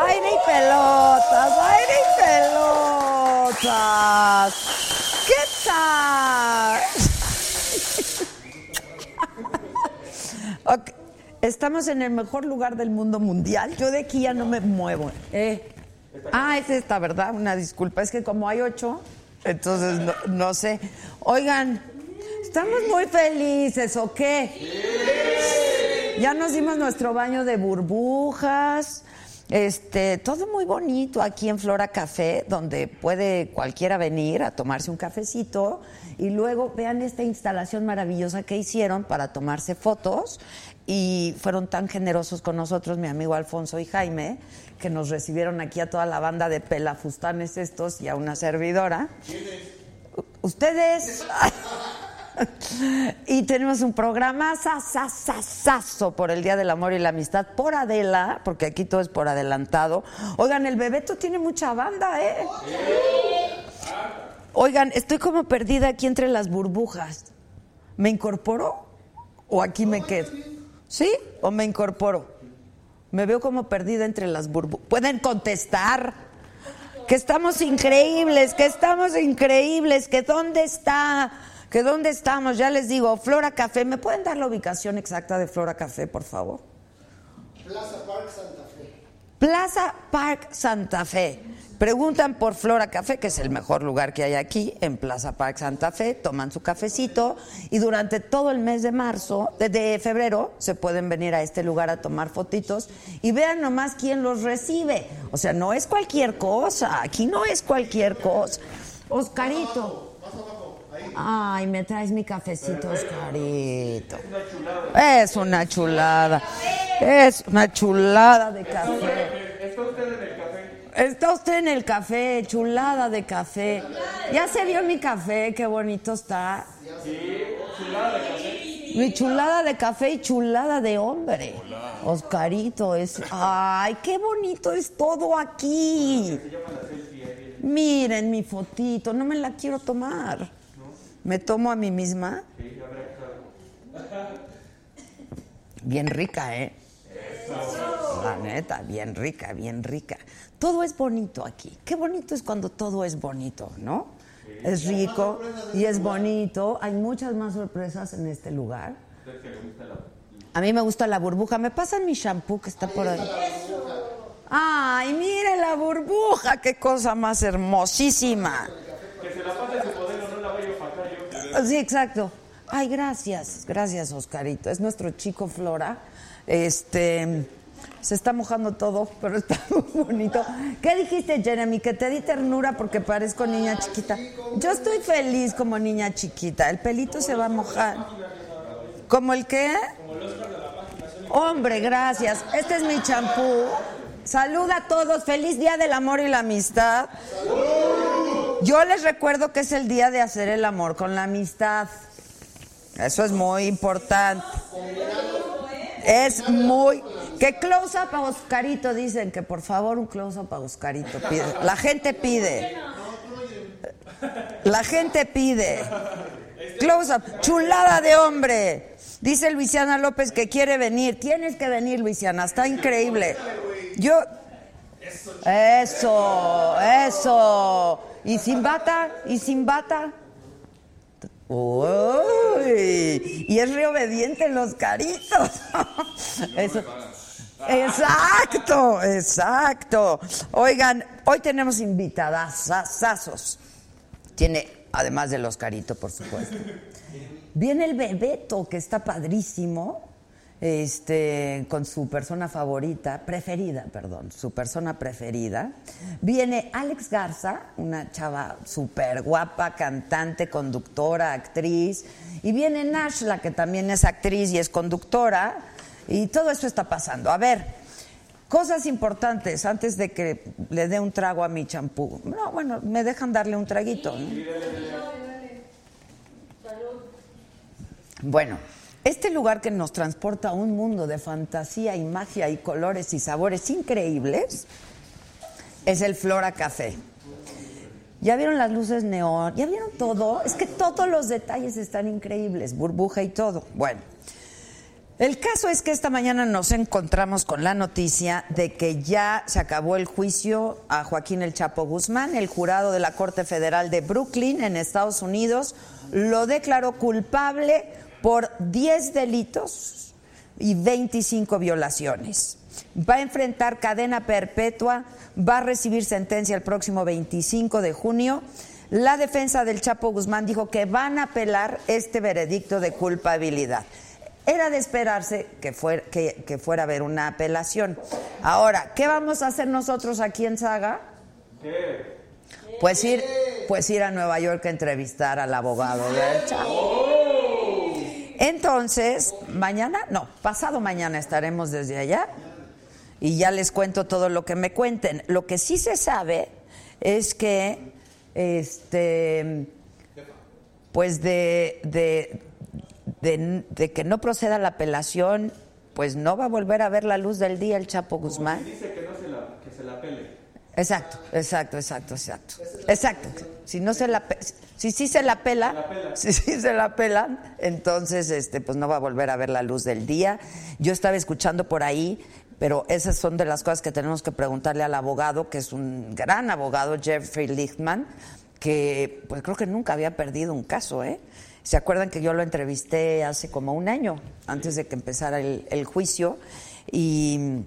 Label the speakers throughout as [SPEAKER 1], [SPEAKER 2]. [SPEAKER 1] ¡Aire y pelotas! ¡Aire y pelotas! ¿Qué tal? Ok, Estamos en el mejor lugar del mundo mundial. Yo de aquí ya no me muevo. Eh. Ah, es esta, ¿verdad? Una disculpa. Es que como hay ocho, entonces no, no sé. Oigan, estamos muy felices, ¿o qué? Ya nos dimos nuestro baño de burbujas. Este, todo muy bonito aquí en Flora Café, donde puede cualquiera venir a tomarse un cafecito y luego vean esta instalación maravillosa que hicieron para tomarse fotos y fueron tan generosos con nosotros mi amigo Alfonso y Jaime que nos recibieron aquí a toda la banda de pelafustanes estos y a una servidora. Ustedes y tenemos un programa sasasasazo por el Día del Amor y la Amistad por Adela, porque aquí todo es por adelantado. Oigan, el Bebeto tiene mucha banda, ¿eh? Oigan, estoy como perdida aquí entre las burbujas. ¿Me incorporo o aquí me quedo? ¿Sí? ¿O me incorporo? Me veo como perdida entre las burbujas. ¿Pueden contestar? Que estamos increíbles, que estamos increíbles, que dónde está, que dónde estamos, ya les digo, Flora Café, ¿me pueden dar la ubicación exacta de Flora Café, por favor? Plaza Park Santa Fe. Preguntan por Flora Café, que es el mejor lugar que hay aquí, en Plaza Park Santa Fe, toman su cafecito y durante todo el mes de marzo, de, de febrero, se pueden venir a este lugar a tomar fotitos y vean nomás quién los recibe. O sea, no es cualquier cosa, aquí no es cualquier cosa. Oscarito. Ay, me traes mi cafecito, Oscarito. Es una chulada. Es una chulada de café. Está usted en el café, chulada de café. Ya se vio mi café, qué bonito está. Mi chulada de café y chulada de hombre. Oscarito es. ¡Ay, qué bonito es todo aquí! Miren mi fotito, no me la quiero tomar. ¿Me tomo a mí misma? Bien rica, ¿eh? La neta, bien rica, bien rica. Todo es bonito aquí. Qué bonito es cuando todo es bonito, ¿no? Es rico y es bonito. Hay muchas más sorpresas en este lugar. A mí me gusta la burbuja. ¿Me pasan mi shampoo que está por ahí? ¡Ay, mire la burbuja! ¡Qué cosa más hermosísima! Ah, Sí, exacto. Ay, gracias, gracias, Oscarito. Es nuestro chico Flora. Este. Se está mojando todo, pero está muy bonito. ¿Qué dijiste, Jeremy? Que te di ternura porque parezco niña chiquita. Yo estoy feliz como niña chiquita. El pelito se va a mojar. ¿Como el qué? Hombre, gracias. Este es mi champú. Saluda a todos. Feliz Día del Amor y la Amistad. Yo les recuerdo que es el día de hacer el amor con la amistad. Eso es muy importante. Es muy... Que close-up a Oscarito, dicen que por favor un close-up a Oscarito. pide. La gente pide. La gente pide. Close-up. Chulada de hombre. Dice Luisiana López que quiere venir. Tienes que venir, Luisiana. Está increíble. Yo... Eso, eso. ¿Y sin bata? ¿Y sin bata? ¡Oh! Y es reobediente los caritos. Eso. Exacto, exacto. Oigan, hoy tenemos invitadas, sazos. Tiene, además de los caritos, por supuesto. Viene el Bebeto, que está padrísimo, este, con su persona favorita, preferida, perdón, su persona preferida. Viene Alex Garza, una chava súper guapa, cantante, conductora, actriz. Y viene Nash, la que también es actriz y es conductora. Y todo esto está pasando. A ver, cosas importantes antes de que le dé un trago a mi champú. No, bueno, me dejan darle un traguito. ¿no? Bueno, este lugar que nos transporta a un mundo de fantasía y magia y colores y sabores increíbles es el Flora Café. ¿Ya vieron las luces neón? ¿Ya vieron todo? Es que todos los detalles están increíbles, burbuja y todo. Bueno, el caso es que esta mañana nos encontramos con la noticia de que ya se acabó el juicio a Joaquín El Chapo Guzmán. El jurado de la Corte Federal de Brooklyn, en Estados Unidos, lo declaró culpable por 10 delitos y 25 violaciones. Va a enfrentar cadena perpetua, va a recibir sentencia el próximo 25 de junio. La defensa del Chapo Guzmán dijo que van a apelar este veredicto de culpabilidad. Era de esperarse que, fuera, que, que fuera a haber una apelación. Ahora, ¿qué vamos a hacer nosotros aquí en Saga? Pues ir, pues ir a Nueva York a entrevistar al abogado del Chapo. Entonces, mañana, no, pasado mañana estaremos desde allá y ya les cuento todo lo que me cuenten. Lo que sí se sabe es que, este, pues de, de, de, de que no proceda la apelación, pues no va a volver a ver la luz del día el Chapo Guzmán.
[SPEAKER 2] Dice que no se la, que se la pele.
[SPEAKER 1] Exacto, exacto, exacto, exacto. Exacto. Si no se la pe- si sí se la pela, si sí se la pelan, entonces este pues no va a volver a ver la luz del día. Yo estaba escuchando por ahí, pero esas son de las cosas que tenemos que preguntarle al abogado, que es un gran abogado, Jeffrey Lichtman, que pues creo que nunca había perdido un caso, ¿eh? ¿Se acuerdan que yo lo entrevisté hace como un año, antes de que empezara el, el juicio? Y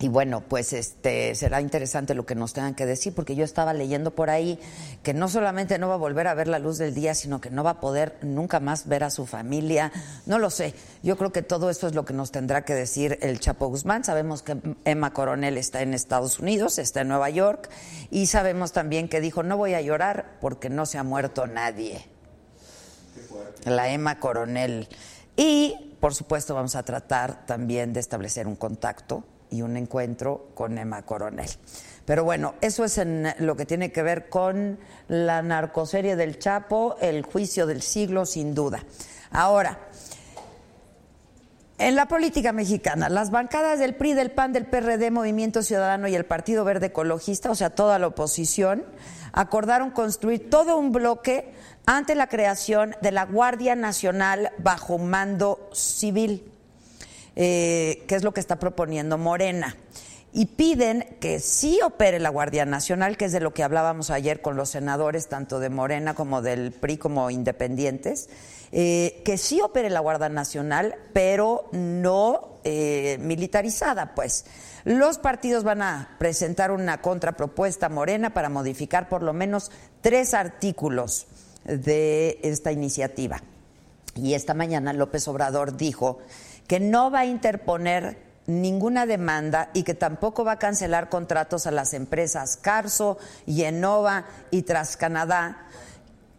[SPEAKER 1] y bueno, pues este será interesante lo que nos tengan que decir, porque yo estaba leyendo por ahí que no solamente no va a volver a ver la luz del día, sino que no va a poder nunca más ver a su familia. No lo sé. Yo creo que todo esto es lo que nos tendrá que decir el Chapo Guzmán. Sabemos que Emma Coronel está en Estados Unidos, está en Nueva York, y sabemos también que dijo no voy a llorar porque no se ha muerto nadie. La Emma Coronel. Y, por supuesto, vamos a tratar también de establecer un contacto y un encuentro con Emma Coronel. Pero bueno, eso es en lo que tiene que ver con la narcoserie del Chapo, el juicio del siglo, sin duda. Ahora, en la política mexicana, las bancadas del PRI, del PAN, del PRD, Movimiento Ciudadano y el Partido Verde Ecologista, o sea, toda la oposición, acordaron construir todo un bloque ante la creación de la Guardia Nacional bajo mando civil. Eh, que es lo que está proponiendo Morena. Y piden que sí opere la Guardia Nacional, que es de lo que hablábamos ayer con los senadores, tanto de Morena como del PRI, como independientes, eh, que sí opere la Guardia Nacional, pero no eh, militarizada, pues. Los partidos van a presentar una contrapropuesta Morena para modificar por lo menos tres artículos de esta iniciativa. Y esta mañana López Obrador dijo que no va a interponer ninguna demanda y que tampoco va a cancelar contratos a las empresas Carso, Yenova y Trascanadá,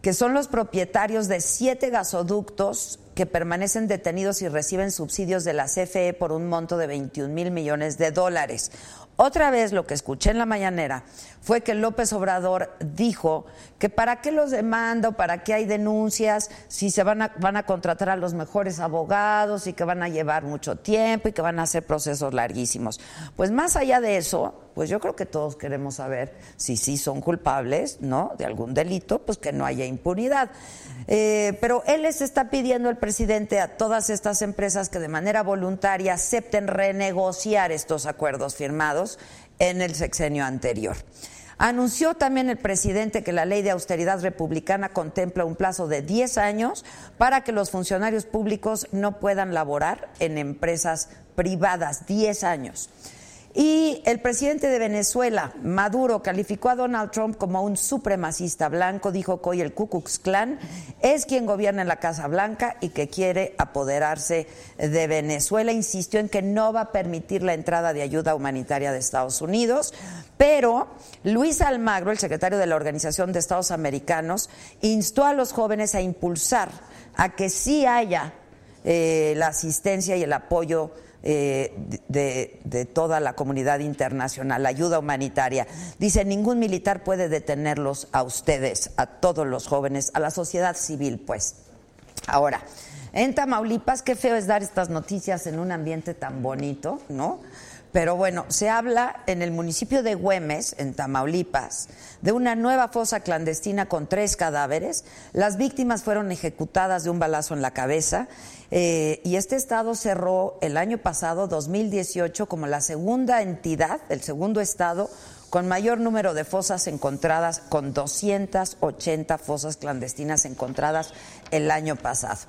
[SPEAKER 1] que son los propietarios de siete gasoductos que permanecen detenidos y reciben subsidios de la CFE por un monto de 21 mil millones de dólares. Otra vez lo que escuché en la mañanera fue que López Obrador dijo que para qué los demanda, para qué hay denuncias, si se van a, van a contratar a los mejores abogados y que van a llevar mucho tiempo y que van a hacer procesos larguísimos. Pues más allá de eso, pues yo creo que todos queremos saber si sí son culpables, ¿no? De algún delito, pues que no haya impunidad. Eh, pero él les está pidiendo al presidente a todas estas empresas que de manera voluntaria acepten renegociar estos acuerdos firmados en el sexenio anterior. Anunció también el presidente que la ley de austeridad republicana contempla un plazo de 10 años para que los funcionarios públicos no puedan laborar en empresas privadas. 10 años. Y el presidente de Venezuela, Maduro, calificó a Donald Trump como un supremacista blanco. Dijo que hoy el Ku Klux Klan es quien gobierna en la Casa Blanca y que quiere apoderarse de Venezuela. Insistió en que no va a permitir la entrada de ayuda humanitaria de Estados Unidos. Pero Luis Almagro, el secretario de la Organización de Estados Americanos, instó a los jóvenes a impulsar a que sí haya eh, la asistencia y el apoyo eh, de, de toda la comunidad internacional, la ayuda humanitaria. Dice, ningún militar puede detenerlos a ustedes, a todos los jóvenes, a la sociedad civil, pues. Ahora, en Tamaulipas, qué feo es dar estas noticias en un ambiente tan bonito, ¿no? Pero bueno, se habla en el municipio de Güemes, en Tamaulipas, de una nueva fosa clandestina con tres cadáveres. Las víctimas fueron ejecutadas de un balazo en la cabeza eh, y este estado cerró el año pasado, 2018, como la segunda entidad, el segundo estado con mayor número de fosas encontradas, con 280 fosas clandestinas encontradas el año pasado.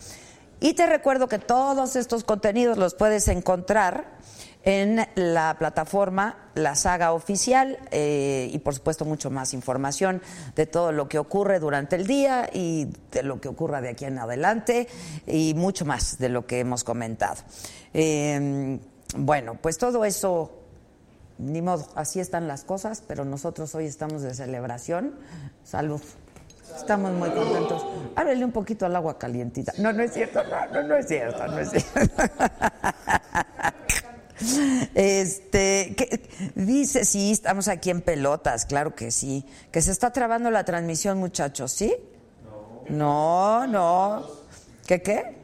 [SPEAKER 1] Y te recuerdo que todos estos contenidos los puedes encontrar en la plataforma La Saga Oficial eh, y por supuesto mucho más información de todo lo que ocurre durante el día y de lo que ocurra de aquí en adelante y mucho más de lo que hemos comentado. Eh, bueno, pues todo eso, ni modo, así están las cosas, pero nosotros hoy estamos de celebración. Salud. Estamos muy contentos. Ábrele un poquito al agua calientita. No, no es cierto, no, no, no es cierto, no es cierto. Este, que- dice, sí, estamos aquí en pelotas, claro que sí. Que se está trabando la transmisión, muchachos, ¿sí? No, no. ¿Qué qué?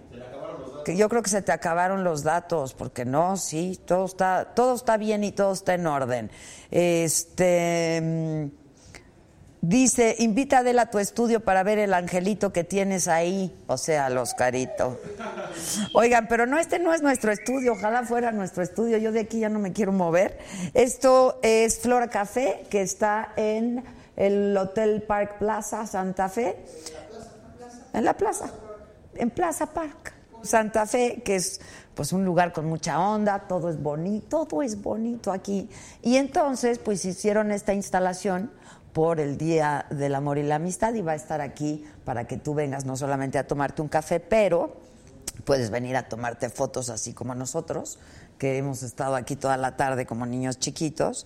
[SPEAKER 1] Que yo creo que se te acabaron los datos, porque no, sí, todo está, todo está bien y todo está en orden. Este. mm, Dice, invita a Adela a tu estudio para ver el angelito que tienes ahí, o sea, el Oscarito. Oigan, pero no, este no es nuestro estudio, ojalá fuera nuestro estudio, yo de aquí ya no me quiero mover. Esto es Flora Café, que está en el Hotel Park Plaza, Santa Fe. En la plaza, en Plaza Park, Santa Fe, que es pues un lugar con mucha onda, todo es bonito, todo es bonito aquí. Y entonces pues hicieron esta instalación por el Día del Amor y la Amistad y va a estar aquí para que tú vengas no solamente a tomarte un café, pero puedes venir a tomarte fotos así como nosotros, que hemos estado aquí toda la tarde como niños chiquitos.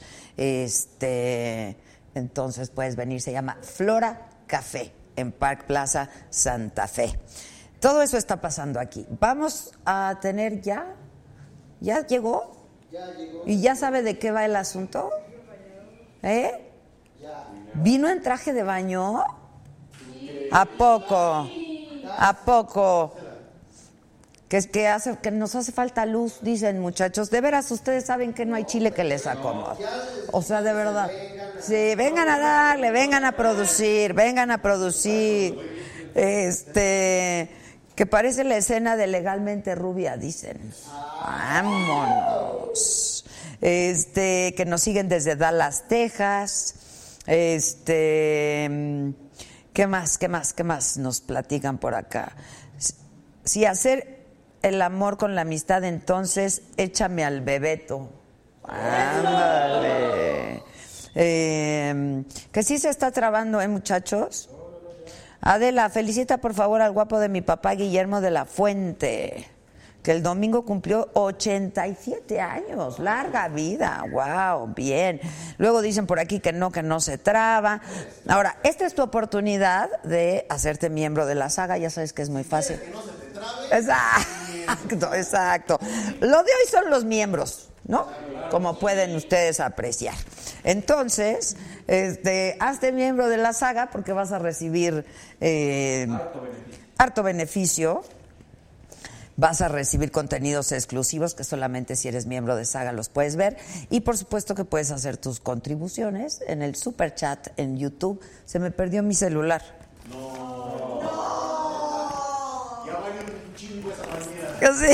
[SPEAKER 1] Este, entonces puedes venir, se llama Flora Café en Park Plaza Santa Fe. Todo eso está pasando aquí. Vamos a tener ya, ya llegó, y ya sabe de qué va el asunto, ¿eh? Vino en traje de baño, a poco, a poco. Que, es que, hace, que nos hace falta luz, dicen muchachos. De veras, ustedes saben que no hay chile que les acomode. O sea, de verdad. Sí, vengan a darle, vengan a producir, vengan a producir. Este, que parece la escena de Legalmente Rubia, dicen. Vámonos. Este, que nos siguen desde Dallas, Texas. Este, ¿qué más, qué más, qué más nos platican por acá? Si hacer el amor con la amistad, entonces échame al bebeto. Ándale. Eh, que sí se está trabando, ¿eh, muchachos? Adela, felicita por favor al guapo de mi papá Guillermo de la Fuente, que el domingo cumplió 87 años, larga vida, wow, bien. Luego dicen por aquí que no, que no se traba. Ahora, esta es tu oportunidad de hacerte miembro de la saga, ya sabes que es muy fácil. Exacto, exacto. Lo de hoy son los miembros, ¿no? Como pueden ustedes apreciar. Entonces, este, hazte miembro de la saga porque vas a recibir eh, harto beneficio. Vas a recibir contenidos exclusivos que solamente si eres miembro de Saga los puedes ver. Y por supuesto que puedes hacer tus contribuciones en el super chat en YouTube. Se me perdió mi celular. Sí.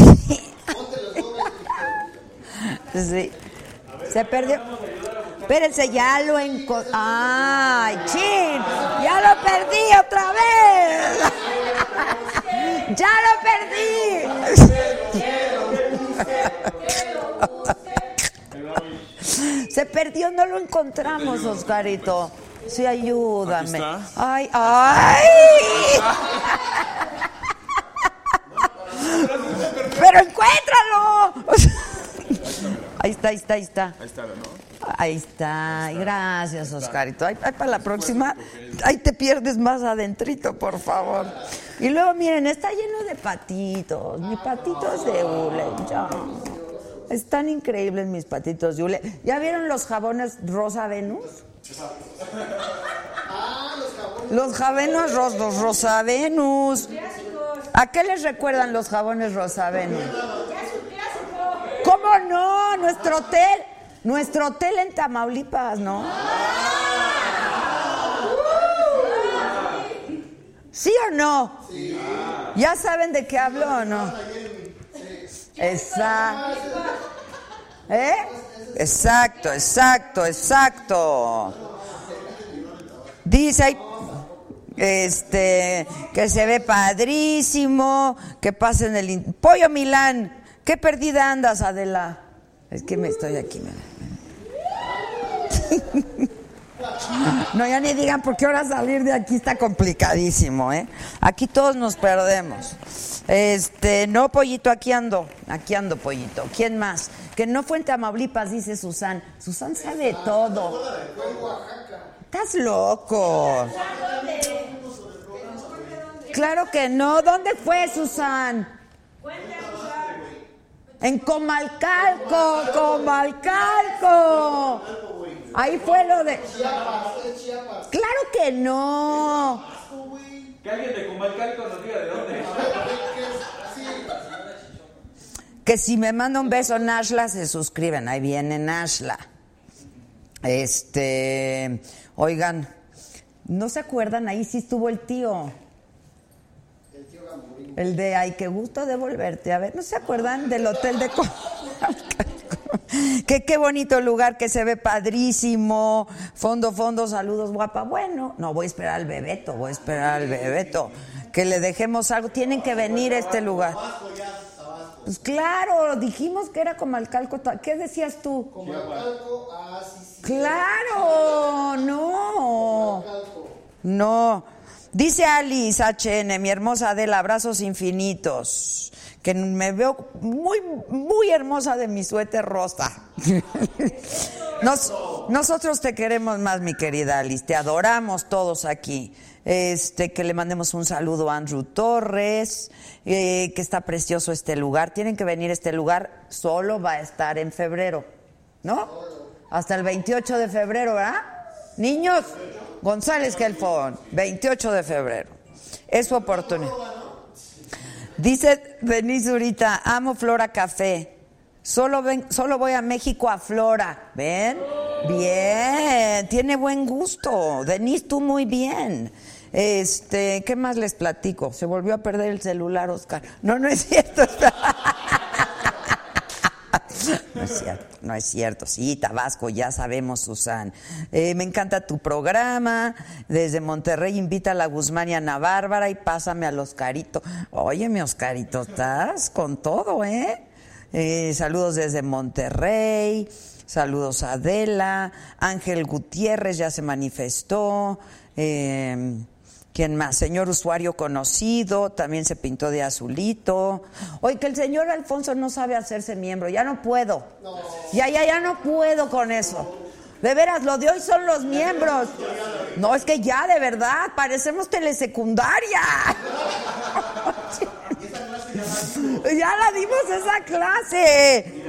[SPEAKER 1] Sí. Se Pues perdió. Espérense, ya lo enco... ¡Ay, chin! ¡Ya lo perdí otra vez! ¡Ya lo perdí! Se perdió, no lo encontramos, Oscarito. Sí, ayúdame.
[SPEAKER 3] Aquí está.
[SPEAKER 1] ¡Ay, ay! ¡Pero encuéntralo! Ahí está, ahí está, ahí está.
[SPEAKER 3] Ahí está, ¿no?
[SPEAKER 1] Ahí está. Gracias, Oscarito. Ay, ay, para la próxima, ahí te pierdes más adentrito, por favor. Y luego, miren, está lleno de patitos. Mis patitos de hule. ya. Están increíbles mis patitos de hule. ¿Ya vieron los jabones Rosa Venus? Los jabones ros- los Rosa Venus. ¿A qué les recuerdan los jabones Rosa Venus? ¿Cómo no? Nuestro hotel. Nuestro hotel en Tamaulipas, ¿no? ¿Sí o no? ¿Ya saben de qué hablo o no? Exacto. ¿Eh? Exacto, exacto, exacto. Dice ahí este, que se ve padrísimo, que pasen el... in- Pollo Milán, qué perdida andas, Adela. Es que me estoy aquí, mira. No, ya ni digan por qué ahora salir de aquí está complicadísimo, ¿eh? Aquí todos nos perdemos. Este, no, pollito, aquí ando, aquí ando, pollito. ¿Quién más? Que no fue en Tamaulipas, dice Susan. Susan sabe todo. Estás loco. Claro que no. ¿Dónde fue, Susan? En Comalcalco, Comalcalco. Ahí fue lo de. Claro que no.
[SPEAKER 4] Que alguien de Comalcalco nos diga de dónde es.
[SPEAKER 1] Que si me manda un beso Nashla, se suscriben. Ahí viene Nashla. Este. Oigan, ¿no se acuerdan? Ahí sí estuvo el tío. El de ay, qué gusto de volverte. A ver, ¿no se acuerdan del hotel de Co- Que qué bonito lugar, que se ve padrísimo. Fondo, fondo, saludos, guapa. Bueno, no voy a esperar al Bebeto, voy a esperar al Bebeto. Que le dejemos algo. Tienen que venir a este lugar. Pues claro, dijimos que era Comalcalco. Ta- ¿Qué decías tú? Comalcalco, Claro, no. No. Dice Alice HN, mi hermosa Adela, abrazos infinitos. Que me veo muy, muy hermosa de mi suéter rosa. Nos- nosotros te queremos más, mi querida Alice. Te adoramos todos aquí. Este, que le mandemos un saludo a Andrew Torres, eh, que está precioso este lugar. Tienen que venir a este lugar, solo va a estar en febrero, ¿no? Hasta el 28 de febrero, ¿verdad? Niños, González Gelfón, 28 de febrero. Es su oportunidad. Dice Denise Zurita, amo Flora Café. Solo, ven, solo voy a México a Flora. ¿Ven? Bien. Tiene buen gusto. Denise, tú muy bien. Este, ¿qué más les platico? Se volvió a perder el celular, Oscar. No, no es cierto. No es cierto, no es cierto. Sí, Tabasco, ya sabemos, Susan. Eh, me encanta tu programa. Desde Monterrey invita a la Guzmán y a Ana Bárbara y pásame al Oscarito. Oye, mi Oscarito, estás con todo, ¿eh? Eh, saludos desde Monterrey. Saludos a Adela. Ángel Gutiérrez ya se manifestó. Eh, ¿Quién más? Señor usuario conocido, también se pintó de azulito. Oye, que el señor Alfonso no sabe hacerse miembro, ya no puedo. Ya, ya, ya no puedo con eso. De veras, lo de hoy son los miembros. No, es que ya, de verdad, parecemos telesecundaria. ya la dimos esa clase.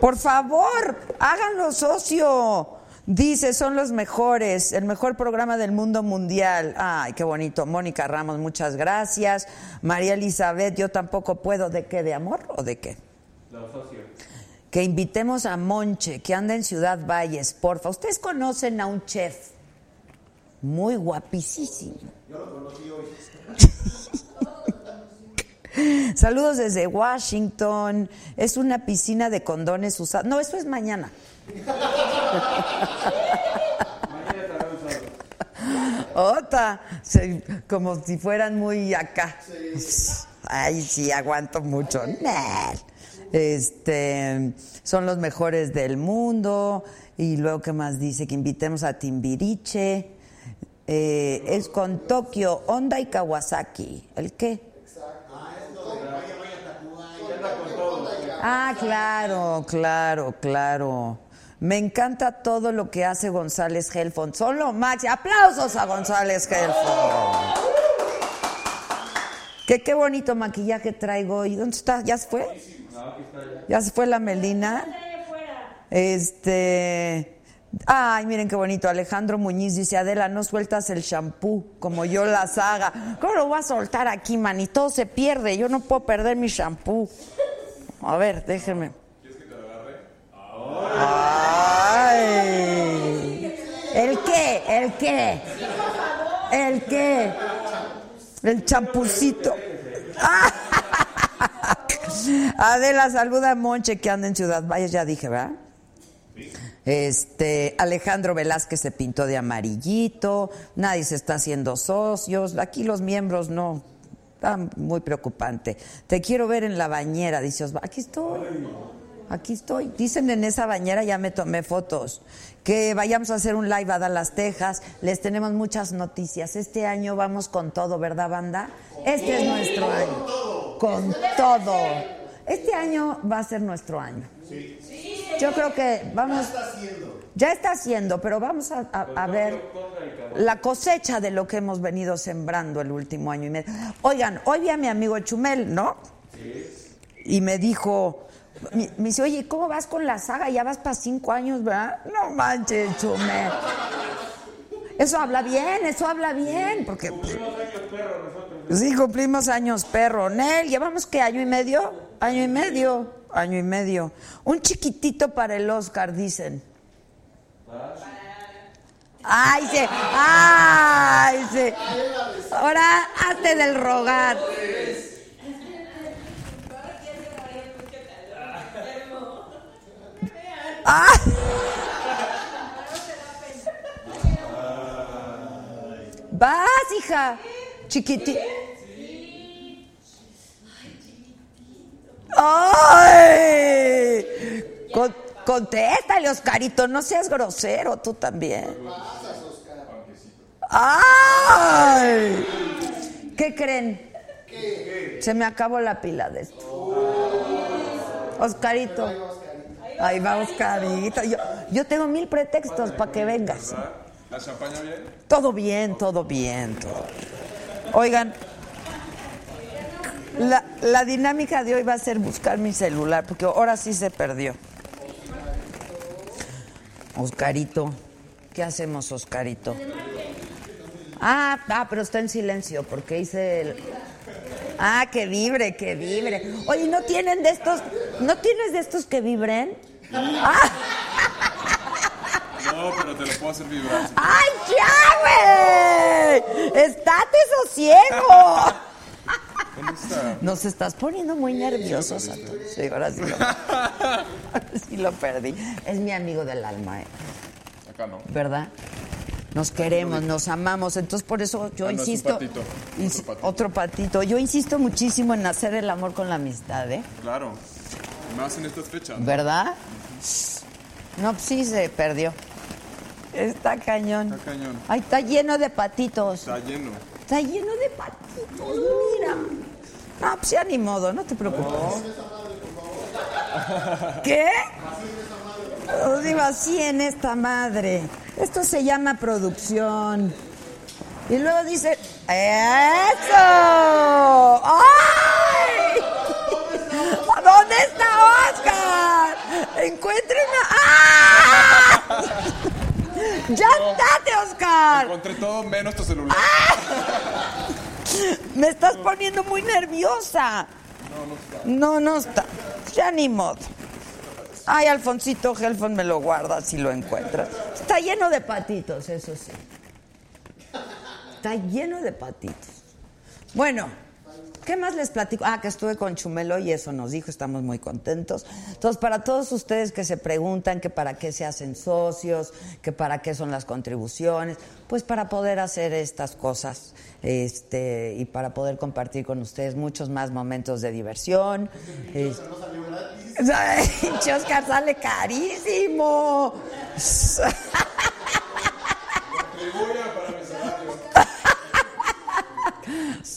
[SPEAKER 1] Por favor, háganlo socio. Dice, son los mejores, el mejor programa del mundo mundial. Ay, qué bonito. Mónica Ramos, muchas gracias. María Elizabeth, yo tampoco puedo. ¿De qué? ¿De amor o de qué?
[SPEAKER 4] Los socios.
[SPEAKER 1] Que invitemos a Monche, que anda en Ciudad Valles, porfa. Ustedes conocen a un chef muy guapísimo. Saludos desde Washington. Es una piscina de condones usados. No, eso es mañana. Otra, se- como si fueran muy acá. Ay, sí, aguanto mucho. Nah. Este, son los mejores del mundo. Y luego, ¿qué más dice? Que invitemos a Timbiriche. Eh, es con Tokio, Honda y Kawasaki. ¿El qué? Ah, claro, claro, claro. Me encanta todo lo que hace González Helfond. Solo Max. Aplausos a González Helfond. Que qué bonito maquillaje traigo. ¿Y dónde está? ¿Ya se fue? ¿Ya se fue la Melina? Este. Ay, miren qué bonito. Alejandro Muñiz dice: Adela, no sueltas el shampoo como yo las haga. ¿Cómo lo voy a soltar aquí, man? Y todo se pierde. Yo no puedo perder mi shampoo. A ver, déjenme. Ay. ¿El qué? ¿El qué? ¿El qué? El champucito. Adela, saluda a Monche que anda en Ciudad Valles, ya dije, ¿verdad? Este, Alejandro Velázquez se pintó de amarillito, nadie se está haciendo socios, aquí los miembros no, está muy preocupante. Te quiero ver en la bañera, dice Osvaldo. Aquí estoy, aquí estoy. Dicen en esa bañera, ya me tomé fotos, que vayamos a hacer un live a Dallas, Texas, les tenemos muchas noticias. Este año vamos con todo, ¿verdad, banda? Este es nuestro año, con todo. Este año va a ser nuestro año. Yo creo que vamos. Ya está haciendo. pero vamos a, a- a ver la cosecha de lo que hemos venido sembrando el último año y medio. Oigan, hoy vi a mi amigo Chumel, ¿no? Y me dijo, me, me dice, oye, ¿cómo vas con la saga? Ya vas para cinco años, ¿verdad? No manches, Chumel. Eso habla bien, eso habla bien, porque. Pues Sí, cumplimos años perro. Nel, llevamos qué, año y medio? Año y medio, año y medio. Un chiquitito para el Oscar, dicen. Ay, sí, ay, sí. Ahora hazte del rogar. Ah. Vas, hija. Chiquitito. ¡Ay! Con- contéstale, Oscarito. No seas grosero, tú también. ¡Ay! ¿Qué creen? Se me acabó la pila de esto. Oscarito. Ahí va Oscarito. Yo, yo tengo mil pretextos para que vengas.
[SPEAKER 4] ¿La champaña bien?
[SPEAKER 1] Todo bien, todo bien, todo bien. Oigan, la, la dinámica de hoy va a ser buscar mi celular, porque ahora sí se perdió. Oscarito, ¿qué hacemos, Oscarito? Ah, ah, pero está en silencio, porque hice el... Ah, que vibre, que vibre. Oye, ¿no tienen de estos, no tienes de estos que vibren? ¡Ah!
[SPEAKER 4] No, pero te lo puedo hacer vibrar.
[SPEAKER 1] ¡Ay, ya, güey! ¡Estate sosiego!
[SPEAKER 4] ¿Dónde está?
[SPEAKER 1] Nos estás poniendo muy nerviosos a todos. Sí, ahora sí lo, ahora sí lo perdí. Es mi amigo del alma, ¿eh?
[SPEAKER 4] Acá no.
[SPEAKER 1] ¿verdad? Nos queremos, nos amamos. Entonces, por eso yo
[SPEAKER 4] Ah, no, es un
[SPEAKER 1] insisto.
[SPEAKER 4] patito,
[SPEAKER 1] ins-
[SPEAKER 4] otro patito.
[SPEAKER 1] otro patito. Yo insisto muchísimo en hacer el amor con la amistad, ¿eh?
[SPEAKER 4] Claro. Más en estas fechas.
[SPEAKER 1] ¿Verdad? No, pues sí, se perdió. Está cañón.
[SPEAKER 4] Está cañón.
[SPEAKER 1] Ay, está lleno de patitos.
[SPEAKER 4] Está lleno.
[SPEAKER 1] Está lleno de patitos, mira. No, pues ya ni modo, no te preocupes. ¿Qué? Os digo así en esta madre. Esto se llama producción. Y luego dice, ¡eso! ¡Ay! ¿Dónde está Oscar? Encuentre una... ¡Ah! ¡Ya estate, Oscar!
[SPEAKER 4] Encontré todo menos tu celular.
[SPEAKER 1] Me estás poniendo muy nerviosa. No, no está. Ya ni modo. Ay, Alfonsito Helfon me lo guarda si lo encuentras. Está lleno de patitos, eso sí. Está lleno de patitos. Bueno, ¿Qué más les platico? Ah, que estuve con Chumelo y eso nos dijo, estamos muy contentos. Entonces, para todos ustedes que se preguntan que para qué se hacen socios, que para qué son las contribuciones, pues para poder hacer estas cosas este, y para poder compartir con ustedes muchos más momentos de diversión. Este, Pinche Oscar sale carísimo.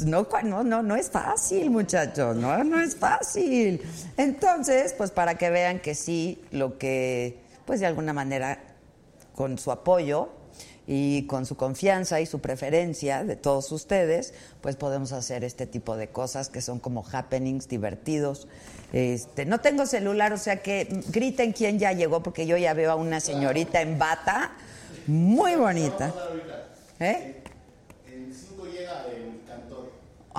[SPEAKER 1] No, cua- no, no, no es fácil, muchachos, no, no es fácil. Entonces, pues para que vean que sí, lo que, pues de alguna manera, con su apoyo y con su confianza y su preferencia de todos ustedes, pues podemos hacer este tipo de cosas que son como happenings divertidos. Este, no tengo celular, o sea que griten quién ya llegó, porque yo ya veo a una señorita en bata, muy bonita. ¿Eh?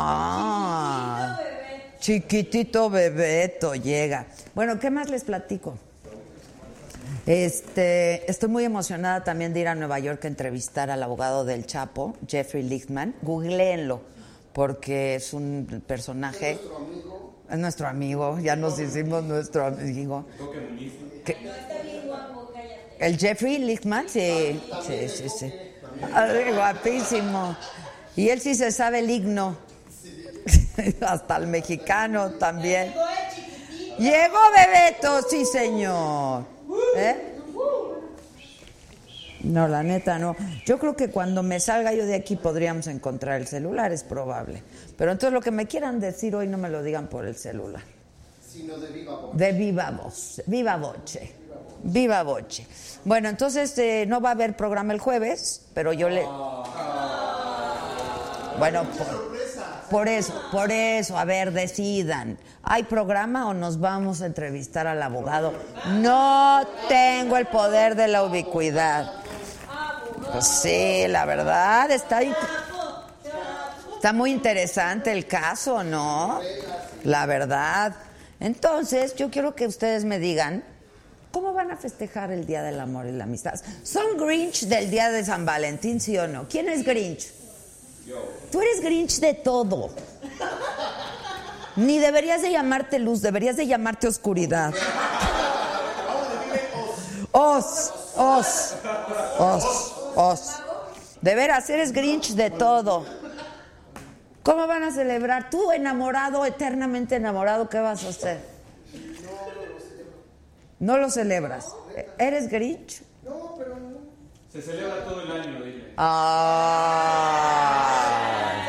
[SPEAKER 1] Ah, chiquitito bebeto llega. Bueno, ¿qué más les platico? Este, estoy muy emocionada también de ir a Nueva York a entrevistar al abogado del Chapo, Jeffrey Lichtman. Googleenlo, porque es un personaje. Es nuestro amigo. ya nos hicimos nuestro amigo. Que- el Jeffrey Lichtman, sí, sí, sí, sí. Ay, guapísimo. Y él sí se sabe el himno. Hasta el mexicano también. Llegó Bebeto, sí señor. ¿Eh? No, la neta no. Yo creo que cuando me salga yo de aquí podríamos encontrar el celular, es probable. Pero entonces lo que me quieran decir hoy no me lo digan por el celular. De viva voz, viva voce, viva voce. Bueno, entonces eh, no va a haber programa el jueves, pero yo le... Bueno, por, por eso, por eso, a ver, decidan. ¿Hay programa o nos vamos a entrevistar al abogado? No tengo el poder de la ubicuidad. Pues sí, la verdad, está... in- Está muy interesante el caso, ¿no? La verdad. Entonces, yo quiero que ustedes me digan cómo van a festejar el Día del Amor y la Amistad. ¿Son Grinch del Día de San Valentín, sí o no? ¿Quién es Grinch? Tú eres Grinch de todo. Ni deberías de llamarte luz, deberías de llamarte oscuridad. Os, os, os, os. De veras, eres Grinch de todo. ¿Cómo van a celebrar? Tú enamorado, eternamente enamorado, ¿qué vas a hacer? No lo celebras. ¿Eres Grinch? No, pero no. Se celebra todo el año, dile. Ah.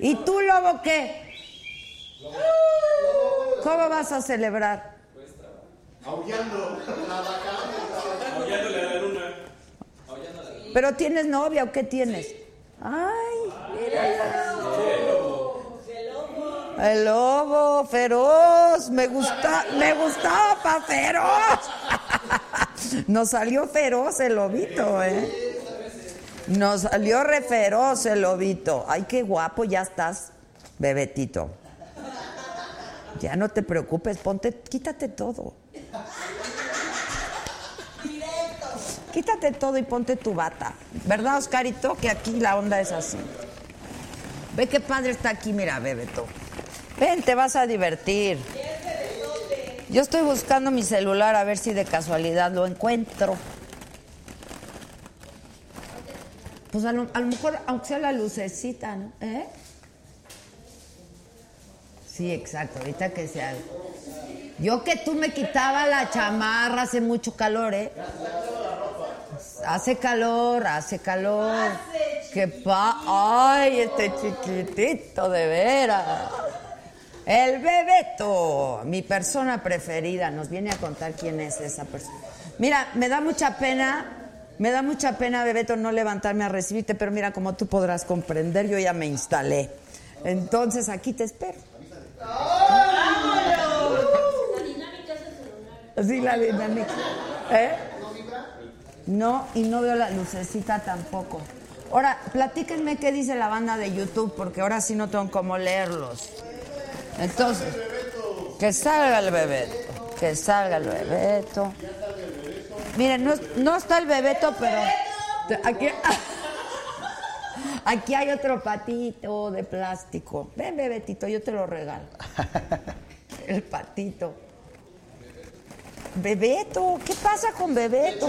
[SPEAKER 1] ¿Y tú, lobo, qué? ¿Cómo vas a celebrar? ¿Pero tienes novia o qué tienes? Ay, mira. El lobo feroz, me gusta, me gustaba pa feroz. Nos salió feroz el lobito, ¿eh? Nos salió re feroz el lobito. Ay, qué guapo ya estás, bebetito. Ya no te preocupes, ponte, quítate todo. Quítate todo y ponte tu bata. ¿Verdad, Oscarito? Que aquí la onda es así. Ve qué padre está aquí, mira, Bebeto. Ven, te vas a divertir. Yo estoy buscando mi celular a ver si de casualidad lo encuentro. Pues a lo, a lo mejor, aunque sea la lucecita, ¿no? ¿Eh? Sí, exacto, ahorita que sea. Yo que tú me quitaba la chamarra, hace mucho calor, ¿eh? Hace calor, hace calor. Que pa ay, este chiquitito de veras. El Bebeto, mi persona preferida, nos viene a contar quién es esa persona. Mira, me da mucha pena, me da mucha pena, Bebeto, no levantarme a recibirte, pero mira, como tú podrás comprender, yo ya me instalé. Entonces, aquí te espero. Sí, la dinámica. ¿Eh? No, y no veo la lucecita tampoco. Ahora, platíquenme qué dice la banda de YouTube, porque ahora sí no tengo cómo leerlos. Entonces, que salga el bebeto, que salga el bebeto. Miren, no, no está el bebeto, pero... Aquí, Aquí hay otro patito de plástico. Ven, bebetito, yo te lo regalo. El patito. Bebeto, ¿qué pasa con Bebeto?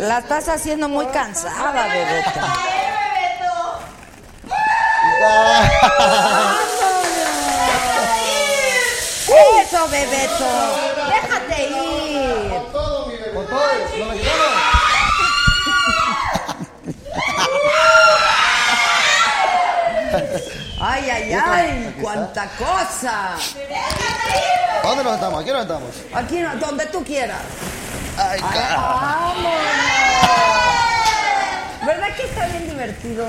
[SPEAKER 1] La estás haciendo muy cansada, Bebeto. Eso, Bebeto. Déjate ir.
[SPEAKER 3] Con todos, no me quedo.
[SPEAKER 1] Ay, ay, ay, cuánta cosa.
[SPEAKER 3] ¿Dónde nos estamos? ¿Aquí nos estamos?
[SPEAKER 1] Aquí, no, donde tú quieras.
[SPEAKER 3] Ay, carajo.
[SPEAKER 1] ¡Vámonos! ¿Verdad que está bien divertido?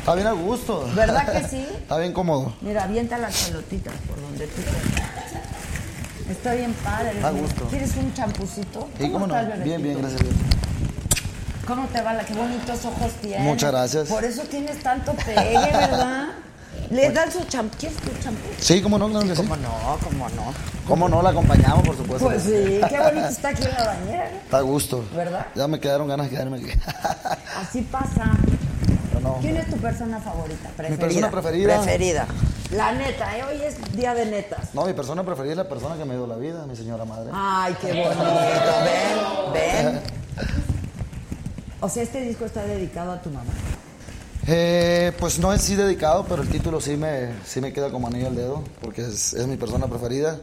[SPEAKER 3] Está bien a gusto.
[SPEAKER 1] ¿Verdad que sí?
[SPEAKER 3] Está bien cómodo.
[SPEAKER 1] Mira, avienta las pelotitas por donde tú quieras. Está bien padre.
[SPEAKER 3] Da gusto.
[SPEAKER 1] ¿Quieres un champucito?
[SPEAKER 3] ¿Y cómo no?
[SPEAKER 1] estás, bebecito?
[SPEAKER 3] Bien, bien, gracias a Dios.
[SPEAKER 1] ¿Cómo te va? la- Qué bonitos ojos tienes.
[SPEAKER 3] Muchas gracias.
[SPEAKER 1] Por eso tienes tanto pegue, ¿verdad? Les dan su champú. ¿Quieres tu champú?
[SPEAKER 3] Sí, cómo no, claro que sí.
[SPEAKER 1] ¿Cómo no? ¿Cómo no?
[SPEAKER 3] ¿Cómo no? La acompañamos, por supuesto.
[SPEAKER 1] Pues sí, qué bonito está aquí en la bañera. ¿no?
[SPEAKER 3] Está a gusto.
[SPEAKER 1] ¿Verdad?
[SPEAKER 3] Ya me quedaron ganas de quedarme aquí.
[SPEAKER 1] Así pasa.
[SPEAKER 3] Pero no.
[SPEAKER 1] ¿Quién es tu persona favorita? Preferida.
[SPEAKER 3] persona preferida.
[SPEAKER 1] Preferida. La neta, ¿eh? hoy es día de netas.
[SPEAKER 3] No, mi persona preferida es la persona que me dio la vida, mi señora madre.
[SPEAKER 1] Ay, qué bonito. Ven, ven. O sea, este disco está dedicado a tu mamá.
[SPEAKER 3] Eh, pues no es sí dedicado, pero el título sí me, sí me queda como anillo al dedo, porque es, es mi persona preferida.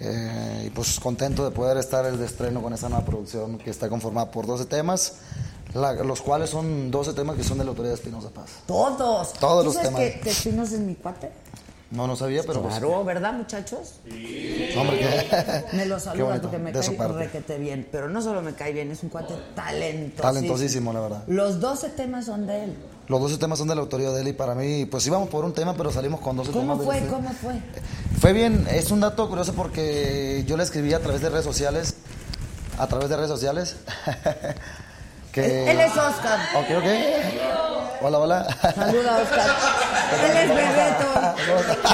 [SPEAKER 3] Eh, y pues contento de poder estar de estreno con esta nueva producción que está conformada por 12 temas, la- los cuales son 12 temas que son de la autoridad de Espinosa Paz.
[SPEAKER 1] Todos.
[SPEAKER 3] Todos
[SPEAKER 1] ¿Tú
[SPEAKER 3] los
[SPEAKER 1] sabes
[SPEAKER 3] temas.
[SPEAKER 1] que, que Espinosa es mi cuate?
[SPEAKER 3] No, no sabía, pero pues,
[SPEAKER 1] Claro, ¿verdad, muchachos?
[SPEAKER 3] no, hombre, que-
[SPEAKER 1] Me lo
[SPEAKER 3] qué
[SPEAKER 1] saluda
[SPEAKER 3] bonito,
[SPEAKER 1] porque me
[SPEAKER 3] de su
[SPEAKER 1] cae
[SPEAKER 3] parte.
[SPEAKER 1] requete bien. Pero no solo me cae bien, es un cuate talentosísimo.
[SPEAKER 3] Talentosísimo, la verdad.
[SPEAKER 1] Los 12 temas son de él.
[SPEAKER 3] Los 12 temas son de la autoría de él y para mí, pues íbamos por un tema, pero salimos con 12 temas.
[SPEAKER 1] ¿Cómo
[SPEAKER 3] de
[SPEAKER 1] fue?
[SPEAKER 3] este.
[SPEAKER 1] ¿Cómo fue?
[SPEAKER 3] Fue bien, es un dato curioso porque yo le escribí a través de redes sociales, a través de redes sociales, que...
[SPEAKER 1] Él es Oscar.
[SPEAKER 3] Eh, Ok, ok. Hola, hola.
[SPEAKER 1] Saluda, Oscar. Él es Bebeto.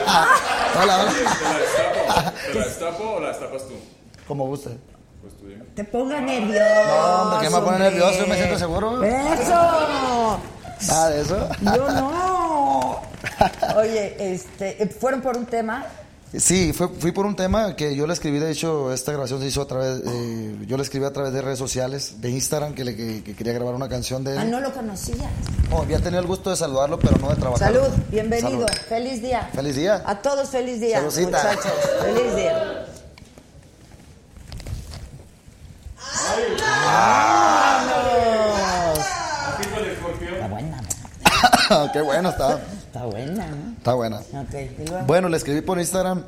[SPEAKER 3] hola,
[SPEAKER 4] ¿La
[SPEAKER 3] hola.
[SPEAKER 4] destapo? ¿Te la destapo o la destapas tú?
[SPEAKER 3] Como guste.
[SPEAKER 4] Pues tú dime.
[SPEAKER 1] Te ponga nervioso.
[SPEAKER 3] No, hombre, ¿qué me pone
[SPEAKER 1] hombre?
[SPEAKER 3] nervioso? Yo me siento seguro.
[SPEAKER 1] ¡Eso!
[SPEAKER 3] Nada Ah, de eso.
[SPEAKER 1] Yo no. Oye, este, eh, fueron por un tema.
[SPEAKER 3] Sí, fue- fui por un tema que yo le escribí, de hecho, esta grabación se hizo a través, eh, yo le escribí a través de redes sociales, de Instagram, que, le, que, que quería grabar una canción de...
[SPEAKER 1] Ah,
[SPEAKER 3] él.
[SPEAKER 1] no lo conocías.
[SPEAKER 3] Oh, había tenido el gusto de saludarlo, pero no de trabajar.
[SPEAKER 1] Salud, bienvenido.
[SPEAKER 3] Salud.
[SPEAKER 1] Feliz día.
[SPEAKER 3] Feliz día.
[SPEAKER 1] A todos feliz día,
[SPEAKER 3] Saludcita.
[SPEAKER 1] muchachos. Feliz día.
[SPEAKER 4] Tipo de escorpión.
[SPEAKER 1] Está buena,
[SPEAKER 3] Ah, Qué bueno está.
[SPEAKER 1] está buena, ¿no?
[SPEAKER 3] Está buena.
[SPEAKER 1] Ok, y luego.
[SPEAKER 3] Bueno, le escribí por Instagram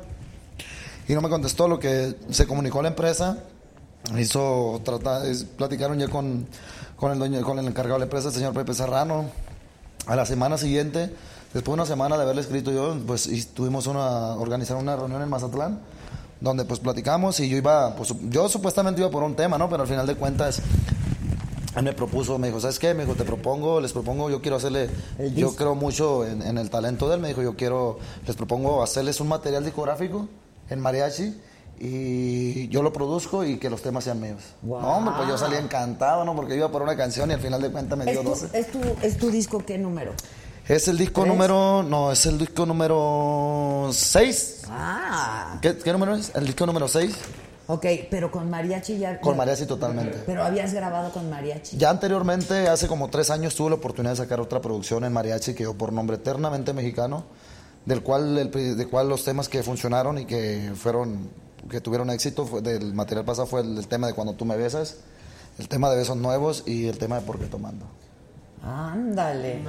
[SPEAKER 3] y no me contestó lo que se comunicó la empresa. Hizo, trata- es- platicaron ya con, con el dueño, con el encargado de la empresa, el señor Pepe Serrano. A la semana siguiente, después de una semana de haberle escrito yo, pues y tuvimos una, organizar una reunión en Mazatlán donde pues platicamos y yo iba, pues, yo supuestamente iba por un tema, ¿no? Pero al final de cuentas él me propuso, me dijo, ¿sabes qué? Me dijo, te propongo, les propongo, yo quiero hacerle, yo creo mucho en, en el talento de él, me dijo, yo quiero, les propongo hacerles un material discográfico en mariachi y yo lo produzco y que los temas sean míos. No, hombre, pues yo salí encantado, ¿no? Porque iba por una canción y al final de cuentas me dio
[SPEAKER 1] ¿Es tu,
[SPEAKER 3] 12.
[SPEAKER 1] es, tu, ¿Es tu disco qué número?
[SPEAKER 3] Es el disco
[SPEAKER 1] ¿Tres?
[SPEAKER 3] número, no, es el disco número 6.
[SPEAKER 1] Ah,
[SPEAKER 3] ¿Qué, qué número es? El disco número 6
[SPEAKER 1] ok, pero con mariachi ya.
[SPEAKER 3] con mariachi totalmente.
[SPEAKER 1] Pero habías grabado con mariachi.
[SPEAKER 3] Ya anteriormente, hace como tres años, tuve la oportunidad de sacar otra producción en mariachi que dio por nombre Eternamente Mexicano, del cual, el pri- de cual los temas que funcionaron y que fueron que tuvieron éxito fue- del material pasado fue el, el tema de Cuando tú me besas, el tema de Besos Nuevos y el tema de Por qué tomando.
[SPEAKER 1] Ándale.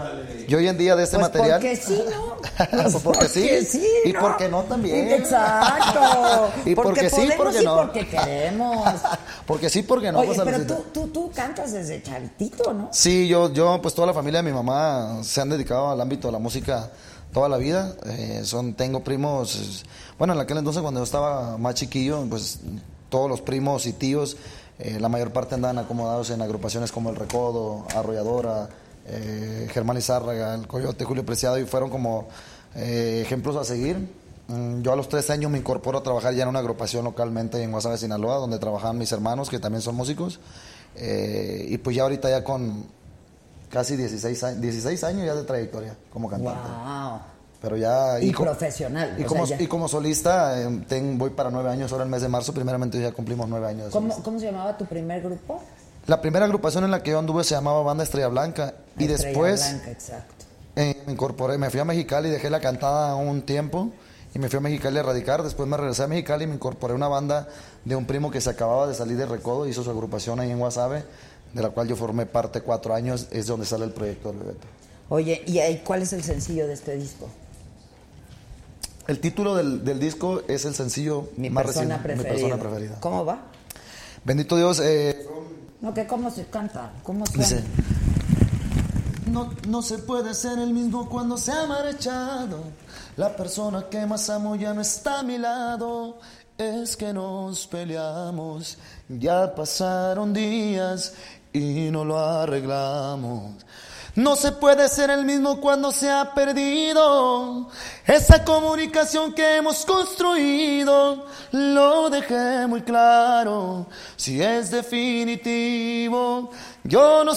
[SPEAKER 3] Y hoy en día de este
[SPEAKER 1] Pues
[SPEAKER 3] material...
[SPEAKER 1] Porque sí, ¿no?
[SPEAKER 3] Pues porque sí. Y
[SPEAKER 1] ¿no?
[SPEAKER 3] porque no también.
[SPEAKER 1] Exacto.
[SPEAKER 3] Y porque sí,
[SPEAKER 1] podemos
[SPEAKER 3] porque
[SPEAKER 1] y
[SPEAKER 3] no.
[SPEAKER 1] porque queremos.
[SPEAKER 3] porque sí, porque no.
[SPEAKER 1] Oye,
[SPEAKER 3] pues,
[SPEAKER 1] pero
[SPEAKER 3] Alecita.
[SPEAKER 1] tú, tú, tú cantas desde chavitito, ¿no?
[SPEAKER 3] Sí, yo, yo, pues toda la familia de mi mamá se han dedicado al ámbito de la música toda la vida. Eh, son, tengo primos, eh, bueno, en aquel entonces cuando yo estaba más chiquillo, pues todos los primos y tíos, eh, la mayor parte andaban acomodados en agrupaciones como El Recodo, Arrolladora, eh, Germán Izárraga, El Coyote, Julio Preciado, y fueron como eh, ejemplos a seguir. Mm, Yo a los tres años me incorporo a trabajar ya en una agrupación localmente en Guasave, Sinaloa, donde trabajaban mis hermanos, que también son músicos. Eh, y pues ya ahorita ya con, casi 16, a- 16 años ya de trayectoria como cantante.
[SPEAKER 1] Wow.
[SPEAKER 3] Pero ya...
[SPEAKER 1] Y
[SPEAKER 3] co-
[SPEAKER 1] profesional,
[SPEAKER 3] Y
[SPEAKER 1] o
[SPEAKER 3] como,
[SPEAKER 1] sea, ya.
[SPEAKER 3] y como solista eh, ten- voy para nueve años ahora el mes de marzo. Primeramente ya cumplimos nueve años. de solista.
[SPEAKER 1] ¿Cómo, cómo se llamaba tu primer grupo?
[SPEAKER 3] La primera agrupación en la que yo anduve se llamaba Banda Estrella Blanca. Y
[SPEAKER 1] Estrella
[SPEAKER 3] después...
[SPEAKER 1] Blanca, exacto.
[SPEAKER 3] Eh, me incorporé, me fui a Mexicali, dejé la cantada un tiempo y me fui a Mexicali a radicar. Después me regresé a Mexicali y me incorporé a una banda de un primo que se acababa de salir de Recodo, hizo su agrupación ahí en Guasave, de la cual yo formé parte cuatro años, es donde sale el proyecto del Bebeto.
[SPEAKER 1] Oye, ¿y ahí cuál es el sencillo de este disco?
[SPEAKER 3] El título del, del disco es el sencillo
[SPEAKER 1] Mi,
[SPEAKER 3] más
[SPEAKER 1] persona,
[SPEAKER 3] reciente,
[SPEAKER 1] preferida.
[SPEAKER 3] mi persona preferida.
[SPEAKER 1] ¿Cómo va?
[SPEAKER 3] Bendito Dios, eh,
[SPEAKER 1] No, que cómo se canta, cómo suena.
[SPEAKER 3] Dice. No, no se puede ser el mismo cuando se ha marchado. La persona que más amo ya no está a mi lado. Es que nos peleamos. Ya pasaron días y no lo arreglamos. No se puede ser el mismo cuando se ha perdido. Esa comunicación que hemos construido. Lo dejé muy claro. Si es definitivo, yo no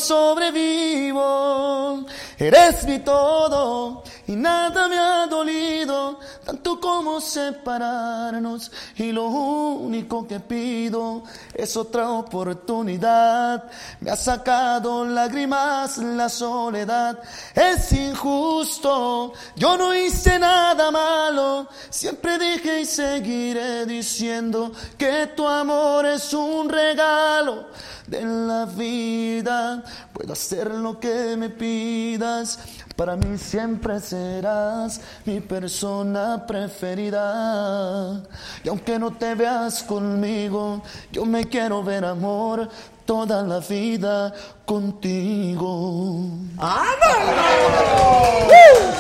[SPEAKER 3] sobrevivo. Eres mi todo y nada me ha dolido, tanto como separarnos. Y lo único que pido es otra oportunidad. Me ha sacado lágrimas la soledad. Es injusto, yo no hice nada malo. Siempre dije y seguiré diciendo que tu amor es un regalo de la vida. Puedo hacer lo que me pidas. Para mí siempre serás mi persona preferida. Y aunque no te veas conmigo, yo me quiero ver amor toda la vida contigo.
[SPEAKER 1] ¡Vámonos!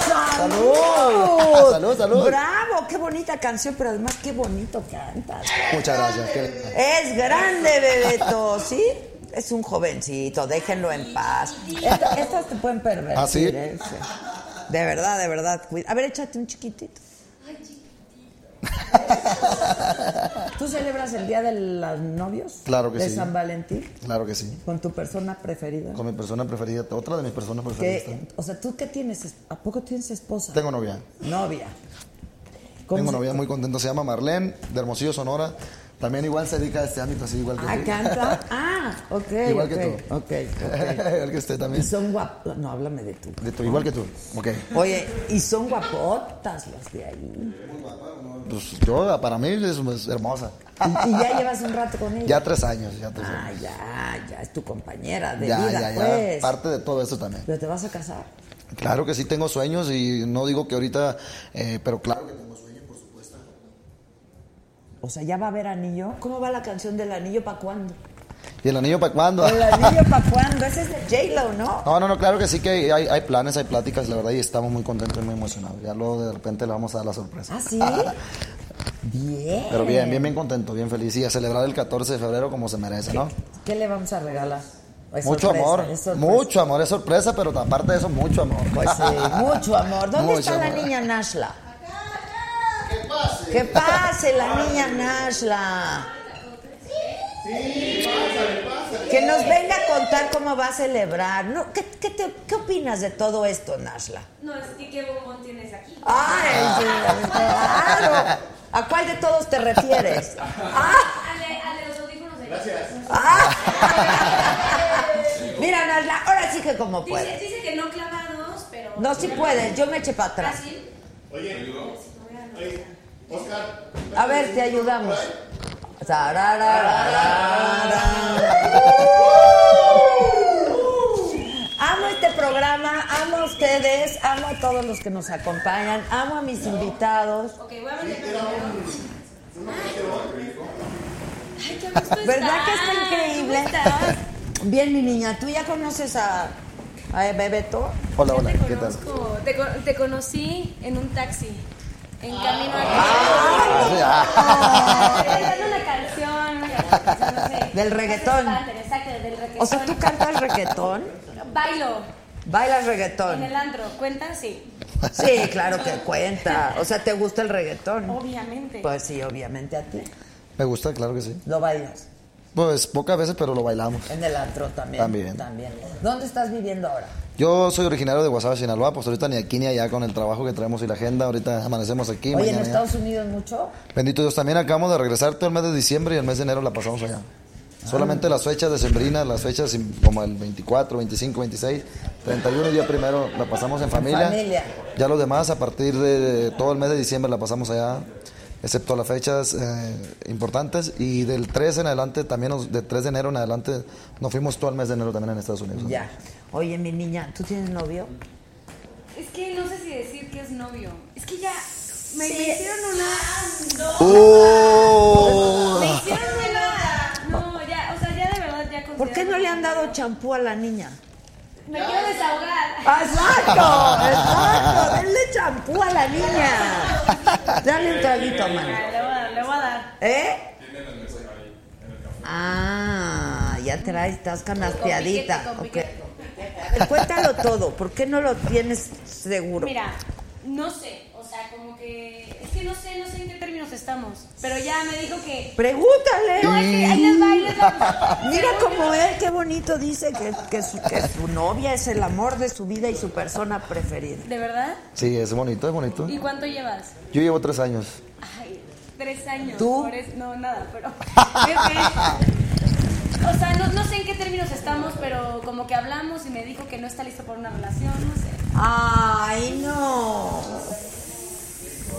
[SPEAKER 1] ¡Salud!
[SPEAKER 3] Salud. Salud, salud.
[SPEAKER 1] ¡Bravo! ¡Qué bonita canción! Pero además, qué bonito cantas.
[SPEAKER 3] Muchas gracias. qué-
[SPEAKER 1] Es grande, Bebeto, ¿sí? Es un jovencito, déjenlo en paz. Esta- estas te pueden pervertir.
[SPEAKER 3] ¿Ah, sí?
[SPEAKER 1] ¿eh? Sí. De verdad, de verdad. cuida- A ver, échate un chiquitito. ¿Tú celebras el Día de los Novios?
[SPEAKER 3] Claro que
[SPEAKER 1] de
[SPEAKER 3] sí.
[SPEAKER 1] San Valentín?
[SPEAKER 3] Claro que sí.
[SPEAKER 1] ¿Con tu persona preferida?
[SPEAKER 3] Con mi persona preferida, otra de mis personas preferidas.
[SPEAKER 1] Que, o sea, ¿tú qué tienes? Es- ¿A poco tienes esposa?
[SPEAKER 3] Tengo novia.
[SPEAKER 1] Novia. ¿Cómo
[SPEAKER 3] Tengo
[SPEAKER 1] se-
[SPEAKER 3] una novia muy contenta, se llama Marlene, de Hermosillo, Sonora. También igual se dedica a este ámbito, así igual que
[SPEAKER 1] Ah,
[SPEAKER 3] tú.
[SPEAKER 1] canta. Ah, ok.
[SPEAKER 3] Igual
[SPEAKER 1] ok,
[SPEAKER 3] que tú.
[SPEAKER 1] Ok, ok.
[SPEAKER 3] igual que usted
[SPEAKER 1] Y
[SPEAKER 3] también.
[SPEAKER 1] son guapos. No, háblame de tú.
[SPEAKER 3] De tu- igual que tú. Ok.
[SPEAKER 1] Oye, y son guapotas las de ahí.
[SPEAKER 3] Pues yo, para mí es, pues, hermosa.
[SPEAKER 1] Y, y ya llevas un rato con ella.
[SPEAKER 3] Ya tres años, ya tres
[SPEAKER 1] Ah,
[SPEAKER 3] años.
[SPEAKER 1] ya, ya, es tu compañera de
[SPEAKER 3] ya,
[SPEAKER 1] vida,
[SPEAKER 3] ya, ya.
[SPEAKER 1] pues.
[SPEAKER 3] Parte de todo eso también.
[SPEAKER 1] Pero te vas a casar.
[SPEAKER 3] Claro que sí tengo sueños y no digo que ahorita, eh, pero claro que tengo sueños.
[SPEAKER 1] O sea, ya va a haber anillo. ¿Cómo va la canción del anillo para cuándo?
[SPEAKER 3] ¿Y el anillo para cuándo?
[SPEAKER 1] El anillo para cuándo. Ese es de J-Lo, ¿no?
[SPEAKER 3] No, no, no, claro que sí que hay, hay planes, hay pláticas, la verdad, y estamos muy contentos y muy emocionados. Ya luego de repente le vamos a dar la sorpresa.
[SPEAKER 1] ¿Ah, sí? Bien.
[SPEAKER 3] Pero bien, bien, bien contento, bien feliz y a celebrar el 14 de febrero como se merece, ¿no?
[SPEAKER 1] ¿Qué le vamos a regalar? Es
[SPEAKER 3] Mucho
[SPEAKER 1] sorpresa,
[SPEAKER 3] amor,
[SPEAKER 1] es sorpresa.
[SPEAKER 3] mucho amor, es sorpresa, pero aparte de eso, mucho amor.
[SPEAKER 1] Pues sí, mucho amor. ¿Dónde
[SPEAKER 3] Mucho
[SPEAKER 1] está la
[SPEAKER 3] amor.
[SPEAKER 1] niña Nashla? Que pase. Que pase la niña Nashla. Que nos venga a contar cómo va a celebrar. No, ¿qué, qué te- qué opinas de todo esto, Nashla?
[SPEAKER 5] No, es que qué bombón tienes aquí.
[SPEAKER 1] ¡Ay,
[SPEAKER 3] Ah.
[SPEAKER 1] sí, claro! ¿A cuál de todos te refieres? ¡Ah!
[SPEAKER 5] Ale, ale, los audífonos ahí.
[SPEAKER 1] ¡Ah! Mira, Nashla, ahora sí que como
[SPEAKER 5] Dice,
[SPEAKER 1] puedes.
[SPEAKER 5] dice que no clavados, pero.
[SPEAKER 1] No, sí puedes, yo me eché para atrás.
[SPEAKER 5] Fácil.
[SPEAKER 1] A ver, te ayudamos. Tarararara. Amo este programa, amo a ustedes, amo a todos los que nos acompañan, amo a mis invitados.
[SPEAKER 5] Ok, voy a ver primero. Ay, qué gusto
[SPEAKER 1] ¿Verdad
[SPEAKER 5] estar.
[SPEAKER 1] que está increíble?
[SPEAKER 5] ¿Cómo estás?
[SPEAKER 1] Bien, mi niña, ¿tú ya conoces a, a Bebeto?
[SPEAKER 3] Hola,
[SPEAKER 5] Yo
[SPEAKER 3] hola,
[SPEAKER 5] te
[SPEAKER 3] ¿qué tal?
[SPEAKER 5] conozco. Te, co- te conocí en un taxi. En camino aquí.
[SPEAKER 3] Ah,
[SPEAKER 5] Estoy cantando una canción. una canción, no sé.
[SPEAKER 1] Del reggaetón.
[SPEAKER 5] Exacto, del reggaetón.
[SPEAKER 1] O sea, ¿tú cantas reggaetón?
[SPEAKER 5] Bailo
[SPEAKER 1] ¿Bailas
[SPEAKER 5] en
[SPEAKER 1] reggaetón?
[SPEAKER 5] el antro. ¿Cuentas? Sí.
[SPEAKER 1] Sí, claro que cuenta. O sea, ¿te gusta el reggaetón?
[SPEAKER 5] Obviamente.
[SPEAKER 1] Pues sí, obviamente a ti.
[SPEAKER 3] Me gusta, claro que sí.
[SPEAKER 1] ¿Lo bailas?
[SPEAKER 3] Pues pocas veces, pero lo bailamos.
[SPEAKER 1] En el antro también.
[SPEAKER 3] También.
[SPEAKER 1] ¿Dónde estás viviendo ahora?
[SPEAKER 3] Yo soy originario de Guasave, Sinaloa, pues ahorita ni aquí ni allá con el trabajo que traemos y la agenda, ahorita amanecemos aquí.
[SPEAKER 1] Oye, en
[SPEAKER 3] mañana allá.
[SPEAKER 1] Estados Unidos mucho.
[SPEAKER 3] Bendito Dios, también acabamos de regresar todo el mes de diciembre y el mes de enero la pasamos allá. Solamente las fechas decembrinas, las fechas in- como el 24, 25, 26, 31 y día primero la pasamos en familia.
[SPEAKER 1] familia.
[SPEAKER 3] Ya los demás a partir de todo el mes de diciembre la pasamos allá, excepto las fechas eh, importantes. Y del 3 en adelante, también nos- de 3 de enero en adelante, nos fuimos todo el mes de enero también en Estados Unidos.
[SPEAKER 1] Ya. Oye, mi niña, ¿tú tienes novio?
[SPEAKER 5] Es que no sé si decir que es novio. Es que ya me, me hicieron una. Me hicieron una. No, ya, o sea, ya de verdad ya
[SPEAKER 1] ¿Por qué no le han dado champú a la niña?
[SPEAKER 5] Me quiero desahogar.
[SPEAKER 1] ¡Exacto! ¡Exacto! ¡Denle champú a la niña! Dale un traguito, man.
[SPEAKER 5] Ah, Le voy a dar, le voy a dar.
[SPEAKER 1] ¿Eh? Ah, ya traes, estás canasteadita.
[SPEAKER 5] Con
[SPEAKER 1] ok.
[SPEAKER 5] piquete,
[SPEAKER 1] Cuéntalo todo, ¿por qué no lo tienes seguro?
[SPEAKER 5] Mira, no sé, o sea, como que. Es que no sé, no sé en qué términos estamos. Pero ya me dijo que.
[SPEAKER 1] Pregúntale.
[SPEAKER 5] No, es que ahí les va, ahí les va.
[SPEAKER 1] Mira cómo él, qué bonito dice que, que su, que su novia es el amor de su vida y su persona preferida.
[SPEAKER 5] ¿De verdad?
[SPEAKER 3] Sí, es bonito, es bonito.
[SPEAKER 5] ¿Y cuánto llevas?
[SPEAKER 3] Yo llevo tres años.
[SPEAKER 5] Ay, tres años.
[SPEAKER 1] ¿Tú?
[SPEAKER 5] por es- no, nada, pero. o sea, no, no sé en qué términos estamos, pero como que hablamos y me dijo que no está listo para una relación, no sé.
[SPEAKER 1] Ay, no.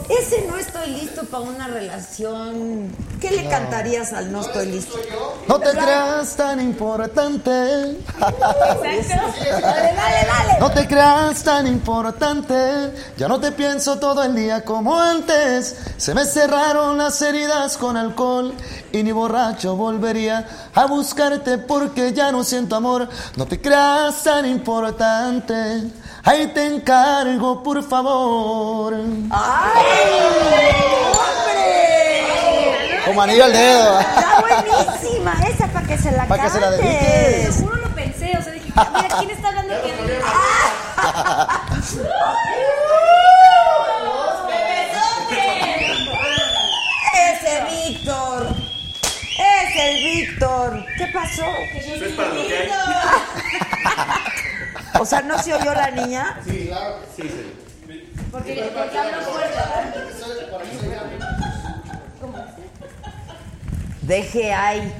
[SPEAKER 1] Ese no estoy listo para una relación. ¿Qué le cantarías al no estoy listo?
[SPEAKER 3] No te creas tan importante.
[SPEAKER 5] Exacto.
[SPEAKER 1] Dale, dale, dale.
[SPEAKER 3] No te creas tan importante, ya no te pienso todo el día como antes. Se me cerraron las heridas con alcohol y ni borracho volvería a buscarte porque ya no siento amor. No te creas tan importante, ahí te encargo por favor.
[SPEAKER 1] ¡Ay! ¡Hombre!
[SPEAKER 3] Como anillo al dedo.
[SPEAKER 1] Está buenísima esa para que se la
[SPEAKER 3] Pa' que se la
[SPEAKER 1] cantes.
[SPEAKER 5] Te lo juro, lo pensé, o sea, dije, "Ah, mira, ¿quién está hablando que
[SPEAKER 1] Ese Víctor. Es el Víctor. ¿Qué pasó?
[SPEAKER 4] Eso es para lo que hay.
[SPEAKER 1] O sea, ¿no se oyó la niña?
[SPEAKER 5] Porque, porque hablo fuerte.
[SPEAKER 1] Deje ahí.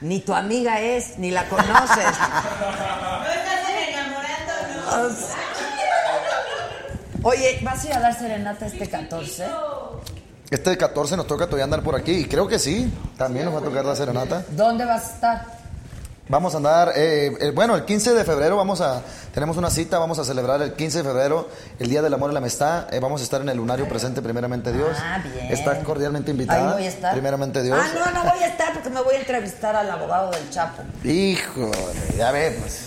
[SPEAKER 1] Ni tu amiga es, ni la conoces. Oye, ¿vas a ir a dar serenata este 14?
[SPEAKER 3] Este 14 nos toca todavía andar por aquí y creo que sí, también nos va a tocar la serenata.
[SPEAKER 1] ¿Dónde vas a estar?
[SPEAKER 3] Vamos a andar, eh, eh, bueno, el 15 de febrero vamos a, tenemos una cita, vamos a celebrar el 15 de febrero, el Día del Amor y la Amistad, eh, vamos a estar en el Lunario Presente, primeramente Dios.
[SPEAKER 1] Ah, bien.
[SPEAKER 3] Estás cordialmente
[SPEAKER 1] Ahí
[SPEAKER 3] invitada.
[SPEAKER 1] voy a estar.
[SPEAKER 3] Primeramente Dios.
[SPEAKER 1] Ah, no, no voy a estar porque me voy a entrevistar al abogado del Chapo.
[SPEAKER 3] Híjole, ya ves, pues.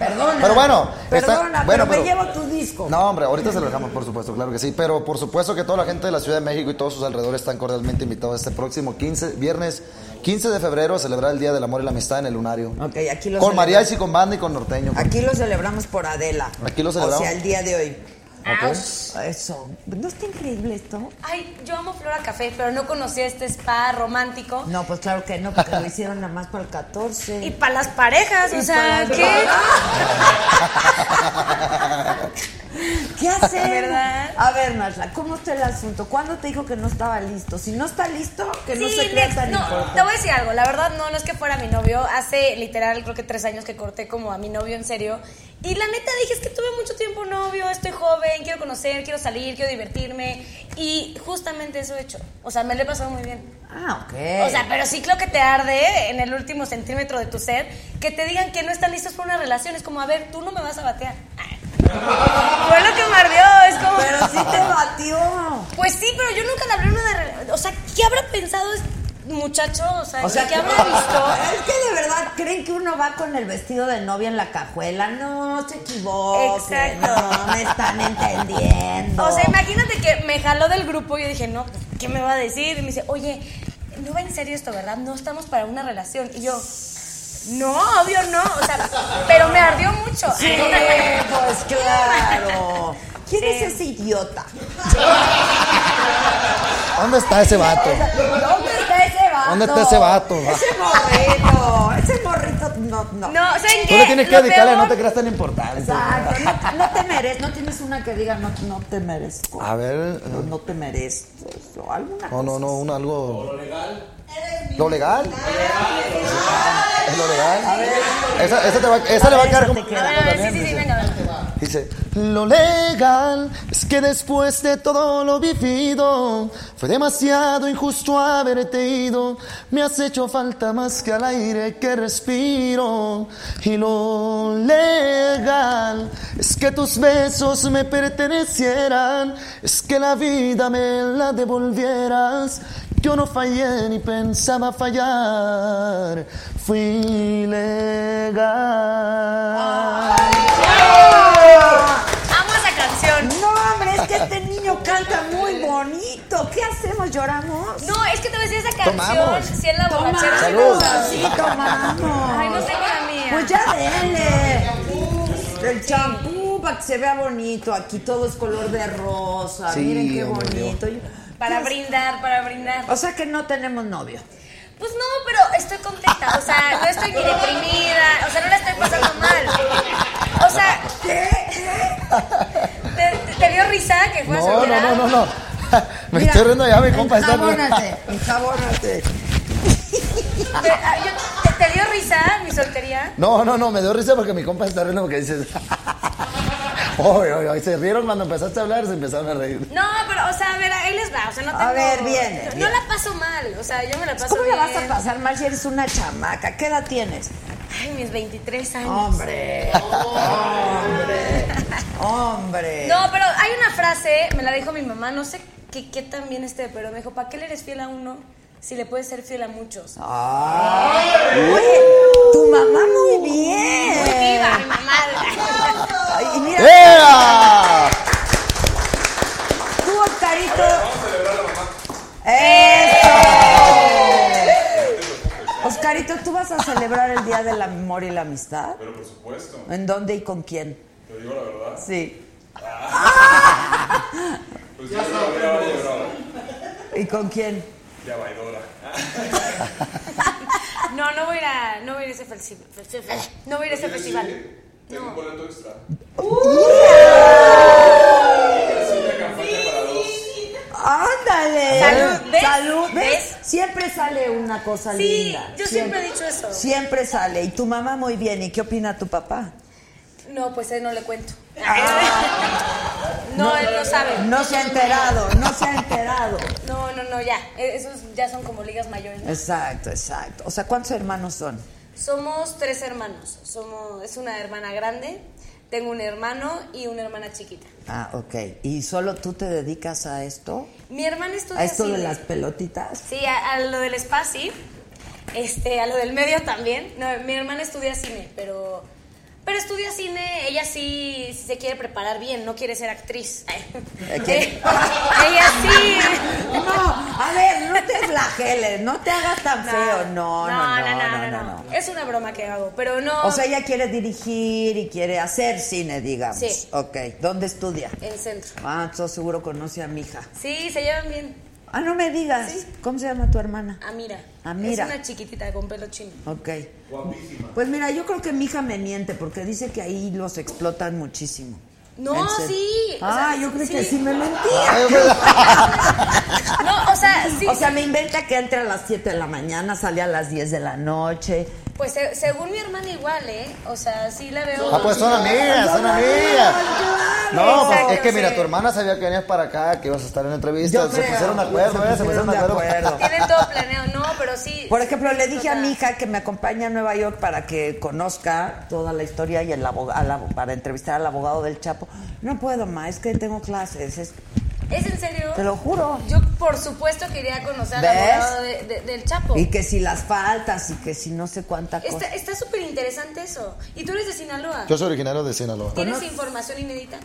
[SPEAKER 1] Perdona.
[SPEAKER 3] Pero bueno, está-
[SPEAKER 1] Perdona,
[SPEAKER 3] bueno,
[SPEAKER 1] pero,
[SPEAKER 3] pero-
[SPEAKER 1] me llevo tu disco.
[SPEAKER 3] No, hombre, ahorita se lo dejamos, por supuesto, claro que sí. Pero por supuesto que toda la gente de la Ciudad de México y todos sus alrededores están cordialmente invitados este próximo 15, viernes 15 de febrero, a celebrar el Día del Amor y la Amistad en el Lunario.
[SPEAKER 1] Ok, aquí lo
[SPEAKER 3] Con
[SPEAKER 1] celebramos.
[SPEAKER 3] mariachi, con banda y con norteño.
[SPEAKER 1] Aquí lo celebramos por Adela.
[SPEAKER 3] Aquí lo celebramos.
[SPEAKER 1] O sea, el día de hoy.
[SPEAKER 3] Ok.
[SPEAKER 1] Eso. ¿No está increíble esto?
[SPEAKER 5] Ay, yo amo Flora Café, pero no conocía este spa romántico.
[SPEAKER 1] No, pues claro que no, porque lo hicieron nada más para el 14.
[SPEAKER 5] Y para las parejas, o
[SPEAKER 1] Y
[SPEAKER 5] sea,
[SPEAKER 1] para las
[SPEAKER 5] ¿qué?
[SPEAKER 1] ¿Qué hacer?
[SPEAKER 5] ¿Verdad?
[SPEAKER 1] A ver, Nasla, ¿cómo está el asunto? ¿Cuándo te dijo que no estaba listo? Si no está listo, que no
[SPEAKER 5] Sí,
[SPEAKER 1] se crea
[SPEAKER 5] Nex,
[SPEAKER 1] tan
[SPEAKER 5] no,
[SPEAKER 1] importante.
[SPEAKER 5] te voy a decir algo. La verdad, no, no es que fuera mi novio. Hace literal, creo que tres años que corté como a mi novio en serio. Y la neta dije, es que tuve mucho tiempo novio, estoy joven, quiero conocer, quiero salir, quiero divertirme. Y justamente eso he hecho. O sea, me lo he pasado muy bien.
[SPEAKER 1] Ah, ok.
[SPEAKER 5] O sea, pero sí creo que te arde en el último centímetro de tu ser que te digan que no están listos para una relación. Es como, a ver, tú no me vas a batear. Fue lo que me ardió, es como...
[SPEAKER 1] pero sí te batió.
[SPEAKER 5] Pues sí, pero yo nunca le hablé una de... rela- O sea, ¿qué habrá pensado este muchacho? O sea, ¿qué habrá visto?
[SPEAKER 1] Es que de verdad creen que uno va con el vestido de novia en la cajuela. No, se equivocan.
[SPEAKER 5] Exacto.
[SPEAKER 1] No me están entendiendo.
[SPEAKER 5] O sea, imagínate que me jaló del grupo y yo dije, no, pues, ¿qué me va a decir? Y me dice, oye, no va en serio esto, ¿verdad? No estamos para una relación. Y yo, no, obvio no. O sea, pero me ardió mucho. Eh,
[SPEAKER 1] Sí, pues claro. ¿Quién es
[SPEAKER 5] Sí.
[SPEAKER 1] ese idiota?
[SPEAKER 3] ¿Dónde está ese Este vato?
[SPEAKER 1] ¿Dónde está ese vato.
[SPEAKER 3] ¿Dónde está ese vato?
[SPEAKER 1] Ese morrito. Ese morrito, no, no.
[SPEAKER 5] No, ¿saben qué?
[SPEAKER 3] Tú le tienes que
[SPEAKER 5] Lo
[SPEAKER 3] dedicarle,
[SPEAKER 5] peor-
[SPEAKER 3] no te creas tan importante.
[SPEAKER 1] Exacto. No, no te mereces. No tienes una que diga, no, no te merezco.
[SPEAKER 3] A ver,
[SPEAKER 1] No, no te mereces. O alguna
[SPEAKER 3] Ah. no, no,
[SPEAKER 1] cosa
[SPEAKER 3] no,
[SPEAKER 1] así.
[SPEAKER 3] un algo. ¿Lo legal? ¿Es lo
[SPEAKER 1] A
[SPEAKER 3] legal?
[SPEAKER 1] ver.
[SPEAKER 3] Esa, esa, te va, esa le va a quedar como.
[SPEAKER 5] A ver, a ver, sí, sí, sí, venga, venga.
[SPEAKER 3] Dice, lo legal es que después de todo lo vivido, fue demasiado injusto haberte ido, me has hecho falta más que al aire que respiro. Y lo legal es que tus besos me pertenecieran, es que la vida me la devolvieras. Yo no fallé ni pensaba fallar, fui
[SPEAKER 1] Ah.
[SPEAKER 3] legal.
[SPEAKER 5] Amo esa canción.
[SPEAKER 1] No, hombre, es que este niño canta muy bonito. ¿Qué hacemos? ¿Lloramos?
[SPEAKER 5] No, es que te voy a decir esa canción.
[SPEAKER 3] Tomamos.
[SPEAKER 5] Si es la
[SPEAKER 1] Tomamos,
[SPEAKER 5] borrachera.
[SPEAKER 3] Salud.
[SPEAKER 1] así tomamos.
[SPEAKER 5] Ay, no tengo la mía.
[SPEAKER 1] Pues ya denle. El champú para que se vea bonito. Aquí todo es color de rosa.
[SPEAKER 3] Sí,
[SPEAKER 1] Miren qué
[SPEAKER 3] hombre,
[SPEAKER 1] bonito.
[SPEAKER 5] Para brindar, para brindar.
[SPEAKER 1] O sea que no tenemos novio.
[SPEAKER 5] Pues no, pero estoy contenta. O sea, no estoy ni deprimida. O sea, no la estoy pasando mal. O sea, ¿qué? ¿Te, te dio risa que fue a
[SPEAKER 3] No, no, no, no, no. Me
[SPEAKER 1] Mira,
[SPEAKER 3] estoy riendo ya, mi compa está.
[SPEAKER 1] Enjabónate, enjabónate.
[SPEAKER 5] ¿Te, ah, yo- te- te dio risa mi soltería?
[SPEAKER 3] No, no, no, me dio risa porque mi compa está riendo porque dices. Oye, oye, oye, se rieron cuando empezaste a hablar, se empezaron a reír.
[SPEAKER 5] No, pero, o sea, a ver, ahí les va. O sea, no tengo...
[SPEAKER 1] A ver, bien,
[SPEAKER 5] No
[SPEAKER 1] bien.
[SPEAKER 5] la paso mal. O sea, yo me la paso
[SPEAKER 1] ¿Cómo la vas a
[SPEAKER 5] bien.
[SPEAKER 1] pasar mal si eres una chamaca? ¿Qué edad tienes?
[SPEAKER 5] Ay, mis 23 años.
[SPEAKER 1] Hombre, hombre, hombre.
[SPEAKER 5] No, pero hay una frase, me la dijo mi mamá, no sé qué, qué tan bien esté, pero me dijo, ¿para qué le eres fiel a uno si le puedes ser fiel a muchos?
[SPEAKER 1] Oye, tu mamá muy bien.
[SPEAKER 5] Muy viva, mi mamá.
[SPEAKER 1] Ay, y mira,
[SPEAKER 3] ¡Eh! ¡Ea!
[SPEAKER 1] tú, Oscarito. ¡Eso! Oscarito, ¿tú vas a celebrar el Día del Amor y la Amistad?
[SPEAKER 4] Pero por supuesto,
[SPEAKER 1] ¿En dónde y con quién?
[SPEAKER 4] te digo la verdad.
[SPEAKER 1] Sí.
[SPEAKER 4] Pues yo estaba brava, lloraba.
[SPEAKER 1] ¿Y con quién?
[SPEAKER 4] Ya vaidora.
[SPEAKER 5] No, no voy a ir a, no voy a, ir a ese festival. No voy a ir a ese festival.
[SPEAKER 4] Tengo un boleto extra.
[SPEAKER 1] ¡Ándale!
[SPEAKER 5] Salud, ¿ves?
[SPEAKER 1] Salud, ¿ves?
[SPEAKER 5] ¿Ves?
[SPEAKER 1] Siempre sale una cosa
[SPEAKER 5] Sí,
[SPEAKER 1] linda.
[SPEAKER 5] yo siempre he dicho eso.
[SPEAKER 1] Siempre sale. Y tu mamá muy bien. ¿Y qué opina tu papá? Ah,
[SPEAKER 5] No, pues él no le cuento. No, él no sabe.
[SPEAKER 1] No se ha enterado, no se ha enterado.
[SPEAKER 5] No, no, no, ya. Eh, Esos ya son como ligas mayores. ¿no?
[SPEAKER 1] Exacto, exacto. O sea, ¿cuántos hermanos son?
[SPEAKER 5] Somos tres hermanos. Somos, es una hermana grande, tengo un hermano y una hermana chiquita.
[SPEAKER 1] Ah, ok. ¿Y solo tú te dedicas a esto?
[SPEAKER 5] Mi hermana estudia
[SPEAKER 1] ¿A esto de
[SPEAKER 5] cine.
[SPEAKER 1] las pelotitas?
[SPEAKER 5] Sí, a, a lo del spa sí. Este, a lo del medio también. No, mi hermana estudia cine, pero pero estudia cine, ella sí, sí se quiere preparar bien, no quiere ser actriz. Eh,
[SPEAKER 1] ¿Qué?
[SPEAKER 5] ella sí.
[SPEAKER 1] No, a ver, no te flageles, no te hagas tan feo. No, no, no, no, no, no.
[SPEAKER 5] Es una broma que hago, pero no
[SPEAKER 1] O sea, ella quiere dirigir y quiere hacer cine, digamos.
[SPEAKER 5] Sí.
[SPEAKER 1] Ok, ¿dónde estudia?
[SPEAKER 5] en centro.
[SPEAKER 1] Ah, entonces seguro conoce a mi hija.
[SPEAKER 5] Sí, se llevan bien.
[SPEAKER 1] Ah, no me digas.
[SPEAKER 5] Sí. Ah.
[SPEAKER 1] ¿Cómo se llama tu hermana?
[SPEAKER 5] Amira.
[SPEAKER 1] Amira.
[SPEAKER 5] Es una chiquitita con pelo chino.
[SPEAKER 1] Ok. Pues mira, yo creo que mi hija me miente porque dice que ahí los explotan muchísimo.
[SPEAKER 5] No,
[SPEAKER 1] En serio.
[SPEAKER 5] sí, o
[SPEAKER 1] Ah,
[SPEAKER 5] sea,
[SPEAKER 1] yo creo
[SPEAKER 5] sí.
[SPEAKER 1] que sí me
[SPEAKER 3] Ay,
[SPEAKER 1] mentía.
[SPEAKER 3] güey.
[SPEAKER 5] No, o sea, sí.
[SPEAKER 1] O sea, me inventa que entra a las 7 de la mañana, sale a las 10 de la noche.
[SPEAKER 5] pues se- según mi hermana igual, ¿eh? O sea, sí la veo.
[SPEAKER 3] Ah, pues son amigas, son amigas. No, pues
[SPEAKER 5] Exacto,
[SPEAKER 3] es que mira,
[SPEAKER 5] sí.
[SPEAKER 3] tu hermana sabía que venías para acá, que ibas a estar en entrevista.
[SPEAKER 1] Yo
[SPEAKER 3] se
[SPEAKER 1] creo.
[SPEAKER 3] pusieron de acuerdo,
[SPEAKER 1] Se
[SPEAKER 3] ¿eh? Se pusieron de acuerdo.
[SPEAKER 5] Tienen todo planeado, no, pero sí.
[SPEAKER 1] Por
[SPEAKER 5] sí,
[SPEAKER 1] ejemplo, le
[SPEAKER 5] sí,
[SPEAKER 1] dije a
[SPEAKER 5] total.
[SPEAKER 1] mi hija que me acompañe a Nueva York para que conozca toda la historia y el abo- al abo- para entrevistar al abogado del Chapo. No puedo, ma, es que tengo clases. es-
[SPEAKER 5] ¿Es en serio?
[SPEAKER 1] te lo juro.
[SPEAKER 5] Yo, por supuesto, quería conocer al
[SPEAKER 1] ¿Ves?
[SPEAKER 5] abogado de- de- del Chapo.
[SPEAKER 1] Y que si las faltas y que si no sé cuánta cosa.
[SPEAKER 5] Está está súper interesante eso. Y tú eres de Sinaloa.
[SPEAKER 3] Yo soy originario de Sinaloa.
[SPEAKER 5] ¿Tienes información inédita?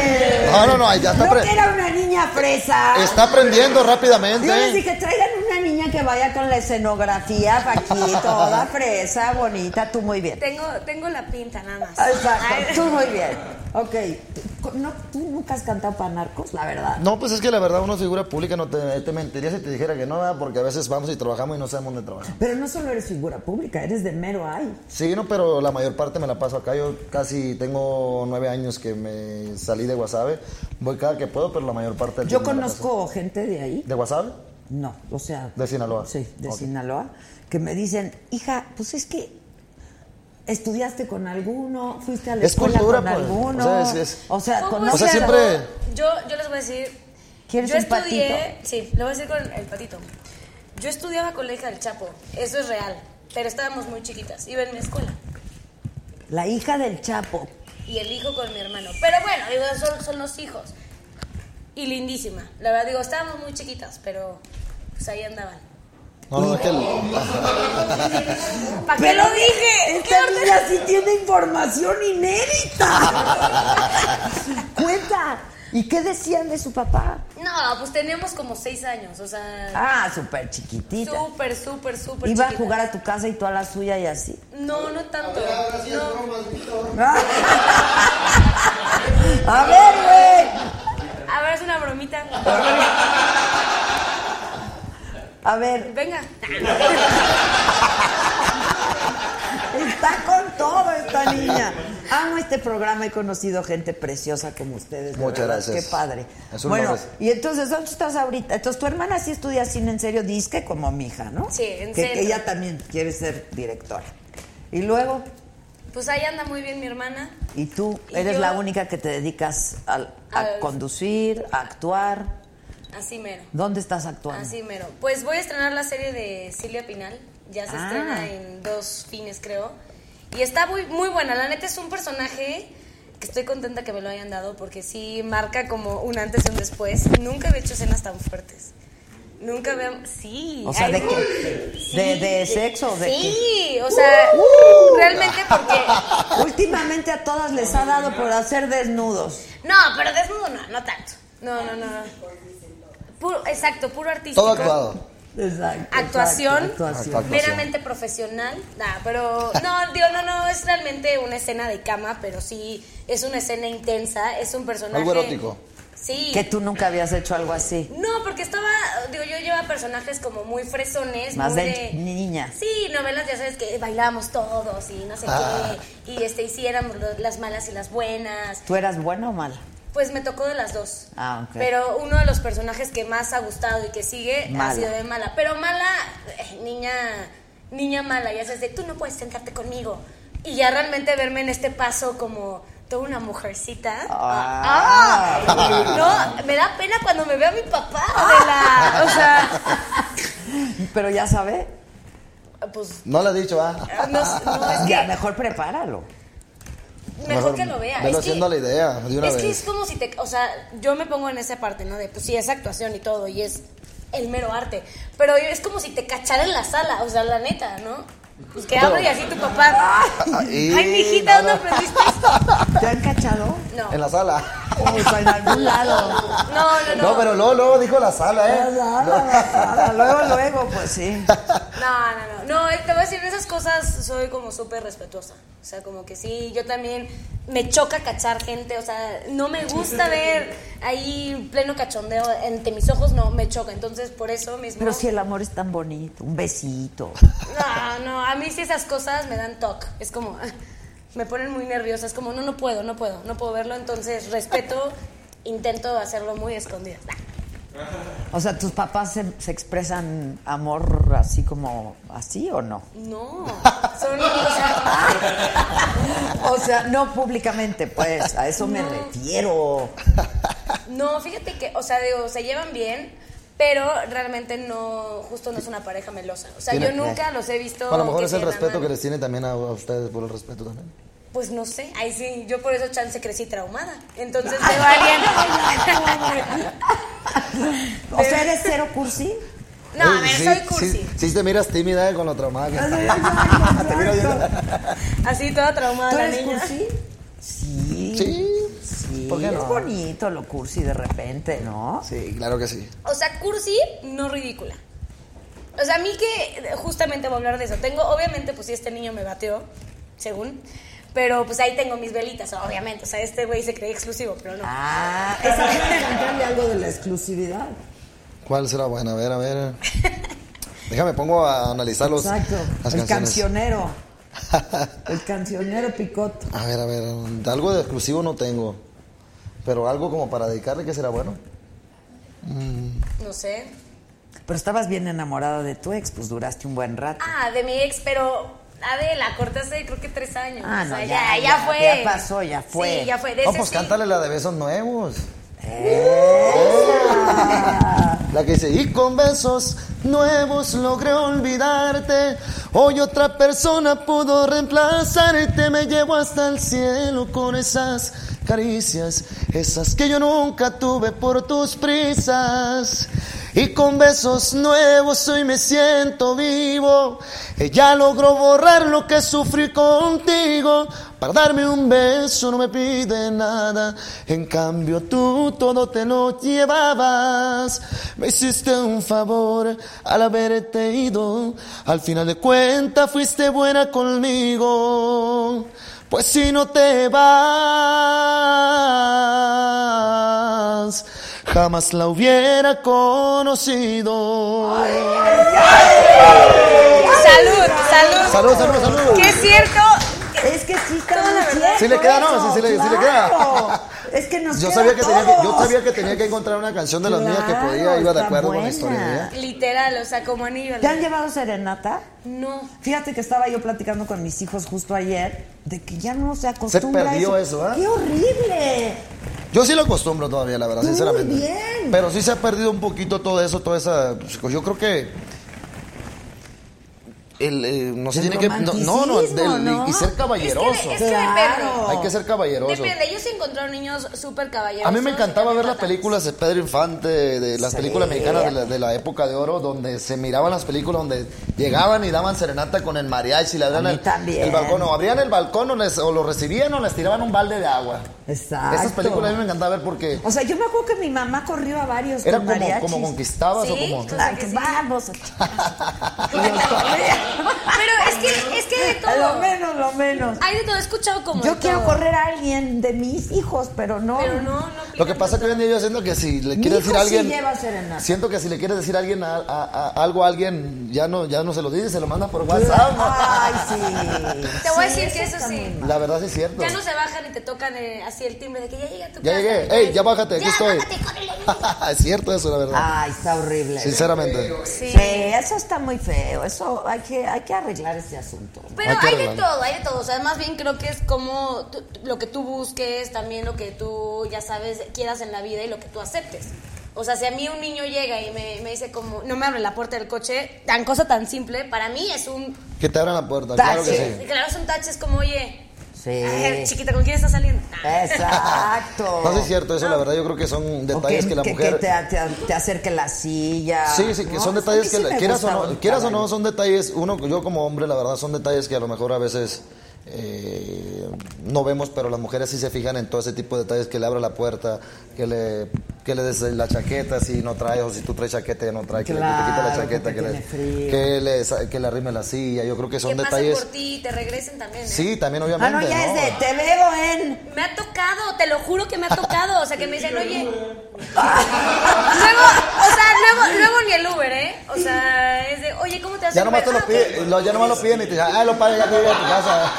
[SPEAKER 1] ¡Bien!
[SPEAKER 3] No, no, no, ya
[SPEAKER 1] No
[SPEAKER 3] está, apre-
[SPEAKER 1] que era una niña fresa.
[SPEAKER 3] está aprendiendo
[SPEAKER 1] Yo les
[SPEAKER 3] rápidamente.
[SPEAKER 1] dije, traigan una niña que vaya con la escenografía pa' aquí, toda fresa, bonita, tú muy bien.
[SPEAKER 5] Tengo, tengo la pinta nada más.
[SPEAKER 1] Exacto,
[SPEAKER 5] Ay,
[SPEAKER 1] tú muy bien. Ok, no, tú nunca has cantado para narcos, la verdad.
[SPEAKER 3] No, pues es que la verdad, una figura pública no te, te mentiría si te dijera que no, ¿verdad? porque a veces vamos y trabajamos y no sabemos dónde trabajar.
[SPEAKER 1] Pero no solo eres figura pública, eres de mero ahí.
[SPEAKER 3] Sí, no, pero la mayor parte me la paso acá. Yo casi tengo nueve años que me salí de Guasave. Voy cada que puedo, pero la mayor parte del
[SPEAKER 1] Yo
[SPEAKER 3] tiempo me la paso.
[SPEAKER 1] conozco gente de ahí.
[SPEAKER 3] ¿De Guasave?
[SPEAKER 1] No, o sea.
[SPEAKER 3] De Sinaloa.
[SPEAKER 1] Sí, de
[SPEAKER 3] Ok.
[SPEAKER 1] Sinaloa. Que me dicen, hija, pues es que estudiaste con alguno, fuiste a la
[SPEAKER 3] Es
[SPEAKER 1] escuela
[SPEAKER 3] cultura,
[SPEAKER 1] con
[SPEAKER 3] pues.
[SPEAKER 1] alguno.
[SPEAKER 3] O sea, es- es-
[SPEAKER 1] O sea,
[SPEAKER 5] ¿Cómo
[SPEAKER 1] conoces
[SPEAKER 3] O sea,
[SPEAKER 5] es?
[SPEAKER 1] a-
[SPEAKER 3] siempre-
[SPEAKER 5] Yo, yo les voy a decir.
[SPEAKER 1] ¿Quieres
[SPEAKER 5] yo
[SPEAKER 1] un patito?
[SPEAKER 5] estudié. Sí, lo voy a decir con el patito. Yo estudiaba con la hija del Chapo. Eso es real. Pero estábamos muy chiquitas. Iba en mi escuela.
[SPEAKER 1] La hija del Chapo.
[SPEAKER 5] Y el hijo con mi hermano. Pero bueno, digo, son, son los hijos. Y lindísima. La verdad, digo, estábamos muy chiquitas, pero pues ahí andaban.
[SPEAKER 3] No, no, es que el-
[SPEAKER 5] ¿Para qué
[SPEAKER 1] Pero
[SPEAKER 5] lo dije? ¿Qué
[SPEAKER 1] Esta
[SPEAKER 5] orden-
[SPEAKER 1] niña sí tiene información inédita. Cuenta. ¿Y qué decían de su papá?
[SPEAKER 5] No, pues teníamos como seis años. O sea,
[SPEAKER 1] Ah, súper chiquitita.
[SPEAKER 5] súper, súper, súper
[SPEAKER 1] Iba a
[SPEAKER 5] chiquitas.
[SPEAKER 1] jugar a tu casa y tú a la suya y así.
[SPEAKER 5] No, no tanto. No.
[SPEAKER 1] A ver, güey.
[SPEAKER 5] A ver, es una bromita.
[SPEAKER 1] A ver,
[SPEAKER 5] Venga.
[SPEAKER 1] está con todo esta niña. Amo este programa, he conocido gente preciosa como ustedes. de
[SPEAKER 3] Muchas
[SPEAKER 1] verdad,
[SPEAKER 3] gracias.
[SPEAKER 1] Qué padre.
[SPEAKER 3] Es un
[SPEAKER 1] bueno,
[SPEAKER 3] honor.
[SPEAKER 1] y entonces, ¿dónde estás ahorita? Entonces, tu hermana sí estudia cine en serio, disque como mi hija, ¿no?
[SPEAKER 5] Sí, en
[SPEAKER 1] que,
[SPEAKER 5] serio.
[SPEAKER 1] que ella también quiere ser directora. Y luego,
[SPEAKER 5] Pues ahí anda muy bien mi hermana.
[SPEAKER 1] y tú
[SPEAKER 5] Y
[SPEAKER 1] eres
[SPEAKER 5] yo-
[SPEAKER 1] la única que te dedicas al- a,
[SPEAKER 5] Al-
[SPEAKER 1] conducir, a actuar.
[SPEAKER 5] Así mero.
[SPEAKER 1] ¿Dónde estás actuando?
[SPEAKER 5] Así mero. Pues voy a estrenar la serie de Silvia Pinal. Ya se
[SPEAKER 1] Ah.
[SPEAKER 5] estrena en dos fines, creo. Y está muy, muy buena. La neta es un personaje que estoy contenta que me lo hayan dado porque sí marca como un antes y un después. Nunca había hecho escenas tan fuertes. Nunca había... Sí.
[SPEAKER 1] O sea,
[SPEAKER 5] Ay,
[SPEAKER 1] ¿de
[SPEAKER 5] no.
[SPEAKER 1] qué? ¿De- de sexo o de Uh-huh.
[SPEAKER 5] Sí, o sea, realmente porque...
[SPEAKER 1] Últimamente a todas les ha dado por hacer desnudos.
[SPEAKER 5] No, pero desnudo no, no tanto. No, no, no. no. Puro, exacto, puro artístico.
[SPEAKER 3] todo actuado.
[SPEAKER 1] Exacto.
[SPEAKER 5] Actuación,
[SPEAKER 1] exacto, actuación.
[SPEAKER 3] Actuación.
[SPEAKER 5] meramente profesional. Nah, pero no, digo, no, no, es realmente una escena de cama, pero sí es una escena intensa, es un personaje.
[SPEAKER 3] Algo erótico.
[SPEAKER 5] Sí.
[SPEAKER 1] Que tú nunca habías hecho algo así.
[SPEAKER 5] No, porque estaba, digo, yo llevaba personajes como muy fresones,
[SPEAKER 1] Más
[SPEAKER 5] muy
[SPEAKER 1] de niña.
[SPEAKER 5] Sí, novelas, ya sabes que bailábamos todos y no sé
[SPEAKER 3] Ah.
[SPEAKER 5] qué, y este hiciéramos las malas y las buenas.
[SPEAKER 1] ¿Tú eras buena o mala?
[SPEAKER 5] Pues me tocó de las dos.
[SPEAKER 1] Ah, ok.
[SPEAKER 5] Pero uno de los personajes que más ha gustado y que sigue
[SPEAKER 1] Mala.
[SPEAKER 5] ha sido de mala. Pero mala, eh, niña, niña mala, ya sabes, de tú no puedes sentarte conmigo. Y ya realmente verme en este paso como toda una mujercita.
[SPEAKER 1] Ah.
[SPEAKER 5] Ah, no, me da pena cuando me ve a mi papá de la. O sea.
[SPEAKER 1] Pero ya sabe.
[SPEAKER 5] Pues.
[SPEAKER 3] No lo has dicho, ¿ah?
[SPEAKER 5] No, no, es que
[SPEAKER 1] Ya, mejor prepáralo.
[SPEAKER 5] mejor, que lo vea.
[SPEAKER 3] Velo
[SPEAKER 5] es que-
[SPEAKER 3] haciendo la idea de una
[SPEAKER 5] es que es
[SPEAKER 3] vez.
[SPEAKER 5] como si te, o sea, yo me pongo en esa parte, ¿no? De, pues sí, es actuación y todo, y es el mero arte. Pero es como si te cachara en la sala, o sea, la neta, ¿no? Pues que hablo y así tu papá. ¡ah!
[SPEAKER 3] Ay,
[SPEAKER 5] Ay, mijita, ¿dónde
[SPEAKER 3] no, no.
[SPEAKER 5] aprendiste esto?
[SPEAKER 1] ¿Te han cachado?
[SPEAKER 5] No.
[SPEAKER 3] En la sala.
[SPEAKER 1] O sea, pues, en algún lado.
[SPEAKER 5] No, no, no.
[SPEAKER 3] No, pero luego, luego dijo la sala, ¿eh?
[SPEAKER 1] Nada, Luego, luego, pues sí.
[SPEAKER 5] No, no, no. No, eh, te voy a decir, en esas cosas soy como súper respetuosa. O sea, como que sí, yo también me choca cachar gente. O sea, no me gusta ver ahí pleno cachondeo entre mis ojos, no, me choca. Entonces, por eso mismo.
[SPEAKER 1] Pero si el amor es tan bonito, un besito.
[SPEAKER 5] No, no, a mí sí esas cosas me dan toque. Es como, ah, me ponen muy nerviosa. Es como, no, no puedo, no puedo, no puedo verlo. Entonces, respeto, intento hacerlo muy escondida.
[SPEAKER 1] O sea, ¿tus papás se, se expresan amor así como así o no?
[SPEAKER 5] No, son cosas.
[SPEAKER 1] O sea, no públicamente, pues, a eso me refiero.
[SPEAKER 5] No, fíjate que, o sea, digo, se llevan bien, pero realmente no, justo no es una pareja melosa. O sea, yo
[SPEAKER 3] Tiene-
[SPEAKER 5] nunca los he visto.
[SPEAKER 3] A lo mejor
[SPEAKER 5] que
[SPEAKER 3] es el
[SPEAKER 5] se
[SPEAKER 3] respeto
[SPEAKER 5] enamoran.
[SPEAKER 3] que les tiene también a, a ustedes, por el respeto también.
[SPEAKER 5] Pues no sé, ahí sí, yo por eso chance crecí traumada. Entonces veo a alguien.
[SPEAKER 1] O sea, ¿eres cero cursi?
[SPEAKER 5] No, a ver,
[SPEAKER 3] Sí,
[SPEAKER 5] soy cursi.
[SPEAKER 3] Sí, sí te miras tímida eh, con lo traumada que está. Te miras bien-
[SPEAKER 5] Así toda traumada
[SPEAKER 1] ¿Tú
[SPEAKER 5] la
[SPEAKER 1] eres
[SPEAKER 5] niña.
[SPEAKER 1] cursi? Sí.
[SPEAKER 3] Sí.
[SPEAKER 1] Sí.
[SPEAKER 3] ¿Por qué no?
[SPEAKER 1] Es bonito lo cursi de repente, ¿no?
[SPEAKER 3] Sí, claro que sí.
[SPEAKER 5] O sea, cursi, no ridícula. O sea, a mí que justamente voy a hablar de eso. Tengo, obviamente, pues si este niño me bateó, según. Pero pues ahí tengo mis velitas, obviamente. O sea, este güey se cree exclusivo, pero no.
[SPEAKER 1] Ah, ¿esa puedes contarle algo de la exclusividad?
[SPEAKER 3] ¿Cuál será buena? A ver, a ver. Déjame, pongo a analizar los,
[SPEAKER 1] Exacto.
[SPEAKER 3] las
[SPEAKER 1] el
[SPEAKER 3] canciones.
[SPEAKER 1] cancionero. El cancionero Picoto.
[SPEAKER 3] A ver, a ver, algo de exclusivo no tengo, pero algo como para dedicarle que será bueno.
[SPEAKER 5] No sé.
[SPEAKER 1] Pero estabas bien enamorada de tu ex, pues duraste un buen rato.
[SPEAKER 5] Ah, de mi ex, pero. Adela, corté hace creo que tres años.
[SPEAKER 1] Ah, no,
[SPEAKER 5] o sea,
[SPEAKER 1] ya,
[SPEAKER 5] ya, ya,
[SPEAKER 1] ya,
[SPEAKER 5] fue.
[SPEAKER 1] ya pasó, ya fue.
[SPEAKER 5] Sí, ya fue. De
[SPEAKER 3] No,
[SPEAKER 5] ese
[SPEAKER 3] pues
[SPEAKER 5] sí.
[SPEAKER 3] cántale la de besos nuevos. La que dice, y con besos nuevos logré olvidarte. Hoy otra persona pudo reemplazarte. Me llevo hasta el cielo con esas caricias, esas que yo nunca tuve por tus prisas. Y con besos nuevos hoy me siento vivo. Ella logró borrar lo que sufrí contigo. Para darme un beso no me pide nada. En cambio tú todo te lo llevabas. Me hiciste un favor al haberte ido. Al final de cuentas fuiste buena conmigo. Pues si no te vas, jamás la hubiera conocido.
[SPEAKER 5] Salud, salud.
[SPEAKER 3] Salud, salud, salud.
[SPEAKER 5] Que es cierto.
[SPEAKER 1] Es que sí está
[SPEAKER 5] Toda
[SPEAKER 1] muy
[SPEAKER 5] la verdad.
[SPEAKER 3] Sí le queda, ¿no? Sí, sí le- sí le queda.
[SPEAKER 1] claro. Es que nos
[SPEAKER 3] Yo
[SPEAKER 1] queda
[SPEAKER 3] sabía, que tenía que, yo
[SPEAKER 1] todos.
[SPEAKER 3] sabía que tenía que encontrar una canción de las mías que
[SPEAKER 1] Claro,
[SPEAKER 3] podía, iba de
[SPEAKER 1] está
[SPEAKER 3] acuerdo con
[SPEAKER 1] buena.
[SPEAKER 3] la historia de ella.
[SPEAKER 5] Literal, o sea, como anillo. al
[SPEAKER 1] ¿Te han
[SPEAKER 5] dedo.
[SPEAKER 1] llevado serenata?
[SPEAKER 5] No.
[SPEAKER 1] Fíjate que estaba yo platicando con mis hijos justo ayer de que ya no se acostumbra a
[SPEAKER 3] perdió eso, ¿eh?
[SPEAKER 1] ¡Qué horrible!
[SPEAKER 3] Yo sí lo acostumbro todavía, la verdad,
[SPEAKER 1] Muy
[SPEAKER 3] sinceramente.
[SPEAKER 1] bien.
[SPEAKER 3] Pero sí se ha perdido un poquito todo eso, toda esa. pues, Yo creo que. El, eh, no se
[SPEAKER 1] El
[SPEAKER 3] tiene que. No, no, no,
[SPEAKER 1] romanticismo,
[SPEAKER 3] del-
[SPEAKER 1] ¿no?
[SPEAKER 3] y ser caballeroso.
[SPEAKER 5] Es que, es que
[SPEAKER 1] Claro.
[SPEAKER 5] depende.
[SPEAKER 3] Hay que ser caballeroso.
[SPEAKER 5] Depende, ellos encontraron niños súper caballerosos.
[SPEAKER 3] A mí me encantaba
[SPEAKER 5] y
[SPEAKER 3] ver las
[SPEAKER 5] también
[SPEAKER 3] películas de Pedro Infante, de las
[SPEAKER 1] Sí.
[SPEAKER 3] películas mexicanas de la, de la época de oro, donde se miraban las películas, donde llegaban y daban serenata con el mariachi, le abrían
[SPEAKER 1] mí
[SPEAKER 3] el,
[SPEAKER 1] también.
[SPEAKER 3] el balcón, o abrían el balcón o, les- o lo recibían o les tiraban un balde de agua.
[SPEAKER 1] Exacto.
[SPEAKER 3] Esas películas a mí me encantaba ver porque
[SPEAKER 1] O sea, yo me acuerdo que mi mamá corrió a varios
[SPEAKER 3] era
[SPEAKER 1] con
[SPEAKER 3] como,
[SPEAKER 1] mariachis.
[SPEAKER 3] como conquistabas o
[SPEAKER 5] Sí,
[SPEAKER 3] como...
[SPEAKER 1] Ay,
[SPEAKER 5] claro.
[SPEAKER 1] que vamos.
[SPEAKER 5] Pero es que, es que hay de
[SPEAKER 1] lo
[SPEAKER 5] todo.
[SPEAKER 1] menos, lo menos.
[SPEAKER 5] Hay de todo, he escuchado como.
[SPEAKER 1] Yo
[SPEAKER 5] de
[SPEAKER 1] quiero
[SPEAKER 5] todo.
[SPEAKER 1] correr a alguien de mis hijos, pero no.
[SPEAKER 5] Pero no, no.
[SPEAKER 3] Lo que pasa que hoy en día yo siento que si le
[SPEAKER 1] Mi
[SPEAKER 3] quieres
[SPEAKER 1] hijo
[SPEAKER 3] decir a
[SPEAKER 1] sí
[SPEAKER 3] alguien...
[SPEAKER 1] lleva serenata.
[SPEAKER 3] Siento que si le quieres decir a alguien a- a- a- algo a alguien, ya no, ya no se lo dices, se lo mandas por WhatsApp.
[SPEAKER 1] Ay, sí.
[SPEAKER 5] Te voy a
[SPEAKER 1] Sí,
[SPEAKER 5] decir que eso
[SPEAKER 1] está muy
[SPEAKER 5] sí.
[SPEAKER 1] mal.
[SPEAKER 3] La verdad sí es cierto.
[SPEAKER 5] Ya no se bajan y te tocan eh, así el timbre de que ya llega a tu
[SPEAKER 3] Ya
[SPEAKER 5] casa.
[SPEAKER 3] llegué. Ey, ya bájate, aquí
[SPEAKER 5] Ya
[SPEAKER 3] estoy.
[SPEAKER 5] bájate, córrele.
[SPEAKER 3] es cierto eso, la verdad.
[SPEAKER 1] Ay, está horrible.
[SPEAKER 3] Sinceramente.
[SPEAKER 1] Sí, eso está muy feo. Eso hay que, hay que arreglar ese asunto.
[SPEAKER 5] Pero
[SPEAKER 3] Hay que
[SPEAKER 5] hay de
[SPEAKER 3] arreglarlo.
[SPEAKER 5] todo, hay de todo. O sea, más bien creo que es como tú- lo que tú busques, también lo que tú, ya sabes, quieras en la vida y lo que tú aceptes. O sea, si a mí un niño llega y me, me dice como, no me abre la puerta del coche, tan cosa tan simple, para mí es un...
[SPEAKER 3] Que te abran la puerta, claro que
[SPEAKER 1] Tache.
[SPEAKER 3] sí.
[SPEAKER 5] Claro, es un tache, es como, oye,
[SPEAKER 1] Sí.
[SPEAKER 5] ay, chiquita, ¿con quién estás saliendo? Ah.
[SPEAKER 1] Exacto.
[SPEAKER 3] No sí es cierto eso, la verdad yo creo que son
[SPEAKER 1] O
[SPEAKER 3] detalles que, la mujer...
[SPEAKER 1] te, te- te acerque la silla.
[SPEAKER 3] Sí, sí, que
[SPEAKER 1] No,
[SPEAKER 3] son
[SPEAKER 1] es
[SPEAKER 3] detalles
[SPEAKER 1] sí
[SPEAKER 3] que, la-
[SPEAKER 1] me
[SPEAKER 3] quieras, o
[SPEAKER 1] gusta
[SPEAKER 3] no,
[SPEAKER 1] un
[SPEAKER 3] quieras o
[SPEAKER 1] caballo.
[SPEAKER 3] no, son detalles, uno, yo como hombre, la verdad, son detalles que a lo mejor a veces eh, no vemos, pero las mujeres sí se fijan en todo ese tipo de detalles, que le abra la puerta, que le, que le des la chaqueta si no traes, o si tú traes chaqueta ya no traes, que le que te quita la
[SPEAKER 1] Claro,
[SPEAKER 3] chaqueta,
[SPEAKER 1] porque
[SPEAKER 3] que le,
[SPEAKER 1] tiene frío.
[SPEAKER 3] que, le, sa- que le arrime la silla, yo creo que son
[SPEAKER 5] que pasen
[SPEAKER 3] detalles...
[SPEAKER 5] por ti y te regresen también. ¿eh?
[SPEAKER 3] Sí, también
[SPEAKER 1] Ah,
[SPEAKER 3] obviamente.
[SPEAKER 1] no, ya
[SPEAKER 3] ¿no?
[SPEAKER 1] es de te veo en.
[SPEAKER 5] Me ha tocado, te lo juro que me ha tocado. O sea, que me dicen, oye. luego, o sea, luego, luego ni el Uber, ¿eh? O sea, es de, oye, ¿cómo te vas
[SPEAKER 3] Ya nomás te lo
[SPEAKER 5] Ah,
[SPEAKER 3] piden, ya nomás lo piden y te dicen, ay, lo padre, ya te voy a tu casa.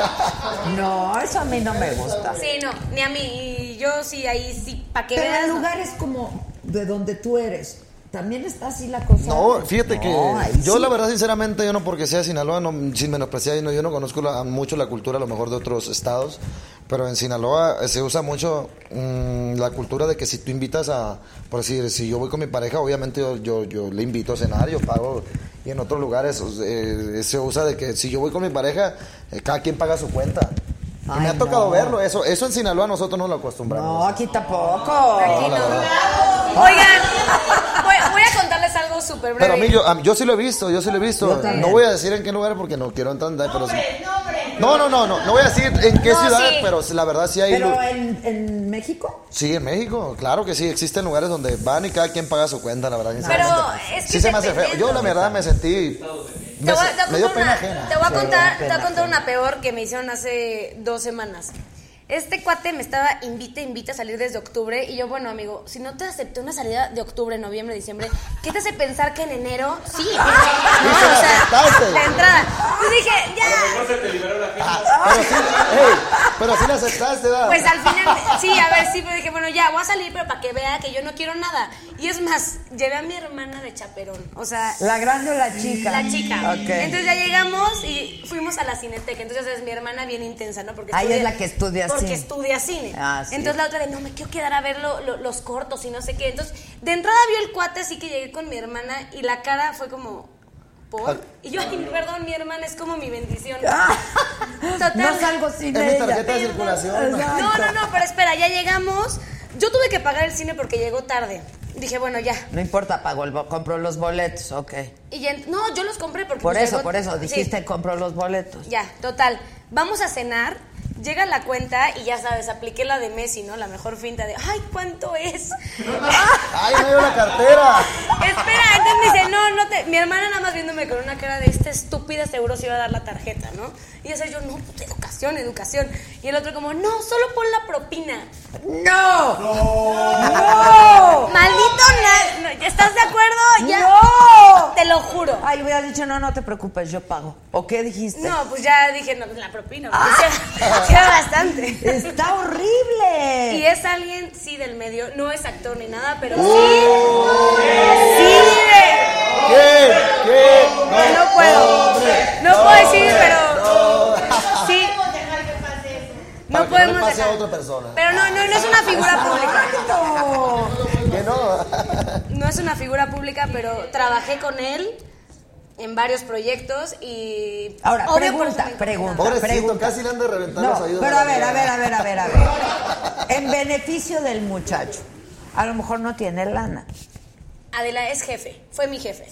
[SPEAKER 1] No, eso a mí no me gusta.
[SPEAKER 5] pues, Sí, no, ni a mí. Y yo sí, ahí sí, para que
[SPEAKER 1] Pero
[SPEAKER 5] veas.
[SPEAKER 1] en
[SPEAKER 5] no.
[SPEAKER 1] lugares como de donde tú eres, también está así la cosa.
[SPEAKER 3] No, fíjate
[SPEAKER 1] No, ahí
[SPEAKER 3] que yo
[SPEAKER 1] sí.
[SPEAKER 3] la verdad sinceramente yo no porque sea de Sinaloa, no, sin menospreciar, yo no, yo no conozco la- mucho la cultura a lo mejor de otros estados, pero en Sinaloa eh, se usa mucho mm, la cultura de que si tú invitas a, por decir, si yo voy con mi pareja, obviamente yo, yo, yo le invito a cenar, yo pago, y en otros lugares eh, se usa de que si yo voy con mi pareja, eh, cada quien paga su cuenta. Y
[SPEAKER 1] Ay,
[SPEAKER 3] me ha tocado
[SPEAKER 1] no.
[SPEAKER 3] verlo, eso, eso en Sinaloa nosotros no lo acostumbramos.
[SPEAKER 1] No, aquí tampoco.
[SPEAKER 5] Aquí no. Oigan, voy, voy a contarles algo súper breve.
[SPEAKER 3] Pero a mí, yo, a mí- yo sí lo he visto, yo sí lo he
[SPEAKER 1] Yo
[SPEAKER 3] visto.
[SPEAKER 1] también.
[SPEAKER 3] No voy a decir en qué lugar porque no quiero entrar, pero sí. No, no, no, no, no voy a decir en qué
[SPEAKER 5] No,
[SPEAKER 3] ciudades,
[SPEAKER 5] sí. eh.
[SPEAKER 3] pero sí, la verdad sí hay... lu-
[SPEAKER 1] Pero en, en México.
[SPEAKER 3] Sí, en México, claro que sí, existen lugares donde van y cada quien paga su cuenta, la verdad.
[SPEAKER 5] Pero
[SPEAKER 3] sinceramente.
[SPEAKER 5] es que
[SPEAKER 3] sí se me hace feo. Yo la
[SPEAKER 5] dependiendo.
[SPEAKER 3] verdad me sentí
[SPEAKER 5] Te voy, a- te voy a
[SPEAKER 3] Me dio
[SPEAKER 5] contar
[SPEAKER 3] pena
[SPEAKER 5] una-
[SPEAKER 3] ajena.
[SPEAKER 5] te voy a
[SPEAKER 3] Sí, me dio
[SPEAKER 5] contar, te
[SPEAKER 3] pena
[SPEAKER 5] voy a contar
[SPEAKER 3] ajena.
[SPEAKER 5] una peor que me hicieron hace dos semanas. Este cuate me estaba invita, invita a salir desde octubre y yo, bueno, amigo, si no te acepté una salida de octubre, noviembre, diciembre, ¿qué te hace pensar que en enero? Sí, ¿no? o sea,
[SPEAKER 3] aceptaste.
[SPEAKER 5] de entrada. Pues dije, ya.
[SPEAKER 4] No se te liberó la gente.
[SPEAKER 3] Pero sí, ey, pero sí la aceptaste, ¿verdad?
[SPEAKER 5] Pues al final, sí, a ver, sí, pero dije, bueno, ya, voy a salir, pero para que vea que yo no quiero nada. Y es más, llevé a mi hermana de chaperón, o sea,
[SPEAKER 1] ¿La grande o la chica?
[SPEAKER 5] La chica.
[SPEAKER 1] Ok.
[SPEAKER 5] Entonces ya llegamos y fuimos a la cineteca. Entonces es mi hermana bien intensa, ¿no? Porque
[SPEAKER 1] Ah, ella es la que estudia
[SPEAKER 5] porque
[SPEAKER 1] cine.
[SPEAKER 5] estudia cine.
[SPEAKER 1] Ah, sí.
[SPEAKER 5] Entonces la otra de, no, me quiero quedar a ver lo- lo- los cortos y no sé qué. Entonces, de entrada vio el cuate, así que llegué con mi hermana y la cara fue como, ¿por? Y yo, ay, perdón, mi hermana es como mi bendición. Total.
[SPEAKER 1] Ah. no salgo sin
[SPEAKER 3] Es mi
[SPEAKER 1] ella.
[SPEAKER 3] tarjeta de circulación.
[SPEAKER 5] No, no, no, pero espera, ya llegamos. Yo tuve que pagar el cine porque llegó tarde. Dije, bueno, ya,
[SPEAKER 1] No importa, pago el bo- compro los boletos, ok.
[SPEAKER 5] Y ya ent- no, yo los compré porque...
[SPEAKER 1] Por
[SPEAKER 5] pues
[SPEAKER 1] eso,
[SPEAKER 5] llegó-
[SPEAKER 1] por eso,
[SPEAKER 5] Pues sí.
[SPEAKER 1] dijiste compro los boletos.
[SPEAKER 5] Ya, total. Vamos a cenar, llega la cuenta y ya sabes, apliqué la de Messi, ¿no? La mejor finta de, ay, ¿cuánto es?
[SPEAKER 3] Ay, no dio la cartera.
[SPEAKER 5] Espera, entonces me dice, no, no te... Mi hermana nada más viéndome con una cara de, esta estúpida seguro se iba a dar la tarjeta, ¿no? Y esa yo, no, puta, educación, educación. Y el otro como, no, solo pon la propina.
[SPEAKER 1] ¡No!
[SPEAKER 5] Maldito, na- no, ¿estás de acuerdo? Ya.
[SPEAKER 1] ¡No!
[SPEAKER 5] Te lo juro.
[SPEAKER 1] Ay, hubiera dicho, no, no te preocupes, yo pago. ¿O qué dijiste?
[SPEAKER 5] No, pues ya dije, no, pues la propina. porque era bastante.
[SPEAKER 1] ¡Está horrible!
[SPEAKER 5] Y es alguien, sí, del medio, no es actor ni nada, pero sí.
[SPEAKER 1] ¡Uh!
[SPEAKER 5] Sí,
[SPEAKER 3] ¿Qué? ¿Qué?
[SPEAKER 5] de- no puedo. No puedo decir, pero. Sí.
[SPEAKER 3] Para
[SPEAKER 5] No
[SPEAKER 3] que no le
[SPEAKER 5] podemos
[SPEAKER 3] pase a
[SPEAKER 5] dejar.
[SPEAKER 3] otra persona.
[SPEAKER 5] Pero no, no, no es una figura pública.
[SPEAKER 3] ¿Qué no?
[SPEAKER 5] No es una figura pública, pero trabajé con él en varios proyectos y.
[SPEAKER 1] Ahora,
[SPEAKER 5] obvio,
[SPEAKER 1] pregunta,
[SPEAKER 5] por eso me
[SPEAKER 1] pregunta.
[SPEAKER 3] Pobrecito,
[SPEAKER 1] Pregunta.
[SPEAKER 3] casi le han de reventar
[SPEAKER 1] No,
[SPEAKER 3] los oídos.
[SPEAKER 1] pero a ver, a ver, a ver, a ver, a ver. En beneficio del muchacho. A lo mejor no tiene lana.
[SPEAKER 5] incomoda. Adela es jefe, fue mi jefe.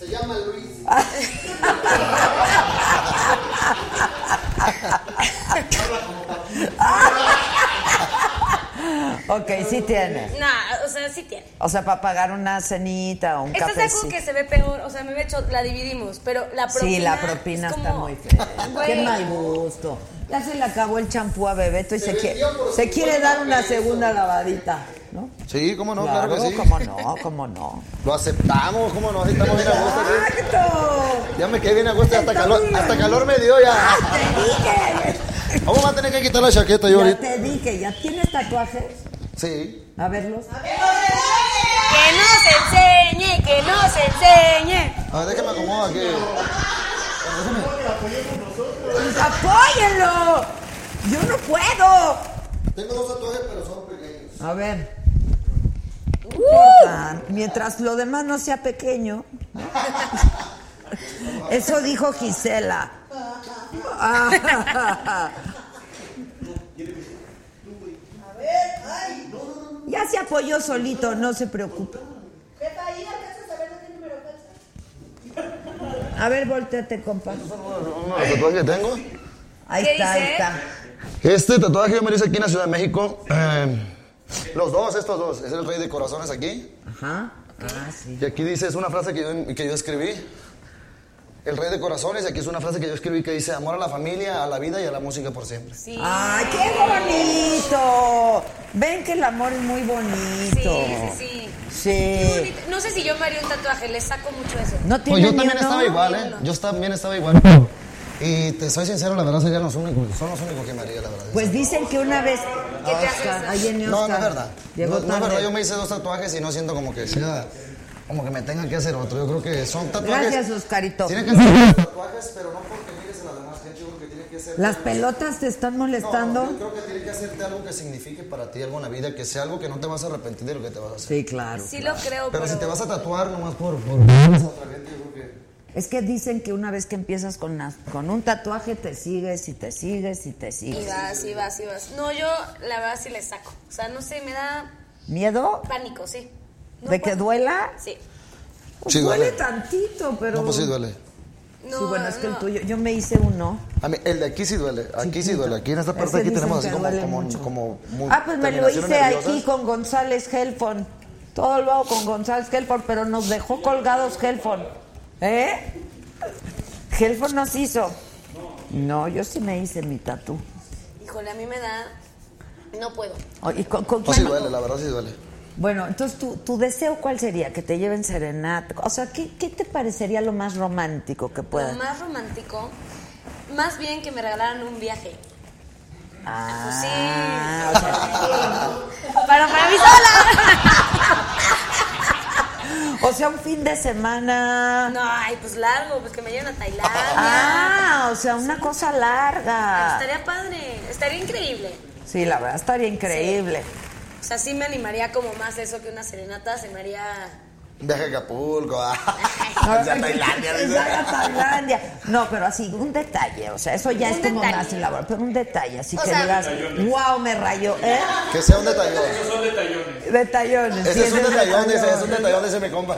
[SPEAKER 1] Ok, sí tiene.
[SPEAKER 5] Nah, o sea, sí tiene.
[SPEAKER 1] O sea, para pagar una cenita o un
[SPEAKER 5] Estás de acuerdo
[SPEAKER 1] cafecito.
[SPEAKER 5] que se ve peor, o sea, me ve hecho, la dividimos, pero la propina.
[SPEAKER 1] Sí, la propina
[SPEAKER 5] es como,
[SPEAKER 1] está muy fea.
[SPEAKER 5] Güey,
[SPEAKER 1] Qué mal gusto. Ya se le acabó el champú a Bebeto y se, quiere, se quiere dar una segunda lavadita, ¿no?
[SPEAKER 3] Sí, cómo no, claro, que sí.
[SPEAKER 1] cómo no, cómo no.
[SPEAKER 3] Lo aceptamos, cómo no, así estamos bien a gusto. aquí.
[SPEAKER 1] ¡Exacto!
[SPEAKER 3] Ya me quedé bien a gusto, hasta
[SPEAKER 1] Está
[SPEAKER 3] calor,
[SPEAKER 1] bien.
[SPEAKER 3] hasta calor me dio ya.
[SPEAKER 1] ¡Te dije!
[SPEAKER 3] Vamos a tener que quitar la chaqueta
[SPEAKER 1] Ya
[SPEAKER 3] yo ahorita.
[SPEAKER 1] te dije, ¿ya tienes tatuajes?
[SPEAKER 3] Sí.
[SPEAKER 1] A verlos.
[SPEAKER 5] Que no se enseñe, que no se enseñe.
[SPEAKER 3] A ver, déjame acomodar aquí.
[SPEAKER 1] Pues, ¡Apóyenlo! ¡Yo no puedo!
[SPEAKER 3] Tengo dos tatuajes, pero son pequeños.
[SPEAKER 1] A ver.
[SPEAKER 5] ¡Uh!
[SPEAKER 1] No importa, Mientras lo demás no sea pequeño. Eso dijo Gisela. Ya se apoyó solito, no se preocupe. A ver, volteate, compa.
[SPEAKER 3] Los tatuajes que tengo.
[SPEAKER 1] Ahí
[SPEAKER 5] ¿Qué
[SPEAKER 1] está,
[SPEAKER 5] dice?
[SPEAKER 1] ahí está.
[SPEAKER 3] Este tatuaje yo me lo hice aquí en la Ciudad de México. eh, los dos, estos dos. Es el rey de corazones aquí.
[SPEAKER 1] Ajá. Ah, sí.
[SPEAKER 3] Y aquí dice, es una frase que yo, que yo escribí. El rey de corazones, y aquí es una frase que yo escribí que dice, amor a la familia, a la vida y a la música por siempre.
[SPEAKER 5] Sí.
[SPEAKER 1] ¡Ay, qué bonito! Ven que el amor es muy
[SPEAKER 5] sí,
[SPEAKER 1] bonito. Eh,
[SPEAKER 5] sí, sí. Qué
[SPEAKER 1] Sí.
[SPEAKER 5] bonito. No sé si yo me haría un tatuaje, le saco mucho eso.
[SPEAKER 1] No tiene
[SPEAKER 3] Pues yo
[SPEAKER 1] ni
[SPEAKER 3] también
[SPEAKER 1] uno.
[SPEAKER 3] estaba igual, ¿eh?
[SPEAKER 5] Ninguno.
[SPEAKER 3] Yo también estaba igual. Y te soy sincero, la verdad serían los únicos, son los únicos que me haría, la verdad.
[SPEAKER 1] Pues dicen que una vez.
[SPEAKER 5] ¿Qué te haces?
[SPEAKER 1] Oscar, ahí viene
[SPEAKER 3] no, no
[SPEAKER 1] Oscar.
[SPEAKER 3] es verdad.
[SPEAKER 1] Llegó
[SPEAKER 3] No, no es
[SPEAKER 1] tarde.
[SPEAKER 3] verdad, yo me hice dos tatuajes y no siento como que sea, como que me tengan que hacer otro. Yo creo que son tatuajes.
[SPEAKER 1] Gracias, Oscarito.
[SPEAKER 3] Tienen que hacer tatuajes, pero no porque mires a la demás gente, yo creo que tiene que ser.
[SPEAKER 1] Las pelotas te están molestando.
[SPEAKER 3] No, yo creo que tiene que hacerte algo que signifique para ti algo en la vida, que sea algo que no te vas a arrepentir de lo que te vas a hacer.
[SPEAKER 1] Sí, claro.
[SPEAKER 5] Sí lo creo, pero.
[SPEAKER 3] Pero si te vas a tatuar nomás por, por a otra gente, yo creo que.
[SPEAKER 1] Es que dicen que una vez que empiezas con, las- con un tatuaje te sigues y te sigues y te
[SPEAKER 5] Y
[SPEAKER 1] sigues.
[SPEAKER 5] vas, y vas, y vas. No, yo la verdad sí le saco. O sea, no sé, me da
[SPEAKER 1] ¿Miedo?
[SPEAKER 5] pánico, sí. No
[SPEAKER 1] ¿De
[SPEAKER 5] puedo.
[SPEAKER 1] que duela?
[SPEAKER 5] Sí.
[SPEAKER 1] Pues
[SPEAKER 3] Sí,
[SPEAKER 1] duele.
[SPEAKER 3] duele.
[SPEAKER 1] tantito, pero.
[SPEAKER 3] No, pues sí duele.
[SPEAKER 5] No,
[SPEAKER 1] Sí, bueno, es que el
[SPEAKER 5] no.
[SPEAKER 1] tuyo. Yo me hice uno.
[SPEAKER 3] A mí, el de aquí sí duele, aquí sí duele, aquí en esta parte
[SPEAKER 1] Ese
[SPEAKER 3] aquí
[SPEAKER 1] dicen
[SPEAKER 3] tenemos
[SPEAKER 1] que
[SPEAKER 3] así como,
[SPEAKER 1] duele
[SPEAKER 3] como,
[SPEAKER 1] mucho.
[SPEAKER 3] como muy
[SPEAKER 1] Ah, pues me lo hice
[SPEAKER 3] terminaciones
[SPEAKER 1] aquí
[SPEAKER 3] nerviosas.
[SPEAKER 1] con González Helfon. Todo lo hago con González Helfon, pero nos dejó colgados Helfon. ¿Eh? Helford nos hizo. No, yo sí me hice mi tatú.
[SPEAKER 5] Híjole, a mí me da. No puedo.
[SPEAKER 1] Oh, ¿Y con, con
[SPEAKER 3] O sí
[SPEAKER 1] quién?
[SPEAKER 3] duele, la verdad sí duele.
[SPEAKER 1] Bueno, entonces, ¿tu, tu deseo cuál sería? ¿Que te lleven serenata? O sea, ¿qué, qué te parecería lo más romántico que
[SPEAKER 5] Lo
[SPEAKER 1] pueda?
[SPEAKER 5] más romántico, más bien que me regalaran un viaje. Pues sí.
[SPEAKER 1] Ah, o
[SPEAKER 5] Para, para mí sola.
[SPEAKER 1] sea, o sea, un fin de semana.
[SPEAKER 5] No, ay, pues largo, pues que me lleven a Tailandia.
[SPEAKER 1] Ah, o sea, una cosa larga.
[SPEAKER 5] Estaría padre, estaría increíble.
[SPEAKER 1] Sí, la verdad, estaría increíble.
[SPEAKER 5] O sea, sí me animaría como más eso que una serenata, se me haría...
[SPEAKER 3] Viaje a Acapulco, a,
[SPEAKER 1] No,
[SPEAKER 3] a Tailandia.
[SPEAKER 1] es
[SPEAKER 3] dice.
[SPEAKER 1] a Tailandia. No, pero así, un detalle. O sea, eso ya
[SPEAKER 5] Un
[SPEAKER 1] es como
[SPEAKER 5] detalle.
[SPEAKER 1] más elaborado. Pero un detalle, así
[SPEAKER 5] O
[SPEAKER 1] que
[SPEAKER 5] sea,
[SPEAKER 1] digas, wow, me rayó. ¿eh?
[SPEAKER 3] Que sea un detallón.
[SPEAKER 1] Detallones. sí,
[SPEAKER 3] Ese es un
[SPEAKER 1] ese
[SPEAKER 3] detallón, dice,
[SPEAKER 1] detallón.
[SPEAKER 3] es un detallón, dice mi compa.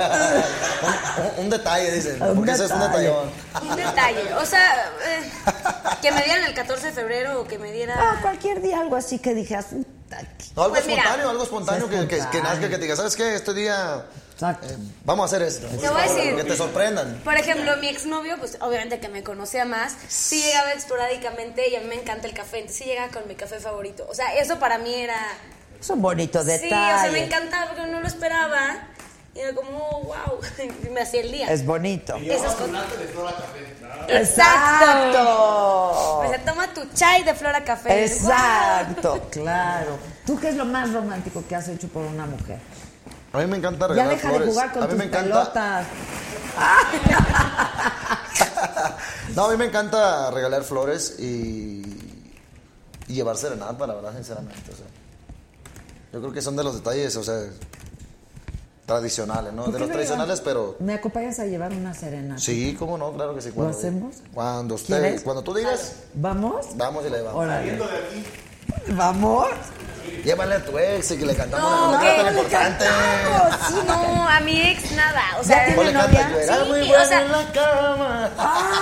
[SPEAKER 3] Un, un- un detalle, dice.
[SPEAKER 1] Un
[SPEAKER 3] Porque ese es un
[SPEAKER 1] detalle.
[SPEAKER 3] detallón.
[SPEAKER 5] Un detalle, o sea, eh, que me dieran el 14 de febrero o que me diera...
[SPEAKER 1] Ah, cualquier día algo así que dijeras, puta, que-
[SPEAKER 3] No, algo
[SPEAKER 5] Pues mira.
[SPEAKER 3] espontáneo, algo espontáneo que, que, que nazca, que te diga, ¿sabes qué? Este día
[SPEAKER 1] Exacto.
[SPEAKER 3] eh, vamos a hacer esto.
[SPEAKER 5] Te voy a decir-
[SPEAKER 3] Que te sorprendan.
[SPEAKER 5] Por ejemplo, mi exnovio, pues obviamente que me conocía más, sí llegaba esporádicamente y a mí me encanta el café, entonces sí llegaba con mi café favorito. O sea, eso para mí era...
[SPEAKER 1] Es un bonito detalle.
[SPEAKER 5] Sí, o sea, me encantaba porque no lo esperaba. Y era como, oh, wow, y me hacía el día.
[SPEAKER 1] Es bonito.
[SPEAKER 5] Esas cosas. Exacto. O sea, toma tu chai de flor a café.
[SPEAKER 1] Oh. Exacto, claro. ¿Tú qué es lo más romántico que has hecho por una mujer?
[SPEAKER 3] A mí me encanta
[SPEAKER 1] Ya
[SPEAKER 3] regalar
[SPEAKER 1] deja
[SPEAKER 3] flores.
[SPEAKER 1] de jugar
[SPEAKER 3] a
[SPEAKER 1] con
[SPEAKER 3] mí
[SPEAKER 1] tus
[SPEAKER 3] me encanta.
[SPEAKER 1] pelotas.
[SPEAKER 3] No, a mí me encanta regalar flores y, y llevar serenata, la verdad, sinceramente. o sea. yo creo que son de los detalles, o sea, tradicionales, ¿no?
[SPEAKER 1] ¿Por
[SPEAKER 3] De
[SPEAKER 1] qué
[SPEAKER 3] los
[SPEAKER 1] no
[SPEAKER 3] tradicionales,
[SPEAKER 1] llevas-
[SPEAKER 3] pero...
[SPEAKER 1] ¿Me acompañas a llevar una serenata?
[SPEAKER 3] Sí, cómo no, claro que sí. cuando-
[SPEAKER 1] hacemos?
[SPEAKER 3] Cuando
[SPEAKER 1] ¿Quieres?
[SPEAKER 3] usted, cuando tú digas,
[SPEAKER 1] ¿Vamos?
[SPEAKER 3] vamos y la llevamos.
[SPEAKER 1] Órale. ¿Vamos?
[SPEAKER 3] Llévale a tu ex y que le cantamos
[SPEAKER 5] No,
[SPEAKER 3] una
[SPEAKER 5] ¿qué?
[SPEAKER 3] canción tan importante.
[SPEAKER 5] No, sí, no, a mi ex nada. O
[SPEAKER 1] ¿Ya
[SPEAKER 5] sea,
[SPEAKER 1] tiene
[SPEAKER 3] O le canta, yo era
[SPEAKER 5] Sí,
[SPEAKER 3] muy
[SPEAKER 5] o
[SPEAKER 3] bueno
[SPEAKER 5] sea-
[SPEAKER 3] en la cama.
[SPEAKER 1] Ah.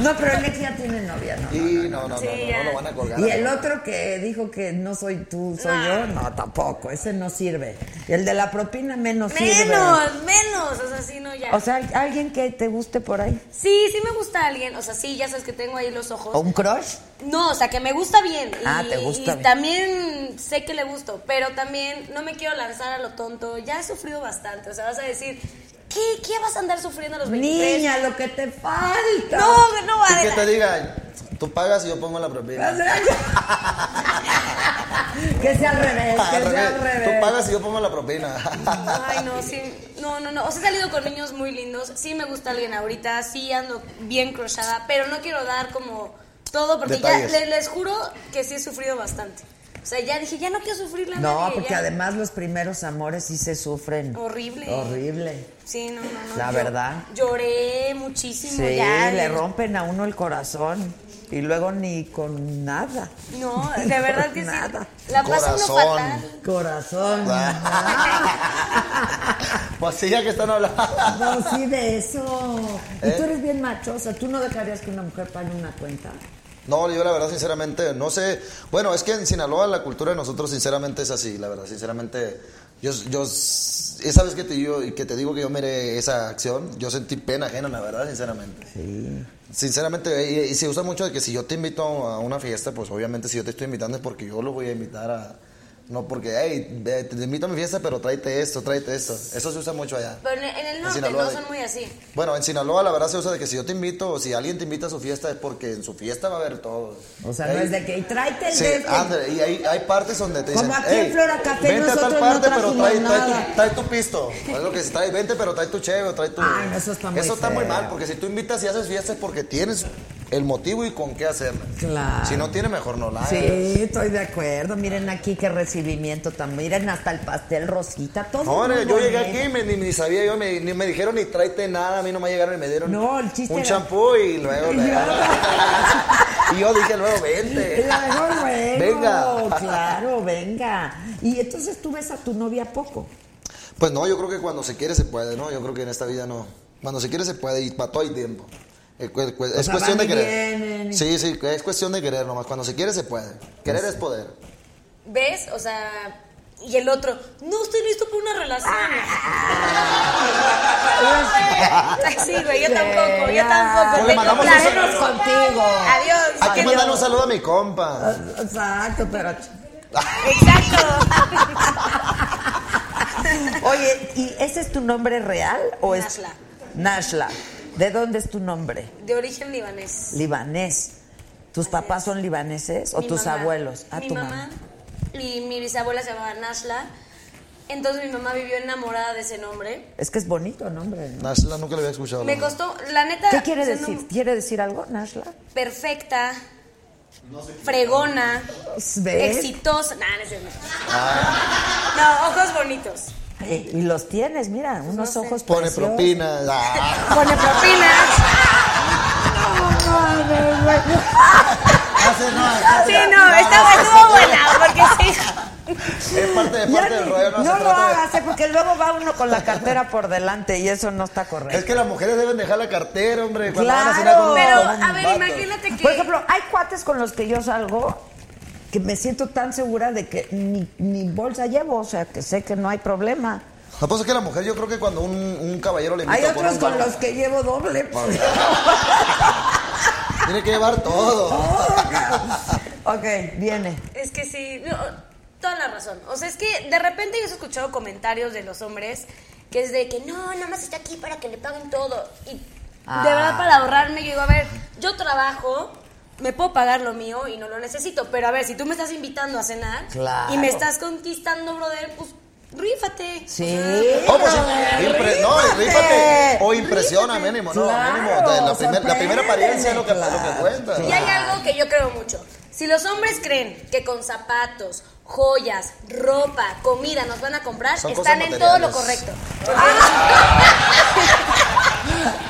[SPEAKER 1] No, pero el ex ya tiene novia, ¿no?
[SPEAKER 3] Y no, no, no, no,
[SPEAKER 5] Sí,
[SPEAKER 3] no,
[SPEAKER 5] ya.
[SPEAKER 3] lo van a colgar.
[SPEAKER 1] Y el otro que dijo que no soy tú, soy yo, no, tampoco, ese no sirve. Y el de la propina menos, sirve.
[SPEAKER 5] menos, menos. O sea, sí, no, ya.
[SPEAKER 1] O sea, alguien que te guste por ahí.
[SPEAKER 5] sí, sí me gusta alguien. O sea, sí, ya sabes que tengo ahí los ojos.
[SPEAKER 1] ¿O un crush?
[SPEAKER 5] No, o sea, que me gusta bien. Y-
[SPEAKER 1] Ah, te gusta
[SPEAKER 5] y
[SPEAKER 1] bien.
[SPEAKER 5] también sé que le gusto, pero también no me quiero lanzar a lo tonto. Ya he sufrido bastante. O sea, vas a decir, ¿qué, qué vas a andar sufriendo a los 23?
[SPEAKER 1] Niña, lo que te falta.
[SPEAKER 5] No, no,
[SPEAKER 3] Y que
[SPEAKER 5] Adela.
[SPEAKER 3] te digan, tú pagas y yo pongo la propina.
[SPEAKER 1] que sea al revés,
[SPEAKER 3] Al
[SPEAKER 1] que sea al
[SPEAKER 3] revés. Tú
[SPEAKER 1] revés.
[SPEAKER 3] pagas y yo pongo la propina.
[SPEAKER 5] Ay, no, sí. No, no, no. O sea, he salido con niños muy lindos. Sí me gusta alguien ahorita. Sí ando bien crochada. Pero no quiero dar como todo porque
[SPEAKER 3] Detalles.
[SPEAKER 5] ya le- les, juro que sí he sufrido bastante. O sea, ya dije, ya no quiero sufrirle a nadie.
[SPEAKER 1] No, porque
[SPEAKER 5] ya.
[SPEAKER 1] además los primeros amores sí se sufren.
[SPEAKER 5] Horrible.
[SPEAKER 1] Horrible.
[SPEAKER 5] Sí, no, no, no.
[SPEAKER 1] La verdad.
[SPEAKER 5] Lloré muchísimo.
[SPEAKER 1] Sí,
[SPEAKER 5] ya,
[SPEAKER 1] le
[SPEAKER 5] y-
[SPEAKER 1] rompen a uno el corazón. Y luego ni con nada.
[SPEAKER 5] No, de verdad que sí.
[SPEAKER 1] Nada.
[SPEAKER 5] La pasa uno
[SPEAKER 3] Corazón.
[SPEAKER 5] fatal.
[SPEAKER 1] Corazón.
[SPEAKER 3] Pues sí, ya que están hablando.
[SPEAKER 1] No, sí, de eso. Y
[SPEAKER 3] ¿Eh?
[SPEAKER 1] tú eres bien machosa. ¿Tú no dejarías que una mujer pague una cuenta?
[SPEAKER 3] No, yo la verdad, sinceramente, no sé. Bueno, es que en Sinaloa la cultura de nosotros, sinceramente, es así. La verdad, sinceramente, yo, yo esa vez que te, yo, que te digo que yo miré esa acción, yo sentí pena ajena, la verdad, sinceramente. Sí. Sinceramente, y, y se usa mucho de que si yo te invito a una fiesta, pues obviamente si yo te estoy invitando es porque yo lo voy a invitar a... No, porque, hey, ve, te invito a mi fiesta, pero tráete esto, tráete esto. Eso se usa mucho allá.
[SPEAKER 5] Pero en el- en el norte
[SPEAKER 3] Sinaloa
[SPEAKER 5] no
[SPEAKER 3] de-
[SPEAKER 5] son muy así.
[SPEAKER 3] Bueno, en Sinaloa la verdad se usa de que si yo te invito o si alguien te invita a su fiesta es porque en su fiesta va a haber todo.
[SPEAKER 1] O sea, no
[SPEAKER 3] Ahí-
[SPEAKER 1] es de que. Y tráete el
[SPEAKER 3] Eh. Sí,
[SPEAKER 1] de este.
[SPEAKER 3] ándale, y hay, hay partes donde te dicen.
[SPEAKER 1] Como aquí en
[SPEAKER 3] "Ey,
[SPEAKER 1] Flora Café,
[SPEAKER 3] vente a tal
[SPEAKER 1] nosotros no
[SPEAKER 3] parte, pero
[SPEAKER 1] trajimos
[SPEAKER 3] trae, trae
[SPEAKER 1] nada".
[SPEAKER 3] tu, trae tu pisto. Es lo que se trae, vente, pero trae tu cheve, o trae tu.
[SPEAKER 1] Ay, no, eso está muy
[SPEAKER 3] Eso está muy
[SPEAKER 1] feo.
[SPEAKER 3] mal, porque si tú invitas y haces fiesta es porque tienes el motivo y con qué hacerla.
[SPEAKER 1] Claro.
[SPEAKER 3] Si no tiene, mejor no la hagas.
[SPEAKER 1] Sí, estoy de acuerdo. Miren aquí qué recibimiento tan. Miren hasta el pastel rosita. Todo.
[SPEAKER 3] No,
[SPEAKER 1] muy
[SPEAKER 3] hombre, yo llegué
[SPEAKER 1] bonito.
[SPEAKER 3] aquí y me- ni, ni sabía, yo me, ni me dijeron ni tráete nada, a mí no me llegaron y me dieron
[SPEAKER 1] No, el chiste
[SPEAKER 3] un
[SPEAKER 1] era-
[SPEAKER 3] champú y luego le- y yo dije luego
[SPEAKER 1] Este.
[SPEAKER 3] vente.
[SPEAKER 1] Claro, luego,
[SPEAKER 3] Venga.
[SPEAKER 1] Claro, venga. Y entonces tú ves a tu novia poco.
[SPEAKER 3] Pues no, yo creo que cuando se quiere se puede, ¿no? Yo creo que en esta vida no. Cuando se quiere se puede y para todo hay tiempo. Es, cu- cu- es
[SPEAKER 1] sea,
[SPEAKER 3] cuestión
[SPEAKER 1] van
[SPEAKER 3] de
[SPEAKER 1] y vienen
[SPEAKER 3] querer.
[SPEAKER 1] y-
[SPEAKER 3] Sí, sí, es cuestión de querer nomás. Cuando se quiere se puede. Querer es poder.
[SPEAKER 5] ¿Ves? O sea, Y el otro, no estoy listo para una relación.
[SPEAKER 1] Ah.
[SPEAKER 5] sí, güey, yo tampoco, yo tampoco.
[SPEAKER 3] Pues le
[SPEAKER 5] Tengo
[SPEAKER 3] mandamos un
[SPEAKER 5] planes.
[SPEAKER 3] saludo.
[SPEAKER 1] contigo.
[SPEAKER 5] Adiós.
[SPEAKER 3] Hay que
[SPEAKER 5] querido.
[SPEAKER 3] mandar un saludo a mi
[SPEAKER 1] Ah.
[SPEAKER 3] compa.
[SPEAKER 1] Exacto, pero.
[SPEAKER 5] Exacto.
[SPEAKER 1] Oye, ¿y ese es tu nombre real o es.
[SPEAKER 5] Nashla.
[SPEAKER 1] Nashla. ¿De dónde es tu nombre?
[SPEAKER 5] De origen libanés.
[SPEAKER 1] Libanés. ¿Tus papás son libaneses o
[SPEAKER 5] Mi
[SPEAKER 1] tus
[SPEAKER 5] mamá-
[SPEAKER 1] abuelos? Ah,
[SPEAKER 5] mi
[SPEAKER 1] tu
[SPEAKER 5] mamá, y mi bisabuela se llamaba Nashla. Entonces mi mamá vivió enamorada de ese nombre.
[SPEAKER 1] Es que es bonito nombre. ¿no?
[SPEAKER 3] Nashla nunca lo había escuchado.
[SPEAKER 5] Me
[SPEAKER 3] ¿no?
[SPEAKER 5] costó, la neta.
[SPEAKER 1] ¿Qué quiere
[SPEAKER 5] o sea, no-
[SPEAKER 1] decir? ¿Quiere decir algo, Nashla?
[SPEAKER 5] perfecta, fregona,
[SPEAKER 1] Pues, ¿Ves?
[SPEAKER 5] exitosa. Nah, no, es cierto. no, ojos bonitos.
[SPEAKER 1] Eh, Y los tienes, mira, unos
[SPEAKER 5] Pues no sé.
[SPEAKER 1] ojos
[SPEAKER 3] Pone
[SPEAKER 1] preciosos.
[SPEAKER 3] propina. Ah.
[SPEAKER 5] Pone propinas.
[SPEAKER 1] Ah,
[SPEAKER 3] Hace, no,
[SPEAKER 5] Sí, no, estaba, estuvo buena, porque sí.
[SPEAKER 3] es parte, de
[SPEAKER 1] Ya
[SPEAKER 3] parte del
[SPEAKER 1] ni-
[SPEAKER 3] rollo. No,
[SPEAKER 1] no,
[SPEAKER 3] se
[SPEAKER 1] lo
[SPEAKER 3] trata de-
[SPEAKER 1] hagas, ¿eh? porque luego va uno con la cartera por delante y eso no está correcto.
[SPEAKER 3] Es que las mujeres deben dejar la cartera, hombre. Cuando van a cenar
[SPEAKER 1] Claro.
[SPEAKER 3] con un-
[SPEAKER 5] Pero,
[SPEAKER 3] con un
[SPEAKER 5] a ver,
[SPEAKER 3] vato.
[SPEAKER 5] imagínate que.
[SPEAKER 1] Por ejemplo, hay cuates con los que yo salgo que me siento tan segura de que ni, ni bolsa llevo, o sea, que sé que no hay problema.
[SPEAKER 3] Lo que pasa es que la mujer, yo creo que cuando un, un caballero le invita
[SPEAKER 1] Hay
[SPEAKER 3] a poner
[SPEAKER 1] otros
[SPEAKER 3] un
[SPEAKER 1] con
[SPEAKER 3] vato,
[SPEAKER 1] los que llevo doble. pues.
[SPEAKER 3] Tiene que llevar todo.
[SPEAKER 1] ok, viene.
[SPEAKER 5] Es que sí, no, toda la razón. O sea, es que de repente yo he escuchado comentarios de los hombres que es de que no, nada más está aquí para que le paguen todo. Y
[SPEAKER 1] Ah.
[SPEAKER 5] de verdad para ahorrarme, yo digo, a ver, yo trabajo, me puedo pagar lo mío y no lo necesito. Pero a ver, si tú me estás invitando a cenar
[SPEAKER 1] Claro.
[SPEAKER 5] y me estás conquistando, brother, pues rífate.
[SPEAKER 1] Sí.
[SPEAKER 5] O sea,
[SPEAKER 3] Oh, pues, impre- no,
[SPEAKER 1] rífate.
[SPEAKER 3] rífate. O impresiona, mínimo. No,
[SPEAKER 1] Claro,
[SPEAKER 3] mínimo. O sea, La, primer- la primera
[SPEAKER 1] sorpréndeme,
[SPEAKER 3] apariencia es lo que, lo que
[SPEAKER 1] claro.
[SPEAKER 3] cuenta.
[SPEAKER 5] Y hay algo que yo creo mucho. Si los hombres creen que con zapatos, joyas, ropa, comida nos van a comprar,
[SPEAKER 3] Son
[SPEAKER 5] están
[SPEAKER 3] cosas
[SPEAKER 5] en todo lo
[SPEAKER 3] materiales.
[SPEAKER 5] correcto.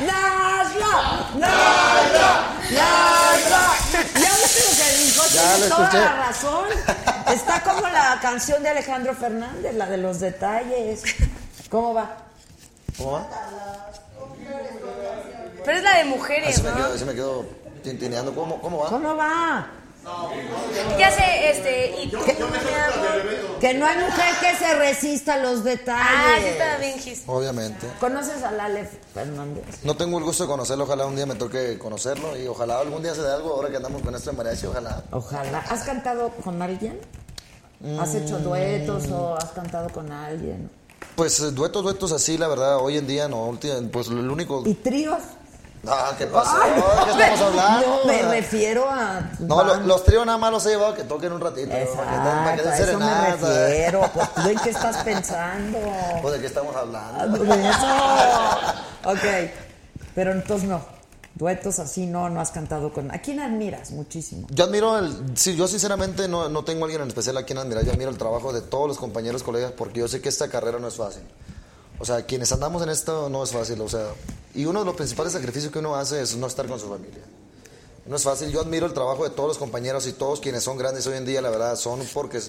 [SPEAKER 1] ¡Nasla! ¡Nasla! ¡Nasla! Ya viste lo que dijo,
[SPEAKER 3] Ya
[SPEAKER 1] tiene
[SPEAKER 3] lo
[SPEAKER 1] toda
[SPEAKER 3] escuché.
[SPEAKER 1] la razón. Está como la canción de Alejandro Fernández, la de los detalles. ¿Cómo va?
[SPEAKER 3] ¿Cómo va?
[SPEAKER 5] Pero es la de
[SPEAKER 3] Ah,
[SPEAKER 5] mujeres,
[SPEAKER 3] se me
[SPEAKER 5] ¿no?
[SPEAKER 3] quedó, se me quedó tintineando. ¿Cómo, cómo va?
[SPEAKER 1] ¿Cómo va?
[SPEAKER 5] ¿Qué hace este? Y tú, mi amor.
[SPEAKER 1] Que no hay mujer que se resista a los
[SPEAKER 5] Ah, sí
[SPEAKER 1] detalles.
[SPEAKER 5] estaba bien gis.
[SPEAKER 3] Obviamente.
[SPEAKER 1] ¿Conoces a Lale Fernández?
[SPEAKER 3] No tengo el gusto de conocerlo, ojalá un día me toque conocerlo y ojalá algún día se dé algo ahora que andamos con esto de mariachi, ojalá.
[SPEAKER 1] Ojalá. ¿Has cantado con alguien? ¿Has
[SPEAKER 3] Mm.
[SPEAKER 1] hecho duetos o has cantado con alguien?
[SPEAKER 3] Pues eh, duetos, duetos así, la verdad, hoy en día no, ulti- pues el único...
[SPEAKER 1] ¿Y tríos?
[SPEAKER 3] Ah, ¿qué pasa? ¿Qué estamos hablando?
[SPEAKER 1] No, me refiero a...
[SPEAKER 3] No, lo-
[SPEAKER 1] bandas.
[SPEAKER 3] los tríos nada más los he llevado que toquen un ratito, ¿no? para que den- para que
[SPEAKER 1] Exacto,
[SPEAKER 3] den
[SPEAKER 1] a eso me
[SPEAKER 3] serenata.
[SPEAKER 1] refiero. Pues, ¿tú ¿En qué estás pensando?
[SPEAKER 3] Pues, ¿De qué estamos hablando?
[SPEAKER 1] De eso. Ok, pero entonces no. Duetos así no, no has cantado con... ¿A quién admiras muchísimo?
[SPEAKER 3] Yo admiro, el, sí, yo sinceramente no, no tengo a alguien en especial a quien admirar, yo admiro el trabajo de todos los compañeros, colegas, porque yo sé que esta carrera no es fácil. O sea, quienes andamos en esto no es fácil, o sea, y uno de los principales sacrificios que uno hace es no estar con su familia. No es fácil, yo admiro el trabajo de todos los compañeros y todos quienes son grandes hoy en día, la verdad, son porque,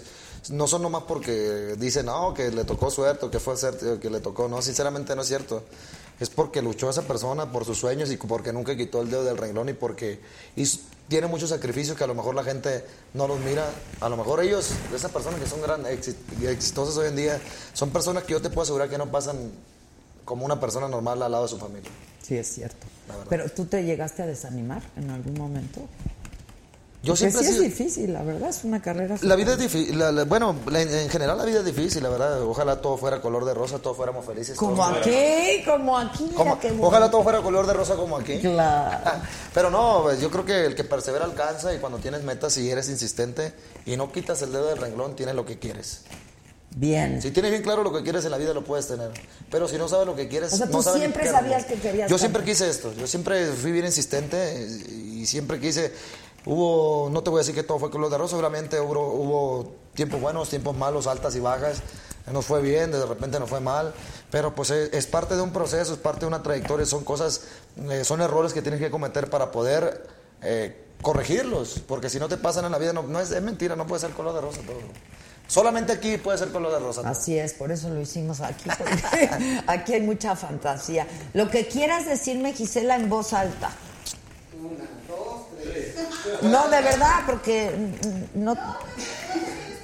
[SPEAKER 3] no son nomás porque dicen, no, que le tocó suerte o que fue suerte o que le tocó, no, sinceramente no es cierto. Es porque luchó esa persona por sus sueños y porque nunca quitó el dedo del renglón y porque hizo- tiene muchos sacrificios que a lo mejor la gente no los mira. A lo mejor ellos, esas personas que son gran, exi- exitosas hoy en día, son personas que yo te puedo asegurar que no pasan como una persona normal al lado de su familia.
[SPEAKER 1] Sí, es cierto.
[SPEAKER 3] La verdad.
[SPEAKER 1] Pero tú te llegaste a desanimar en algún momento.
[SPEAKER 3] Yo
[SPEAKER 1] Porque
[SPEAKER 3] siempre he
[SPEAKER 1] Pues sí es
[SPEAKER 3] sido-
[SPEAKER 1] difícil, la verdad, es una carrera...
[SPEAKER 3] La vida es difícil, bueno, la- en, en general la vida es difícil, la verdad. Ojalá todo fuera color de rosa, todos fuéramos felices.
[SPEAKER 1] Como
[SPEAKER 3] todos-
[SPEAKER 1] aquí, como aquí. mira
[SPEAKER 3] como-
[SPEAKER 1] qué
[SPEAKER 3] ojalá
[SPEAKER 1] bonito.
[SPEAKER 3] todo fuera color de rosa como aquí.
[SPEAKER 1] Claro.
[SPEAKER 3] Pero no, pues, yo creo que el que persevera alcanza y cuando tienes metas y eres insistente y no quitas el dedo del renglón, tienes lo que quieres.
[SPEAKER 1] Bien.
[SPEAKER 3] Si tienes bien claro lo que quieres en la vida, lo puedes tener. Pero si no sabes lo que quieres,
[SPEAKER 1] O sea,
[SPEAKER 3] no
[SPEAKER 1] tú
[SPEAKER 3] sabes ni
[SPEAKER 1] siempre
[SPEAKER 3] qué
[SPEAKER 1] sabías
[SPEAKER 3] rumbo.
[SPEAKER 1] que querías
[SPEAKER 3] Yo siempre
[SPEAKER 1] cantar.
[SPEAKER 3] quise esto. Yo siempre fui bien insistente y y siempre quise. Hubo, no te voy a decir que todo fue color de rosa, seguramente hubo, hubo tiempos buenos, tiempos malos, altas y bajas. Nos fue bien, de repente nos fue mal, pero pues es, es parte de un proceso, es parte de una trayectoria, son cosas, eh, son errores que tienes que cometer para poder eh, corregirlos, porque si no te pasan en la vida, no, no es, es mentira, no puede ser color de rosa todo. Solamente aquí puede ser color de rosa. todo.
[SPEAKER 1] Así es, por eso lo hicimos aquí, porque aquí hay mucha fantasía. Lo que quieras decirme, Gisela, en voz alta. Una, dos, tres. No, de verdad, porque mm, no. mm,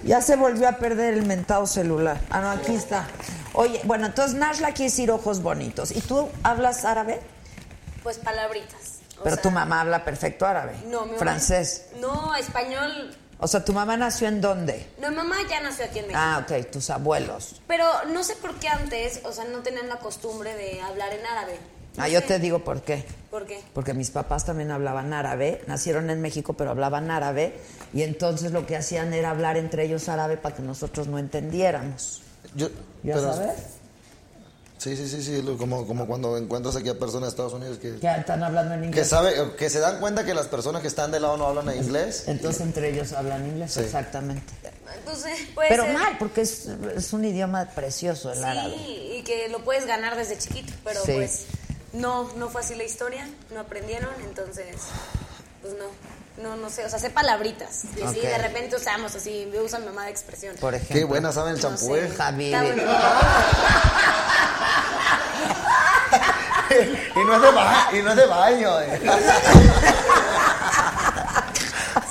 [SPEAKER 1] Ya se volvió a perder el mentado celular. Ah, no, aquí está. Oye, bueno, entonces Nashla quiere decir ojos bonitos. ¿Y tú hablas árabe?
[SPEAKER 5] Pues palabritas. O
[SPEAKER 1] Pero
[SPEAKER 5] sea,
[SPEAKER 1] tu mamá habla perfecto árabe.
[SPEAKER 5] No, mi mamá-
[SPEAKER 1] Francés.
[SPEAKER 5] No, español.
[SPEAKER 1] O sea, ¿tu mamá nació en dónde?
[SPEAKER 5] No, mi mamá ya nació aquí en México.
[SPEAKER 1] Ah, ok, tus abuelos.
[SPEAKER 5] Pero no sé por qué antes, o sea, no tenían la costumbre de hablar en árabe. No
[SPEAKER 1] Ah, yo
[SPEAKER 5] sé.
[SPEAKER 1] te digo por qué.
[SPEAKER 5] ¿Por qué?
[SPEAKER 1] Porque mis papás también hablaban árabe, nacieron en México pero hablaban árabe y entonces lo que hacían era hablar entre ellos árabe para que nosotros no entendiéramos.
[SPEAKER 3] Yo,
[SPEAKER 1] ¿Ya
[SPEAKER 3] pero-
[SPEAKER 1] sabes?
[SPEAKER 3] Sí, sí, sí, sí, lo- como, como cuando encuentras aquí a personas de Estados Unidos que,
[SPEAKER 1] Que están hablando en
[SPEAKER 3] que
[SPEAKER 1] inglés.
[SPEAKER 3] sabe, que se dan cuenta que las personas que están de lado no hablan inglés.
[SPEAKER 1] Entonces entre ellos hablan inglés,
[SPEAKER 3] Sí.
[SPEAKER 1] exactamente.
[SPEAKER 5] Pues Entonces, puede
[SPEAKER 1] pero
[SPEAKER 5] ser-
[SPEAKER 1] mal, porque es, es un idioma precioso el árabe.
[SPEAKER 5] Sí, y que lo puedes ganar desde chiquito, pero
[SPEAKER 1] Sí.
[SPEAKER 5] pues no, no fue así la historia, no aprendieron, entonces, pues no, no, no sé, o sea, sé palabritas, y así
[SPEAKER 1] Ok.
[SPEAKER 5] de repente usamos, así, yo uso mi mamá de expresión.
[SPEAKER 1] Por ejemplo.
[SPEAKER 3] Qué buena saben el
[SPEAKER 5] No
[SPEAKER 3] champú,
[SPEAKER 5] sé.
[SPEAKER 3] ¿eh?
[SPEAKER 1] Javi.
[SPEAKER 5] Está bueno.
[SPEAKER 3] Y no es de baño, y no es de baño, eh.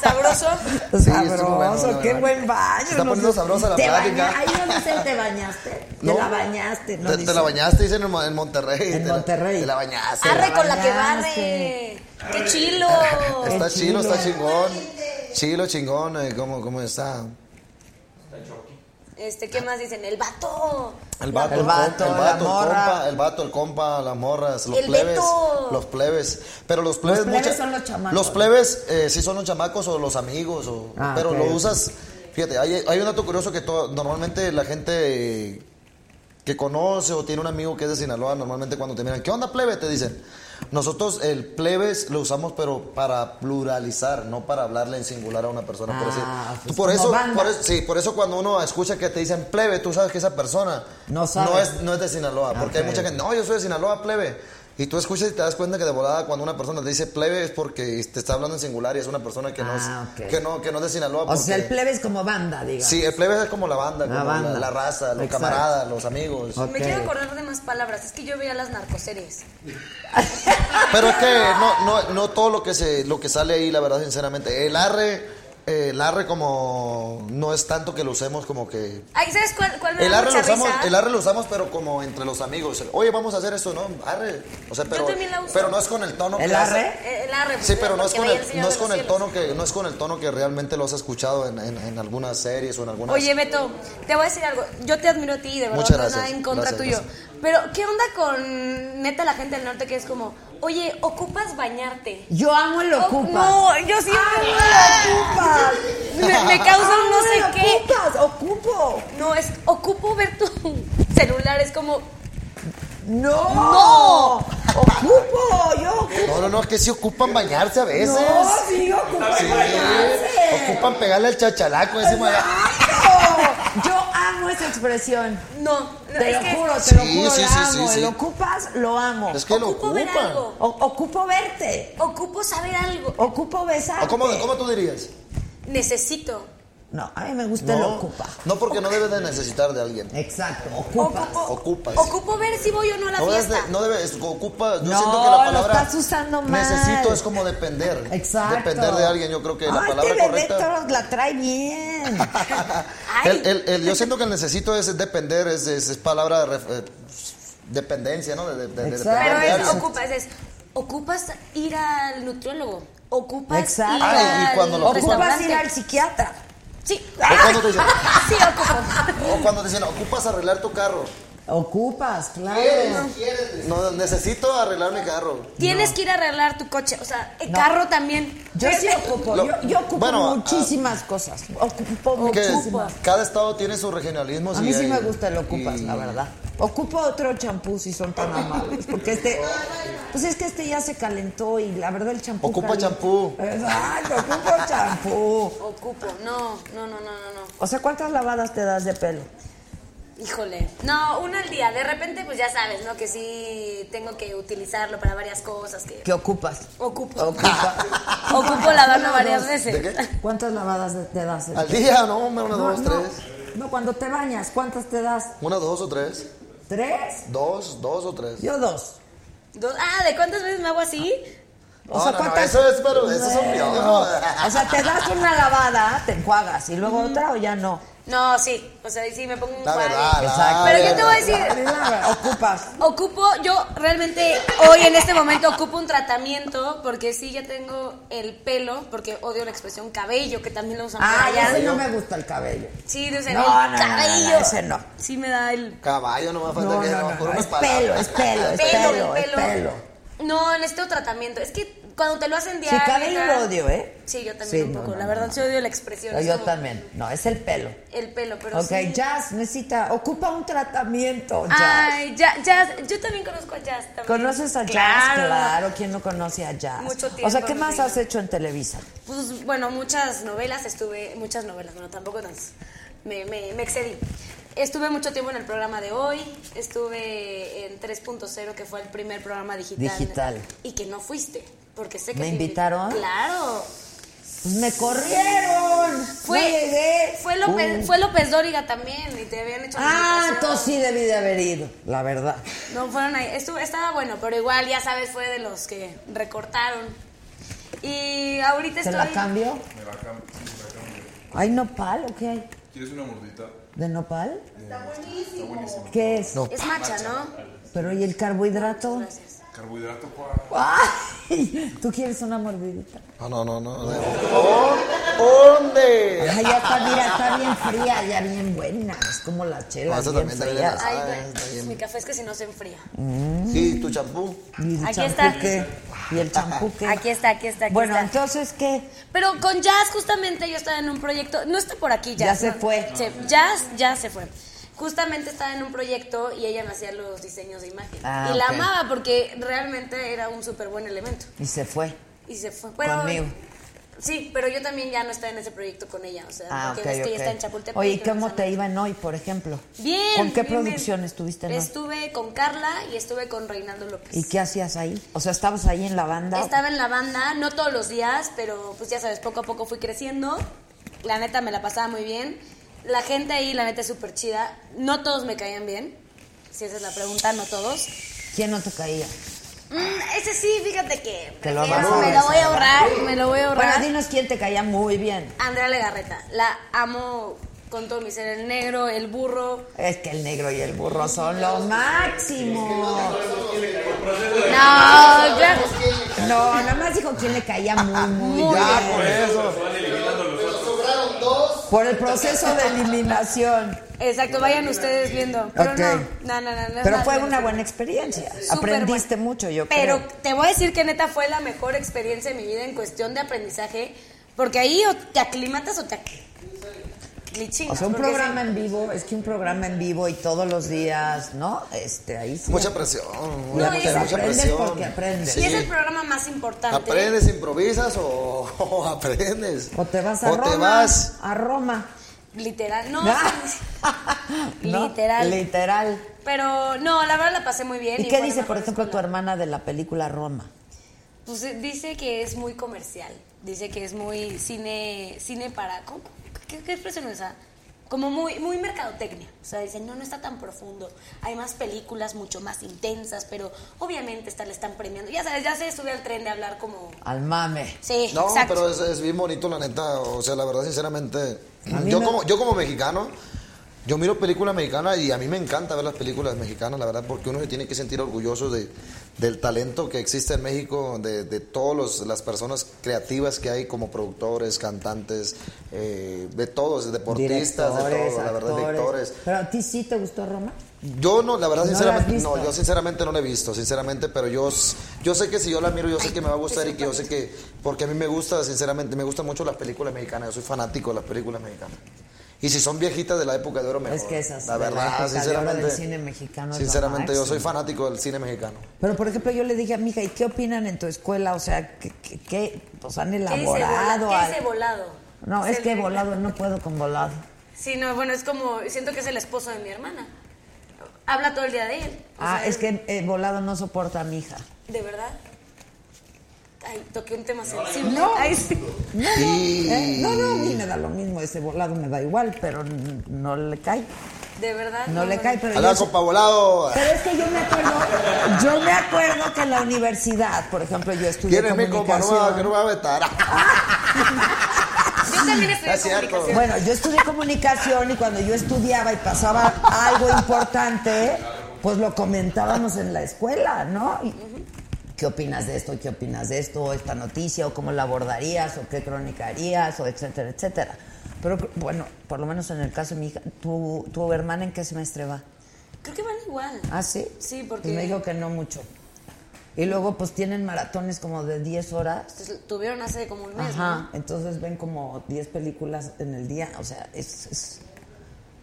[SPEAKER 5] Sabroso.
[SPEAKER 3] Sí, estuvo
[SPEAKER 1] sabroso,
[SPEAKER 3] bueno, la
[SPEAKER 1] qué
[SPEAKER 3] verdad.
[SPEAKER 1] buen baño.
[SPEAKER 3] Se está poniendo sabrosa la
[SPEAKER 1] ¿Te
[SPEAKER 3] plática.
[SPEAKER 1] baña- Ahí no dice te bañaste.
[SPEAKER 3] No.
[SPEAKER 1] Te la bañaste. No
[SPEAKER 3] te, te
[SPEAKER 1] dice.
[SPEAKER 3] la bañaste, dicen en Mo- en Monterrey.
[SPEAKER 1] En
[SPEAKER 3] Te la-
[SPEAKER 1] Monterrey.
[SPEAKER 3] Te la bañaste.
[SPEAKER 5] Arre con la que barre.
[SPEAKER 1] bañaste.
[SPEAKER 5] Qué chilo.
[SPEAKER 3] Está
[SPEAKER 1] Qué chilo.
[SPEAKER 3] chilo, está chingón. Chilo, chingón, eh, ¿cómo, cómo está?
[SPEAKER 5] Este, ¿qué más dicen? El vato.
[SPEAKER 3] El vato,
[SPEAKER 1] El
[SPEAKER 3] el, com-
[SPEAKER 1] vato,
[SPEAKER 3] el
[SPEAKER 1] la
[SPEAKER 3] vato, el
[SPEAKER 1] morra.
[SPEAKER 3] compa, el vato, el compa, las morras, los
[SPEAKER 5] El
[SPEAKER 3] plebes,
[SPEAKER 5] Beto.
[SPEAKER 3] los plebes, pero los plebes,
[SPEAKER 1] plebes
[SPEAKER 3] mucha-
[SPEAKER 1] son los chamacos.
[SPEAKER 3] Los plebes eh, sí son los chamacos o los amigos, o-
[SPEAKER 1] Ah,
[SPEAKER 3] pero
[SPEAKER 1] ok.
[SPEAKER 3] lo usas, fíjate, hay, hay un dato curioso que to- normalmente la gente que conoce o tiene un amigo que es de Sinaloa, normalmente cuando te miran, ¿qué onda plebe? Te dicen. Nosotros el plebes lo usamos pero para pluralizar, no para hablarle en singular a una persona. por
[SPEAKER 1] Ah,
[SPEAKER 3] decir.
[SPEAKER 1] pues
[SPEAKER 3] Tú por,
[SPEAKER 1] como
[SPEAKER 3] eso,
[SPEAKER 1] banda.
[SPEAKER 3] por eso- sí, por eso cuando uno escucha que te dicen plebe, tú sabes que esa persona
[SPEAKER 1] No sabe. Ah,
[SPEAKER 3] es, no es de Sinaloa. Porque hay
[SPEAKER 1] Ok.
[SPEAKER 3] mucha gente, no, yo soy de Sinaloa, plebe. Y tú escuchas y te das cuenta que de volada cuando una persona te dice plebe es porque te está hablando en singular y es una persona que, no, es,
[SPEAKER 1] Ah, ok.
[SPEAKER 3] que, no, que no es de Sinaloa.
[SPEAKER 1] O sea, el
[SPEAKER 3] porque-
[SPEAKER 1] plebe es como banda, digamos.
[SPEAKER 3] Sí, el plebe es como la banda,
[SPEAKER 1] La
[SPEAKER 3] como la,
[SPEAKER 1] banda.
[SPEAKER 3] la raza, los
[SPEAKER 1] Exacto.
[SPEAKER 3] camaradas, los amigos.
[SPEAKER 1] Ok.
[SPEAKER 5] Me quiero acordar de más palabras. Es que yo veía las narcoseries.
[SPEAKER 3] Pero es que no, no, no todo lo que se lo que sale ahí, la verdad, sinceramente. El arre, eh, el arre como no es tanto que lo usemos como que
[SPEAKER 5] Ay, ¿sabes cuál, cuál me
[SPEAKER 3] El
[SPEAKER 5] da
[SPEAKER 3] arre,
[SPEAKER 5] mucha
[SPEAKER 3] lo usamos,
[SPEAKER 5] risa?
[SPEAKER 3] el arre lo usamos, pero como entre los amigos. Oye, vamos a hacer esto, ¿no? Arre. O sea, pero,
[SPEAKER 5] también la uso.
[SPEAKER 3] pero no es con el tono
[SPEAKER 1] ¿El
[SPEAKER 3] que hace-
[SPEAKER 1] arre?
[SPEAKER 5] Eh, El arre.
[SPEAKER 3] Sí,
[SPEAKER 5] pues,
[SPEAKER 3] pero no es
[SPEAKER 5] porque
[SPEAKER 3] con
[SPEAKER 5] veía
[SPEAKER 3] el,
[SPEAKER 5] Señor
[SPEAKER 3] no
[SPEAKER 5] de
[SPEAKER 3] es
[SPEAKER 5] los
[SPEAKER 3] con el
[SPEAKER 5] Cielos.
[SPEAKER 3] tono que no es con el tono que realmente los has escuchado en, en- en algunas series o en algunas.
[SPEAKER 5] Oye, Beto, te voy a decir algo. Yo te admiro a ti, de verdad,
[SPEAKER 3] Muchas
[SPEAKER 5] no es nada
[SPEAKER 3] gracias.
[SPEAKER 5] en contra
[SPEAKER 3] Gracias,
[SPEAKER 5] tuyo. Pero, ¿qué onda con neta la gente del norte que es como, oye, ocupas bañarte?
[SPEAKER 1] Yo amo el
[SPEAKER 5] Oh,
[SPEAKER 1] ocupas. Ah,
[SPEAKER 5] No, yo siempre me, me causa un no sé
[SPEAKER 1] Amo el
[SPEAKER 5] qué.
[SPEAKER 1] Ah, Ocupas, ocupo.
[SPEAKER 5] No, es ocupo ver tu celular, es como,
[SPEAKER 1] No.
[SPEAKER 5] No.
[SPEAKER 1] Ocupo, yo ocupo.
[SPEAKER 3] no, no, no, es que sí ocupan bañarse a veces.
[SPEAKER 1] No, sí, yo ocupo.
[SPEAKER 3] Sí. Ocupan pegarle al chachalaco
[SPEAKER 5] Pues
[SPEAKER 3] encima de-
[SPEAKER 1] Exacto. Yo amo esa expresión.
[SPEAKER 5] no, no,
[SPEAKER 1] Te
[SPEAKER 5] es
[SPEAKER 1] lo
[SPEAKER 5] que
[SPEAKER 1] juro, te lo
[SPEAKER 3] Sí,
[SPEAKER 1] juro,
[SPEAKER 3] sí,
[SPEAKER 1] la
[SPEAKER 3] sí,
[SPEAKER 1] amo.
[SPEAKER 3] sí, sí.
[SPEAKER 1] El ocupas, lo amo.
[SPEAKER 3] Es que lo
[SPEAKER 5] Ocupo ver
[SPEAKER 3] ocupan.
[SPEAKER 5] algo.
[SPEAKER 1] O- ocupo verte.
[SPEAKER 5] ocupo saber algo,
[SPEAKER 1] Ocupo besar.
[SPEAKER 3] ¿O ¿Cómo, cómo tú dirías?
[SPEAKER 5] necesito.
[SPEAKER 1] No, a mí me gusta el
[SPEAKER 3] No,
[SPEAKER 1] ocupa.
[SPEAKER 3] no porque no debes de necesitar de alguien.
[SPEAKER 1] Exacto, ocupa.
[SPEAKER 5] Ocupo,
[SPEAKER 3] Ocupas.
[SPEAKER 5] Ocupo ver si voy o no a la
[SPEAKER 3] No debes,
[SPEAKER 5] fiesta.
[SPEAKER 3] de- no debes- ocupa, yo
[SPEAKER 1] No,
[SPEAKER 3] siento que la
[SPEAKER 1] lo
[SPEAKER 3] palabra
[SPEAKER 1] estás usando mal.
[SPEAKER 3] necesito es como depender.
[SPEAKER 1] Exacto.
[SPEAKER 3] Depender de alguien, yo creo que la
[SPEAKER 1] Ay,
[SPEAKER 3] palabra
[SPEAKER 1] este bebé
[SPEAKER 3] correcta.
[SPEAKER 1] Toros la trae bien.
[SPEAKER 5] Ay.
[SPEAKER 3] El- el- el- yo siento que el necesito es depender, es, es- es palabra de ref- eh, dependencia, ¿no? De, de- de- de
[SPEAKER 1] Exacto.
[SPEAKER 3] depender
[SPEAKER 5] Pero
[SPEAKER 3] de
[SPEAKER 5] es
[SPEAKER 3] alguien.
[SPEAKER 5] ocupas, es ocupas ir al nutriólogo, ocupas
[SPEAKER 1] Exacto.
[SPEAKER 5] ir
[SPEAKER 3] Ay, Ah, y
[SPEAKER 5] al
[SPEAKER 3] cuando lo
[SPEAKER 1] Ocupas
[SPEAKER 5] restaurante.
[SPEAKER 1] ir al psiquiatra.
[SPEAKER 5] Sí.
[SPEAKER 3] O cuando te dicen-
[SPEAKER 5] Sí, ocupo.
[SPEAKER 3] o cuando te dicen, ocupas arreglar tu carro.
[SPEAKER 1] Ocupas, claro.
[SPEAKER 3] No, necesito arreglar mi carro.
[SPEAKER 5] Tienes que ir a arreglar tu coche, o sea, el
[SPEAKER 1] No.
[SPEAKER 5] carro también.
[SPEAKER 1] Yo sí
[SPEAKER 5] Pero-
[SPEAKER 1] ocupo,
[SPEAKER 3] Lo-
[SPEAKER 1] yo, yo ocupo
[SPEAKER 3] bueno, ah,
[SPEAKER 1] muchísimas cosas. Ocupo
[SPEAKER 3] Que
[SPEAKER 1] muchísimas.
[SPEAKER 3] cada estado tiene sus regionalismos.
[SPEAKER 1] A
[SPEAKER 3] y
[SPEAKER 1] mí sí
[SPEAKER 3] hay-
[SPEAKER 1] me gusta el ocupas,
[SPEAKER 3] y-
[SPEAKER 1] la verdad. Ocupo otro champú si son tan amables. Porque este. Pues es que este ya se calentó y la verdad el champú.
[SPEAKER 3] Ocupa
[SPEAKER 1] calienta.
[SPEAKER 3] champú.
[SPEAKER 1] Exacto, ocupo champú.
[SPEAKER 5] Ocupo, no, no, no, no, no, no.
[SPEAKER 1] O sea, ¿cuántas lavadas te das de pelo?
[SPEAKER 5] Híjole. No, una al día. De repente, pues ya sabes, ¿no? Que sí tengo que utilizarlo para varias cosas. Que...
[SPEAKER 1] ¿Qué ocupas?
[SPEAKER 5] Ocupo.
[SPEAKER 1] Ocupa.
[SPEAKER 5] Ocupo lavarlo
[SPEAKER 1] Una,
[SPEAKER 5] varias
[SPEAKER 1] dos.
[SPEAKER 5] veces.
[SPEAKER 3] ¿De qué?
[SPEAKER 1] ¿Cuántas lavadas de- te das?
[SPEAKER 3] Al día, ¿no? Una, dos,
[SPEAKER 1] no,
[SPEAKER 3] tres.
[SPEAKER 1] no, cuando te bañas, ¿cuántas te das?
[SPEAKER 3] Una, dos o tres.
[SPEAKER 1] ¿Tres?
[SPEAKER 3] Dos, dos o tres.
[SPEAKER 1] Yo dos.
[SPEAKER 5] Dos- Ah, ¿de cuántas veces me hago así?
[SPEAKER 1] O sea,
[SPEAKER 3] No, no, no,
[SPEAKER 1] ¿cuántas?
[SPEAKER 3] eso es, pero eso es un
[SPEAKER 1] No,
[SPEAKER 3] piojo.
[SPEAKER 1] O sea, te das una lavada, te enjuagas y luego otra o ya no.
[SPEAKER 5] No, sí. O sea, sí, me pongo un
[SPEAKER 3] La
[SPEAKER 5] guay.
[SPEAKER 3] verdad, la
[SPEAKER 5] Pero yo te
[SPEAKER 3] verdad.
[SPEAKER 5] voy a decir,
[SPEAKER 1] Ocupas.
[SPEAKER 5] ocupo, yo realmente hoy en este momento ocupo un tratamiento porque sí ya tengo el pelo, porque odio la expresión cabello, que también lo usan.
[SPEAKER 1] Ah,
[SPEAKER 5] por
[SPEAKER 1] ya
[SPEAKER 5] allá.
[SPEAKER 1] ese no me gusta el cabello.
[SPEAKER 5] Sí, o sea,
[SPEAKER 1] No,
[SPEAKER 5] el
[SPEAKER 1] no, no, no, no,
[SPEAKER 5] cabello.
[SPEAKER 1] ese no.
[SPEAKER 5] Sí me da el
[SPEAKER 3] Caballo, no me va a faltar
[SPEAKER 1] No,
[SPEAKER 3] Pues que
[SPEAKER 1] no, no,
[SPEAKER 3] por
[SPEAKER 1] no,
[SPEAKER 3] unas
[SPEAKER 1] es pelo, es pelo, es
[SPEAKER 5] pelo,
[SPEAKER 1] pelo,
[SPEAKER 5] el
[SPEAKER 1] es
[SPEAKER 5] pelo.
[SPEAKER 1] pelo.
[SPEAKER 5] No, necesito tratamiento. Es que cuando te lo hacen
[SPEAKER 1] Sí,
[SPEAKER 5] diario.
[SPEAKER 1] cabello lo odio, ¿eh?
[SPEAKER 5] Sí, yo también
[SPEAKER 1] Sí,
[SPEAKER 5] un
[SPEAKER 1] no,
[SPEAKER 5] poco.
[SPEAKER 1] no,
[SPEAKER 5] la
[SPEAKER 1] no,
[SPEAKER 5] verdad,
[SPEAKER 1] no.
[SPEAKER 5] sí odio la expresión. es
[SPEAKER 1] yo
[SPEAKER 5] como
[SPEAKER 1] también. No, es el pelo.
[SPEAKER 5] El pelo, pero
[SPEAKER 1] ok,
[SPEAKER 5] sí.
[SPEAKER 1] Jazz necesita, ocupa un tratamiento, Jazz.
[SPEAKER 5] Ay, ya, ya, yo también conozco a Jazz también.
[SPEAKER 1] ¿Conoces a Jazz?
[SPEAKER 5] Claro.
[SPEAKER 1] Claro, ¿quién no conoce a Jazz?
[SPEAKER 5] Mucho
[SPEAKER 1] O sea,
[SPEAKER 5] tiempo,
[SPEAKER 1] ¿qué más
[SPEAKER 5] sí.
[SPEAKER 1] has hecho en Televisa?
[SPEAKER 5] Pues bueno, muchas novelas estuve, muchas novelas, bueno, tampoco tantas. Me, me, me excedí. Estuve mucho tiempo en el programa de hoy, estuve en 3.0, que fue el primer programa digital.
[SPEAKER 1] Digital.
[SPEAKER 5] Y que no fuiste, porque sé que...
[SPEAKER 1] ¿Me
[SPEAKER 5] sí-
[SPEAKER 1] invitaron?
[SPEAKER 5] Claro.
[SPEAKER 1] Pues me corrieron.
[SPEAKER 5] Fue,
[SPEAKER 1] no llegué.
[SPEAKER 5] Fue López,
[SPEAKER 1] Uh.
[SPEAKER 5] fue López Dóriga también, y te habían hecho... la
[SPEAKER 1] Ah,
[SPEAKER 5] invitación.
[SPEAKER 1] entonces sí debí de haber ido, la verdad.
[SPEAKER 5] No fueron ahí. Estuvo, estaba bueno, pero igual, ya sabes, fue de los que recortaron. Y ahorita
[SPEAKER 1] ¿Te
[SPEAKER 5] estoy...
[SPEAKER 1] la cambio?
[SPEAKER 4] Me la cambio, sí, me la cambio.
[SPEAKER 1] ¿Hay nopal o qué hay?
[SPEAKER 4] ¿Quieres una mordita?
[SPEAKER 1] ¿De nopal?
[SPEAKER 4] Está buenísimo.
[SPEAKER 1] ¿Qué es?
[SPEAKER 3] No.
[SPEAKER 5] Es macha, ¿no?
[SPEAKER 1] Pero ¿y el carbohidrato?
[SPEAKER 5] Gracias.
[SPEAKER 4] Carbohidrato para...
[SPEAKER 1] ¡Ay! ¿Tú quieres una mordidita?
[SPEAKER 3] No, no, no, no. no.
[SPEAKER 1] Ay, ya está, mira, está bien fría, ya bien buena. Es como la chela,
[SPEAKER 3] No, esa
[SPEAKER 1] bien
[SPEAKER 3] también está
[SPEAKER 1] fría.
[SPEAKER 3] bien.
[SPEAKER 5] Ay,
[SPEAKER 3] Ah,
[SPEAKER 5] bueno,
[SPEAKER 3] está bien.
[SPEAKER 5] mi café es que si no se enfría.
[SPEAKER 3] Sí, tu champú.
[SPEAKER 1] ¿Y el
[SPEAKER 5] Aquí
[SPEAKER 1] champú
[SPEAKER 5] está.
[SPEAKER 1] qué? ¿Y el champú qué?
[SPEAKER 5] Aquí está, aquí está, aquí
[SPEAKER 1] Bueno,
[SPEAKER 5] está.
[SPEAKER 1] entonces, ¿qué?
[SPEAKER 5] Pero con Jazz, justamente, yo estaba en un proyecto. No está por aquí, Jazz.
[SPEAKER 1] Ya se
[SPEAKER 5] ¿no?
[SPEAKER 1] fue.
[SPEAKER 5] Sí, Jazz, ya se fue. Justamente estaba en un proyecto y ella me hacía los diseños de imagen.
[SPEAKER 1] Ah,
[SPEAKER 5] y la
[SPEAKER 1] ok.
[SPEAKER 5] amaba porque realmente era un súper buen elemento.
[SPEAKER 1] Y se fue.
[SPEAKER 5] Y se fue. Pero-
[SPEAKER 1] Conmigo.
[SPEAKER 5] Sí, pero yo también ya no estaba en ese proyecto con ella. O sea,
[SPEAKER 1] Ah,
[SPEAKER 5] porque
[SPEAKER 1] ok,
[SPEAKER 5] ves que
[SPEAKER 1] ok.
[SPEAKER 5] ella está en Chapultepec.
[SPEAKER 1] Oye,
[SPEAKER 5] que
[SPEAKER 1] ¿cómo
[SPEAKER 5] no
[SPEAKER 1] te iban hoy, por ejemplo?
[SPEAKER 5] Bien.
[SPEAKER 1] ¿Con qué
[SPEAKER 5] bien, bien.
[SPEAKER 1] producción estuviste en hoy?
[SPEAKER 5] Estuve con Carla y estuve con Reinaldo López.
[SPEAKER 1] ¿Y qué hacías ahí? O sea, ¿estabas ahí en la banda?
[SPEAKER 5] Estaba en la banda, no todos los días, pero pues ya sabes, poco a poco fui creciendo. La neta me la pasaba muy bien. La gente ahí, la neta, es súper chida. No todos me caían bien. Si esa es la pregunta, no todos.
[SPEAKER 1] ¿Quién no te caía?
[SPEAKER 5] Mm, ese sí, fíjate que
[SPEAKER 1] Te lo
[SPEAKER 5] prefiero,
[SPEAKER 1] valoras,
[SPEAKER 5] me lo voy a ahorrar, me lo voy a ahorrar.
[SPEAKER 1] Bueno, dinos quién te caía muy bien.
[SPEAKER 5] Andrea Legarreta, la amo con todo mi ser, el negro, el burro.
[SPEAKER 1] Es que el negro y el burro son lo máximo.
[SPEAKER 5] No, claro.
[SPEAKER 1] No, nada más dijo quién le caía muy, muy bien. Por el proceso de eliminación.
[SPEAKER 5] Exacto, vayan ustedes viendo. Pero
[SPEAKER 1] Ok.
[SPEAKER 5] no, no, no, no, no es
[SPEAKER 1] Pero
[SPEAKER 5] nada
[SPEAKER 1] fue
[SPEAKER 5] bien.
[SPEAKER 1] una buena experiencia.
[SPEAKER 5] Súper
[SPEAKER 1] Aprendiste
[SPEAKER 5] buena.
[SPEAKER 1] mucho, yo
[SPEAKER 5] Pero
[SPEAKER 1] creo.
[SPEAKER 5] te voy a decir que neta fue la mejor experiencia de mi vida en cuestión de aprendizaje, porque ahí o te aclimatas o te clichinas.
[SPEAKER 1] O sea, un programa en vivo, es que un programa en vivo y todos los días, ¿no? Este, ahí sí.
[SPEAKER 3] Mucha presión.
[SPEAKER 5] No,
[SPEAKER 3] mucha-
[SPEAKER 5] y se
[SPEAKER 3] mucha
[SPEAKER 1] aprende
[SPEAKER 3] presión.
[SPEAKER 1] porque aprendes.
[SPEAKER 5] Y es el programa más importante.
[SPEAKER 3] ¿Aprendes, improvisas o, o aprendes?
[SPEAKER 1] O te vas a
[SPEAKER 3] O
[SPEAKER 1] Roma.
[SPEAKER 3] te vas.
[SPEAKER 1] A Roma.
[SPEAKER 5] Literal, no.
[SPEAKER 1] ¿No?
[SPEAKER 5] Literal.
[SPEAKER 1] Literal.
[SPEAKER 5] Pero no, la verdad la pasé muy bien.
[SPEAKER 1] ¿Y qué
[SPEAKER 5] fue la
[SPEAKER 1] dice,
[SPEAKER 5] mejor
[SPEAKER 1] por ejemplo, tu
[SPEAKER 5] escuela.
[SPEAKER 1] hermana de la película Roma?
[SPEAKER 5] Pues eh, dice que es muy comercial. Dice que es muy cine, cine para. ¿cómo? ¿Qué, qué expresión es esa? Como muy, muy mercadotecnia. O sea, dice, no, no está tan profundo. Hay más películas mucho más intensas, pero obviamente esta le están premiando. Ya sabes, ya se sube al tren de hablar como.
[SPEAKER 1] Al mame.
[SPEAKER 5] Sí,
[SPEAKER 3] No,
[SPEAKER 5] exacto.
[SPEAKER 3] pero es, es bien bonito, la neta. O sea, la verdad, sinceramente,
[SPEAKER 1] A mí
[SPEAKER 3] yo,
[SPEAKER 1] me-
[SPEAKER 3] como, yo como mexicano, yo miro películas mexicanas y a mí me encanta ver las películas mexicanas, la verdad, porque uno se tiene que sentir orgulloso de, del talento que existe en México, de, de todas las personas creativas que hay como productores, cantantes, eh, de todos, deportistas, de todo, la verdad, directores.
[SPEAKER 1] Pero a ti sí te gustó Roma.
[SPEAKER 3] Yo no, la
[SPEAKER 1] ¿No
[SPEAKER 3] verdad,
[SPEAKER 1] la has
[SPEAKER 3] sinceramente,
[SPEAKER 1] visto?
[SPEAKER 3] no, yo sinceramente no la he visto, sinceramente, pero yo, s- yo sé que si yo la miro, yo sé que me va a gustar y que yo sé que, porque a mí me gusta, sinceramente, me gustan mucho las películas mexicanas, yo soy fanático de las películas mexicanas. Y si son viejitas de la época de oro, mejor.
[SPEAKER 1] Es que esas, de
[SPEAKER 3] la
[SPEAKER 1] la
[SPEAKER 3] verdad,
[SPEAKER 1] época de oro
[SPEAKER 3] sinceramente,
[SPEAKER 1] del cine mexicano es lo
[SPEAKER 3] Sinceramente, yo soy
[SPEAKER 1] máximo.
[SPEAKER 3] fanático del cine mexicano.
[SPEAKER 1] Pero, por ejemplo, yo le dije a mi hija, ¿y qué opinan en tu escuela? O sea, ¿qué, qué, qué? pues han
[SPEAKER 5] ¿Qué dice volado?
[SPEAKER 1] elaborado?
[SPEAKER 5] ¿Qué
[SPEAKER 1] al-
[SPEAKER 5] dice volado?
[SPEAKER 1] no, es
[SPEAKER 5] el-
[SPEAKER 1] que volado, no puedo con volado.
[SPEAKER 5] Sí, no, bueno, es como. Siento que es el esposo de mi hermana. Habla todo el día de él. O
[SPEAKER 1] Ah,
[SPEAKER 5] sea,
[SPEAKER 1] es que eh, volado no soporta a mi hija.
[SPEAKER 5] ¿De verdad? Ay, toqué un tema sensible. Ay, sí.
[SPEAKER 1] No, no,
[SPEAKER 3] Sí.
[SPEAKER 1] eh, no, no, a mí me da lo mismo, ese volado me da igual, pero n- no le cae.
[SPEAKER 5] De verdad.
[SPEAKER 1] No le cae, pero
[SPEAKER 3] A la
[SPEAKER 1] yo-
[SPEAKER 3] copa volado.
[SPEAKER 1] Pero es que yo me acuerdo, yo me acuerdo que en la universidad, por ejemplo, yo estudié
[SPEAKER 3] ¿Quién es mi compa? No me va-
[SPEAKER 1] comunicación.
[SPEAKER 3] que no me va a vetar.
[SPEAKER 5] Yo también estudié
[SPEAKER 3] Es Ah, cierto.
[SPEAKER 5] comunicación.
[SPEAKER 1] Bueno, yo estudié comunicación y cuando yo estudiaba y pasaba algo importante, pues lo comentábamos en la escuela, ¿no? Y, ¿Qué opinas de esto? ¿Qué opinas de esto? ¿Esta noticia? ¿O cómo la abordarías? ¿O qué crónica harías? O etcétera, etcétera. Pero bueno, por lo menos en el caso de mi hija, ¿tu, tu hermana en qué semestre va?
[SPEAKER 5] Creo que van igual.
[SPEAKER 1] ¿Ah, sí?
[SPEAKER 5] Sí, porque-
[SPEAKER 1] Pues me dijo que no mucho. Y luego, pues tienen maratones como de 10 horas.
[SPEAKER 5] Entonces, tuvieron hace como un mes.
[SPEAKER 1] Ajá. Entonces ven como 10 películas en el día. O sea, es. es-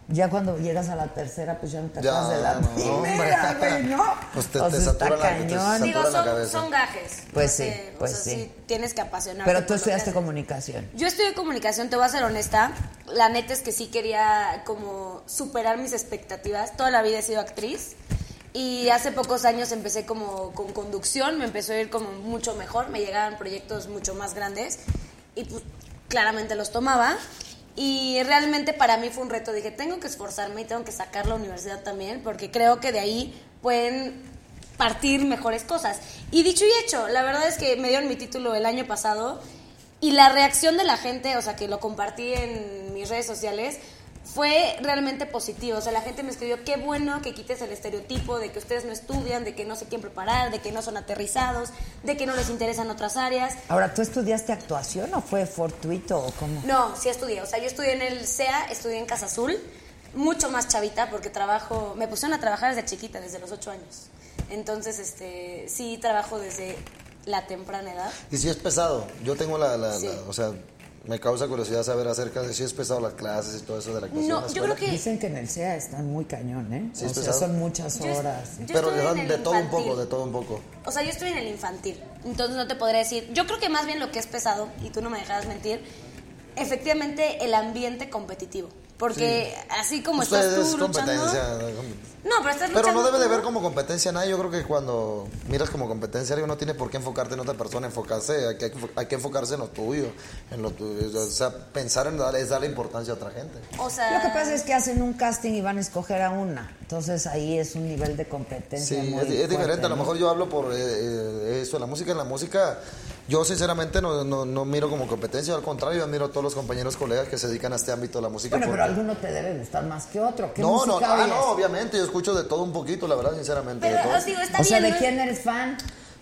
[SPEAKER 1] Ya cuando llegas a la tercera, pues ya no te
[SPEAKER 3] Ya,
[SPEAKER 1] acuerdas de la
[SPEAKER 3] no,
[SPEAKER 1] primera,
[SPEAKER 3] hombre.
[SPEAKER 1] güey, ¿no?
[SPEAKER 3] Pues te-
[SPEAKER 1] O
[SPEAKER 3] te
[SPEAKER 1] sea, está
[SPEAKER 3] satura la- te
[SPEAKER 1] cañón.
[SPEAKER 5] ¿no? Digo,
[SPEAKER 3] Satura la
[SPEAKER 5] son,
[SPEAKER 3] cabeza.
[SPEAKER 5] son gajes.
[SPEAKER 1] Pues sí,
[SPEAKER 5] Porque,
[SPEAKER 1] pues
[SPEAKER 5] o sea,
[SPEAKER 1] sí.
[SPEAKER 5] Tienes que apasionarte.
[SPEAKER 1] Pero tú
[SPEAKER 5] por lo que
[SPEAKER 1] estudiaste
[SPEAKER 5] haces.
[SPEAKER 1] comunicación.
[SPEAKER 5] Yo estudié comunicación, te voy a ser honesta. La neta es que sí quería como superar mis expectativas. Toda la vida he sido actriz y hace pocos años empecé como con conducción, me empezó a ir como mucho mejor, me llegaban proyectos mucho más grandes y pues claramente los tomaba. Y realmente para mí fue un reto, dije, tengo que esforzarme y tengo que sacar la universidad también porque creo que de ahí pueden partir mejores cosas. Y dicho y hecho, la verdad es que me dieron mi título el año pasado y la reacción de la gente, o sea, que lo compartí en mis redes sociales, fue realmente positiva. O sea, la gente me escribió, qué bueno que quites el estereotipo de que ustedes no estudian, de que no se quieren preparar, de que no son aterrizados, de que no les interesan otras áreas.
[SPEAKER 1] Ahora, ¿tú estudiaste actuación o fue fortuito o cómo?
[SPEAKER 5] No, sí estudié. O sea, yo estudié en el CEA, estudié en Casa Azul, mucho más chavita porque trabajo, me pusieron a trabajar desde chiquita, desde los ocho años. Entonces, este, sí trabajo desde la temprana edad.
[SPEAKER 3] Y si es pesado, yo tengo la, la- la-
[SPEAKER 5] Sí.
[SPEAKER 3] o sea, me causa curiosidad saber acerca de si es pesado las clases y todo eso de la actuación.
[SPEAKER 5] No,
[SPEAKER 3] la
[SPEAKER 5] yo creo
[SPEAKER 3] escuela.
[SPEAKER 5] que
[SPEAKER 1] Dicen que en el SEA están muy cañón, ¿eh?
[SPEAKER 3] Sí,
[SPEAKER 1] o
[SPEAKER 3] es
[SPEAKER 1] sea,
[SPEAKER 3] pesado.
[SPEAKER 1] son muchas
[SPEAKER 5] Yo-
[SPEAKER 1] horas.
[SPEAKER 5] yo
[SPEAKER 3] Pero
[SPEAKER 5] estudié en
[SPEAKER 3] de,
[SPEAKER 5] el
[SPEAKER 3] de todo un
[SPEAKER 5] infantil.
[SPEAKER 3] poco, de todo un poco.
[SPEAKER 5] O sea, yo estoy en el infantil, entonces no te podría decir. Yo creo que más bien lo que es pesado, y tú no me dejarás mentir, efectivamente el ambiente competitivo. Porque así como
[SPEAKER 3] Ustedes
[SPEAKER 5] estás tú
[SPEAKER 3] es
[SPEAKER 5] luchando.
[SPEAKER 3] competencia.
[SPEAKER 5] No, pero estás
[SPEAKER 3] Pero no
[SPEAKER 5] luchando
[SPEAKER 3] debe de
[SPEAKER 5] tú.
[SPEAKER 3] ver como competencia nada. Yo creo que cuando miras como competencia, algo no tiene por qué enfocarte en otra persona. Enfocarse, hay que, hay que enfocarse en lo tuyo. En lo tuyo. O sea, pensar en darle, es darle importancia a otra gente.
[SPEAKER 5] O sea,
[SPEAKER 1] Lo que pasa es que hacen un casting y van a escoger a una. Entonces ahí es un nivel de
[SPEAKER 3] Sí,
[SPEAKER 1] competencia
[SPEAKER 3] es,
[SPEAKER 1] muy
[SPEAKER 3] es
[SPEAKER 1] fuerte,
[SPEAKER 3] diferente. A lo
[SPEAKER 1] ¿no?
[SPEAKER 3] mejor yo hablo por eh, eh, eso, la música. En la música, yo sinceramente no, no- no miro como competencia. Al contrario, yo admiro a todos los compañeros, colegas que se dedican a este ámbito de la música.
[SPEAKER 1] Bueno,
[SPEAKER 3] porque-
[SPEAKER 1] pero alguno te debe gustar más que otro. ¿Qué
[SPEAKER 3] no, no,
[SPEAKER 1] música
[SPEAKER 3] ah,
[SPEAKER 1] oyes?
[SPEAKER 3] no, obviamente. Yo escucho de todo un poquito, la verdad, sinceramente. de
[SPEAKER 5] pero
[SPEAKER 3] todo.
[SPEAKER 5] os digo, está
[SPEAKER 1] O sea,
[SPEAKER 5] bien.
[SPEAKER 1] ¿de
[SPEAKER 5] ¿no?
[SPEAKER 1] quién eres fan?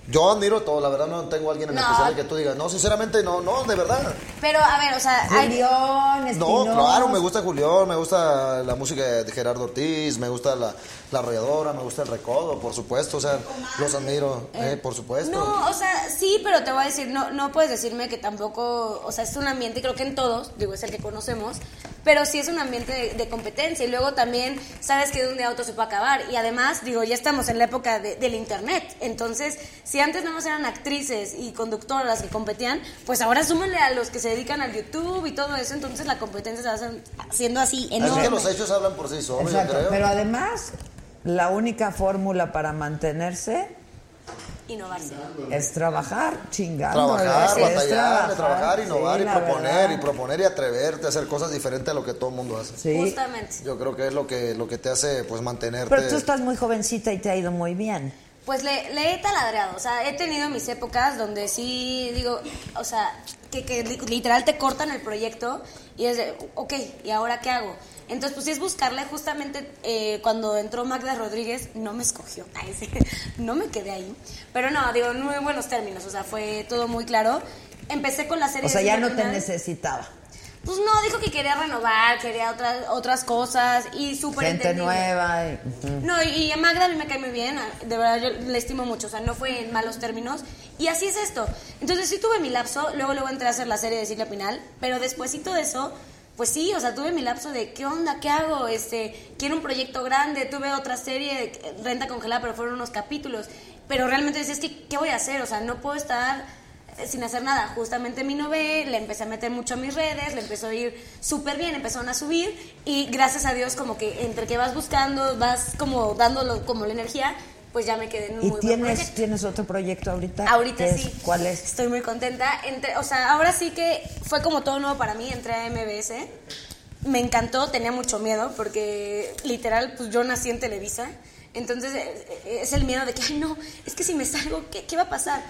[SPEAKER 3] Yo admiro todo, la verdad no tengo a alguien en
[SPEAKER 5] No.
[SPEAKER 3] especial que tú digas, no, sinceramente no, no, de verdad.
[SPEAKER 5] Pero a ver, o sea, hay,
[SPEAKER 1] Julián,
[SPEAKER 3] No,
[SPEAKER 1] Espinosa.
[SPEAKER 3] claro, me gusta Julián, me gusta la música de Gerardo Ortiz, me gusta la, la arrolladora, me gusta el recodo, por supuesto, o sea, los admiro, eh, por supuesto.
[SPEAKER 5] No, o sea, sí, pero te voy a decir, no, no puedes decirme que tampoco, o sea, es un ambiente, creo que en todos, digo, es el que conocemos, pero sí es un ambiente de, de competencia. Y luego también sabes que de un día a otro se puede acabar. Y además, digo, ya estamos en la época de- del internet. Entonces, si antes nada más eran actrices y conductoras las que competían, pues ahora súmenle a los que se dedican al YouTube y todo eso. Entonces, la competencia se va hacer- haciendo así
[SPEAKER 3] es
[SPEAKER 5] enorme.
[SPEAKER 3] que los hechos hablan por sí solos, yo
[SPEAKER 1] Exacto,
[SPEAKER 3] creo.
[SPEAKER 1] pero además, la única fórmula para mantenerse
[SPEAKER 5] Innovarse.
[SPEAKER 1] es trabajar, chingar.
[SPEAKER 3] Trabajar,
[SPEAKER 1] es
[SPEAKER 3] batallar, trabajar, innovar
[SPEAKER 1] sí,
[SPEAKER 3] y
[SPEAKER 1] la
[SPEAKER 3] proponer,
[SPEAKER 1] verdad.
[SPEAKER 3] y proponer y atreverte a hacer cosas diferentes a lo que todo el mundo hace.
[SPEAKER 1] Sí.
[SPEAKER 5] Justamente.
[SPEAKER 3] Yo creo que es lo que, lo que te hace pues mantenerte.
[SPEAKER 1] Pero tú estás muy jovencita y te ha ido muy bien.
[SPEAKER 5] Pues le, le he taladreado, o sea, he tenido mis épocas donde sí digo, o sea, que, que li- literal te cortan el proyecto y es de, ok, ¿y ahora qué hago? Entonces, pues sí es buscarle, justamente eh, cuando entró Magda Rodríguez, no me escogió, Ay, sí, no me quedé ahí, pero no, digo, en muy buenos términos, o sea, fue todo muy claro. Empecé con la serie
[SPEAKER 1] O sea,
[SPEAKER 5] de
[SPEAKER 1] ya
[SPEAKER 5] Silvia
[SPEAKER 1] no e- te
[SPEAKER 5] Pinal.
[SPEAKER 1] necesitaba.
[SPEAKER 5] Pues no, dijo que quería renovar, quería otras, otras cosas y súper
[SPEAKER 1] Gente
[SPEAKER 5] entendible.
[SPEAKER 1] nueva. y- ujú.
[SPEAKER 5] No, y a Magda a mí me cae muy bien, a- de verdad yo le estimo mucho, o sea, no fue en malos términos. Y así es esto. Entonces sí tuve mi lapso, luego luego entré a hacer la serie de Silvia Pinal, pero despuésito de eso, pues sí, o sea, tuve mi lapso de qué onda, qué hago, este, quiero un proyecto grande, tuve otra serie de eh, Renta Congelada, pero fueron unos capítulos. Pero realmente decía, es que, ¿qué voy a hacer? O sea, no puedo estar sin hacer nada. Justamente mi novela, le empecé a meter mucho a mis redes, le empezó a ir súper bien, empezaron a subir y gracias a Dios como que entre que vas buscando, vas como dándolo como la energía, pues ya me quedé en un
[SPEAKER 1] ¿Y
[SPEAKER 5] muy buen
[SPEAKER 1] tienes,
[SPEAKER 5] proyecto.
[SPEAKER 1] tienes otro proyecto ahorita?
[SPEAKER 5] Ahorita
[SPEAKER 1] ¿Qué es?
[SPEAKER 5] sí.
[SPEAKER 1] ¿Cuál es?
[SPEAKER 5] Estoy muy contenta. Entre, o sea, ahora sí que fue como todo nuevo para mí. Entré a MBS me encantó, tenía mucho miedo porque literal, pues yo nací en Televisa. Entonces eh, eh, es el miedo de que, ay no, es que si me salgo, ¿qué, qué va a pasar?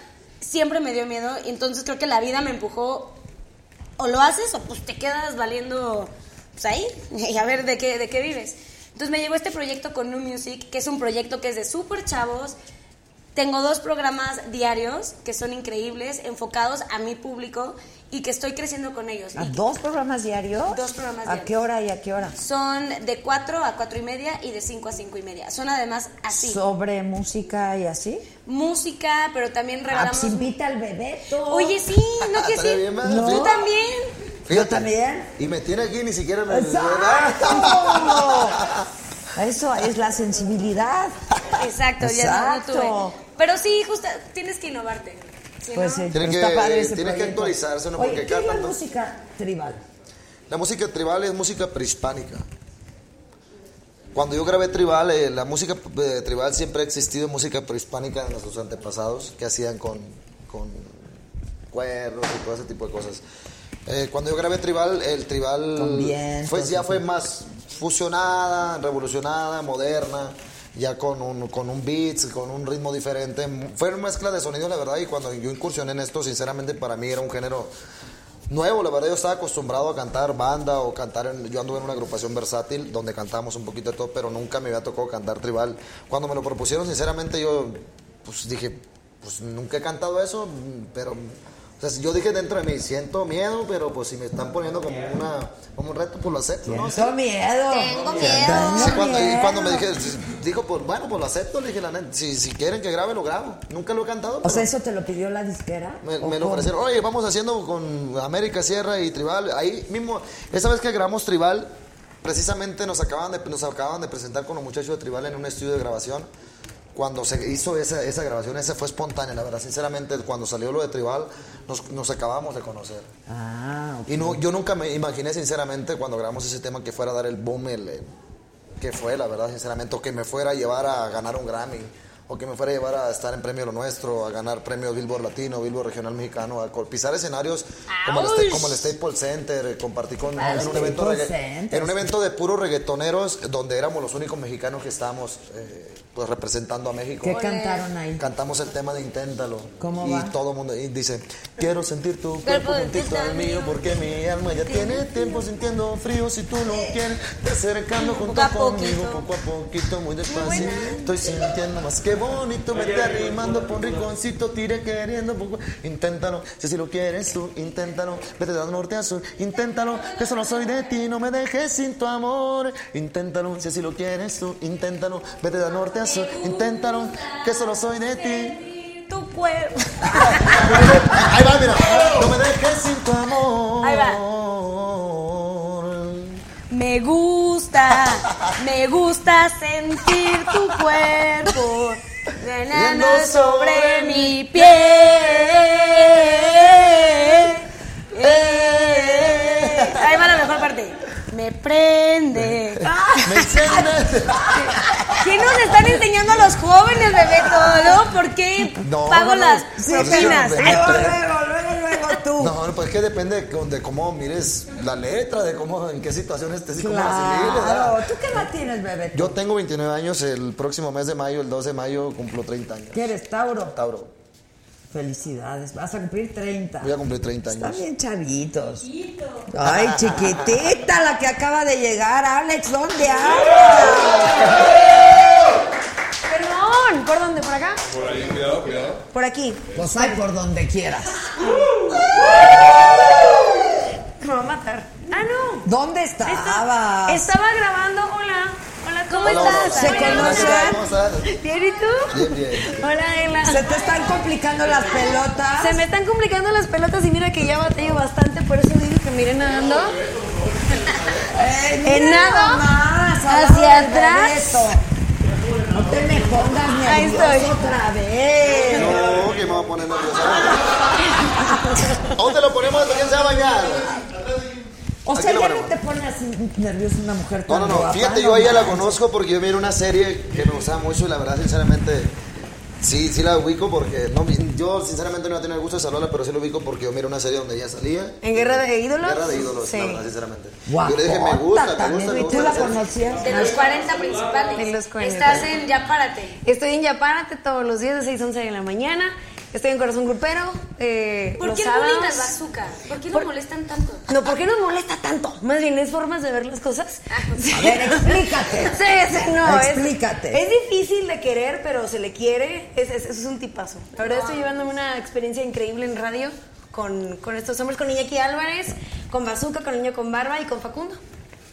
[SPEAKER 5] Siempre me dio miedo y entonces creo que la vida me empujó, o lo haces o pues te quedas valiendo pues, ahí y a ver de qué, de qué vives. Entonces me llegó este proyecto con New Music, que es un proyecto que es de súper chavos, tengo dos programas diarios que son increíbles, enfocados a mi público y que estoy creciendo con ellos.
[SPEAKER 1] ¿A
[SPEAKER 5] Y
[SPEAKER 1] dos programas diarios?
[SPEAKER 5] Dos programas
[SPEAKER 1] ¿A
[SPEAKER 5] diarios.
[SPEAKER 1] qué hora y a qué hora?
[SPEAKER 5] Son de 4 a 4 y media y de 5 a 5 y media. Son además así.
[SPEAKER 1] ¿Sobre música y así?
[SPEAKER 5] música, pero también
[SPEAKER 1] Ah, pues
[SPEAKER 5] regalamos...
[SPEAKER 1] invita al bebé. todo.
[SPEAKER 5] Oye, sí, no que
[SPEAKER 3] Estaría
[SPEAKER 5] sí.
[SPEAKER 3] bien, ¿verdad?
[SPEAKER 5] Tú
[SPEAKER 3] Sí.
[SPEAKER 5] también.
[SPEAKER 3] Fíjate.
[SPEAKER 1] también.
[SPEAKER 3] Y me tiene aquí, ni siquiera me...
[SPEAKER 1] ¡Exacto! Eso es la sensibilidad.
[SPEAKER 5] Exacto, ya no, no
[SPEAKER 1] Exacto.
[SPEAKER 5] tuve. Pero sí, justo, tienes que innovarte. Si
[SPEAKER 1] Pues
[SPEAKER 5] no-
[SPEAKER 1] sí,
[SPEAKER 3] Tiene
[SPEAKER 1] pero
[SPEAKER 3] que- eh,
[SPEAKER 1] está padre ese
[SPEAKER 3] tiene que
[SPEAKER 1] proyecto.
[SPEAKER 3] actualizarse, ¿no?
[SPEAKER 1] Oye,
[SPEAKER 3] Porque
[SPEAKER 1] ¿qué
[SPEAKER 3] cada
[SPEAKER 1] es la
[SPEAKER 3] tanto-
[SPEAKER 1] música tribal?
[SPEAKER 3] La música tribal es música prehispánica. Cuando yo grabé tribal, eh, la música eh, tribal siempre ha existido, música prehispánica de nuestros antepasados, que hacían con, con cuernos y todo ese tipo de cosas. Eh, cuando yo grabé tribal, el tribal
[SPEAKER 1] Con vientos,
[SPEAKER 3] fue, ya
[SPEAKER 1] así.
[SPEAKER 3] fue más fusionada, revolucionada, moderna, ya con un, con un beat, con un ritmo diferente. Fue una mezcla de sonidos, la verdad, y cuando yo incursioné en esto, sinceramente para mí era un género Nuevo, la verdad yo estaba acostumbrado a cantar banda o cantar, en- yo anduve en una agrupación versátil donde cantábamos un poquito de todo, pero nunca me había tocado cantar tribal. Cuando me lo propusieron, sinceramente yo pues dije, pues nunca he cantado eso, mm, pero o sea, yo dije dentro de mí, siento miedo, pero pues si me están poniendo como una como un reto, pues lo acepto, ¿no?
[SPEAKER 1] Tengo miedo.
[SPEAKER 5] Tengo miedo.
[SPEAKER 3] Sí, cuando, y cuando me dije, dijo, pues bueno, pues lo acepto, le dije, la neta, si, si quieren que grabe, lo grabo. Nunca lo he cantado.
[SPEAKER 1] O
[SPEAKER 3] pero-
[SPEAKER 1] sea, ¿eso te lo pidió la disquera?
[SPEAKER 3] me,
[SPEAKER 1] ¿O
[SPEAKER 3] me lo
[SPEAKER 1] cómo?
[SPEAKER 3] ofrecieron, oye, vamos haciendo con América Sierra y Tribal. Ahí mismo, esa vez que grabamos Tribal, precisamente nos acababan de, nos acababan de presentar con los muchachos de Tribal en un estudio de grabación. Cuando se hizo esa, esa grabación, esa fue espontánea, la verdad, sinceramente, cuando salió lo de Tribal, nos, nos acabamos de conocer.
[SPEAKER 1] Ah, ok.
[SPEAKER 3] Y no, yo nunca me imaginé, sinceramente, cuando grabamos ese tema, que fuera a dar el boom, el, el- que fue, la verdad, sinceramente, o que me fuera a llevar a ganar un Grammy, o que me fuera a llevar a estar en Premio Lo Nuestro, a ganar premios Billboard Latino, Billboard Regional Mexicano, a co- pisar escenarios como el, sta- como el Staples Center, eh, compartir con en un,
[SPEAKER 1] Staples
[SPEAKER 3] evento regga-
[SPEAKER 1] Center.
[SPEAKER 3] en un evento de puros reggaetoneros, donde éramos los únicos mexicanos que estábamos eh, pues, representando a México.
[SPEAKER 1] ¿Qué cantaron ahí?
[SPEAKER 3] Cantamos el tema de Inténtalo.
[SPEAKER 1] ¿Cómo
[SPEAKER 3] y
[SPEAKER 1] va?
[SPEAKER 3] todo el mundo y dice, quiero sentir tu cuerpo
[SPEAKER 5] Cuerpo
[SPEAKER 3] juntito
[SPEAKER 5] juntito
[SPEAKER 3] al
[SPEAKER 5] al
[SPEAKER 3] mío
[SPEAKER 5] mío.
[SPEAKER 3] porque mi alma ya tiene tiempo sintiendo frío si tú no quieres te acercando junto
[SPEAKER 5] Poco a
[SPEAKER 3] conmigo
[SPEAKER 5] poquito.
[SPEAKER 3] poco a poquito muy despacio
[SPEAKER 5] buena.
[SPEAKER 3] estoy sintiendo más que bonito me está arrimando por un rinconcito tire queriendo poco inténtalo si así lo quieres tú inténtalo vete de norte a sur inténtalo que solo soy de ti no me dejes sin tu amor inténtalo si así lo quieres tú inténtalo vete de norte a sur inténtalo que solo soy de ti Ah,
[SPEAKER 5] Tu cuerpo.
[SPEAKER 3] Ahí va, mira. No me dejes sin tu amor.
[SPEAKER 5] Ahí Me gusta, me gusta sentir tu cuerpo
[SPEAKER 3] Yendo
[SPEAKER 5] ganando
[SPEAKER 3] sobre
[SPEAKER 5] sobre mi piel. Eh. Ahí va la mejor parte. Me prende. Ah.
[SPEAKER 3] Me enciendes.
[SPEAKER 5] ¿Qué nos están enseñando a los jóvenes, Bebeto? ¿No? ¿Por qué
[SPEAKER 3] No,
[SPEAKER 5] pago
[SPEAKER 3] no, no.
[SPEAKER 5] las
[SPEAKER 3] Sí,
[SPEAKER 5] propinas?
[SPEAKER 3] pero-
[SPEAKER 5] Ay,
[SPEAKER 1] Luego, luego, luego, luego tú.
[SPEAKER 3] No, no, pues es que depende de, de cómo mires la letra, de cómo, en qué situación estés y cómo la recibirle,
[SPEAKER 1] Claro.
[SPEAKER 3] ¿verdad?
[SPEAKER 1] ¿Tú qué edad tienes, bebé?
[SPEAKER 3] Yo tengo 29 años, el próximo mes de mayo, el 2 de mayo, cumplo 30 años.
[SPEAKER 1] ¿Qué eres, Tauro?
[SPEAKER 3] Tauro,
[SPEAKER 1] Felicidades. Vas a cumplir 30.
[SPEAKER 3] voy a cumplir 30 años.
[SPEAKER 1] Están bien chavitos. Ay, chiquitita la que acaba de llegar. Alex, ¿dónde andas?
[SPEAKER 5] Perdón, ¿por dónde? ¿Por acá?
[SPEAKER 4] Por ahí, cuidado, cuidado.
[SPEAKER 5] Por aquí.
[SPEAKER 1] Pues hay por donde quieras.
[SPEAKER 5] Me va a matar. Ah, no.
[SPEAKER 1] ¿Dónde
[SPEAKER 5] Estaba,
[SPEAKER 1] estabas?
[SPEAKER 5] estaba grabando. Hola. Hola, ¿cómo
[SPEAKER 3] Hola,
[SPEAKER 5] estás?
[SPEAKER 1] se
[SPEAKER 5] Hola,
[SPEAKER 1] conoce.
[SPEAKER 5] hola.
[SPEAKER 3] ¿Cómo estás?
[SPEAKER 5] ¿Bien y tú?
[SPEAKER 3] Bien, bien.
[SPEAKER 5] Hola, Ela.
[SPEAKER 1] Se te están complicando las pelotas.
[SPEAKER 5] Se me están complicando las pelotas y mira que ya batallo bastante, por eso digo que miré nadando.
[SPEAKER 1] Eh, mira
[SPEAKER 5] En nada,
[SPEAKER 1] nomás, al
[SPEAKER 5] hacia
[SPEAKER 1] lado del
[SPEAKER 5] atrás.
[SPEAKER 1] boleto. No te me pongas
[SPEAKER 5] Ahí
[SPEAKER 1] nervioso
[SPEAKER 5] estoy.
[SPEAKER 1] otra vez.
[SPEAKER 3] No, que me voy a poner nervioso. ¿Dónde lo ponemos? ¿Quién se va a bañar?
[SPEAKER 1] O
[SPEAKER 3] Aquí
[SPEAKER 1] sea,
[SPEAKER 3] lo
[SPEAKER 1] ya no
[SPEAKER 3] ponemos.
[SPEAKER 1] te pone así nerviosa una mujer
[SPEAKER 3] No,
[SPEAKER 1] tan
[SPEAKER 3] no, no.
[SPEAKER 1] guapa,
[SPEAKER 3] Fíjate, yo a ella la
[SPEAKER 1] manches.
[SPEAKER 3] conozco porque yo vi una serie que me gustaba mucho y la verdad, sinceramente, Sí, sí la ubico porque no, yo sinceramente no voy a tener el gusto de saludarla, pero sí la ubico porque yo miro una serie donde ella salía.
[SPEAKER 6] ¿En Guerra de Ídolos?
[SPEAKER 3] Guerra de ídolos,
[SPEAKER 6] Sí.
[SPEAKER 3] la verdad, sinceramente.
[SPEAKER 1] Guau,
[SPEAKER 3] Yo le dije, me gusta, me
[SPEAKER 1] también,
[SPEAKER 3] gusta, me
[SPEAKER 1] ¿y
[SPEAKER 3] gusta.
[SPEAKER 1] ¿Tú la
[SPEAKER 3] me gusta.
[SPEAKER 1] conocías?
[SPEAKER 5] De los 40 principales.
[SPEAKER 6] De los 40.
[SPEAKER 5] Estás en Ya Párate.
[SPEAKER 6] Estoy en Yapárate todos los días de 6 a 11 de la mañana. Estoy en Corazón Grupero. Eh,
[SPEAKER 5] ¿Por
[SPEAKER 6] los
[SPEAKER 5] qué
[SPEAKER 6] sábados.
[SPEAKER 5] bullying al bazooka? ¿Por qué lo
[SPEAKER 6] Por-
[SPEAKER 5] molestan tanto?
[SPEAKER 6] No, ¿por qué nos molesta tanto? Más bien, es formas de ver las cosas.
[SPEAKER 5] A
[SPEAKER 1] Ah, pues, ver, explícate.
[SPEAKER 6] Sí, sí, no. es-
[SPEAKER 1] Explícate.
[SPEAKER 6] Es, difícil de querer, pero se le quiere. Es, es, es un tipazo. La verdad, estoy llevándome una experiencia increíble en radio con, con estos hombres, con Iñaki Álvarez, con Bazooka, con Niño con Barba y con Facundo.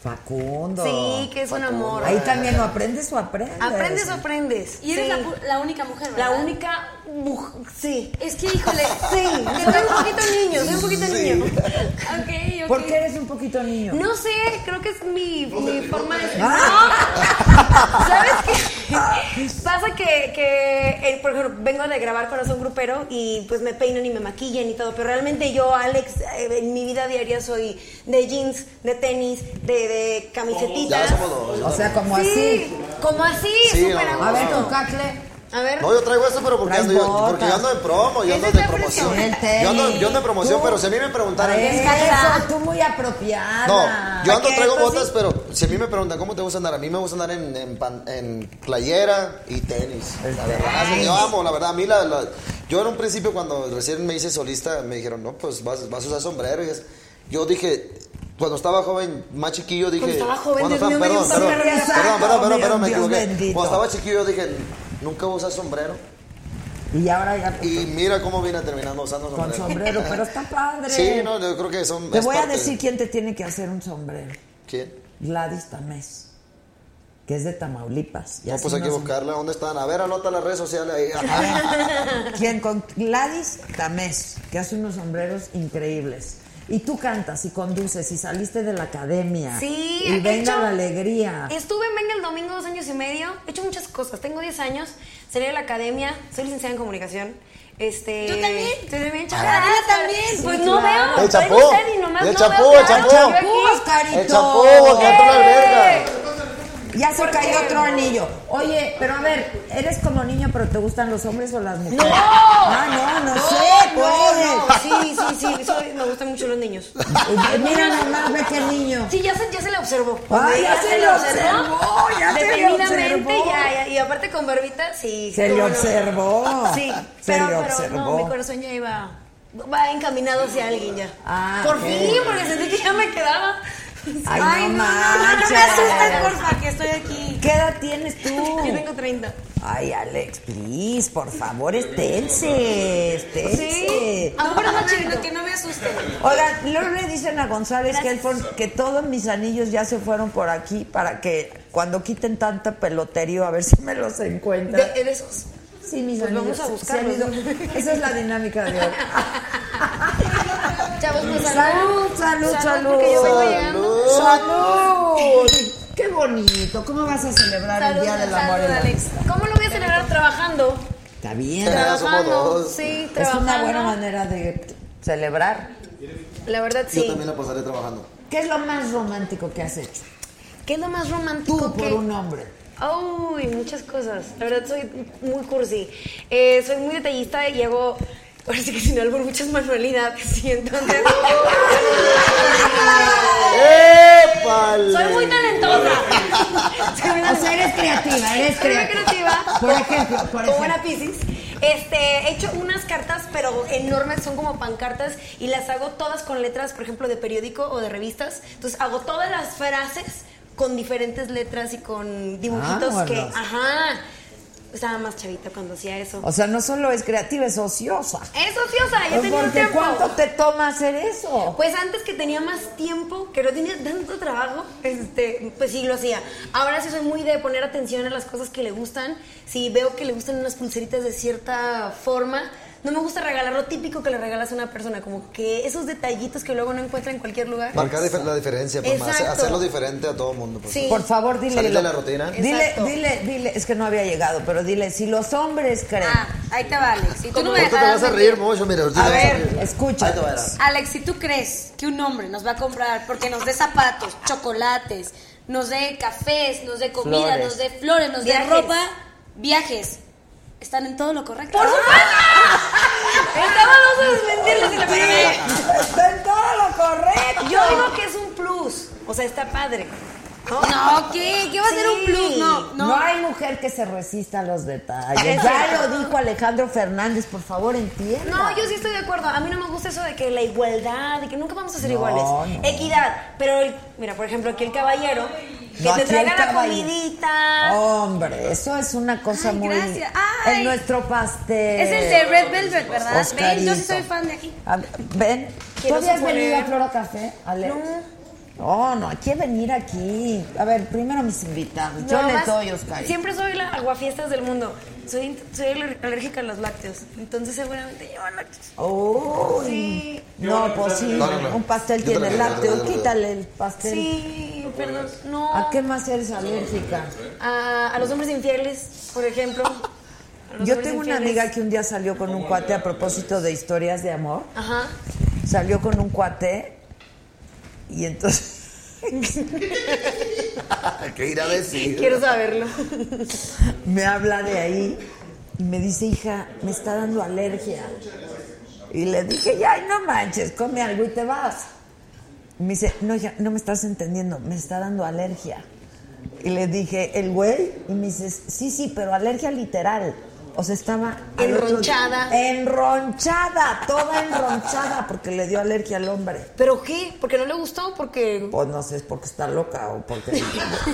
[SPEAKER 1] Facundo.
[SPEAKER 6] Sí, que es un amor.
[SPEAKER 1] Ahí también lo aprendes o aprendes.
[SPEAKER 6] Aprendes o aprendes.
[SPEAKER 5] Y eres
[SPEAKER 6] Sí.
[SPEAKER 5] la, pu- la única mujer,
[SPEAKER 6] La
[SPEAKER 5] ¿verdad?
[SPEAKER 6] única mujer. Sí.
[SPEAKER 5] Es que, híjole,
[SPEAKER 6] Sí, soy un poquito niño, soy un poquito niño.
[SPEAKER 5] Ok, ok.
[SPEAKER 1] ¿Por qué eres un poquito niño?
[SPEAKER 6] No sé, creo que es mi, mi forma de...
[SPEAKER 1] Ah.
[SPEAKER 6] ¡No! ¿Sabes qué? Pasa que, que eh, por ejemplo, vengo de grabar Corazón Grupero y pues me peinan y me maquillan y todo, pero realmente yo, Alex, eh, en mi vida diaria soy de jeans, de tenis, de, de
[SPEAKER 3] Ya
[SPEAKER 6] camisetitas.
[SPEAKER 3] somos dos.
[SPEAKER 1] O sea, como
[SPEAKER 6] Sí,
[SPEAKER 1] así.
[SPEAKER 6] como así,
[SPEAKER 3] Sí,
[SPEAKER 6] súper
[SPEAKER 3] no, no,
[SPEAKER 1] A ver,
[SPEAKER 6] gusto.
[SPEAKER 1] tu cacle.
[SPEAKER 6] A ver.
[SPEAKER 3] No, yo traigo eso, pero porque
[SPEAKER 1] Traes
[SPEAKER 3] ando, yo, porque
[SPEAKER 1] botas.
[SPEAKER 3] yo ando en promo, yo
[SPEAKER 6] Esa
[SPEAKER 3] ando
[SPEAKER 6] es
[SPEAKER 3] de
[SPEAKER 6] la
[SPEAKER 3] promoción.
[SPEAKER 6] presión.
[SPEAKER 1] El
[SPEAKER 3] Yo ando,
[SPEAKER 1] tenis.
[SPEAKER 3] yo ando en promoción,
[SPEAKER 1] Tú-
[SPEAKER 3] pero si a mí me preguntaran.
[SPEAKER 1] Eso, tú muy
[SPEAKER 3] No,
[SPEAKER 1] apropiada.
[SPEAKER 3] yo ando
[SPEAKER 6] Porque
[SPEAKER 3] traigo
[SPEAKER 6] entonces-
[SPEAKER 3] botas, pero si a mí me preguntan cómo te gusta andar, a mí me gusta andar en, en pan- en playera y tenis. La verdad, sí, yo amo, la verdad, a mí la, la- yo en un principio cuando recién me hice solista me dijeron, no, pues vas, vas a usar sombrero y es- yo dije, cuando estaba joven, más chiquillo dije,
[SPEAKER 6] estaba joven,
[SPEAKER 3] cuando
[SPEAKER 6] Dios mío, me dio un
[SPEAKER 3] perdón, perdón,
[SPEAKER 6] sombrero.
[SPEAKER 3] perdón, perdón, perdón,
[SPEAKER 1] Mira,
[SPEAKER 3] perdón, me
[SPEAKER 1] Dios
[SPEAKER 3] equivoqué.
[SPEAKER 1] bendito.
[SPEAKER 3] Cuando estaba chiquillo dije, nunca voy a usar sombrero
[SPEAKER 1] Y ahora ya
[SPEAKER 3] y mira cómo vine terminando usando
[SPEAKER 1] con
[SPEAKER 3] sombrero.
[SPEAKER 1] sombrero, pero está padre.
[SPEAKER 3] Sí, no, yo creo que son
[SPEAKER 1] Te
[SPEAKER 3] es
[SPEAKER 1] voy a
[SPEAKER 3] parte de-
[SPEAKER 1] decir quién te tiene que hacer un sombrero.
[SPEAKER 3] ¿Quién?
[SPEAKER 1] Gladys Tamés, que es de Tamaulipas. Y
[SPEAKER 3] No,
[SPEAKER 1] así
[SPEAKER 3] pues hay que
[SPEAKER 1] nos-
[SPEAKER 3] buscarla. ¿Dónde están? A ver, anota las redes sociales ahí.
[SPEAKER 1] ¿Quién? Con Gladys Tamés, que hace unos sombreros increíbles. Y tú cantas y conduces y saliste de la academia.
[SPEAKER 6] Sí,
[SPEAKER 1] Y
[SPEAKER 6] he
[SPEAKER 1] venga
[SPEAKER 6] hecho-
[SPEAKER 1] la alegría.
[SPEAKER 6] Estuve en Venga el domingo dos años y medio. He hecho muchas cosas. Tengo 10 años. Salí de la academia. Soy licenciada en comunicación. Este,
[SPEAKER 5] Yo también.
[SPEAKER 6] Soy también
[SPEAKER 5] Ah,
[SPEAKER 6] chaval.
[SPEAKER 5] también.
[SPEAKER 6] Pues
[SPEAKER 5] Sí,
[SPEAKER 6] no
[SPEAKER 5] claro.
[SPEAKER 6] veo.
[SPEAKER 3] El
[SPEAKER 6] traigo
[SPEAKER 3] chapó.
[SPEAKER 6] sed y nomás
[SPEAKER 3] El
[SPEAKER 6] no
[SPEAKER 3] chapó,
[SPEAKER 6] veo
[SPEAKER 3] el
[SPEAKER 6] claro.
[SPEAKER 3] chapó.
[SPEAKER 6] Yo aquí.
[SPEAKER 1] Oscarito. Eh,
[SPEAKER 3] El chapó, que entró la alberga.
[SPEAKER 1] Ya se
[SPEAKER 6] ¿Por
[SPEAKER 1] cayó
[SPEAKER 6] qué?
[SPEAKER 1] otro anillo. Oye, pero a ver, ¿eres como niño pero te gustan los hombres o las mujeres?
[SPEAKER 6] ¡No!
[SPEAKER 1] Ah, no, no, sé,
[SPEAKER 6] no,
[SPEAKER 1] pues.
[SPEAKER 6] no. Sí, sí, sí. soy- me gustan mucho los niños.
[SPEAKER 1] Eh, Mira nomás, ve qué niño.
[SPEAKER 6] Sí, ya se, ya se le observó.
[SPEAKER 1] Ay, ya se le observó, ya se le
[SPEAKER 6] Determinadamente,
[SPEAKER 1] observó.
[SPEAKER 6] ya, ya. Y aparte con barbita, sí.
[SPEAKER 1] Se le
[SPEAKER 6] cómo no.
[SPEAKER 1] observó.
[SPEAKER 6] Sí,
[SPEAKER 1] Se
[SPEAKER 6] pero,
[SPEAKER 1] le
[SPEAKER 6] pero
[SPEAKER 1] observó.
[SPEAKER 6] no, mi corazón ya iba... Va encaminado hacia alguien ya.
[SPEAKER 1] Ah,
[SPEAKER 6] Por
[SPEAKER 1] ok.
[SPEAKER 6] fin, porque sentí que ya me quedaba.
[SPEAKER 1] Ay, no
[SPEAKER 6] no
[SPEAKER 1] manches.
[SPEAKER 6] me asustes,
[SPEAKER 5] Ah,
[SPEAKER 6] porfa, que estoy aquí.
[SPEAKER 1] ¿Qué edad tienes tú?
[SPEAKER 6] Yo tengo 30.
[SPEAKER 1] Ay, Alex, please, por favor, esténse, esténse.
[SPEAKER 5] No, pero no, chiquito, que no me asusten.
[SPEAKER 1] Oigan, luego le dicen a González Kelfon que todos mis anillos ya se fueron por aquí para que cuando quiten tanto peloterío a ver si me los encuentran.
[SPEAKER 6] De, de esos.
[SPEAKER 1] sí, mis
[SPEAKER 6] pues
[SPEAKER 1] anillos.
[SPEAKER 6] vamos
[SPEAKER 1] se-
[SPEAKER 6] a
[SPEAKER 1] se
[SPEAKER 6] buscarlos,
[SPEAKER 1] han ido. Esa es la dinámica de hoy.
[SPEAKER 6] Chavos, pues
[SPEAKER 1] Salud, salud, salud.
[SPEAKER 6] porque yo vengo llegando.
[SPEAKER 1] Salud. Qué bonito. ¿Cómo vas a celebrar el
[SPEAKER 6] Salud,
[SPEAKER 1] Día del Amor y
[SPEAKER 6] salud,
[SPEAKER 1] la
[SPEAKER 6] Alex.
[SPEAKER 1] Amistad?
[SPEAKER 6] ¿Cómo lo voy a celebrar trabajando?
[SPEAKER 1] Está bien.
[SPEAKER 3] Ya somos
[SPEAKER 6] Trabajando,
[SPEAKER 3] dos.
[SPEAKER 6] sí,
[SPEAKER 1] Es
[SPEAKER 6] trabajando.
[SPEAKER 1] una buena manera de celebrar.
[SPEAKER 6] La verdad,
[SPEAKER 3] Yo
[SPEAKER 6] sí.
[SPEAKER 3] también la pasaré trabajando.
[SPEAKER 1] ¿Qué es lo más romántico que has hecho?
[SPEAKER 6] ¿Qué es lo más romántico
[SPEAKER 1] Tú,
[SPEAKER 6] que...?
[SPEAKER 1] por un hombre.
[SPEAKER 6] Uy, muchas cosas. La verdad soy muy cursi. Eh, soy muy detallista y hago. Ahora sí que sin albur muchas manualidades. Sí, entonces.
[SPEAKER 3] ¡Épale!
[SPEAKER 6] soy muy talentosa. soy muy
[SPEAKER 1] O sea, eres creativa, eres
[SPEAKER 6] Soy muy
[SPEAKER 1] creativa.
[SPEAKER 6] creativa.
[SPEAKER 1] Por ejemplo, por
[SPEAKER 6] Como una
[SPEAKER 1] ejemplo.
[SPEAKER 6] piscis. Este, he hecho unas cartas, pero enormes, son como pancartas, y las hago todas con letras, por ejemplo, de periódico o de revistas. Entonces, hago todas las frases con diferentes letras y con dibujitos que...
[SPEAKER 1] Vámonos.
[SPEAKER 6] Ajá. Estaba más chavita cuando hacía eso.
[SPEAKER 1] O sea, no solo es creativa, es ociosa.
[SPEAKER 6] Es ociosa, yo tenía un
[SPEAKER 1] Porque
[SPEAKER 6] tiempo.
[SPEAKER 1] ¿cuánto te toma hacer eso?
[SPEAKER 6] Pues antes que tenía más tiempo, que no tenía tanto trabajo, este, pues sí lo hacía. Ahora sí soy muy de poner atención a las cosas que le gustan. Si veo que le gustan unas pulseritas de cierta forma, no me gusta regalar lo típico que le regalas a una persona, como que esos detallitos que luego no encuentra en cualquier lugar.
[SPEAKER 3] Marcar dif- la diferencia, pues, más,
[SPEAKER 6] Exacto.
[SPEAKER 3] hacerlo diferente a todo el mundo. pues.
[SPEAKER 6] Sí.
[SPEAKER 1] Por favor, dile.
[SPEAKER 3] Salir de
[SPEAKER 1] lo-
[SPEAKER 3] la rutina.
[SPEAKER 1] Dile,
[SPEAKER 6] Exacto.
[SPEAKER 1] dile, dile. Es que no había llegado, pero dile, si los hombres creen.
[SPEAKER 5] Ah, ahí te va, Alex. Y tú no me
[SPEAKER 3] Ahorita te
[SPEAKER 5] dejarás
[SPEAKER 3] vas a
[SPEAKER 5] mentir.
[SPEAKER 3] reír mucho, mira. ahorita
[SPEAKER 1] a
[SPEAKER 3] te vas
[SPEAKER 1] ver,
[SPEAKER 3] reír.
[SPEAKER 1] escucha.
[SPEAKER 3] Ahí te va a dar.
[SPEAKER 5] Alex, si tú crees que un hombre nos va a comprar porque nos dé zapatos, chocolates, nos dé cafés, nos dé comida,
[SPEAKER 1] Flores.
[SPEAKER 5] nos dé flores, nos dé
[SPEAKER 6] Viajes.
[SPEAKER 5] ropa, viajes, Están en todo lo correcto. ¡Por supuesto! Estábamos a desmentirlo si le parece.
[SPEAKER 1] Está en todo lo correcto.
[SPEAKER 6] Yo digo que es un plus. O sea, está padre.
[SPEAKER 5] No, ¿qué? ¿Qué va Eh, a ser un
[SPEAKER 6] Sí.
[SPEAKER 5] plus? No,
[SPEAKER 1] No.
[SPEAKER 5] no.
[SPEAKER 1] hay mujer que se resista a los detalles. Ya lo dijo Alejandro Fernández, por favor, entienda.
[SPEAKER 6] No, yo sí estoy de acuerdo. A mí no me gusta eso de que la igualdad, de que nunca vamos a ser iguales.
[SPEAKER 1] no.
[SPEAKER 6] Equidad. Pero, el- mira, por ejemplo, aquí el caballero,
[SPEAKER 1] No,
[SPEAKER 6] que te
[SPEAKER 1] aquí el
[SPEAKER 6] traiga la
[SPEAKER 1] caballero. Oh.
[SPEAKER 6] comidita.
[SPEAKER 1] Hombre, eso es una cosa
[SPEAKER 5] Ay,
[SPEAKER 1] muy.
[SPEAKER 5] gracias. Ay.
[SPEAKER 1] En nuestro pastel.
[SPEAKER 5] Es el de Red Velvet, ¿verdad?
[SPEAKER 1] Oscarito.
[SPEAKER 5] Ven, yo sí soy fan de aquí.
[SPEAKER 1] A ver, Ven. ¿Tú
[SPEAKER 6] Quiero
[SPEAKER 1] habías
[SPEAKER 6] suponer-
[SPEAKER 1] venido a Flora Café, Ale? No. no, hay que venir aquí. A ver, primero mis invitados. Yo
[SPEAKER 6] No,
[SPEAKER 1] les
[SPEAKER 6] más-
[SPEAKER 1] doy, Oscar.
[SPEAKER 6] Siempre soy la aguafiestas del mundo. Soy, in- soy aler- alérgica a los lácteos. Entonces, seguramente llevo lácteos.
[SPEAKER 1] Uy.
[SPEAKER 6] Sí.
[SPEAKER 1] No, pues sí.
[SPEAKER 3] Dale, dale.
[SPEAKER 1] Un pastel
[SPEAKER 3] Yo te
[SPEAKER 1] tiene
[SPEAKER 3] la- yo
[SPEAKER 1] lácteo.
[SPEAKER 3] te la-
[SPEAKER 1] Quítale el pastel.
[SPEAKER 6] Sí, perdón.
[SPEAKER 1] Pues,
[SPEAKER 6] No.
[SPEAKER 1] ¿A qué más eres alérgica?
[SPEAKER 6] A, a los hombres infieles, por ejemplo. A los
[SPEAKER 1] Yo
[SPEAKER 6] hombres
[SPEAKER 1] tengo una
[SPEAKER 6] infieles.
[SPEAKER 1] amiga que un día salió con un cuate a propósito de historias de amor.
[SPEAKER 6] Ajá.
[SPEAKER 1] Salió con un cuate y entonces
[SPEAKER 3] ¿Qué ir a decir?
[SPEAKER 6] Quiero saberlo.
[SPEAKER 1] me habla de ahí y me dice, hija, me está dando alergia. Y le dije, ay, no manches, come algo y te vas. Y me dice, no, hija, no me estás entendiendo, me está dando alergia. Y le dije, ¿el güey? Y me dice, sí, sí, pero alergia literal. O sea, estaba... al otro-
[SPEAKER 6] Enronchada.
[SPEAKER 1] Enronchada, toda enronchada, porque le dio alergia al hombre.
[SPEAKER 6] ¿Pero qué? ¿Porque no le gustó? Porque
[SPEAKER 1] Pues no sé, es porque está loca o porque...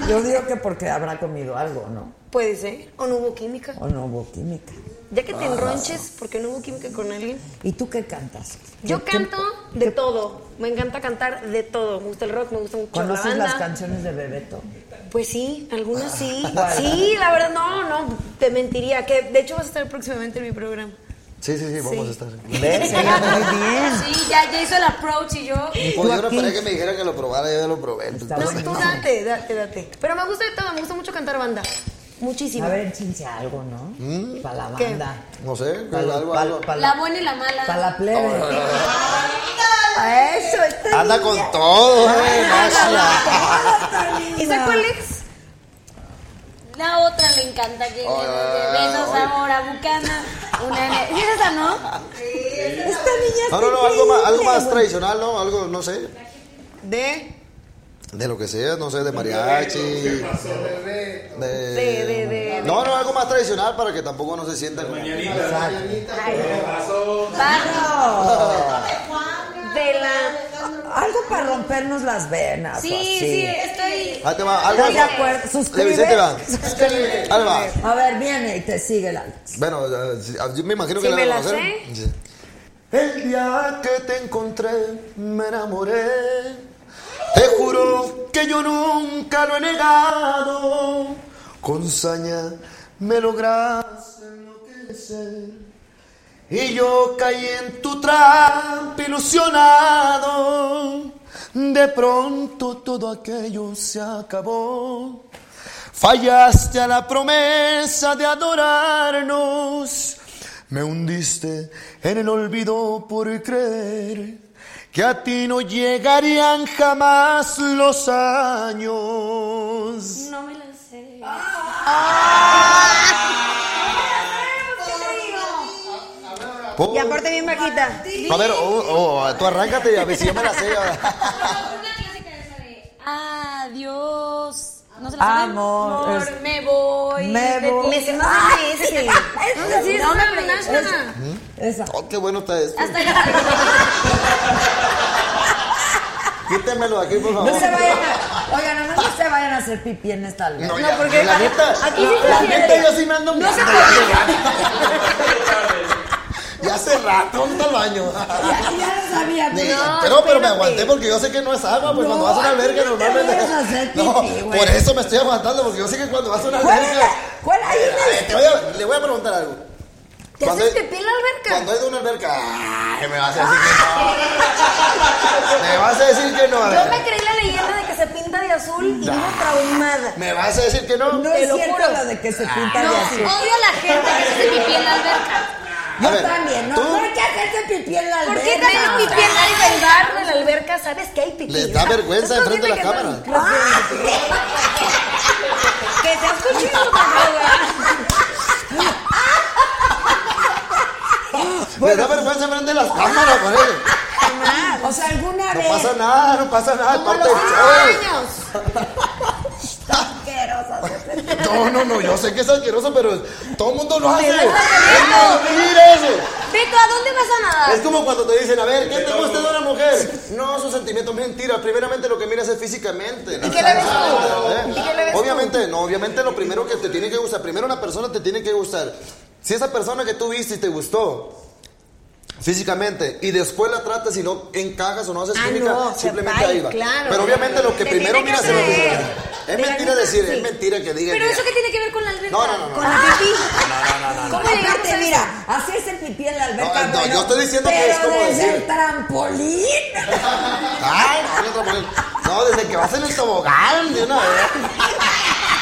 [SPEAKER 1] Yo digo que porque habrá comido algo, ¿no?
[SPEAKER 6] puede ser. O no hubo química.
[SPEAKER 1] O no hubo química.
[SPEAKER 6] Ya
[SPEAKER 1] Ah,
[SPEAKER 6] que te enronches porque no hubo química con alguien.
[SPEAKER 1] ¿Y tú qué cantas?
[SPEAKER 6] Yo
[SPEAKER 1] ¿Qué-
[SPEAKER 6] canto de todo. Me encanta cantar de todo. Me gusta el rock, me gusta mucho la
[SPEAKER 1] ¿Conoces
[SPEAKER 6] banda.
[SPEAKER 1] las canciones de Bebeto?
[SPEAKER 6] Pues sí, algunas sí. Sí, la verdad, no, no, te mentiría. Que de hecho vas a estar próximamente en mi programa.
[SPEAKER 3] Sí, sí, sí, vamos a estar. pues,
[SPEAKER 1] ¿Ves? Ella muy bien.
[SPEAKER 5] Ah, Sí, ya, ya hizo el approach y yo.
[SPEAKER 3] Pues yo no
[SPEAKER 1] aquí?
[SPEAKER 3] esperé que me dijeran que lo probara, yo ya lo probé.
[SPEAKER 1] Está
[SPEAKER 6] No,
[SPEAKER 3] Entonces,
[SPEAKER 6] tú date, date, date. Pero me gusta de todo, me gusta mucho cantar banda. Muchísimo.
[SPEAKER 1] A ver, chinche algo, ¿no? Para la
[SPEAKER 6] ¿Qué?
[SPEAKER 1] banda.
[SPEAKER 3] no sé,
[SPEAKER 1] Para
[SPEAKER 3] Mm. algo, algo. Oh,
[SPEAKER 5] La buena y la mala.
[SPEAKER 1] la plebe. A Eso, esta
[SPEAKER 3] Anda
[SPEAKER 1] niña.
[SPEAKER 3] con todo, eh, Masha.
[SPEAKER 6] ¿Y sabes cuál es?
[SPEAKER 5] La otra le encanta que le de
[SPEAKER 3] Ah.
[SPEAKER 5] besos ahora, bucana. Una ne- ¿Sí es esa, no?
[SPEAKER 1] Esta niña
[SPEAKER 3] Ah, No, no, no, algo más, algo más tradicional, ¿no? Algo, no sé.
[SPEAKER 6] De.
[SPEAKER 3] De lo que sea, no sé, de mariachi.
[SPEAKER 6] De, de, de.
[SPEAKER 3] No, no, algo más tradicional para que tampoco no se sienta como.
[SPEAKER 6] De la.
[SPEAKER 1] Algo para rompernos las venas.
[SPEAKER 5] Sí,
[SPEAKER 1] o así.
[SPEAKER 5] sí, estoy.
[SPEAKER 3] Ahí te va, algo.
[SPEAKER 1] Estoy de acuerdo, suscribe.
[SPEAKER 3] Le Vicente va. Ahí va.
[SPEAKER 1] A ver, viene y te sigue la.
[SPEAKER 3] Bueno, eh, sí, yo me imagino
[SPEAKER 6] Sí,
[SPEAKER 3] que la
[SPEAKER 6] me
[SPEAKER 3] van a
[SPEAKER 6] la
[SPEAKER 3] conocer. Sí. El día que te encontré, me enamoré. Te juro que yo nunca lo he negado. Con saña me lograste enloquecer. Y yo caí en tu trampa ilusionado. De pronto todo aquello se acabó. Fallaste a la promesa de adorarnos. Me hundiste en el olvido por creer que a ti no llegarían jamás los años.
[SPEAKER 5] No me la sé.
[SPEAKER 3] Por-
[SPEAKER 6] Y aparte bien bajita.
[SPEAKER 3] Oh. A ver, oh, oh, tú arráncate y a ver si yo me la sé.
[SPEAKER 5] Una clásica de esa de. Adiós. No se la saben?
[SPEAKER 1] Amor,
[SPEAKER 5] Amor,
[SPEAKER 1] es-
[SPEAKER 5] me voy.
[SPEAKER 1] Me
[SPEAKER 5] de ti.
[SPEAKER 1] voy.
[SPEAKER 6] Me sé más de ese.
[SPEAKER 5] No sé si es
[SPEAKER 6] No me
[SPEAKER 5] una
[SPEAKER 6] preguntaste.
[SPEAKER 5] persona.
[SPEAKER 1] Esa.
[SPEAKER 3] Oh, qué bueno está esto.
[SPEAKER 5] Hasta la.
[SPEAKER 3] Quítemelo de aquí, por favor.
[SPEAKER 1] No se vayan a. Oigan, nada más no se vayan a hacer pipí en esta alberca.
[SPEAKER 3] No, ya, la neta,
[SPEAKER 6] aquí sí se
[SPEAKER 3] la
[SPEAKER 6] siente.
[SPEAKER 3] neta yo sí me ando no
[SPEAKER 6] se
[SPEAKER 3] Ya hace rato, anda al baño.
[SPEAKER 1] Ya, ya lo sabía.
[SPEAKER 3] Ni-
[SPEAKER 1] pero-
[SPEAKER 3] pero, pero me
[SPEAKER 6] espérate.
[SPEAKER 3] aguanté porque yo sé que no es agua, pues
[SPEAKER 1] No,
[SPEAKER 3] cuando vas a una
[SPEAKER 1] aquí
[SPEAKER 3] alberca
[SPEAKER 1] no te
[SPEAKER 3] normalmente.
[SPEAKER 1] vayas a hacer pipí, güey.
[SPEAKER 3] por eso me estoy aguantando, porque yo sé que cuando vas a una
[SPEAKER 1] ¿Cuál es
[SPEAKER 3] alberca.
[SPEAKER 1] la- cuál hay una-
[SPEAKER 3] Ay, te voy a- le voy a preguntar algo.
[SPEAKER 6] ¿Te
[SPEAKER 3] Cuando
[SPEAKER 6] haces
[SPEAKER 3] hay-
[SPEAKER 6] pipí en la alberca?
[SPEAKER 3] Cuando es de una alberca, ay, que me vas a decir que no. Me vas a decir que no. a
[SPEAKER 6] Yo
[SPEAKER 3] ver.
[SPEAKER 6] me creí la leyenda de que se pinta de azul y vivo traumada.
[SPEAKER 3] Me vas a decir que no.
[SPEAKER 1] No
[SPEAKER 6] Te
[SPEAKER 1] es
[SPEAKER 6] lo
[SPEAKER 1] cierto
[SPEAKER 6] juro.
[SPEAKER 1] lo de que se pinta
[SPEAKER 5] No,
[SPEAKER 1] de azul.
[SPEAKER 5] odio a la gente que se hace pipí en la alberca.
[SPEAKER 1] Yo
[SPEAKER 3] A ver,
[SPEAKER 1] también, no,
[SPEAKER 3] tú-
[SPEAKER 1] no hay que hacerse pipí en la
[SPEAKER 6] ¿Por
[SPEAKER 1] alberca.
[SPEAKER 6] qué tengo pipí en la alberca? En el bar, en la alberca, sabes que hay pipí.
[SPEAKER 3] Le da vergüenza
[SPEAKER 6] Estás
[SPEAKER 3] enfrente de la
[SPEAKER 6] viendo que
[SPEAKER 3] cámara.
[SPEAKER 6] no-
[SPEAKER 1] Ah.
[SPEAKER 6] Que se ha escuchado,
[SPEAKER 3] le da vergüenza frente de las cámaras, por eso.
[SPEAKER 1] O sea, alguna
[SPEAKER 3] No
[SPEAKER 1] vez.
[SPEAKER 3] pasa nada, no pasa nada, es
[SPEAKER 6] Como a
[SPEAKER 3] parte
[SPEAKER 6] los
[SPEAKER 3] del
[SPEAKER 6] 15
[SPEAKER 3] show.
[SPEAKER 6] años.
[SPEAKER 3] No, no, no, yo sé que es asqueroso, pero todo el mundo lo hace. Es
[SPEAKER 6] da
[SPEAKER 3] mentira eso.
[SPEAKER 6] Beto, ¿a dónde vas a nadar?
[SPEAKER 3] Es como cuando te dicen, a ver, ¿qué te gusta de una mujer? No, su sentimiento es mentira. Primeramente lo que miras es físicamente. ¿Y
[SPEAKER 6] qué le ves tú? ¿Y qué le ves tú?
[SPEAKER 3] Obviamente, no, obviamente lo primero que te tiene que gustar, primero una persona te tiene que gustar. Si esa persona que tú viste y te gustó físicamente y después la tratas y no encajas o no haces
[SPEAKER 6] Ah,
[SPEAKER 3] química,
[SPEAKER 6] no, se
[SPEAKER 3] simplemente
[SPEAKER 6] va y
[SPEAKER 3] ahí va.
[SPEAKER 6] claro.
[SPEAKER 3] Pero obviamente lo que
[SPEAKER 6] Te
[SPEAKER 3] primero
[SPEAKER 6] tiene que
[SPEAKER 3] miras es lo
[SPEAKER 6] atraer.
[SPEAKER 3] físico.
[SPEAKER 6] De
[SPEAKER 3] Es
[SPEAKER 6] la
[SPEAKER 3] mentira
[SPEAKER 6] misma-
[SPEAKER 3] decir,
[SPEAKER 6] sí.
[SPEAKER 3] es mentira que digan
[SPEAKER 7] Pero
[SPEAKER 3] que-
[SPEAKER 7] eso que tiene que ver con la alberca.
[SPEAKER 3] No, no, no, no.
[SPEAKER 7] Con la
[SPEAKER 1] Ah.
[SPEAKER 7] pipí. ¿Cómo llegamos
[SPEAKER 1] Aparte,
[SPEAKER 7] a eso?
[SPEAKER 1] mira, así es el pipí en la alberca.
[SPEAKER 3] No, no,
[SPEAKER 1] bueno,
[SPEAKER 3] yo estoy diciendo que es
[SPEAKER 1] pero
[SPEAKER 3] como
[SPEAKER 1] desde
[SPEAKER 3] decir-
[SPEAKER 1] el trampolín.
[SPEAKER 3] Ay, no, no, trampolín. No, desde que vas en el tobogán de una vez.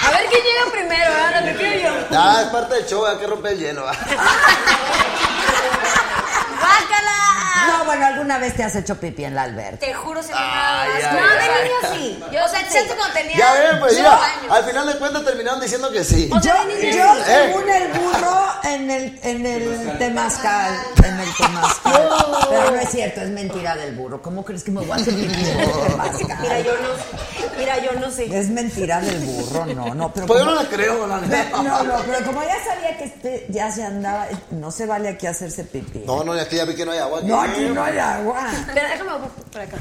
[SPEAKER 7] A ver quién llega primero, ¿eh? la pipí o yo.
[SPEAKER 3] Ah, es parte del show, hay que romper el hielo. va.
[SPEAKER 7] ¡Bácala!
[SPEAKER 1] No, bueno, alguna vez te has hecho pipí en la alberca.
[SPEAKER 7] Te juro, se me
[SPEAKER 3] Ay,
[SPEAKER 7] nada
[SPEAKER 3] ay,
[SPEAKER 7] más. No, de
[SPEAKER 3] ay.
[SPEAKER 7] niño sí. Yo, o sea, siento cuando tenía
[SPEAKER 3] Ya ven, pues
[SPEAKER 7] ocho
[SPEAKER 3] mira,
[SPEAKER 7] años.
[SPEAKER 3] al final de cuentas terminaron diciendo que sí.
[SPEAKER 1] Yo, yo
[SPEAKER 3] Eh.
[SPEAKER 1] según el burro en el, en el temazcal, en el temazcal. Pero no es cierto, es mentira del burro. ¿Cómo crees que me voy a hacer pipí en el
[SPEAKER 6] Mira,
[SPEAKER 1] temazcal?
[SPEAKER 6] yo no sé. Mira, yo no sé.
[SPEAKER 1] Es mentira del burro, no, no, pero
[SPEAKER 3] Pues yo
[SPEAKER 1] como-
[SPEAKER 3] no la creo, la neta.
[SPEAKER 1] No, no, pero como ya sabía que este ya se andaba, no se vale aquí hacerse pipí.
[SPEAKER 3] No, no, ya que ya vi que no hay agua.
[SPEAKER 1] No, aquí no hay agua.
[SPEAKER 6] Pero déjame buscar por acá.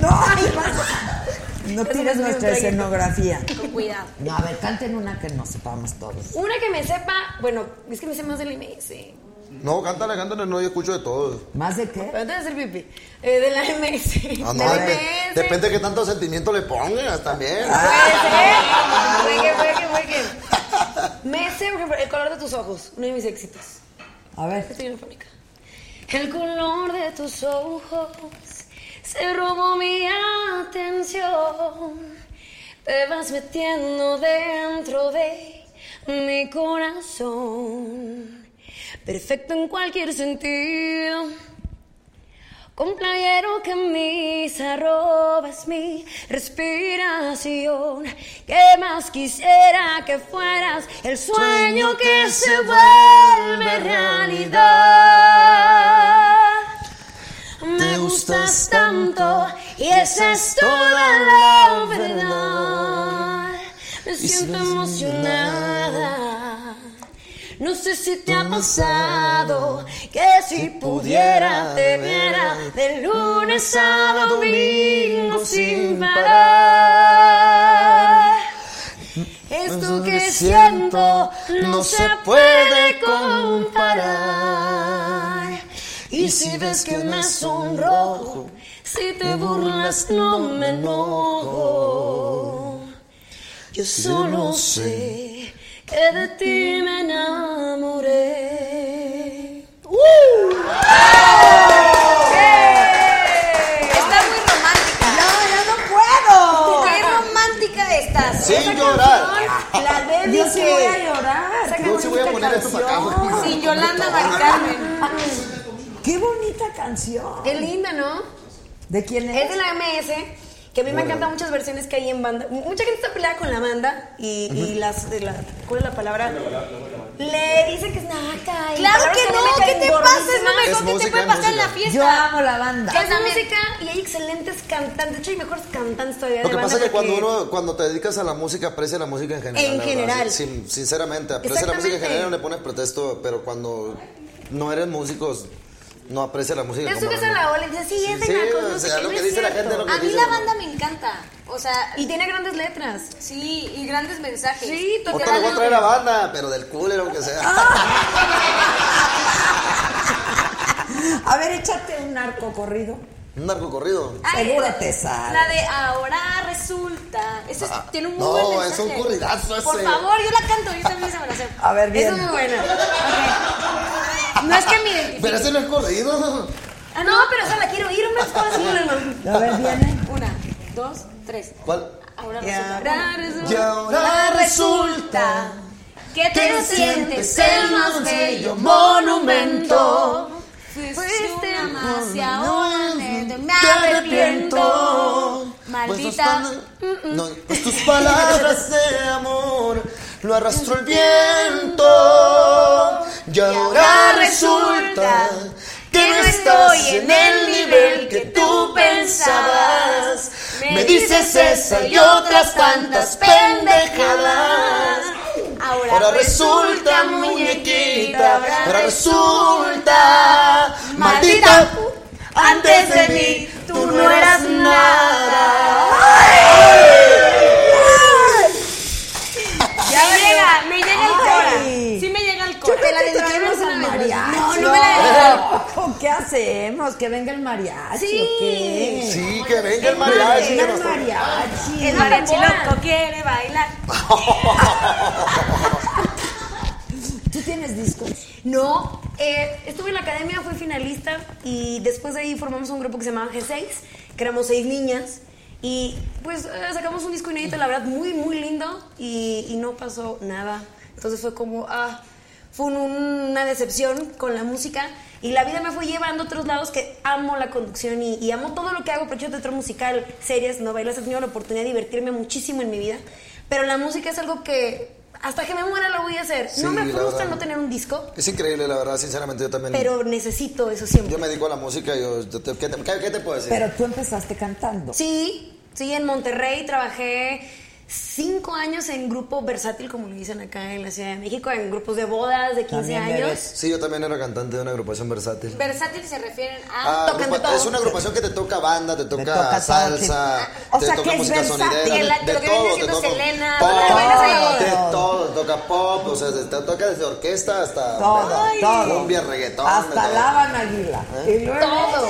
[SPEAKER 1] No, ahí vas. No
[SPEAKER 6] Eso
[SPEAKER 1] tires
[SPEAKER 6] me subió un
[SPEAKER 1] nuestra
[SPEAKER 6] traguito.
[SPEAKER 1] escenografía.
[SPEAKER 6] Con cuidado.
[SPEAKER 1] No, a ver, canten una que nos sepamos todos.
[SPEAKER 6] Una que me sepa, bueno, es que me sé más del MS.
[SPEAKER 3] No, cántale, cántale, no, yo escucho de todo.
[SPEAKER 1] ¿Más de qué?
[SPEAKER 6] Pero antes de hacer pipí, eh, de la MS.
[SPEAKER 3] Ah, no,
[SPEAKER 6] Del
[SPEAKER 3] dep-
[SPEAKER 6] MS.
[SPEAKER 3] depende de qué tanto sentimiento le pongas también.
[SPEAKER 6] Puede ser. Fue que, fue que, fue que. Me sé, por ejemplo, el color de tus ojos, uno de mis éxitos.
[SPEAKER 1] A ver.
[SPEAKER 6] Estoy fónica. El color de tus ojos se robó mi atención. Te vas metiendo dentro de mi corazón. Perfecto en cualquier sentido. Con playero que mis arrobas, mi respiración. ¿Qué más quisiera que fueras el sueño que se vuelve realidad? Me gustas tanto y esa es toda la verdad. Me siento emocionada. No sé si te ha pasado que si pudiera te viera de lunes a domingo sin parar. Esto que siento no se puede comparar. Y si ves que me sonrojo, si te burlas no me enojo. Yo solo sé que de ti me enamoré. ¡Uh!
[SPEAKER 7] Está
[SPEAKER 3] pues.
[SPEAKER 7] muy romántica.
[SPEAKER 1] ¡No,
[SPEAKER 7] ¡Qué romántica estás!
[SPEAKER 3] Sin llorar.
[SPEAKER 6] La
[SPEAKER 1] yo no puedo! Yo sí voy a
[SPEAKER 6] de
[SPEAKER 1] llorar.
[SPEAKER 3] Yo sí voy a poner esto para acá.
[SPEAKER 7] Sin Yolanda Maricarmen.
[SPEAKER 1] ¡Qué bonita canción!
[SPEAKER 6] Qué linda, ¿no?
[SPEAKER 1] ¿De quién
[SPEAKER 6] Es de
[SPEAKER 1] es?
[SPEAKER 6] la MS, que a mí me encantan muchas versiones que hay en banda. Mucha gente está peleada con la banda y, y las, de la, ¿cuál es la palabra? Le dicen que es naca. y
[SPEAKER 7] Claro
[SPEAKER 6] palabras
[SPEAKER 7] que
[SPEAKER 6] a mí me
[SPEAKER 7] no, ¿qué
[SPEAKER 6] caen
[SPEAKER 7] te pasa? Es
[SPEAKER 6] gordísimas.
[SPEAKER 7] lo mejor
[SPEAKER 3] Es
[SPEAKER 7] que te
[SPEAKER 3] música,
[SPEAKER 7] puede
[SPEAKER 3] es
[SPEAKER 7] pasar en la
[SPEAKER 3] música.
[SPEAKER 7] fiesta.
[SPEAKER 1] Yo amo la banda.
[SPEAKER 7] Yo
[SPEAKER 6] Es
[SPEAKER 7] también.
[SPEAKER 6] música y hay excelentes cantantes. De hecho, hay mejores cantantes todavía
[SPEAKER 3] Lo
[SPEAKER 6] de
[SPEAKER 3] que
[SPEAKER 6] banda.
[SPEAKER 3] pasa es que cuando
[SPEAKER 6] porque-
[SPEAKER 3] uno, cuando te dedicas a la música, aprecia la música en general.
[SPEAKER 6] En
[SPEAKER 3] la verdad.
[SPEAKER 6] general.
[SPEAKER 3] Sin- sinceramente, aprecia la música en
[SPEAKER 6] Exactamente.
[SPEAKER 3] general, no le pones pretexto, pero cuando no eres músico, no aprecia la música.
[SPEAKER 6] Te
[SPEAKER 3] como
[SPEAKER 6] subes a
[SPEAKER 3] realmente.
[SPEAKER 6] la ola y dices, sí, es de
[SPEAKER 3] Sí,
[SPEAKER 6] nacos,
[SPEAKER 3] o
[SPEAKER 6] no sé
[SPEAKER 3] sea,
[SPEAKER 6] qué,
[SPEAKER 3] lo
[SPEAKER 6] no
[SPEAKER 3] que
[SPEAKER 6] es
[SPEAKER 3] dice la
[SPEAKER 6] cierto.
[SPEAKER 3] gente, lo que
[SPEAKER 7] A mí
[SPEAKER 3] dice
[SPEAKER 7] la banda me encanta. O sea,
[SPEAKER 6] Y tiene grandes letras.
[SPEAKER 7] sí, y grandes mensajes.
[SPEAKER 6] Sí,
[SPEAKER 7] Te
[SPEAKER 3] Ahorita le voy a
[SPEAKER 7] dan-
[SPEAKER 3] traer la banda, pero del culero, aunque sea.
[SPEAKER 1] A ver, échate un arco corrido.
[SPEAKER 3] Un narco corrido.
[SPEAKER 7] Ay,
[SPEAKER 1] Seguro
[SPEAKER 7] la-
[SPEAKER 1] te sale.
[SPEAKER 7] La de ahora resulta. Esa Ah, es- tiene un muy
[SPEAKER 3] no,
[SPEAKER 7] buen mensaje.
[SPEAKER 3] es un corridazo
[SPEAKER 7] Por
[SPEAKER 3] ese.
[SPEAKER 7] favor, yo la canto, yo también se me la sé.
[SPEAKER 1] A ver,
[SPEAKER 6] Esa
[SPEAKER 1] bien.
[SPEAKER 6] es muy buena. No es que me identifique.
[SPEAKER 3] Pero ese no es corrido.
[SPEAKER 6] Ah, no, pero esa la quiero ir. Hombre, es como así, no,
[SPEAKER 1] A ver, viene.
[SPEAKER 6] no. Una, dos, tres.
[SPEAKER 3] ¿Cuál?
[SPEAKER 7] Ahora
[SPEAKER 1] Y
[SPEAKER 7] resulta.
[SPEAKER 6] Ahora resulta-
[SPEAKER 3] Y ahora
[SPEAKER 7] resulta que te sientes el más bello monumento. Fuiste más y ahora me- me arrepiento. Maldita.
[SPEAKER 3] Pues No, pues tus palabras de amor lo arrastró el viento Y ahora resulta que no estoy en el nivel que tú pensabas. Me dices esa y otras tantas pendejadas. Ahora resulta, muñequita, ahora resulta, maldita, antes de mí tú no eras nada.
[SPEAKER 7] me llega, me llega el cora.
[SPEAKER 1] Ay.
[SPEAKER 7] Sí me llega el
[SPEAKER 1] Yo
[SPEAKER 7] cora.
[SPEAKER 1] creo que traemos al mariachi.
[SPEAKER 7] No, no me la dedicaron.
[SPEAKER 1] ¿Qué hacemos? ¿Que venga el mariachi
[SPEAKER 7] Sí.
[SPEAKER 1] o qué?
[SPEAKER 3] Sí, Ah, que venga el
[SPEAKER 1] Que
[SPEAKER 3] mariachi.
[SPEAKER 1] venga
[SPEAKER 3] que
[SPEAKER 1] el
[SPEAKER 3] nos-
[SPEAKER 1] mariachi.
[SPEAKER 7] El mariachi loco quiere bailar.
[SPEAKER 1] ¿Tú tienes discos?
[SPEAKER 6] No, eh, estuve en la academia, fui finalista y después de ahí formamos un grupo que se llamaba G6, que éramos seis niñas y pues eh, sacamos un disco inédito, la verdad, muy, muy lindo y, y no pasó nada. Entonces fue como, ah, fue un- una decepción con la música y la vida me fue llevando a otros lados que amo la conducción y, y amo todo lo que hago, proyecto de teatro musical, series, novelas, he tenido la oportunidad de divertirme muchísimo en mi vida, pero la música es algo que... Hasta que me muera lo voy a hacer. no
[SPEAKER 3] Sí,
[SPEAKER 6] me
[SPEAKER 3] la
[SPEAKER 6] frustra
[SPEAKER 3] verdad.
[SPEAKER 6] no tener un disco,
[SPEAKER 3] Es increíble, la verdad, sinceramente, yo también.
[SPEAKER 6] pero necesito eso siempre.
[SPEAKER 3] Yo me dedico a la música, yo, yo te- ¿qué, te, qué- qué te puedo decir?
[SPEAKER 1] Pero tú empezaste cantando.
[SPEAKER 6] Sí, sí, en Monterrey trabajé cinco años en grupo versátil, como le dicen acá en la Ciudad de México, en grupos de bodas de 15
[SPEAKER 1] También
[SPEAKER 6] años.
[SPEAKER 1] eres.
[SPEAKER 3] Sí, yo también era cantante de una agrupación versátil.
[SPEAKER 7] Versátil se refieren a.
[SPEAKER 3] Ah,
[SPEAKER 6] tocan de
[SPEAKER 3] agrupa-
[SPEAKER 6] todo.
[SPEAKER 3] es una agrupación que te toca banda, te toca,
[SPEAKER 1] toca todo,
[SPEAKER 3] salsa,
[SPEAKER 1] sí. O
[SPEAKER 3] te
[SPEAKER 1] sea,
[SPEAKER 3] toca
[SPEAKER 1] que es
[SPEAKER 3] música
[SPEAKER 1] versátil.
[SPEAKER 3] sonidera, de,
[SPEAKER 7] El-
[SPEAKER 3] de
[SPEAKER 7] lo que viene
[SPEAKER 3] todo, te
[SPEAKER 7] siendo
[SPEAKER 3] toca
[SPEAKER 7] Selena,
[SPEAKER 3] pop,
[SPEAKER 7] lo que bailas ahí.
[SPEAKER 3] de todo, te toca pop, o sea, te te toca desde orquesta hasta
[SPEAKER 1] Todo,
[SPEAKER 3] Ay.
[SPEAKER 1] todo.
[SPEAKER 3] cumbia, reggaetón, de
[SPEAKER 1] Hasta
[SPEAKER 3] todo. ¿Eh?
[SPEAKER 1] Laban Aguila. Y luego-
[SPEAKER 7] Todo.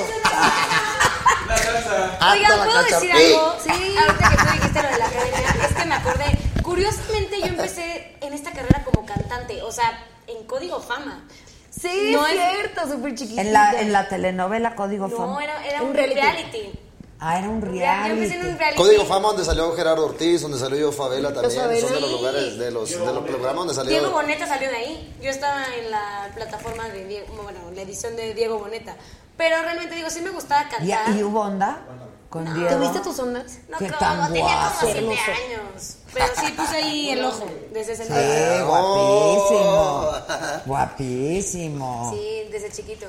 [SPEAKER 4] La salsa.
[SPEAKER 3] Hasta
[SPEAKER 7] Oigan,
[SPEAKER 3] la
[SPEAKER 7] ¿puedo decir
[SPEAKER 3] cacharpí.
[SPEAKER 7] algo? Sí. Ahorita que tú dijiste lo de la academia, es que me acordé. Curiosamente, yo empecé en esta carrera como cantante, o sea, en Código Fama.
[SPEAKER 6] Sí,
[SPEAKER 7] No
[SPEAKER 6] es
[SPEAKER 7] es-
[SPEAKER 6] cierto, súper chiquita.
[SPEAKER 1] En la, en la telenovela Código
[SPEAKER 7] No,
[SPEAKER 1] Fama.
[SPEAKER 7] era, era
[SPEAKER 6] Un
[SPEAKER 7] un
[SPEAKER 6] reality.
[SPEAKER 7] reality.
[SPEAKER 1] Ah, era un
[SPEAKER 7] Yo
[SPEAKER 1] reality.
[SPEAKER 7] empecé en un reality.
[SPEAKER 3] Código Fama, donde salió Gerardo Ortiz, donde salió yo Favela también,
[SPEAKER 6] Favela.
[SPEAKER 3] son de los
[SPEAKER 7] Sí.
[SPEAKER 3] lugares, de los, de los programas donde salió.
[SPEAKER 7] Diego Boneta salió de ahí. Yo estaba en la plataforma de Diego, bueno, la edición de Diego Boneta. Pero realmente digo, sí me gustaba
[SPEAKER 1] ¿Y,
[SPEAKER 7] cantar.
[SPEAKER 1] y hubo onda? Con Diego.
[SPEAKER 6] ¿Tuviste tus ondas?
[SPEAKER 7] No,
[SPEAKER 1] Qué
[SPEAKER 7] como,
[SPEAKER 1] tan
[SPEAKER 7] tenía
[SPEAKER 1] guapo,
[SPEAKER 7] como siete
[SPEAKER 6] hermoso.
[SPEAKER 7] años. Pero sí puse ahí el ojo desde ese entonces.
[SPEAKER 3] Ah,
[SPEAKER 1] Sí,
[SPEAKER 3] oh.
[SPEAKER 1] guapísimo. Guapísimo.
[SPEAKER 7] Sí, desde chiquito.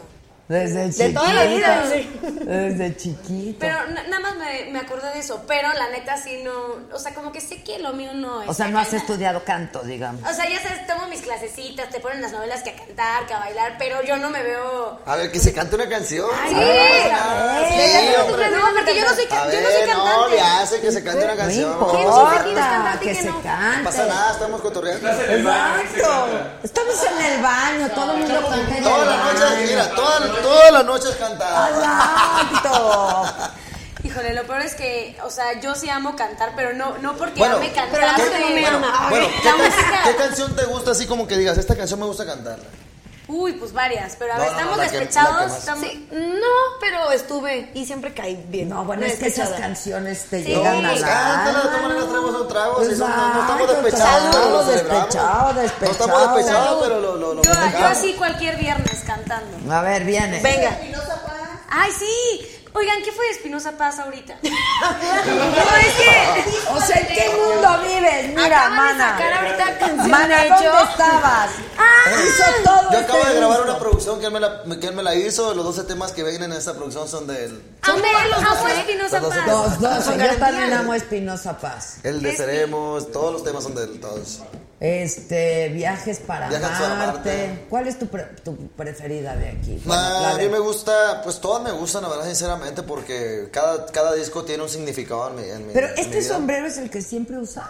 [SPEAKER 1] Desde chiquito.
[SPEAKER 6] De toda la vida,
[SPEAKER 1] Desde chiquito.
[SPEAKER 7] Pero na- nada más me, me acordé de eso. Pero la neta sí no. O sea, como que sé que lo mío no es.
[SPEAKER 1] o sea, no has
[SPEAKER 7] cantar.
[SPEAKER 1] estudiado canto, digamos.
[SPEAKER 7] O sea, ya sabes, tomo mis clasecitas, te ponen las novelas que a cantar, que a bailar, pero yo no me veo.
[SPEAKER 3] A ver, que se cante una canción.
[SPEAKER 7] ¡Sí!
[SPEAKER 3] Ah,
[SPEAKER 7] Sí,
[SPEAKER 3] sí,
[SPEAKER 7] ya sabes tú
[SPEAKER 3] hombre.
[SPEAKER 7] que no, porque yo no soy,
[SPEAKER 3] A
[SPEAKER 7] can- yo no soy
[SPEAKER 3] ver,
[SPEAKER 7] cantante.
[SPEAKER 3] no, le hace que se cante una
[SPEAKER 1] No
[SPEAKER 3] canción.
[SPEAKER 1] importa que
[SPEAKER 7] que
[SPEAKER 1] se
[SPEAKER 7] no.
[SPEAKER 1] cante.
[SPEAKER 3] No pasa nada, estamos cotorreando.
[SPEAKER 4] Estás en el baño, sí se canta.
[SPEAKER 1] Exacto. Estamos en el baño, todo el mundo con
[SPEAKER 3] Todas las noches, mira, todas, todas las noches cantaba.
[SPEAKER 1] Exacto.
[SPEAKER 7] Híjole, lo peor es que, o sea, yo sí amo cantar, pero no, no porque
[SPEAKER 3] Bueno,
[SPEAKER 7] ame cantar.
[SPEAKER 6] pero la música no me
[SPEAKER 3] bueno,
[SPEAKER 6] ama. A
[SPEAKER 3] bueno,
[SPEAKER 6] ver,
[SPEAKER 3] ¿qué,
[SPEAKER 7] la
[SPEAKER 3] can-
[SPEAKER 7] música.
[SPEAKER 3] qué canción te gusta así como que digas, esta canción me gusta cantarla?
[SPEAKER 7] Uy, pues varias, pero a
[SPEAKER 3] No,
[SPEAKER 7] ver,
[SPEAKER 3] no, no,
[SPEAKER 7] estamos
[SPEAKER 3] la que- la que
[SPEAKER 7] despechados,
[SPEAKER 3] más.
[SPEAKER 7] estamos...
[SPEAKER 6] Sí, no, pero estuve y siempre caí bien.
[SPEAKER 1] No, bueno, es que esas
[SPEAKER 6] Despechada.
[SPEAKER 1] canciones te
[SPEAKER 7] Sí.
[SPEAKER 1] llegan a
[SPEAKER 3] Pues
[SPEAKER 1] la
[SPEAKER 3] cántala, de
[SPEAKER 1] alma.
[SPEAKER 3] todas maneras traemos un trago. si no, no, no estamos
[SPEAKER 1] Exacto,
[SPEAKER 3] despechados,
[SPEAKER 1] claro,
[SPEAKER 3] lo celebramos.
[SPEAKER 1] despechado,
[SPEAKER 3] No
[SPEAKER 1] despechado.
[SPEAKER 3] estamos despechados, pero lo, lo, lo
[SPEAKER 7] yo, yo
[SPEAKER 3] festejamos.
[SPEAKER 7] así cualquier viernes cantando.
[SPEAKER 1] A ver, viene.
[SPEAKER 6] Venga.
[SPEAKER 7] ¡Ay, sí! Oigan, ¿qué fue de Espinosa Paz ahorita? no, es que...
[SPEAKER 1] O sea, ¿en qué mundo vives? Mira,
[SPEAKER 7] Acaban de
[SPEAKER 1] mana.
[SPEAKER 7] sacar ahorita canción
[SPEAKER 1] Mana,
[SPEAKER 7] de
[SPEAKER 1] ¿dónde
[SPEAKER 7] hecho.
[SPEAKER 1] estabas?
[SPEAKER 7] Ah.
[SPEAKER 1] Hizo todo
[SPEAKER 3] Yo acabo
[SPEAKER 1] este
[SPEAKER 3] de grabar
[SPEAKER 1] disco.
[SPEAKER 3] una producción que él me la, que él me la hizo. Los 12 temas que vienen en esta producción son del
[SPEAKER 7] Amo, amo a Espinosa
[SPEAKER 3] Los dos,
[SPEAKER 7] Paz.
[SPEAKER 1] Los dos,
[SPEAKER 6] Con
[SPEAKER 1] yo
[SPEAKER 6] garantía.
[SPEAKER 1] también amo a Espinosa Paz.
[SPEAKER 3] El de
[SPEAKER 7] Es-
[SPEAKER 3] Seremos, todos los temas son de él, todos.
[SPEAKER 1] Este, viajes para
[SPEAKER 3] Viajes
[SPEAKER 1] Marte.
[SPEAKER 3] para Marte.
[SPEAKER 1] ¿Cuál es tu, pre- tu preferida de aquí? Bueno,
[SPEAKER 3] Nah,
[SPEAKER 1] la
[SPEAKER 3] a
[SPEAKER 1] de-
[SPEAKER 3] mí me gusta, pues todas me gustan, la verdad, sinceramente, porque cada, cada disco tiene un significado en mi, en mi-
[SPEAKER 1] Pero
[SPEAKER 3] en mi
[SPEAKER 1] este
[SPEAKER 3] vida.
[SPEAKER 1] sombrero es el que siempre usas.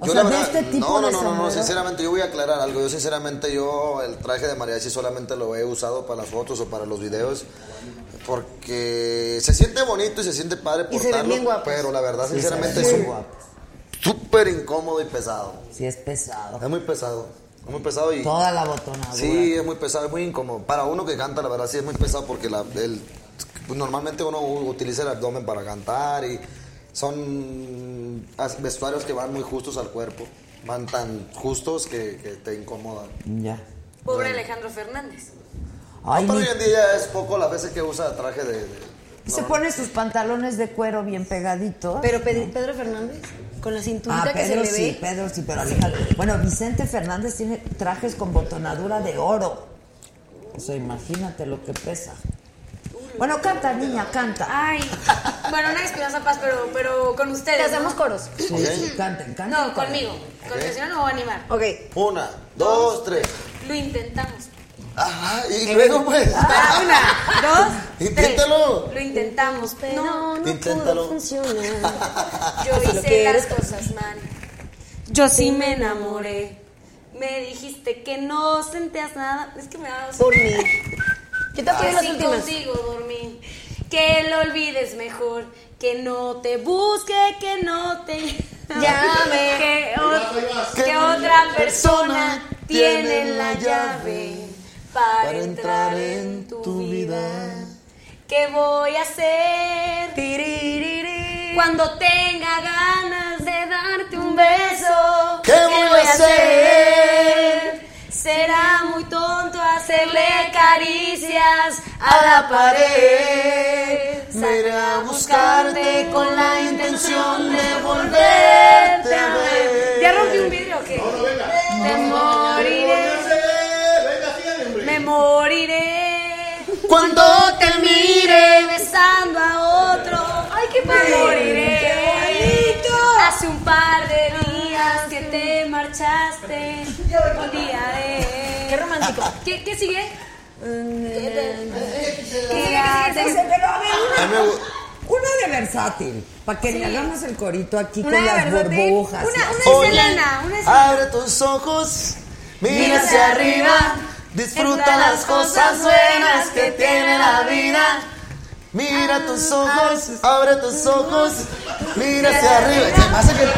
[SPEAKER 1] O
[SPEAKER 3] Yo,
[SPEAKER 1] sea,
[SPEAKER 3] la
[SPEAKER 1] de
[SPEAKER 3] verdad,
[SPEAKER 1] este tipo
[SPEAKER 3] no, no,
[SPEAKER 1] de
[SPEAKER 3] no, no,
[SPEAKER 1] sombrero.
[SPEAKER 3] no, sinceramente yo voy a aclarar algo. Yo sinceramente yo el traje de mariachi solamente lo he usado para las fotos o para los videos porque se siente bonito y se siente padre
[SPEAKER 6] Y se ven
[SPEAKER 3] portarlo,
[SPEAKER 6] bien guapos.
[SPEAKER 3] pero la verdad
[SPEAKER 1] Sí, se ven
[SPEAKER 3] sinceramente
[SPEAKER 1] muy
[SPEAKER 3] es un-
[SPEAKER 1] guapos.
[SPEAKER 3] súper incómodo y pesado.
[SPEAKER 1] Sí, es pesado.
[SPEAKER 3] Es muy pesado, es muy pesado y
[SPEAKER 1] Toda la botonadura.
[SPEAKER 3] Sí, es muy pesado, es muy incómodo. Para uno que canta, la verdad, sí es muy pesado porque la- el- pues, normalmente uno u- utiliza el abdomen para cantar y son as- vestuarios que van muy justos al cuerpo. Van tan justos que, que te incomodan.
[SPEAKER 1] Ya.
[SPEAKER 7] Pobre Alejandro Fernández.
[SPEAKER 1] Ay,
[SPEAKER 3] Pero
[SPEAKER 1] mi-
[SPEAKER 3] hoy en día es poco las veces que usa traje de... de-
[SPEAKER 1] se pone sus pantalones de cuero bien pegaditos.
[SPEAKER 6] Pero Pedro, Pedro Fernández, con la cinturita
[SPEAKER 1] Ah,
[SPEAKER 6] que
[SPEAKER 1] Pedro
[SPEAKER 6] se le
[SPEAKER 1] sí,
[SPEAKER 6] ve.
[SPEAKER 1] Pedro sí, pero Alejandro. Bueno, Vicente Fernández tiene trajes con botonadura de oro. O sea, imagínate lo que pesa. Bueno, canta, niña, canta.
[SPEAKER 6] Ah,
[SPEAKER 7] Ay, bueno, una Espinosa Paz, pero, pero con ustedes.
[SPEAKER 6] Te hacemos
[SPEAKER 7] ¿no?
[SPEAKER 6] coros.
[SPEAKER 1] Sí, sí, canten, canten.
[SPEAKER 7] No, conmigo. Porque
[SPEAKER 3] Ok.
[SPEAKER 7] si no, no voy a animar.
[SPEAKER 6] Ok.
[SPEAKER 3] Una, dos, tres.
[SPEAKER 7] Lo intentamos.
[SPEAKER 3] Ajá, y luego pues.
[SPEAKER 7] Va, una, dos, Ah, tres.
[SPEAKER 3] Inténtalo.
[SPEAKER 7] Lo intentamos, pero
[SPEAKER 6] No, no
[SPEAKER 3] Inténtalo.
[SPEAKER 6] pudo funcionar.
[SPEAKER 7] yo
[SPEAKER 6] Lo
[SPEAKER 7] hice
[SPEAKER 6] que
[SPEAKER 7] las
[SPEAKER 6] eres.
[SPEAKER 7] cosas mal. Yo sí me enamoré. Me dijiste que no sentías nada. Es que me da
[SPEAKER 6] Por mí. Yo te apoyo en las
[SPEAKER 7] Así
[SPEAKER 6] últimas.
[SPEAKER 7] contigo dormí. Que lo olvides mejor. Que no te busque, que no te
[SPEAKER 6] Llame.
[SPEAKER 7] Que, o- que
[SPEAKER 3] Que
[SPEAKER 7] otra
[SPEAKER 3] persona
[SPEAKER 7] persona tiene
[SPEAKER 3] tiene
[SPEAKER 7] la
[SPEAKER 3] la
[SPEAKER 7] llave
[SPEAKER 3] llave
[SPEAKER 7] para
[SPEAKER 3] para
[SPEAKER 7] entrar
[SPEAKER 3] entrar
[SPEAKER 7] en
[SPEAKER 3] en
[SPEAKER 7] tu
[SPEAKER 3] tu
[SPEAKER 7] vida.
[SPEAKER 3] vida.
[SPEAKER 7] ¿Qué voy a hacer cuando tenga ganas de darte un beso?
[SPEAKER 3] ¿Qué voy a hacer?
[SPEAKER 7] Será muy tonto hacerle caricias a la pared.
[SPEAKER 3] Me iré a
[SPEAKER 7] Saldrá
[SPEAKER 3] buscarte con la intención de volverte a ver.
[SPEAKER 7] ¿Ya rompí un vidrio o qué? Me moriré. Me moriré.
[SPEAKER 3] Cuando te
[SPEAKER 7] Mire besando a otro. Ay, qué padre. Moriré. Hace un par de días que te marchaste. Un día de. Qué romántico. ¿Qué, qué sigue? ¿Qué haces?
[SPEAKER 1] Pero a ver, una-
[SPEAKER 3] A mí me gu-
[SPEAKER 1] una de versátil, para que le hagamos el corito aquí
[SPEAKER 7] Una
[SPEAKER 1] con
[SPEAKER 7] de
[SPEAKER 1] las
[SPEAKER 7] versátil.
[SPEAKER 1] burbujas.
[SPEAKER 7] Una, una
[SPEAKER 3] Oye,
[SPEAKER 7] de Selena. Una de Selena.
[SPEAKER 3] Abre tus ojos, mira hacia arriba, disfruta las cosas buenas que tiene la vida. Ah, Mira tus ojos, abre tus ojos, mira hacia arriba. Se me hace que-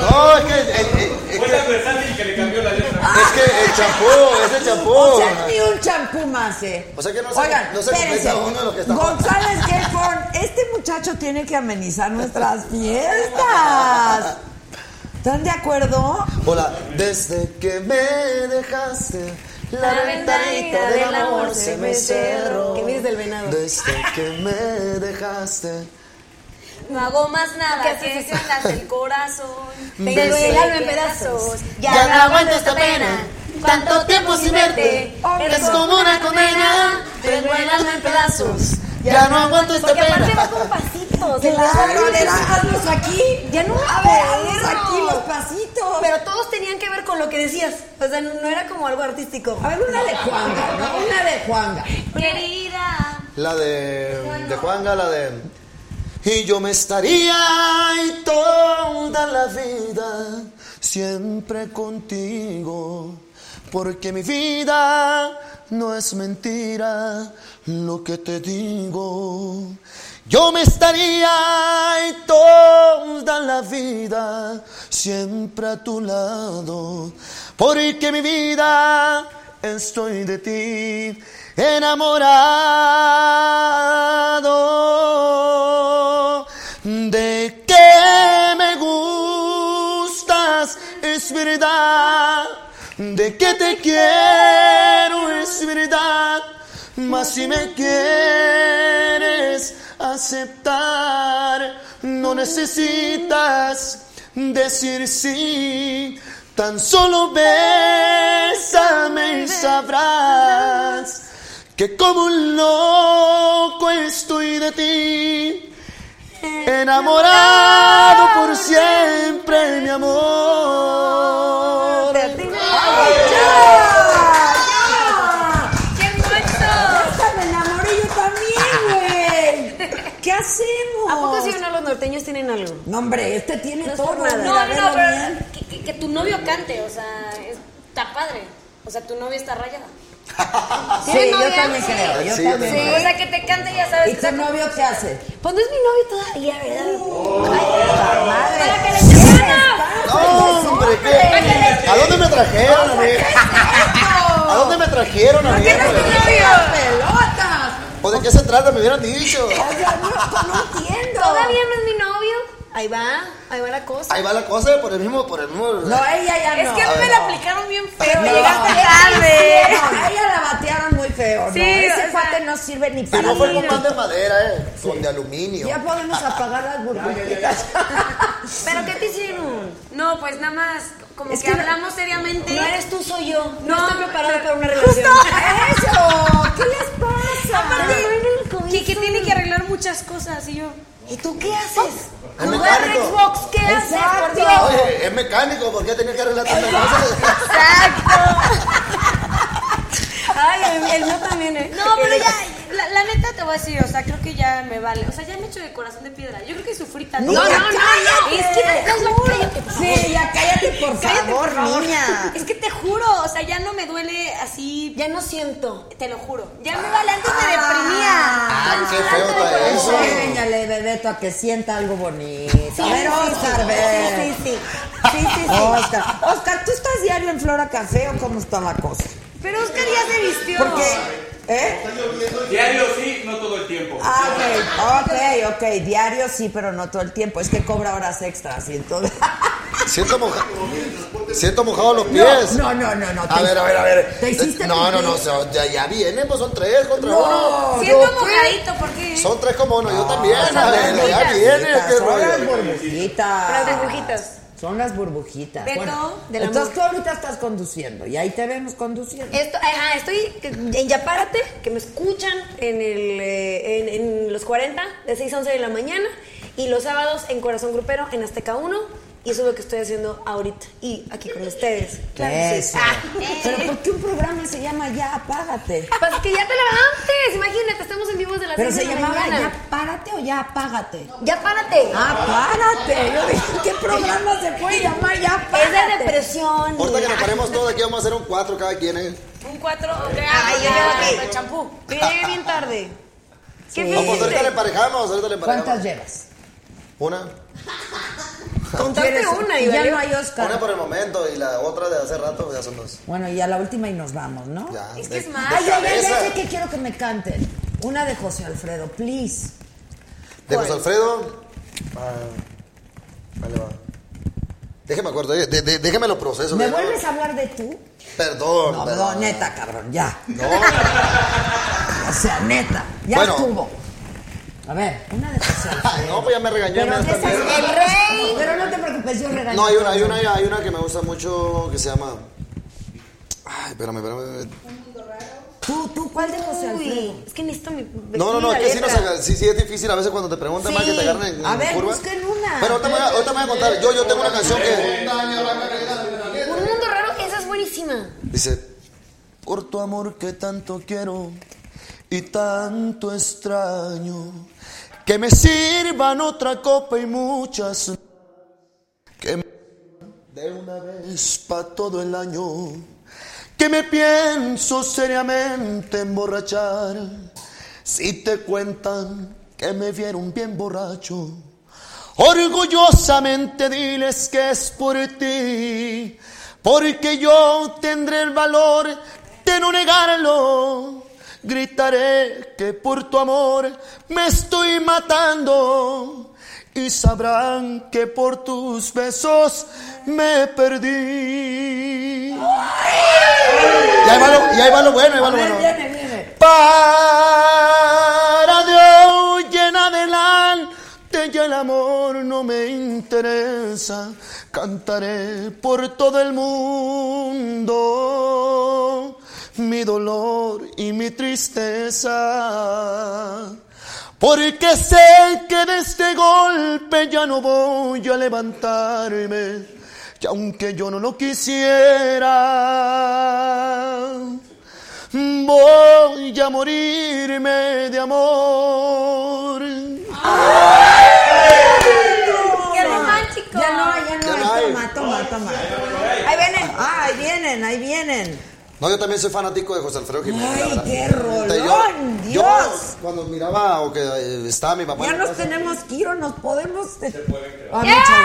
[SPEAKER 3] No, es que, eh, eh, eh,
[SPEAKER 4] Fue tan versátil que le cambió la letra.
[SPEAKER 3] es que el chapó, es el chapó.
[SPEAKER 1] O sea, ni un champú más, ¿eh?
[SPEAKER 3] O sea que no se-
[SPEAKER 1] Oigan,
[SPEAKER 3] no se conecta
[SPEAKER 1] espérense.
[SPEAKER 3] uno de los que estamos.
[SPEAKER 1] González Geffron, este muchacho tiene que amenizar nuestras fiestas. ¿Están de acuerdo?
[SPEAKER 3] Hola, desde que me dejaste, la,
[SPEAKER 7] La ventanita
[SPEAKER 3] ventanita del
[SPEAKER 7] del
[SPEAKER 3] amor
[SPEAKER 7] amor
[SPEAKER 3] se me cerró.
[SPEAKER 6] Que vienes del venado.
[SPEAKER 3] Desde que me dejaste.
[SPEAKER 7] No hago más
[SPEAKER 6] ¿Qué
[SPEAKER 7] nada
[SPEAKER 6] haces?
[SPEAKER 7] que desenlace el corazón.
[SPEAKER 6] Te
[SPEAKER 7] Te
[SPEAKER 6] duele
[SPEAKER 7] duele
[SPEAKER 6] el alma
[SPEAKER 7] en
[SPEAKER 6] en
[SPEAKER 7] pedazos.
[SPEAKER 6] pedazos.
[SPEAKER 7] Ya,
[SPEAKER 3] Ya
[SPEAKER 7] no aguanto esta pena. Tanto tiempo sin verte. Es como una condena. Te duele el alma en pedazos.
[SPEAKER 3] Ya no aguanto esta
[SPEAKER 7] Porque aparte
[SPEAKER 3] pena.
[SPEAKER 7] va con pasitos.
[SPEAKER 1] Claro, a ver, hazlos aquí.
[SPEAKER 6] Ya no
[SPEAKER 1] A ver, hazlos
[SPEAKER 6] hazlos.
[SPEAKER 1] aquí los pasitos.
[SPEAKER 6] Pero todos tenían que ver con lo que decías. O sea, no, no era como algo artístico.
[SPEAKER 1] A ver, una de Juanga, ¿no? Una de Juanga.
[SPEAKER 7] Querida.
[SPEAKER 3] La de, de Juanga, la de. Y yo me estaría y toda la vida siempre contigo. Porque mi vida no es mentira lo que te digo. Yo me estaría y toda la vida siempre a tu lado. Porque mi vida estoy de ti enamorado de que me gustas es verdad de que te quiero es verdad mas si me quieres aceptar no necesitas decir sí Tan solo bésame y sabrás que como un loco estoy de ti, enamorado por siempre, mi amor.
[SPEAKER 7] ¡Qué muerto!
[SPEAKER 1] Hasta me enamoré yo también, güey. ¿Qué hacemos?
[SPEAKER 6] ¿A poco sí o no los norteños tienen algo?
[SPEAKER 1] No, hombre, este tiene
[SPEAKER 6] No es
[SPEAKER 1] todo.
[SPEAKER 6] por nada.
[SPEAKER 1] mira,
[SPEAKER 7] No, no,
[SPEAKER 1] velo
[SPEAKER 7] no, pero
[SPEAKER 1] bien.
[SPEAKER 7] que, que- que tu novio cante, o sea, está padre. O sea, tu novia está rayada.
[SPEAKER 1] Sí,
[SPEAKER 6] ¿Tiene
[SPEAKER 1] yo
[SPEAKER 6] novia?
[SPEAKER 1] también creo, yo
[SPEAKER 3] Sí,
[SPEAKER 1] también
[SPEAKER 3] sí.
[SPEAKER 1] creo.
[SPEAKER 7] O sea, que te cante ya sabes
[SPEAKER 1] ¿Y
[SPEAKER 7] que
[SPEAKER 1] tu
[SPEAKER 7] está
[SPEAKER 1] novio qué hace?
[SPEAKER 6] Pues no es mi novio todavía, ¿verdad?
[SPEAKER 1] ¡La madre!
[SPEAKER 7] ¡Para que le chingada!
[SPEAKER 3] Hombre, ¿qué? ¿A dónde me trajeron, amigo? ¿A dónde me trajeron, amigo?
[SPEAKER 1] pelotas!
[SPEAKER 3] ¿O de qué se trata? Me hubieran dicho.
[SPEAKER 1] O sea, no, no entiendo.
[SPEAKER 6] Todavía no es mi novio. Ahí va, ahí va la cosa.
[SPEAKER 3] Ahí va la cosa por el mismo, por el mismo.
[SPEAKER 1] No, ella ya
[SPEAKER 7] Es
[SPEAKER 1] no.
[SPEAKER 7] que a mí me la aplicaron bien feo.
[SPEAKER 1] No.
[SPEAKER 7] Llegaste
[SPEAKER 1] Sí,
[SPEAKER 7] tarde.
[SPEAKER 1] no, a ella la batearon muy feo.
[SPEAKER 7] Sí,
[SPEAKER 1] no, ese
[SPEAKER 7] o sea-
[SPEAKER 1] cuate no sirve ni
[SPEAKER 3] Si
[SPEAKER 1] para
[SPEAKER 3] no fue
[SPEAKER 1] mí.
[SPEAKER 3] con pan de madera, eh, con de aluminio.
[SPEAKER 1] Ya podemos apagar las burbujitas.
[SPEAKER 6] ¿Pero qué te hicieron?
[SPEAKER 7] No, pues nada más como
[SPEAKER 6] Es
[SPEAKER 7] que,
[SPEAKER 6] que no-
[SPEAKER 7] hablamos seriamente.
[SPEAKER 6] No eres tú, soy yo. No,
[SPEAKER 7] No,
[SPEAKER 6] estoy preparada
[SPEAKER 7] pero-
[SPEAKER 6] para una relación.
[SPEAKER 1] ¡Eso! ¿Qué les pasa?
[SPEAKER 7] Aparte,
[SPEAKER 6] Pero bueno, el
[SPEAKER 7] que, que tiene que arreglar muchas cosas y yo.
[SPEAKER 6] ¿Y tú qué haces?
[SPEAKER 3] Ah,
[SPEAKER 6] Jugar
[SPEAKER 3] mecánico.
[SPEAKER 6] Xbox, ¿qué haces?
[SPEAKER 1] Exacto.
[SPEAKER 6] por Dios?
[SPEAKER 3] Oye, es mecánico, ¿por qué tenía que arreglar tantas cosas?
[SPEAKER 6] Ay, el, el mío también, ¿eh?
[SPEAKER 7] No, pero ya, la, la neta te voy a decir, o sea, creo que ya me vale. O sea, ya me echo de corazón de piedra. Yo creo que sufrí tanto.
[SPEAKER 1] Niña,
[SPEAKER 7] Es que te juro.
[SPEAKER 1] Sí, ya cállate, por
[SPEAKER 7] Cállate,
[SPEAKER 1] favor,
[SPEAKER 7] por favor.
[SPEAKER 1] niña.
[SPEAKER 7] Es que te juro, o sea, ya no me duele así.
[SPEAKER 6] Ya no siento.
[SPEAKER 7] Te lo juro. Ya me vale, antes me deprimía.
[SPEAKER 3] Ay, qué feo está eso.
[SPEAKER 1] Enséñale, Bebeto, a que sienta algo bonito. a ver, Oscar,
[SPEAKER 6] sí,
[SPEAKER 1] ve.
[SPEAKER 6] sí, sí.
[SPEAKER 1] Sí, sí, sí. Oscar. Oscar, ¿tú estás diario en Flora Café o cómo está la cosa?
[SPEAKER 7] Pero Oscar ya se vistió.
[SPEAKER 1] Porque, ¿eh?
[SPEAKER 4] Diario sí, no todo el tiempo.
[SPEAKER 1] Ah, ok, ok, ok. Diario sí, pero no todo el tiempo. Es que cobra horas extras y entonces...
[SPEAKER 3] Siento, moja- siento mojado los pies.
[SPEAKER 1] No, no, no, no.
[SPEAKER 3] A
[SPEAKER 1] te-
[SPEAKER 3] ver, a ver, a ver.
[SPEAKER 1] Te hiciste
[SPEAKER 3] No, no, no,
[SPEAKER 1] mentir.
[SPEAKER 3] so- ya, ya vienen, pues son tres contra
[SPEAKER 1] No,
[SPEAKER 3] uno.
[SPEAKER 7] Siento
[SPEAKER 3] Yo,
[SPEAKER 7] mojadito, porque.
[SPEAKER 3] pues, Son tres como uno, yo también.
[SPEAKER 1] Son
[SPEAKER 3] a
[SPEAKER 1] las
[SPEAKER 3] ver, ya
[SPEAKER 1] burbujitas,
[SPEAKER 3] vienen, qué
[SPEAKER 1] Son las
[SPEAKER 3] rollo.
[SPEAKER 1] burbujitas.
[SPEAKER 7] Las burbujitas.
[SPEAKER 1] Son las burbujitas.
[SPEAKER 7] Beto,
[SPEAKER 6] del amor.
[SPEAKER 1] entonces tú ahorita estás conduciendo y ahí te vemos conduciendo.
[SPEAKER 6] Esto, ajá, estoy en Yapárate, que me escuchan en, el, eh, en, en los 40, de 6 a 11 de la mañana, y los sábados en Corazón Grupero, en Azteca 1, y eso es lo que estoy haciendo ahorita, y aquí con ustedes. Claro que sí.
[SPEAKER 1] Eso.
[SPEAKER 6] Ah.
[SPEAKER 1] Pero ¿por qué un programa se llama Ya Apágate?
[SPEAKER 6] Pues que ya te la antes, imagínate, estamos en vivo desde las
[SPEAKER 1] Pero
[SPEAKER 6] 6
[SPEAKER 1] se
[SPEAKER 6] de la
[SPEAKER 1] llamaba
[SPEAKER 6] mañana.
[SPEAKER 1] Ya Párate o Ya Apágate.
[SPEAKER 6] Ya párate.
[SPEAKER 1] Apárate. Yo dije, ¿qué programa se puede llamar Ya
[SPEAKER 6] es de
[SPEAKER 1] Apágate?
[SPEAKER 6] depresión.
[SPEAKER 3] Ahorita que nos paremos todos aquí, vamos a hacer un cuatro cada quien. ¿eh?
[SPEAKER 7] Un cuatro.
[SPEAKER 6] Ay, yo ya
[SPEAKER 7] el champú.
[SPEAKER 6] Llegué Ah, bien tarde.
[SPEAKER 1] Sí.
[SPEAKER 6] ¿Qué me
[SPEAKER 3] Vamos, ahorita le
[SPEAKER 6] hiciste?
[SPEAKER 3] emparejamos, ahorita le
[SPEAKER 1] ¿Cuántas
[SPEAKER 3] emparejamos.
[SPEAKER 1] llevas?
[SPEAKER 3] Una,
[SPEAKER 6] Contaste
[SPEAKER 1] ¿Quieres-
[SPEAKER 6] una,
[SPEAKER 1] y
[SPEAKER 6] y
[SPEAKER 1] ya
[SPEAKER 6] valió.
[SPEAKER 1] no hay
[SPEAKER 3] una
[SPEAKER 1] Oscar.
[SPEAKER 3] por el momento y la otra de hace rato, ya son dos.
[SPEAKER 1] Bueno, y a la última y nos vamos, ¿no?
[SPEAKER 3] Ya,
[SPEAKER 7] Es que
[SPEAKER 3] de-
[SPEAKER 7] es
[SPEAKER 3] de
[SPEAKER 7] más.
[SPEAKER 1] Ay, ya, ya, ya
[SPEAKER 3] cabeza.
[SPEAKER 1] sé que quiero que me canten. Una de José Alfredo, please.
[SPEAKER 3] De
[SPEAKER 7] pues.
[SPEAKER 3] José Alfredo. Ah, vale, va. Déjeme acuerdo, eh, de- de- déjeme los procesos.
[SPEAKER 1] ¿Me
[SPEAKER 3] ¿no?
[SPEAKER 1] vuelves a hablar de tú?
[SPEAKER 3] Perdón.
[SPEAKER 1] No,
[SPEAKER 3] perdón.
[SPEAKER 1] no, neta, cabrón, ya.
[SPEAKER 3] No.
[SPEAKER 1] O sea, neta. Ya
[SPEAKER 3] Bueno.
[SPEAKER 1] estuvo. A ver, una de José
[SPEAKER 3] Ay,
[SPEAKER 1] Alfredo.
[SPEAKER 3] no, pues ya me regañó.
[SPEAKER 1] Pero
[SPEAKER 3] mira,
[SPEAKER 1] de
[SPEAKER 3] esta
[SPEAKER 1] esas-
[SPEAKER 3] mierda.
[SPEAKER 1] el rey. Pero no te preocupes, yo regaño.
[SPEAKER 3] No, hay una, hay una, hay una que me gusta mucho que se llama. Ay, espérame, espérame. espérame.
[SPEAKER 1] ¿Tú, tú, cuál de José Alfredo?
[SPEAKER 6] Uy, es que necesito mi.
[SPEAKER 3] No, no, no, es
[SPEAKER 6] la
[SPEAKER 3] que sí,
[SPEAKER 6] letra.
[SPEAKER 3] nos, aga- sí, sí es difícil a veces cuando te preguntan más que te agarren en,
[SPEAKER 1] A ver,
[SPEAKER 3] curva.
[SPEAKER 1] busquen una.
[SPEAKER 3] Pero ahorita me, voy a- ahorita me voy a contar. Yo, yo tengo una canción que
[SPEAKER 6] Un mundo raro, esa es buenísima.
[SPEAKER 3] dice: Por tu amor que tanto quiero y tanto extraño, que me sirvan otra copa y muchas. Que me de una vez pa' todo el año. Que me pienso seriamente emborrachar. Si te cuentan que me vieron bien borracho. Orgullosamente diles que es por ti. Porque yo tendré el valor de no negarlo. Gritaré que por tu amor me estoy matando y sabrán que por tus besos me perdí. Y ahí va lo, y ahí va lo bueno, ahí va lo bueno. Para Dios llena adelante ya el amor no me interesa. Cantaré por todo el mundo mi dolor y mi tristeza. Porque sé que de este golpe ya no voy a levantarme, y aunque yo no lo quisiera. Voy a morirme de amor.
[SPEAKER 7] Ya no van, chicos.
[SPEAKER 1] Ya no, ya no,
[SPEAKER 3] Ya
[SPEAKER 1] hay.
[SPEAKER 3] no hay.
[SPEAKER 1] toma, toma, toma. Ahí vienen. Ah, ahí vienen, ahí vienen.
[SPEAKER 3] No, yo también soy fanático de José Alfredo Jiménez.
[SPEAKER 1] Ay,
[SPEAKER 3] la verdad.
[SPEAKER 1] qué
[SPEAKER 3] Puta,
[SPEAKER 1] rolón,
[SPEAKER 3] yo-
[SPEAKER 1] Dios.
[SPEAKER 3] Yo, cuando miraba o que eh, estaba mi papá.
[SPEAKER 1] Ya
[SPEAKER 3] en la
[SPEAKER 1] nos
[SPEAKER 3] casa,
[SPEAKER 1] tenemos que ir o nos podemos... Ah,
[SPEAKER 7] ¡Eh!
[SPEAKER 1] muchas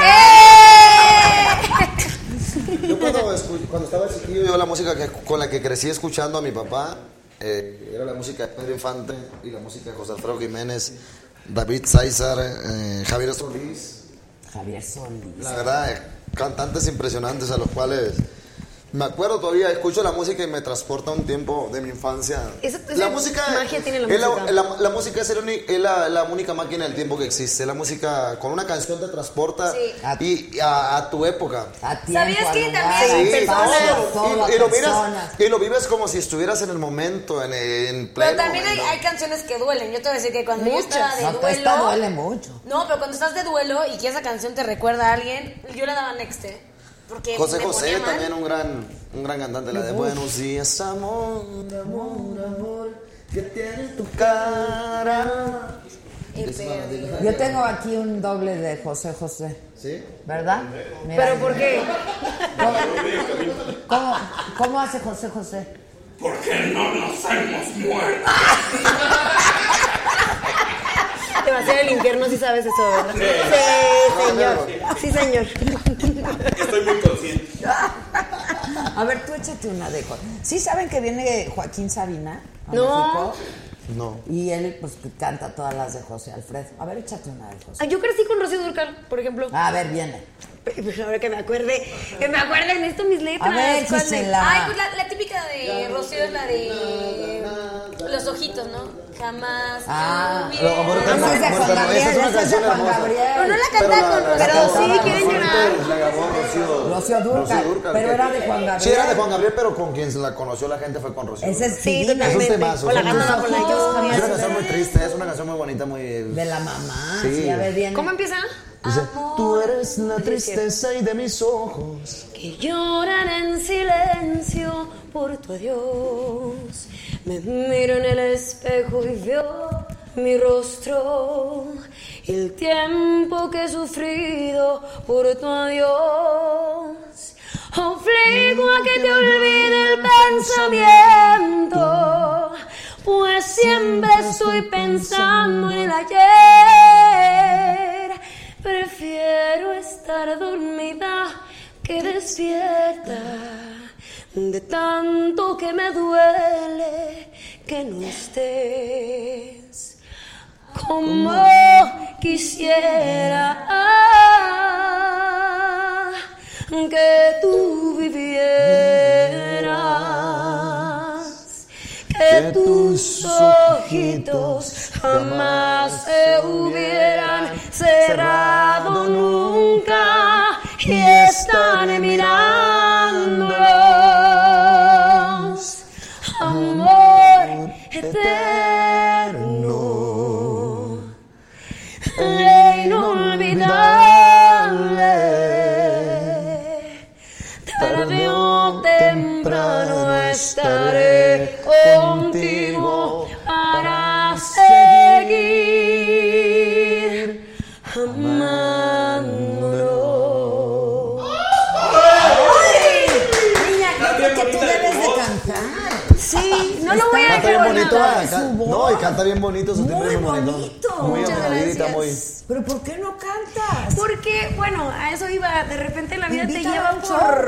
[SPEAKER 1] gracias.
[SPEAKER 3] Yo cuando, escu- cuando estaba chiquillo, yo la música que- con la que crecí escuchando a mi papá eh, era la música de Pedro Infante y la música de José Alfredo Jiménez, David César, eh, Javier Solís.
[SPEAKER 1] Javier Solís.
[SPEAKER 3] La verdad, eh, cantantes impresionantes a los cuales Me acuerdo todavía, escucho la música y me transporta a un tiempo de mi infancia.
[SPEAKER 6] Esa- esa magia tiene la
[SPEAKER 3] es
[SPEAKER 6] música.
[SPEAKER 3] la- la música es, el uni- es la, la única máquina del tiempo que existe. La música con una canción te transporta
[SPEAKER 1] Sí.
[SPEAKER 3] y a, a tu época.
[SPEAKER 1] A tiempo,
[SPEAKER 5] ¿Sabías
[SPEAKER 1] a
[SPEAKER 5] que
[SPEAKER 1] lugar,
[SPEAKER 5] también
[SPEAKER 1] a
[SPEAKER 5] personas-
[SPEAKER 1] todo, todo,
[SPEAKER 3] y,
[SPEAKER 1] a
[SPEAKER 3] y lo miras,
[SPEAKER 1] personas.
[SPEAKER 3] y lo vives como si estuvieras en el momento, en, en pleno
[SPEAKER 5] Pero también hay,
[SPEAKER 3] momento.
[SPEAKER 5] hay canciones que duelen. Yo te voy a decir que cuando yo estaba de
[SPEAKER 1] No, pues,
[SPEAKER 5] duelo.
[SPEAKER 1] esta duele mucho.
[SPEAKER 5] No, pero cuando estás de duelo y que esa canción te recuerda a alguien, yo le daba next, ¿eh? Porque
[SPEAKER 3] José
[SPEAKER 5] me
[SPEAKER 3] José
[SPEAKER 5] ponía mal.
[SPEAKER 3] también un gran, un gran cantante, la de Buenos días, amor, amor, amor, que tiene tu cara.
[SPEAKER 5] Y perdí.
[SPEAKER 1] Yo tengo aquí un doble de José José,
[SPEAKER 3] ¿Sí?
[SPEAKER 1] ¿verdad? Mira,
[SPEAKER 6] ¿Pero por qué?
[SPEAKER 1] ¿Cómo, ¿Cómo hace José José?
[SPEAKER 4] Porque no nos hemos muerto.
[SPEAKER 6] Te va a hacer el infierno si sabes eso, ¿verdad? Sí, señor. Sí, señor.
[SPEAKER 4] Estoy muy consciente.
[SPEAKER 1] A ver, tú échate una de José. ¿Sí saben que viene Joaquín Sabina a
[SPEAKER 6] No.
[SPEAKER 1] México?
[SPEAKER 3] No.
[SPEAKER 1] Y él, pues, canta todas las de José Alfredo. A ver, échate una de José. Ah,
[SPEAKER 6] Ah, Yo crecí con Rocío Durcal, por ejemplo.
[SPEAKER 1] A ver, viene.
[SPEAKER 6] Ahora que me acuerde, que me acuerden esto mis letras.
[SPEAKER 1] A ver,
[SPEAKER 6] ¿cuál es?
[SPEAKER 1] Gisela.
[SPEAKER 5] Ay, pues la, la típica de Rocío es la de los ojitos, ¿no? Jamás.
[SPEAKER 1] Ah,
[SPEAKER 5] te
[SPEAKER 3] lo- amor,
[SPEAKER 5] olvidé.
[SPEAKER 1] Esa es de
[SPEAKER 3] Bueno,
[SPEAKER 1] Juan
[SPEAKER 3] bueno,
[SPEAKER 1] Gabriel,
[SPEAKER 3] esa es
[SPEAKER 1] esa
[SPEAKER 3] una
[SPEAKER 1] es de
[SPEAKER 3] canción
[SPEAKER 1] Juan
[SPEAKER 3] hermosa.
[SPEAKER 5] Pero no
[SPEAKER 1] Gabriel.
[SPEAKER 5] la cantaba con Rocío.
[SPEAKER 6] sí, quieren llorar.
[SPEAKER 3] La grabó Rocío.
[SPEAKER 1] Rocío Durcal, pero era de Juan Gabriel.
[SPEAKER 3] Sí, era de Juan Gabriel, pero con quien la conoció la gente fue con Rocío.
[SPEAKER 1] Esa es
[SPEAKER 6] Sí,
[SPEAKER 1] divina.
[SPEAKER 3] es un
[SPEAKER 6] totalmente.
[SPEAKER 3] temazo.
[SPEAKER 6] Con la
[SPEAKER 3] es un
[SPEAKER 6] gana,
[SPEAKER 3] temazo.
[SPEAKER 6] con la yo,
[SPEAKER 1] jamás.
[SPEAKER 3] Es una
[SPEAKER 1] Dios.
[SPEAKER 3] canción muy triste, es una canción muy bonita, muy.
[SPEAKER 1] De la mamá. Sí.
[SPEAKER 3] Sí.
[SPEAKER 1] a ver, viene.
[SPEAKER 6] ¿Cómo empieza?
[SPEAKER 3] Dice, Tú
[SPEAKER 5] Amor.
[SPEAKER 3] eres la tristeza y de mis ojos.
[SPEAKER 6] Que lloran en silencio por tu adiós. Me miro en el espejo y veo mi rostro. El tiempo que he sufrido por tu adiós. Obligo a que te olvide el pensamiento. Pues siempre estoy pensando en el ayer. Prefiero estar dormida que despierta de tanto que me duele que no estés como quisiera que tú vivieras que tus ojitos jamás se hubieran cerrado nunca y están mirando amor eterno e inolvidable Tarde o temprano estaré contigo para seguir amándonos.
[SPEAKER 1] Niña, yo creo que
[SPEAKER 4] bien
[SPEAKER 1] tú
[SPEAKER 4] bonita
[SPEAKER 1] debes
[SPEAKER 4] tu
[SPEAKER 1] de
[SPEAKER 4] voz.
[SPEAKER 1] cantar.
[SPEAKER 6] Sí, no lo voy a
[SPEAKER 3] Canta
[SPEAKER 6] dejar
[SPEAKER 3] bien
[SPEAKER 6] con
[SPEAKER 3] bonito,
[SPEAKER 6] nada.
[SPEAKER 3] ah,
[SPEAKER 1] Su
[SPEAKER 3] can- no,
[SPEAKER 1] voz.
[SPEAKER 3] y canta bien bonito, su timbre
[SPEAKER 1] Muy
[SPEAKER 3] es muy bonito.
[SPEAKER 1] bonito.
[SPEAKER 3] Muy
[SPEAKER 1] Muchas
[SPEAKER 3] amadita,
[SPEAKER 6] gracias.
[SPEAKER 3] muy.
[SPEAKER 1] Pero ¿por qué no cantas?
[SPEAKER 6] Porque, bueno, a eso iba, de repente la vida te
[SPEAKER 1] Invítala
[SPEAKER 6] lleva
[SPEAKER 1] un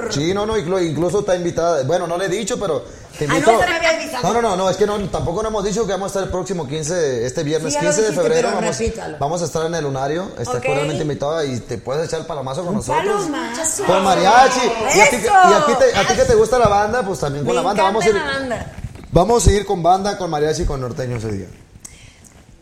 [SPEAKER 6] por...
[SPEAKER 3] Sí, no, no, inclu- incluso está invitada. Bueno, no le he dicho, pero te invito.
[SPEAKER 1] Ah, no, se me había avisado.
[SPEAKER 3] No, no, no, no, es que no, tampoco no hemos dicho que vamos a estar el próximo 15, de- este viernes
[SPEAKER 1] Sí, ya lo
[SPEAKER 3] 15
[SPEAKER 1] dijiste,
[SPEAKER 3] de febrero.
[SPEAKER 1] pero
[SPEAKER 3] Vamos,
[SPEAKER 1] repítalo.
[SPEAKER 3] vamos a estar en el lunario. Estás
[SPEAKER 6] Ok.
[SPEAKER 3] cordialmente invitada y te puedes echar el palomazo con nosotros.
[SPEAKER 1] Palomazo.
[SPEAKER 3] Con mariachi. Y a ti, que-
[SPEAKER 1] ¡Eso!
[SPEAKER 3] y a ti te, a ti que te gusta la banda, pues también con
[SPEAKER 6] Me
[SPEAKER 3] la banda. Vamos a,
[SPEAKER 6] encanta
[SPEAKER 3] ir,
[SPEAKER 6] la banda.
[SPEAKER 3] vamos a ir con banda, con mariachi y con norteño ese día.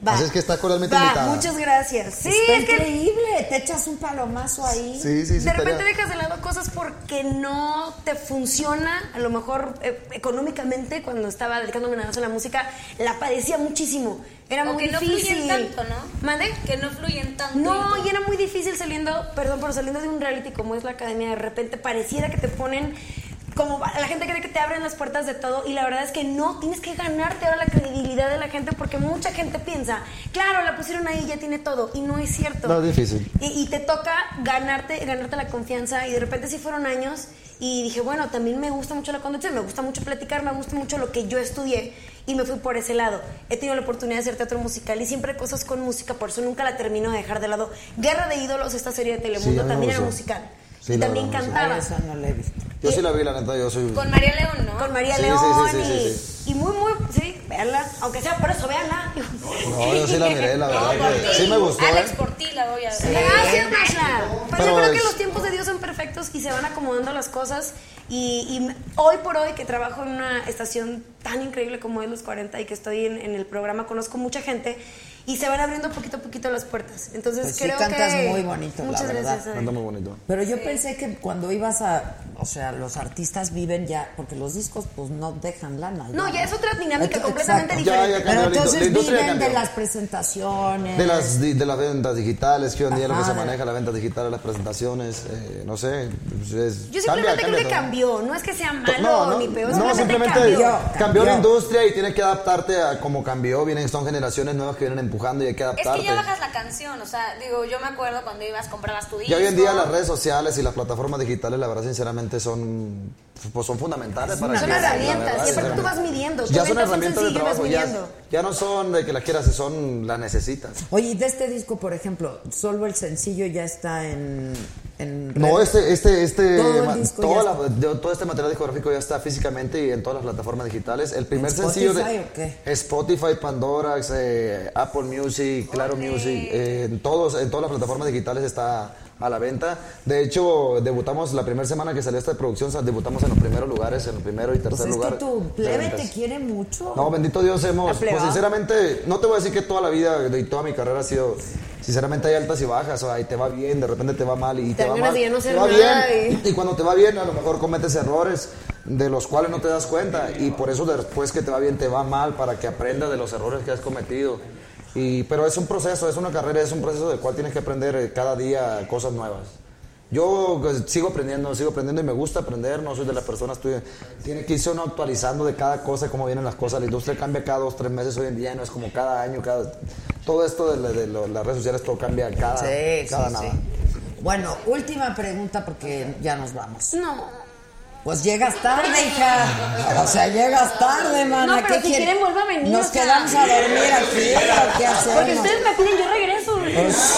[SPEAKER 6] Va.
[SPEAKER 3] Así es que estás cordialmente
[SPEAKER 6] Va,
[SPEAKER 3] invitada.
[SPEAKER 6] Muchas gracias. Sí,
[SPEAKER 1] Está
[SPEAKER 6] es que
[SPEAKER 1] increíble. Te echas un palomazo ahí.
[SPEAKER 3] Sí, sí, sí.
[SPEAKER 6] de repente
[SPEAKER 3] estaría-
[SPEAKER 6] dejas de lado cosas porque no te funciona, a lo mejor eh, económicamente, cuando estaba dedicándome nada más a la música, la padecía muchísimo. Era
[SPEAKER 5] O
[SPEAKER 6] muy
[SPEAKER 5] que no
[SPEAKER 6] difícil.
[SPEAKER 5] fluyen tanto, ¿no?
[SPEAKER 6] ¿Mande?
[SPEAKER 5] Que no fluyen tanto.
[SPEAKER 6] No, y era muy difícil saliendo, perdón, pero saliendo de un reality como es la academia, de repente pareciera que te ponen. Como va- la gente cree que te abren las puertas de todo y la verdad es que no, tienes que ganarte ahora la credibilidad de la gente porque mucha gente piensa, claro, la pusieron ahí, ya tiene todo y no es cierto.
[SPEAKER 3] No, es difícil.
[SPEAKER 6] Y, y te toca ganarte, ganarte la confianza. Y de repente sí fueron años. Y dije, bueno, también me gusta mucho la conducta, me gusta mucho platicar, me gusta mucho lo que yo estudié. Y me fui por ese lado. He tenido la oportunidad de hacer teatro musical y siempre cosas con música, por eso nunca la termino de dejar de lado. Guerra de ídolos, esta serie de
[SPEAKER 3] Sí,
[SPEAKER 6] Telemundo,
[SPEAKER 3] a mí me
[SPEAKER 6] también era
[SPEAKER 3] gustó.
[SPEAKER 6] musical.
[SPEAKER 3] Sí,
[SPEAKER 6] y
[SPEAKER 3] la
[SPEAKER 6] también
[SPEAKER 3] verdad me gustó.
[SPEAKER 6] cantaba.
[SPEAKER 1] Eso no lo he visto.
[SPEAKER 3] Yo sí la vi, la neta, yo soy.
[SPEAKER 5] Con María León, ¿no?
[SPEAKER 6] Con María
[SPEAKER 3] Sí, sí,
[SPEAKER 6] León.
[SPEAKER 3] sí, sí,
[SPEAKER 6] y,
[SPEAKER 3] sí,
[SPEAKER 6] y muy, muy, sí, véanla. Aunque sea por eso, véanla.
[SPEAKER 3] No, yo sí la miré, la
[SPEAKER 5] No,
[SPEAKER 3] verdad.
[SPEAKER 5] por
[SPEAKER 3] que
[SPEAKER 5] ti.
[SPEAKER 3] sí me gustó.
[SPEAKER 5] Alex
[SPEAKER 3] ¿eh?
[SPEAKER 5] por ti la voy a ver.
[SPEAKER 7] Eh,
[SPEAKER 6] Gracias, Masla. Pero,
[SPEAKER 3] Pero
[SPEAKER 6] yo creo
[SPEAKER 3] es-
[SPEAKER 6] que los tiempos de Dios son perfectos y se van acomodando las cosas. Y, y m- hoy por hoy que trabajo en una estación tan increíble como es Los 40 y que estoy en, en el programa, conozco mucha gente y se van abriendo poquito a poquito las puertas. Entonces
[SPEAKER 1] Pues sí,
[SPEAKER 6] creo
[SPEAKER 1] cantas
[SPEAKER 6] que...
[SPEAKER 1] muy bonito, la
[SPEAKER 6] Muchas
[SPEAKER 1] verdad.
[SPEAKER 6] gracias. Adri.
[SPEAKER 3] Anda muy bonito.
[SPEAKER 1] Pero yo pensé que cuando ibas a, o sea, los artistas viven ya, porque los discos pues no dejan lana.
[SPEAKER 6] No, ya es otra dinámica
[SPEAKER 1] Exacto.
[SPEAKER 6] completamente
[SPEAKER 3] Ya, ya
[SPEAKER 6] diferente.
[SPEAKER 3] cambió
[SPEAKER 1] Pero
[SPEAKER 3] la industria,
[SPEAKER 1] entonces
[SPEAKER 3] la industria
[SPEAKER 1] viven de
[SPEAKER 3] cambió.
[SPEAKER 1] las presentaciones.
[SPEAKER 3] De las, di- de las ventas digitales, que hoy en día lo que
[SPEAKER 1] Ajá,
[SPEAKER 3] se
[SPEAKER 1] de-
[SPEAKER 3] maneja, las ventas digitales, las presentaciones, eh, no sé. pues es-
[SPEAKER 6] Yo
[SPEAKER 3] cambia,
[SPEAKER 6] simplemente
[SPEAKER 3] cambia
[SPEAKER 6] creo que
[SPEAKER 3] todo.
[SPEAKER 6] cambió. No es que sea malo
[SPEAKER 3] No, no,
[SPEAKER 6] ni peor,
[SPEAKER 3] no,
[SPEAKER 6] simplemente,
[SPEAKER 3] simplemente
[SPEAKER 6] cambió.
[SPEAKER 3] cambió, la
[SPEAKER 1] cambió.
[SPEAKER 3] industria y tienes que adaptarte a como cambió. Vienen, son generaciones nuevas que vienen empujando y hay que
[SPEAKER 7] Es
[SPEAKER 3] adaptarte.
[SPEAKER 7] que ya bajas la canción, o sea, digo, yo me acuerdo cuando ibas, comprabas tu disco.
[SPEAKER 3] Y hoy en día las redes sociales y las plataformas digitales, la verdad, sinceramente, son, pues, son fundamentales para
[SPEAKER 6] Son
[SPEAKER 3] que- la verdad,
[SPEAKER 6] herramientas. Y aparte tú vas
[SPEAKER 3] sinceramente.
[SPEAKER 6] midiendo.
[SPEAKER 3] Ya
[SPEAKER 6] tú
[SPEAKER 3] son
[SPEAKER 6] ventas un
[SPEAKER 3] herramientas de
[SPEAKER 6] sencillo y vas
[SPEAKER 3] trabajo, ya,
[SPEAKER 6] midiendo.
[SPEAKER 3] ya no son de que las quieras, son las necesitas.
[SPEAKER 1] Oye, y de este disco, por ejemplo, solo el sencillo ya está en... en
[SPEAKER 3] No,
[SPEAKER 1] redes.
[SPEAKER 3] este, este, este,
[SPEAKER 1] Todo el
[SPEAKER 3] ma-
[SPEAKER 1] disco ya
[SPEAKER 3] toda la- de- todo este material discográfico ya está físicamente y en todas las plataformas digitales. El primer
[SPEAKER 1] ¿En
[SPEAKER 3] sencillo
[SPEAKER 1] Spotify
[SPEAKER 3] de
[SPEAKER 1] o qué?
[SPEAKER 3] Spotify, Pandora, eh, Apple Music, Claro Music, eh, en todos, en todas las plataformas digitales está a la venta. De hecho, debutamos la primera semana que salió esta producción, sa- debutamos en los primeros lugares, en el primero y tercer
[SPEAKER 1] Pues es
[SPEAKER 3] lugar.
[SPEAKER 1] que tu
[SPEAKER 3] de
[SPEAKER 1] plebe
[SPEAKER 3] ventas.
[SPEAKER 1] te quiere mucho.
[SPEAKER 3] No, bendito Dios, hemos.
[SPEAKER 1] ¿La pleba?
[SPEAKER 3] Pues sinceramente, no te voy a decir que toda la vida y toda mi carrera ha sido. Sinceramente, hay altas y bajas. O sea, y te va bien, de repente te va mal y te, va
[SPEAKER 6] ganas
[SPEAKER 3] mal.
[SPEAKER 6] de ya no hacer
[SPEAKER 3] te va
[SPEAKER 6] nada
[SPEAKER 3] bien. Y... cuando te va bien, a lo mejor cometes errores de los cuales no te das cuenta. Y por eso, después que te va bien, te va mal para que aprendas de los errores que has cometido. Y, pero es un proceso, es una carrera, es un proceso del cual tienes que aprender eh, cada día cosas nuevas. Yo pues, sigo aprendiendo, sigo aprendiendo y me gusta aprender, no soy de las personas que tiene que irse uno actualizando de cada cosa, cómo vienen las cosas, la industria cambia cada dos, tres meses hoy en día, no es como cada año, cada todo esto de, la- de lo- las redes sociales todo cambia cada,
[SPEAKER 1] Sí,
[SPEAKER 3] cada
[SPEAKER 1] sí,
[SPEAKER 3] nada.
[SPEAKER 1] sí. Bueno, última pregunta porque ya nos vamos.
[SPEAKER 6] No.
[SPEAKER 1] Pues llegas tarde, hija. O sea, llegas tarde, mana.
[SPEAKER 6] No, pero
[SPEAKER 1] ¿Qué
[SPEAKER 6] si
[SPEAKER 1] quiere-
[SPEAKER 6] quieren, vuelva a venir,
[SPEAKER 1] Nos
[SPEAKER 6] o sea.
[SPEAKER 1] quedamos a dormir aquí. ¿o ¿Qué
[SPEAKER 6] Porque
[SPEAKER 1] hacemos? Pues,
[SPEAKER 6] ustedes me piden, yo regreso.